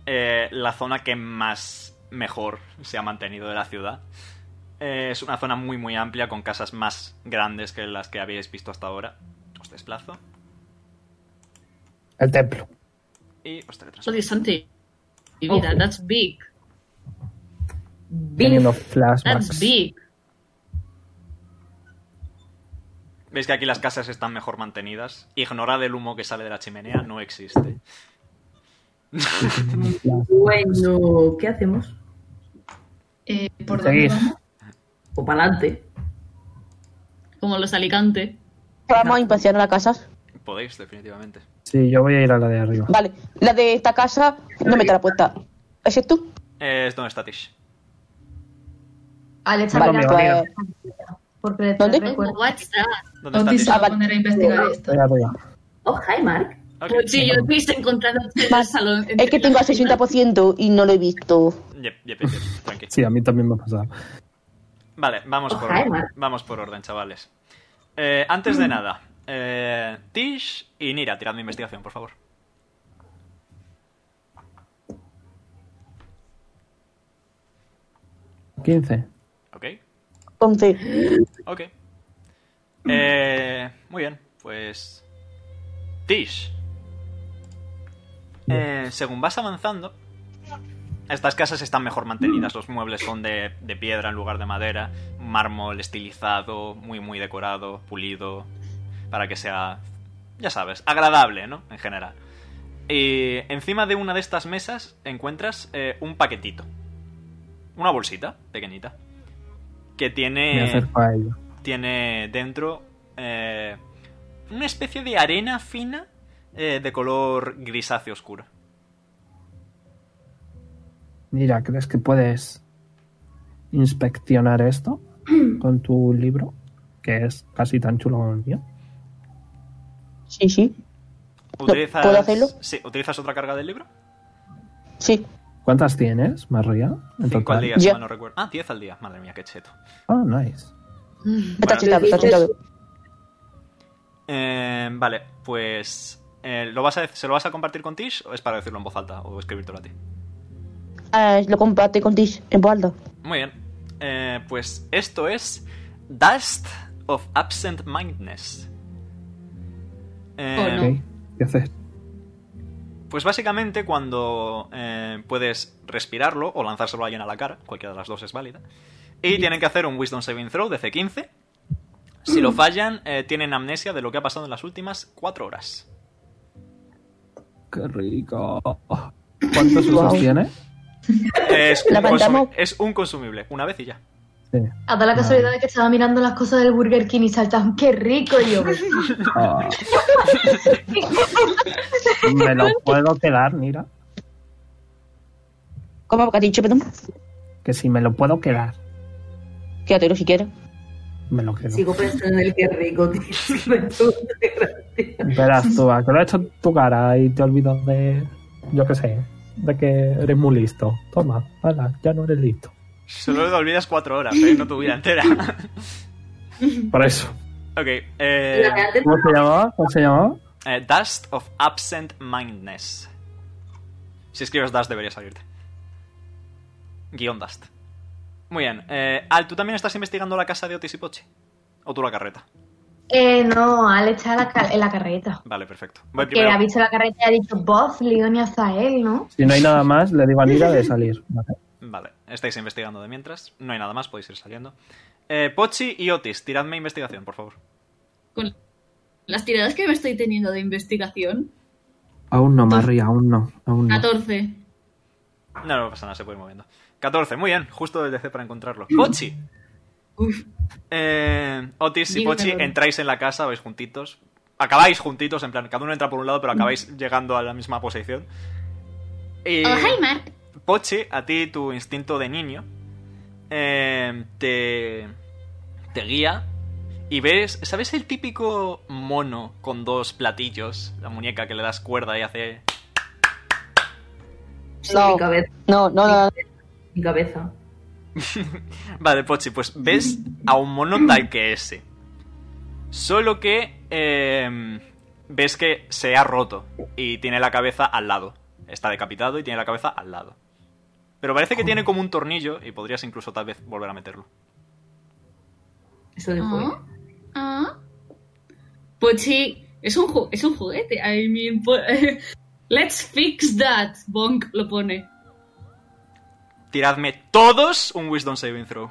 Speaker 7: eh, la zona que más mejor se ha mantenido de la ciudad. Eh, es una zona muy muy amplia con casas más grandes que las que habíais visto hasta ahora. Os desplazo
Speaker 4: El templo.
Speaker 7: y os teletransporto.
Speaker 9: Oye, Santi. Y mira,
Speaker 4: Ojo.
Speaker 9: that's big.
Speaker 4: Teniendo
Speaker 9: That's
Speaker 4: flashbacks.
Speaker 9: big.
Speaker 7: Veis que aquí las casas están mejor mantenidas. Ignorad el humo que sale de la chimenea, no existe.
Speaker 6: Bueno, ¿qué hacemos?
Speaker 2: Eh, ¿Por dónde
Speaker 4: Seguís.
Speaker 2: vamos?
Speaker 6: O para adelante.
Speaker 9: Como los Alicante.
Speaker 8: Vamos a inspeccionar la casa.
Speaker 7: Podéis, definitivamente.
Speaker 4: Sí, yo voy a ir a la de arriba.
Speaker 8: Vale, la de esta casa no me la puesta. ¿Es tú?
Speaker 7: Eh, Es donde está Tish.
Speaker 5: Ale está
Speaker 8: Vale,
Speaker 5: mirando
Speaker 8: pues-
Speaker 5: porque detrás
Speaker 8: ¿Dónde?
Speaker 5: recuerda-
Speaker 9: What's that?
Speaker 7: ¿Dónde está
Speaker 2: Otis se
Speaker 7: Tish?
Speaker 2: va a
Speaker 8: vale.
Speaker 2: poner a investigar esto.
Speaker 4: Voy arriba.
Speaker 6: Oh, hi, Mark.
Speaker 7: Ok.
Speaker 9: Pues sí, yo estoy encontrando en el salón.
Speaker 8: Es que tengo a 60% y no lo he visto.
Speaker 7: Yep, yep, yep, yep. Tranqui.
Speaker 4: Sí, a mí también me ha pasado.
Speaker 7: Vale, vamos por,
Speaker 6: Ojalá.
Speaker 7: orden, vamos por orden, chavales. Eh, antes de nada, eh, Tish y Nira, tirando investigación, por favor.
Speaker 4: ¿15?
Speaker 7: Ok,
Speaker 8: Entonces,
Speaker 7: ok. Eh, muy bien, pues. Tish. Eh, según vas avanzando, estas casas están mejor mantenidas. Los muebles son de, de piedra en lugar de madera, mármol estilizado, muy, muy decorado, pulido, para que sea, ya sabes, agradable, ¿no? En general. Y encima de una de estas mesas encuentras eh, un paquetito. Una bolsita pequeñita. Que
Speaker 4: Me
Speaker 7: tiene,
Speaker 4: acerco a ello.
Speaker 7: tiene dentro eh, una especie de arena fina eh, de color grisáceo oscuro.
Speaker 4: Mira, ¿crees que puedes inspeccionar esto con tu libro? Que es casi tan chulo como el mío.
Speaker 8: sí, sí,
Speaker 7: ¿Utilizas,
Speaker 8: ¿Puedo hacerlo?
Speaker 7: Sí, ¿utilizas otra carga del libro?
Speaker 8: sí.
Speaker 4: ¿Cuántas tienes, María? En
Speaker 7: 5 al
Speaker 4: total.
Speaker 7: día,
Speaker 8: Ya.
Speaker 7: si mal no recuerdo. Ah, 10 al día. Madre mía, qué cheto.
Speaker 4: Ah, nice.
Speaker 8: Está chetado, está chetado.
Speaker 7: Eh, vale, pues... eh, ¿lo vas a, ¿Se lo vas a compartir con Tish o es para decirlo en voz alta o escribírtelo a ti?
Speaker 8: Ah, lo comparte con Tish en voz alta.
Speaker 7: Muy bien. Eh, pues esto es Dust of Absent Mindness. Eh,
Speaker 9: Oh, no.
Speaker 4: Ok, ¿Qué haces?
Speaker 7: Pues básicamente cuando eh, puedes respirarlo o lanzárselo a alguien a la cara, cualquiera de las dos es válida, y tienen que hacer un Wisdom Saving Throw de C15. Si lo fallan, eh, tienen amnesia de lo que ha pasado en las últimas cuatro horas.
Speaker 4: ¡Qué rico! ¿Cuántos usos
Speaker 8: Wow.
Speaker 4: tiene?
Speaker 7: Es un,
Speaker 8: La mandamos.
Speaker 7: consumi- es un consumible, una vez y ya.
Speaker 4: Sí.
Speaker 5: Ha dado la casualidad de que estaba mirando las cosas del Burger King y saltaban. ¡Qué rico! Y yo. pues,
Speaker 4: Ah. Me lo puedo quedar, mira.
Speaker 8: ¿Cómo que has dicho, perdón?
Speaker 4: Que si me lo puedo quedar,
Speaker 8: Quédatelo si quieres.
Speaker 4: me lo quedo.
Speaker 6: Sigo pensando en el que rico, tío.
Speaker 4: Verás tú, a que lo he hecho en tu cara y te olvidas de. Yo qué sé, de que eres muy listo. Toma, hala, ya no eres listo.
Speaker 7: Solo te olvidas cuatro horas, ¿eh? no tu vida entera.
Speaker 4: Por eso.
Speaker 7: ok, eh,
Speaker 6: La que antes
Speaker 4: ¿Cómo se llamaba? ¿Cómo se llamaba?
Speaker 7: eh, Dust of Absent Mindness. Si escribes Dust debería salirte. Guión Dust. Muy bien. eh, Al, ¿tú también estás investigando la casa de Otis y Pochi? ¿O tú la carreta?
Speaker 5: Eh, no, Ale está en la, ca- en la carreta.
Speaker 7: Vale, perfecto. Voy
Speaker 5: Que ha
Speaker 7: primero.
Speaker 5: visto la carreta y ha dicho, Bob, León y Azael, ¿no?
Speaker 4: Si no hay nada más, le digo a Nira de salir. ¿vale?
Speaker 7: Vale, estáis investigando de mientras. No hay nada más, podéis ir saliendo. Eh, Pochi y Otis, tiradme investigación, por favor.
Speaker 16: Con las tiradas que me estoy teniendo de investigación,
Speaker 4: Aún no, Marry, aún no. Aún no.
Speaker 16: 14.
Speaker 7: No, no pasa nada, se puede ir moviendo. 14, muy bien, justo el DC para encontrarlo. Pochi.
Speaker 16: Uf.
Speaker 7: Eh, Otis y
Speaker 16: Digo
Speaker 7: Pochi
Speaker 16: calor.
Speaker 7: entráis en la casa, vais juntitos. Acabáis juntitos, en plan, cada uno entra por un lado, pero acabáis llegando a la misma posición. Y
Speaker 9: Mm. Oh, hi, Mark.
Speaker 7: Pochi, a ti tu instinto de niño eh, te, te guía y ves, ¿sabes el típico mono con dos platillos? La muñeca que le das cuerda y hace...
Speaker 6: Sí,
Speaker 8: No.
Speaker 6: mi cabeza.
Speaker 8: No, no, no. no.
Speaker 6: Mi cabeza.
Speaker 7: Vale, Pochi, pues ves a un mono tal que ese. Solo que eh, ves que se ha roto y tiene la cabeza al lado. Está decapitado y tiene la cabeza al lado. Pero parece que tiene como un tornillo y podrías incluso tal vez volver a meterlo.
Speaker 6: Eso después.
Speaker 16: Ah, ah. Pochi, es un, ju- es un juguete. I mean, po- let's fix that. Bonk lo pone.
Speaker 7: Tiradme todos un Wisdom Saving Throw.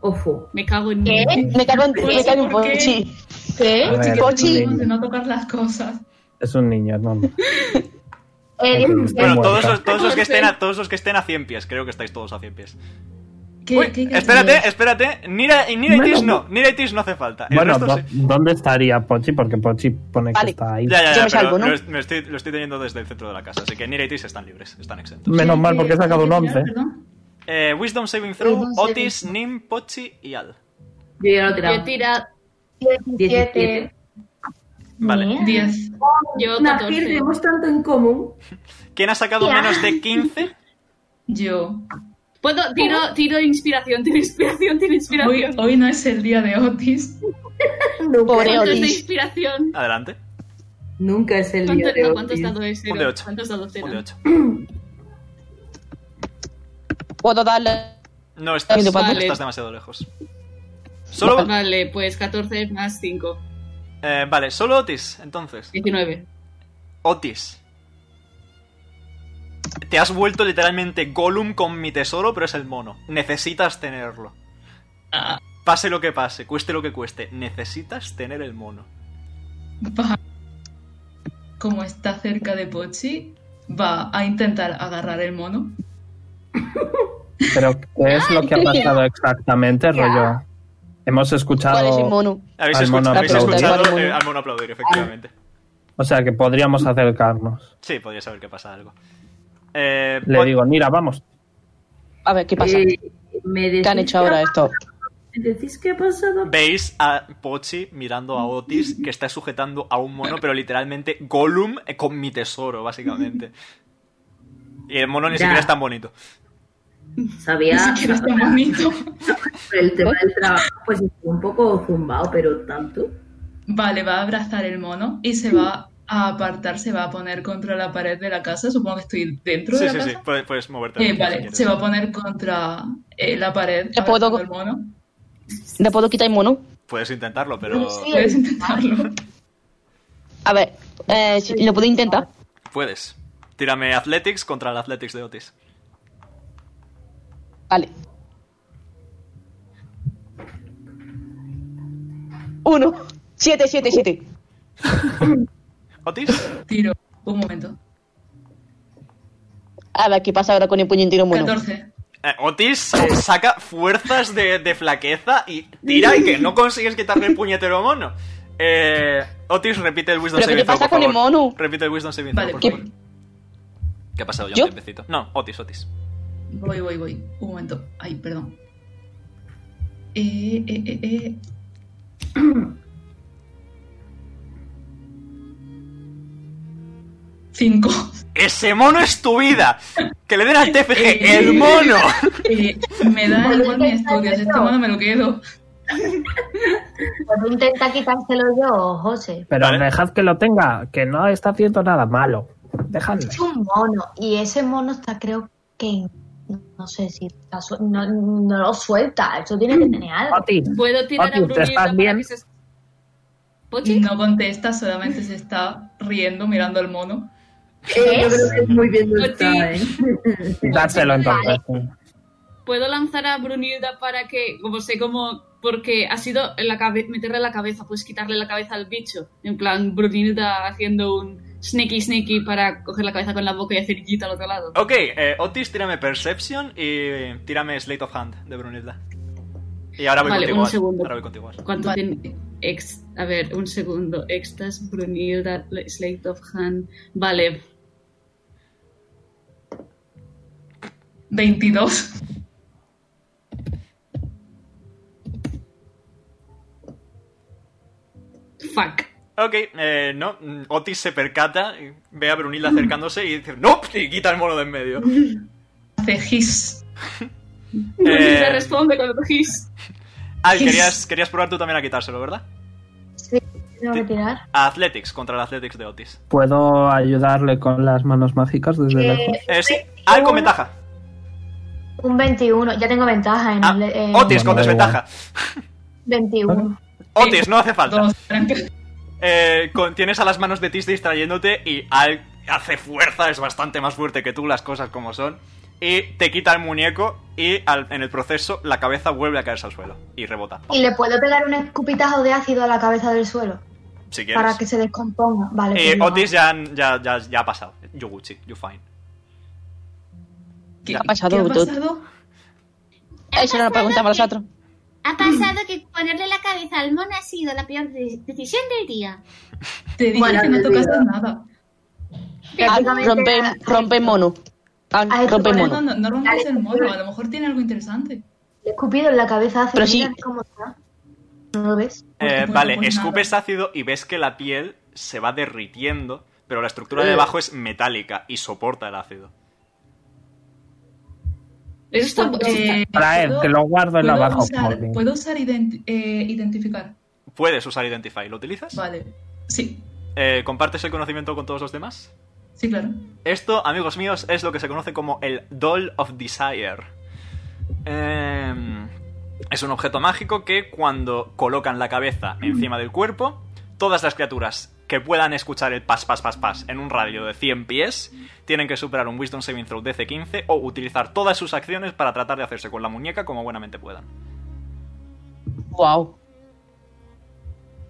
Speaker 6: Ofo.
Speaker 16: Me cago en
Speaker 5: ¿Qué?
Speaker 16: mí.
Speaker 8: Me cago en ti, me cago en
Speaker 2: ¿Por qué?
Speaker 8: Pochi.
Speaker 5: ¿Qué?
Speaker 4: A ver,
Speaker 8: Pochi.
Speaker 4: es un
Speaker 2: De
Speaker 4: niño,
Speaker 2: no tocar las cosas.
Speaker 4: es un niño, no.
Speaker 5: Eres un
Speaker 4: Está
Speaker 7: Bueno,
Speaker 5: cerdo.
Speaker 7: todos
Speaker 4: muerta.
Speaker 7: los, todos los que estén a, todos los que estén a 100 pies. Creo que estáis todos a 100 pies.
Speaker 2: ¿Qué-
Speaker 7: Uy,
Speaker 2: qué- qué-
Speaker 7: espérate, espérate. Nira, y Nira y
Speaker 4: Bueno,
Speaker 7: Tis no. Nira y Tis no hace falta. El
Speaker 4: Bueno,
Speaker 7: resto
Speaker 4: ¿dó-
Speaker 7: sí.
Speaker 4: ¿dónde estaría Pochi? Porque Pochi pone que
Speaker 8: Vale.
Speaker 4: está ahí.
Speaker 7: Ya, ya,
Speaker 8: Yo
Speaker 7: ya,
Speaker 8: me
Speaker 7: pero
Speaker 8: salgo, ¿no?
Speaker 7: lo, es- me estoy, lo estoy teniendo desde el centro de la casa, así que Nira y Tis están libres, están exentos.
Speaker 4: Menos mal, porque he
Speaker 2: ¿Qué-
Speaker 4: sacado un
Speaker 2: qué-
Speaker 4: 11.
Speaker 2: perdón?
Speaker 7: Eh, Wisdom Saving Throw,
Speaker 5: Wisdom saving
Speaker 7: Otis, Nim, Pochi y Al.
Speaker 6: Yo ya lo
Speaker 16: Yo
Speaker 6: he
Speaker 16: he
Speaker 6: tirado.
Speaker 16: tirado.
Speaker 6: 17.
Speaker 7: Vale.
Speaker 2: Diez.
Speaker 16: Yo
Speaker 6: Nacir,
Speaker 16: 14.
Speaker 6: tenemos tanto en común.
Speaker 7: ¿Quién ha sacado menos de 15?
Speaker 2: Yo.
Speaker 16: Puedo, tiro, tiro inspiración, tiro inspiración, tiro
Speaker 2: Hoy,
Speaker 16: inspiración.
Speaker 2: hoy no es el día de Otis.
Speaker 8: Pobre
Speaker 16: ¿Cuánto es de
Speaker 8: Otis.
Speaker 16: inspiración?
Speaker 7: Adelante,
Speaker 6: Nunca es el
Speaker 16: ¿Cuánto,
Speaker 6: día de
Speaker 16: no,
Speaker 6: hoy. Eh,
Speaker 16: ¿cuántos dados es cero?
Speaker 7: Un de ocho.
Speaker 16: ¿Cuántos dados cero?
Speaker 7: un de 8.
Speaker 8: Puedo darle.
Speaker 7: No estás,
Speaker 8: Vale.
Speaker 7: no estás demasiado lejos. Solo,
Speaker 16: Vale, pues 14 más 5.
Speaker 7: eh, vale, solo Otis, entonces.
Speaker 16: 19.
Speaker 7: Otis. Te has vuelto literalmente Gollum con mi tesoro, pero es el mono. Necesitas tenerlo. Pase lo que pase, cueste lo que cueste, necesitas tener el mono.
Speaker 2: Va. Como está cerca de Pochi, va a intentar agarrar el mono.
Speaker 4: Pero, ¿qué es lo que ha pasado exactamente, rollo? Hemos
Speaker 8: ¿Cuál es el
Speaker 4: escuchado.
Speaker 8: mono?
Speaker 7: Habéis,
Speaker 4: Al
Speaker 7: escuch-
Speaker 4: mono
Speaker 7: habéis
Speaker 4: aplaudir.
Speaker 7: escuchado
Speaker 8: Al
Speaker 7: eh,
Speaker 8: mono.
Speaker 7: al mono aplaudir, efectivamente.
Speaker 2: Ah.
Speaker 4: O sea, que podríamos acercarnos.
Speaker 7: Sí, podría saber que pasa algo. Eh,
Speaker 4: Le
Speaker 7: Pot-
Speaker 4: digo, mira, vamos.
Speaker 8: A ver, ¿qué pasa?
Speaker 6: Eh, ¿me decís
Speaker 8: ¿Qué han hecho ahora esto?
Speaker 6: ¿Me decís qué ha pasado?
Speaker 7: Veis a Pochi mirando a Otis que está sujetando a un mono, pero literalmente Gollum eh, con mi tesoro, básicamente. Y el mono ni
Speaker 6: Ya.
Speaker 7: siquiera es tan bonito.
Speaker 6: Sabía
Speaker 2: Ni siquiera está bonito.
Speaker 6: el tema del trabajo, pues estoy un poco zumbado, pero tanto. Eh,
Speaker 2: Vale, va a abrazar el mono y se va a apartar, se va a poner contra la pared de la casa. Supongo que estoy dentro
Speaker 7: Sí,
Speaker 2: de la
Speaker 7: sí, sí,
Speaker 2: casa.
Speaker 7: puedes, puedes moverte.
Speaker 2: Eh,
Speaker 7: si
Speaker 2: vale,
Speaker 7: quieres.
Speaker 2: se va a poner contra eh, la pared
Speaker 8: ¿Le puedo-
Speaker 2: abrazando el mono.
Speaker 8: ¿Le puedo quitar el mono?
Speaker 7: Puedes intentarlo, pero.
Speaker 5: Sí.
Speaker 2: Puedes intentarlo.
Speaker 8: A ver, eh, si- ¿lo puedo intentar?
Speaker 7: Puedes. Tírame Athletics contra el Athletics de Otis.
Speaker 8: Vale. Uno. Siete, siete, siete.
Speaker 7: Otis,
Speaker 2: Tiro. Un momento.
Speaker 8: A ver, ¿qué pasa ahora con el puño en tiro mono?
Speaker 2: 14.
Speaker 7: eh, Otis eh, saca fuerzas de, de flaqueza y tira y que no consigues quitarle el puñetero mono. Eh, Otis repite el Wisdom
Speaker 8: ¿Pero qué te
Speaker 7: Saving Throw,
Speaker 8: pasa
Speaker 7: por
Speaker 8: con el
Speaker 7: favor.
Speaker 8: mono?
Speaker 7: Repite el Wisdom Saving Throw,
Speaker 2: Vale,
Speaker 7: por
Speaker 2: ¿qué-
Speaker 7: favor. ¿Qué ha pasado? Ya
Speaker 8: ¿Yo?
Speaker 7: un tiempecito. No, Otis, Otis.
Speaker 2: Voy, voy, voy. Un momento. Ay, perdón. Eh, eh, eh, eh. Cinco.
Speaker 7: ¡Ese mono es tu vida! ¡Que le den al TFG!
Speaker 2: Eh.
Speaker 7: ¡El mono!
Speaker 2: Eh, me da igual mis estudios. Este mono me lo quedo.
Speaker 5: Pues intenta quitárselo yo, José.
Speaker 4: Pero
Speaker 7: Vale.
Speaker 4: dejad que lo tenga, que no está haciendo nada malo. Dejadle.
Speaker 5: Es un mono. Y ese mono está, creo que. en- No sé si. está su- No, no lo suelta. Eso tiene que tener
Speaker 7: Ah,
Speaker 5: algo.
Speaker 4: Otis,
Speaker 16: Puedo tirar
Speaker 4: Otis,
Speaker 16: a
Speaker 4: ¿te
Speaker 16: Brunilda
Speaker 4: estás
Speaker 16: para
Speaker 4: bien?
Speaker 16: que se... ¿Pochi?
Speaker 2: No contesta, solamente se está riendo mirando al mono.
Speaker 6: Eh, yo creo que es muy
Speaker 7: Pues
Speaker 6: bien está, ¿eh?
Speaker 4: Dárselo entonces.
Speaker 2: Puedo lanzar a Brunilda para que, como sé cómo, porque ha sido en la cabe- meterle la cabeza, pues quitarle la cabeza al bicho. En plan, Brunilda haciendo un sneaky sneaky para coger la cabeza con la boca y hacer guita al otro lado.
Speaker 7: Ok, eh, Otis, tírame Perception y tírame Slate of Hand de Brunilda. Y ahora voy
Speaker 2: Vale,
Speaker 7: contigo.
Speaker 2: un
Speaker 7: Ash.
Speaker 2: segundo.
Speaker 7: Ahora voy contigo. Ash.
Speaker 2: ¿Cuánto
Speaker 17: Vale.
Speaker 2: tiene? Ex- a ver, un segundo. Extas, Brunilda, Slate of Hand. Vale,
Speaker 17: 22.
Speaker 2: fuck.
Speaker 7: Ok, eh, no. mm, Otis se percata, ve a Brunilda acercándose y dice ¡No! Y quita el mono de en medio.
Speaker 17: Hace gis.
Speaker 2: Brunilda
Speaker 7: Eh,
Speaker 2: responde con el his.
Speaker 7: Ah, y querías, querías probar tú también a quitárselo, ¿verdad?
Speaker 5: Sí, tengo que tirar.
Speaker 7: A Athletics, contra el Athletics de Otis.
Speaker 4: ¿Puedo ayudarle con las manos mágicas desde lejos?
Speaker 5: Eh,
Speaker 7: Eh, sí. Ah, con ventaja.
Speaker 5: un 21. Ya tengo ventaja en
Speaker 7: Ah,
Speaker 5: el. eh,
Speaker 7: Otis, con
Speaker 4: Bueno, da igual.
Speaker 7: desventaja.
Speaker 5: 21.
Speaker 7: Otis, no hace falta.
Speaker 17: Dos, tranca.
Speaker 7: Eh, con- tienes a las manos de Tis distrayéndote y Al hace fuerza, es bastante más fuerte que tú, las cosas como son. Y te quita el muñeco y al- en el proceso la cabeza vuelve a caerse al suelo y rebota.
Speaker 5: Y le puedo pegar un escupitajo de ácido a la cabeza del suelo
Speaker 7: Si
Speaker 5: para
Speaker 7: quieres.
Speaker 5: que se descomponga. Vale.
Speaker 7: Eh,
Speaker 5: pues lo
Speaker 7: Otis ya, han- ya, ya, ya ha pasado. Yoguchi, you fine.
Speaker 17: ¿Qué,
Speaker 8: ha pasado,
Speaker 17: ¿qué ha
Speaker 8: doctor?
Speaker 17: pasado?
Speaker 8: Eso no lo preguntamos
Speaker 9: pasado
Speaker 8: nosotros.
Speaker 9: Ha pasado que ponerle la cabeza al mono ha sido la peor de- decisión del día.
Speaker 17: Te dije
Speaker 6: Bueno,
Speaker 17: que no
Speaker 6: me
Speaker 17: tocaste
Speaker 6: olvido.
Speaker 17: nada.
Speaker 8: Ah,
Speaker 5: Prácticamente
Speaker 8: rompe,
Speaker 5: ha-
Speaker 8: rompe mono. Ah,
Speaker 5: ha hecho
Speaker 8: rompe
Speaker 5: con
Speaker 17: No,
Speaker 8: mono.
Speaker 17: no, no, no rompáis el mono, a lo mejor tiene algo interesante.
Speaker 5: Le he escupido en la cabeza hace
Speaker 8: Pero sí.
Speaker 5: mira cómo está. ¿No lo ves?
Speaker 17: Pues
Speaker 7: Eh,
Speaker 17: bueno,
Speaker 7: vale,
Speaker 17: pues nada.
Speaker 7: escupes ácido y ves que la piel se va derritiendo, pero la estructura
Speaker 17: Eh.
Speaker 7: de debajo es metálica y soporta el ácido.
Speaker 2: Eso está, eso está-
Speaker 17: Eh,
Speaker 4: Para él,
Speaker 17: ¿puedo-
Speaker 4: que lo guardo en la
Speaker 17: puedo
Speaker 4: baja.
Speaker 17: usar- Pues-
Speaker 4: holding.
Speaker 17: ¿Puedo usar ident- eh, identificar?
Speaker 7: Puedes usar Identify, ¿lo utilizas?
Speaker 17: Vale. Sí,
Speaker 7: Eh, ¿Compartes el conocimiento con todos los demás?
Speaker 17: sí, claro.
Speaker 7: Esto, amigos míos, es lo que se conoce como el Doll of Desire. Em, es un objeto mágico que cuando colocan la cabeza encima del cuerpo, todas las criaturas que puedan escuchar el pas, pas, pas, pas en un radio de 100 pies, tienen que superar un Wisdom Saving Throw DC 15 o utilizar todas sus acciones para tratar de hacerse con la muñeca como buenamente puedan.
Speaker 8: Wow.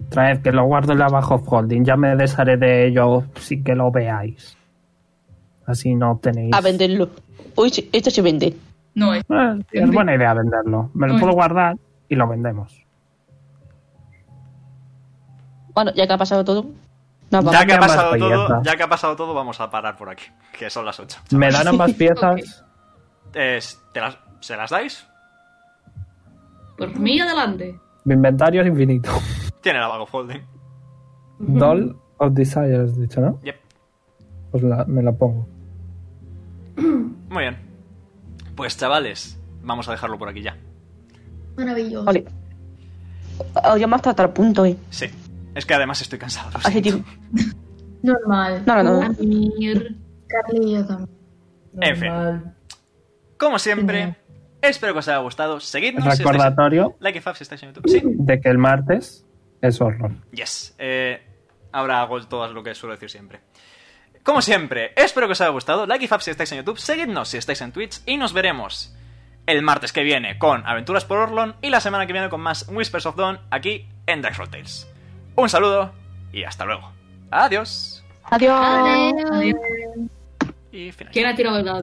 Speaker 4: Traed, que lo guardo en la bajo holding. Ya me desharé de ello sin que lo veáis. Así no obtenéis.
Speaker 8: A venderlo. Uy, sí, esto se vende.
Speaker 17: No es.
Speaker 4: Eh, es buena idea venderlo. Me lo
Speaker 17: Bueno.
Speaker 4: puedo guardar y lo vendemos.
Speaker 8: Bueno, ya que ha pasado todo, nos vamos.
Speaker 7: Ya que ha
Speaker 4: más
Speaker 7: pasado todo,
Speaker 4: belleza.
Speaker 7: ya que ha pasado todo, vamos a parar por aquí, que son las 8.
Speaker 4: Me dan ambas piezas.
Speaker 7: Eh, ¿te las- ¿Se las dais?
Speaker 2: por mí adelante.
Speaker 4: Mi inventario es infinito.
Speaker 7: Tiene la Vago Folding.
Speaker 4: Doll of Desire, has dicho, ¿no?
Speaker 7: Yep.
Speaker 4: Pues la- me la pongo.
Speaker 7: Muy bien. Pues chavales, vamos a dejarlo por aquí ya.
Speaker 5: Maravilloso.
Speaker 8: Vale. Ah, Ya me hasta el punto, eh.
Speaker 7: Sí. Es que además estoy cansado. lo
Speaker 8: Hace
Speaker 7: siento.
Speaker 8: tiempo.
Speaker 5: Normal.
Speaker 8: No, no, no.
Speaker 2: Mir.
Speaker 5: Carly y yo también.
Speaker 7: En fin.
Speaker 6: Normal.
Speaker 7: Como siempre, espero que os haya gustado. Seguidnos. si estáis en-
Speaker 4: Recordatorio
Speaker 7: Like y Fab si estáis en YouTube. Sí.
Speaker 4: de que el martes es horror.
Speaker 7: Yes. Eh, ahora hago todo lo que suelo decir siempre. Como siempre, espero que os haya gustado. Like y Fab si estáis en YouTube. Seguidnos si estáis en Twitch. Y nos veremos el martes que viene con Aventuras por Orlon. Y la semana que viene con más Whispers of Dawn aquí en Drexel Tales. Un saludo y hasta luego. Adiós.
Speaker 8: Adiós.
Speaker 17: Adiós.
Speaker 7: Y final.
Speaker 2: ¿Quién ha tirado el dado?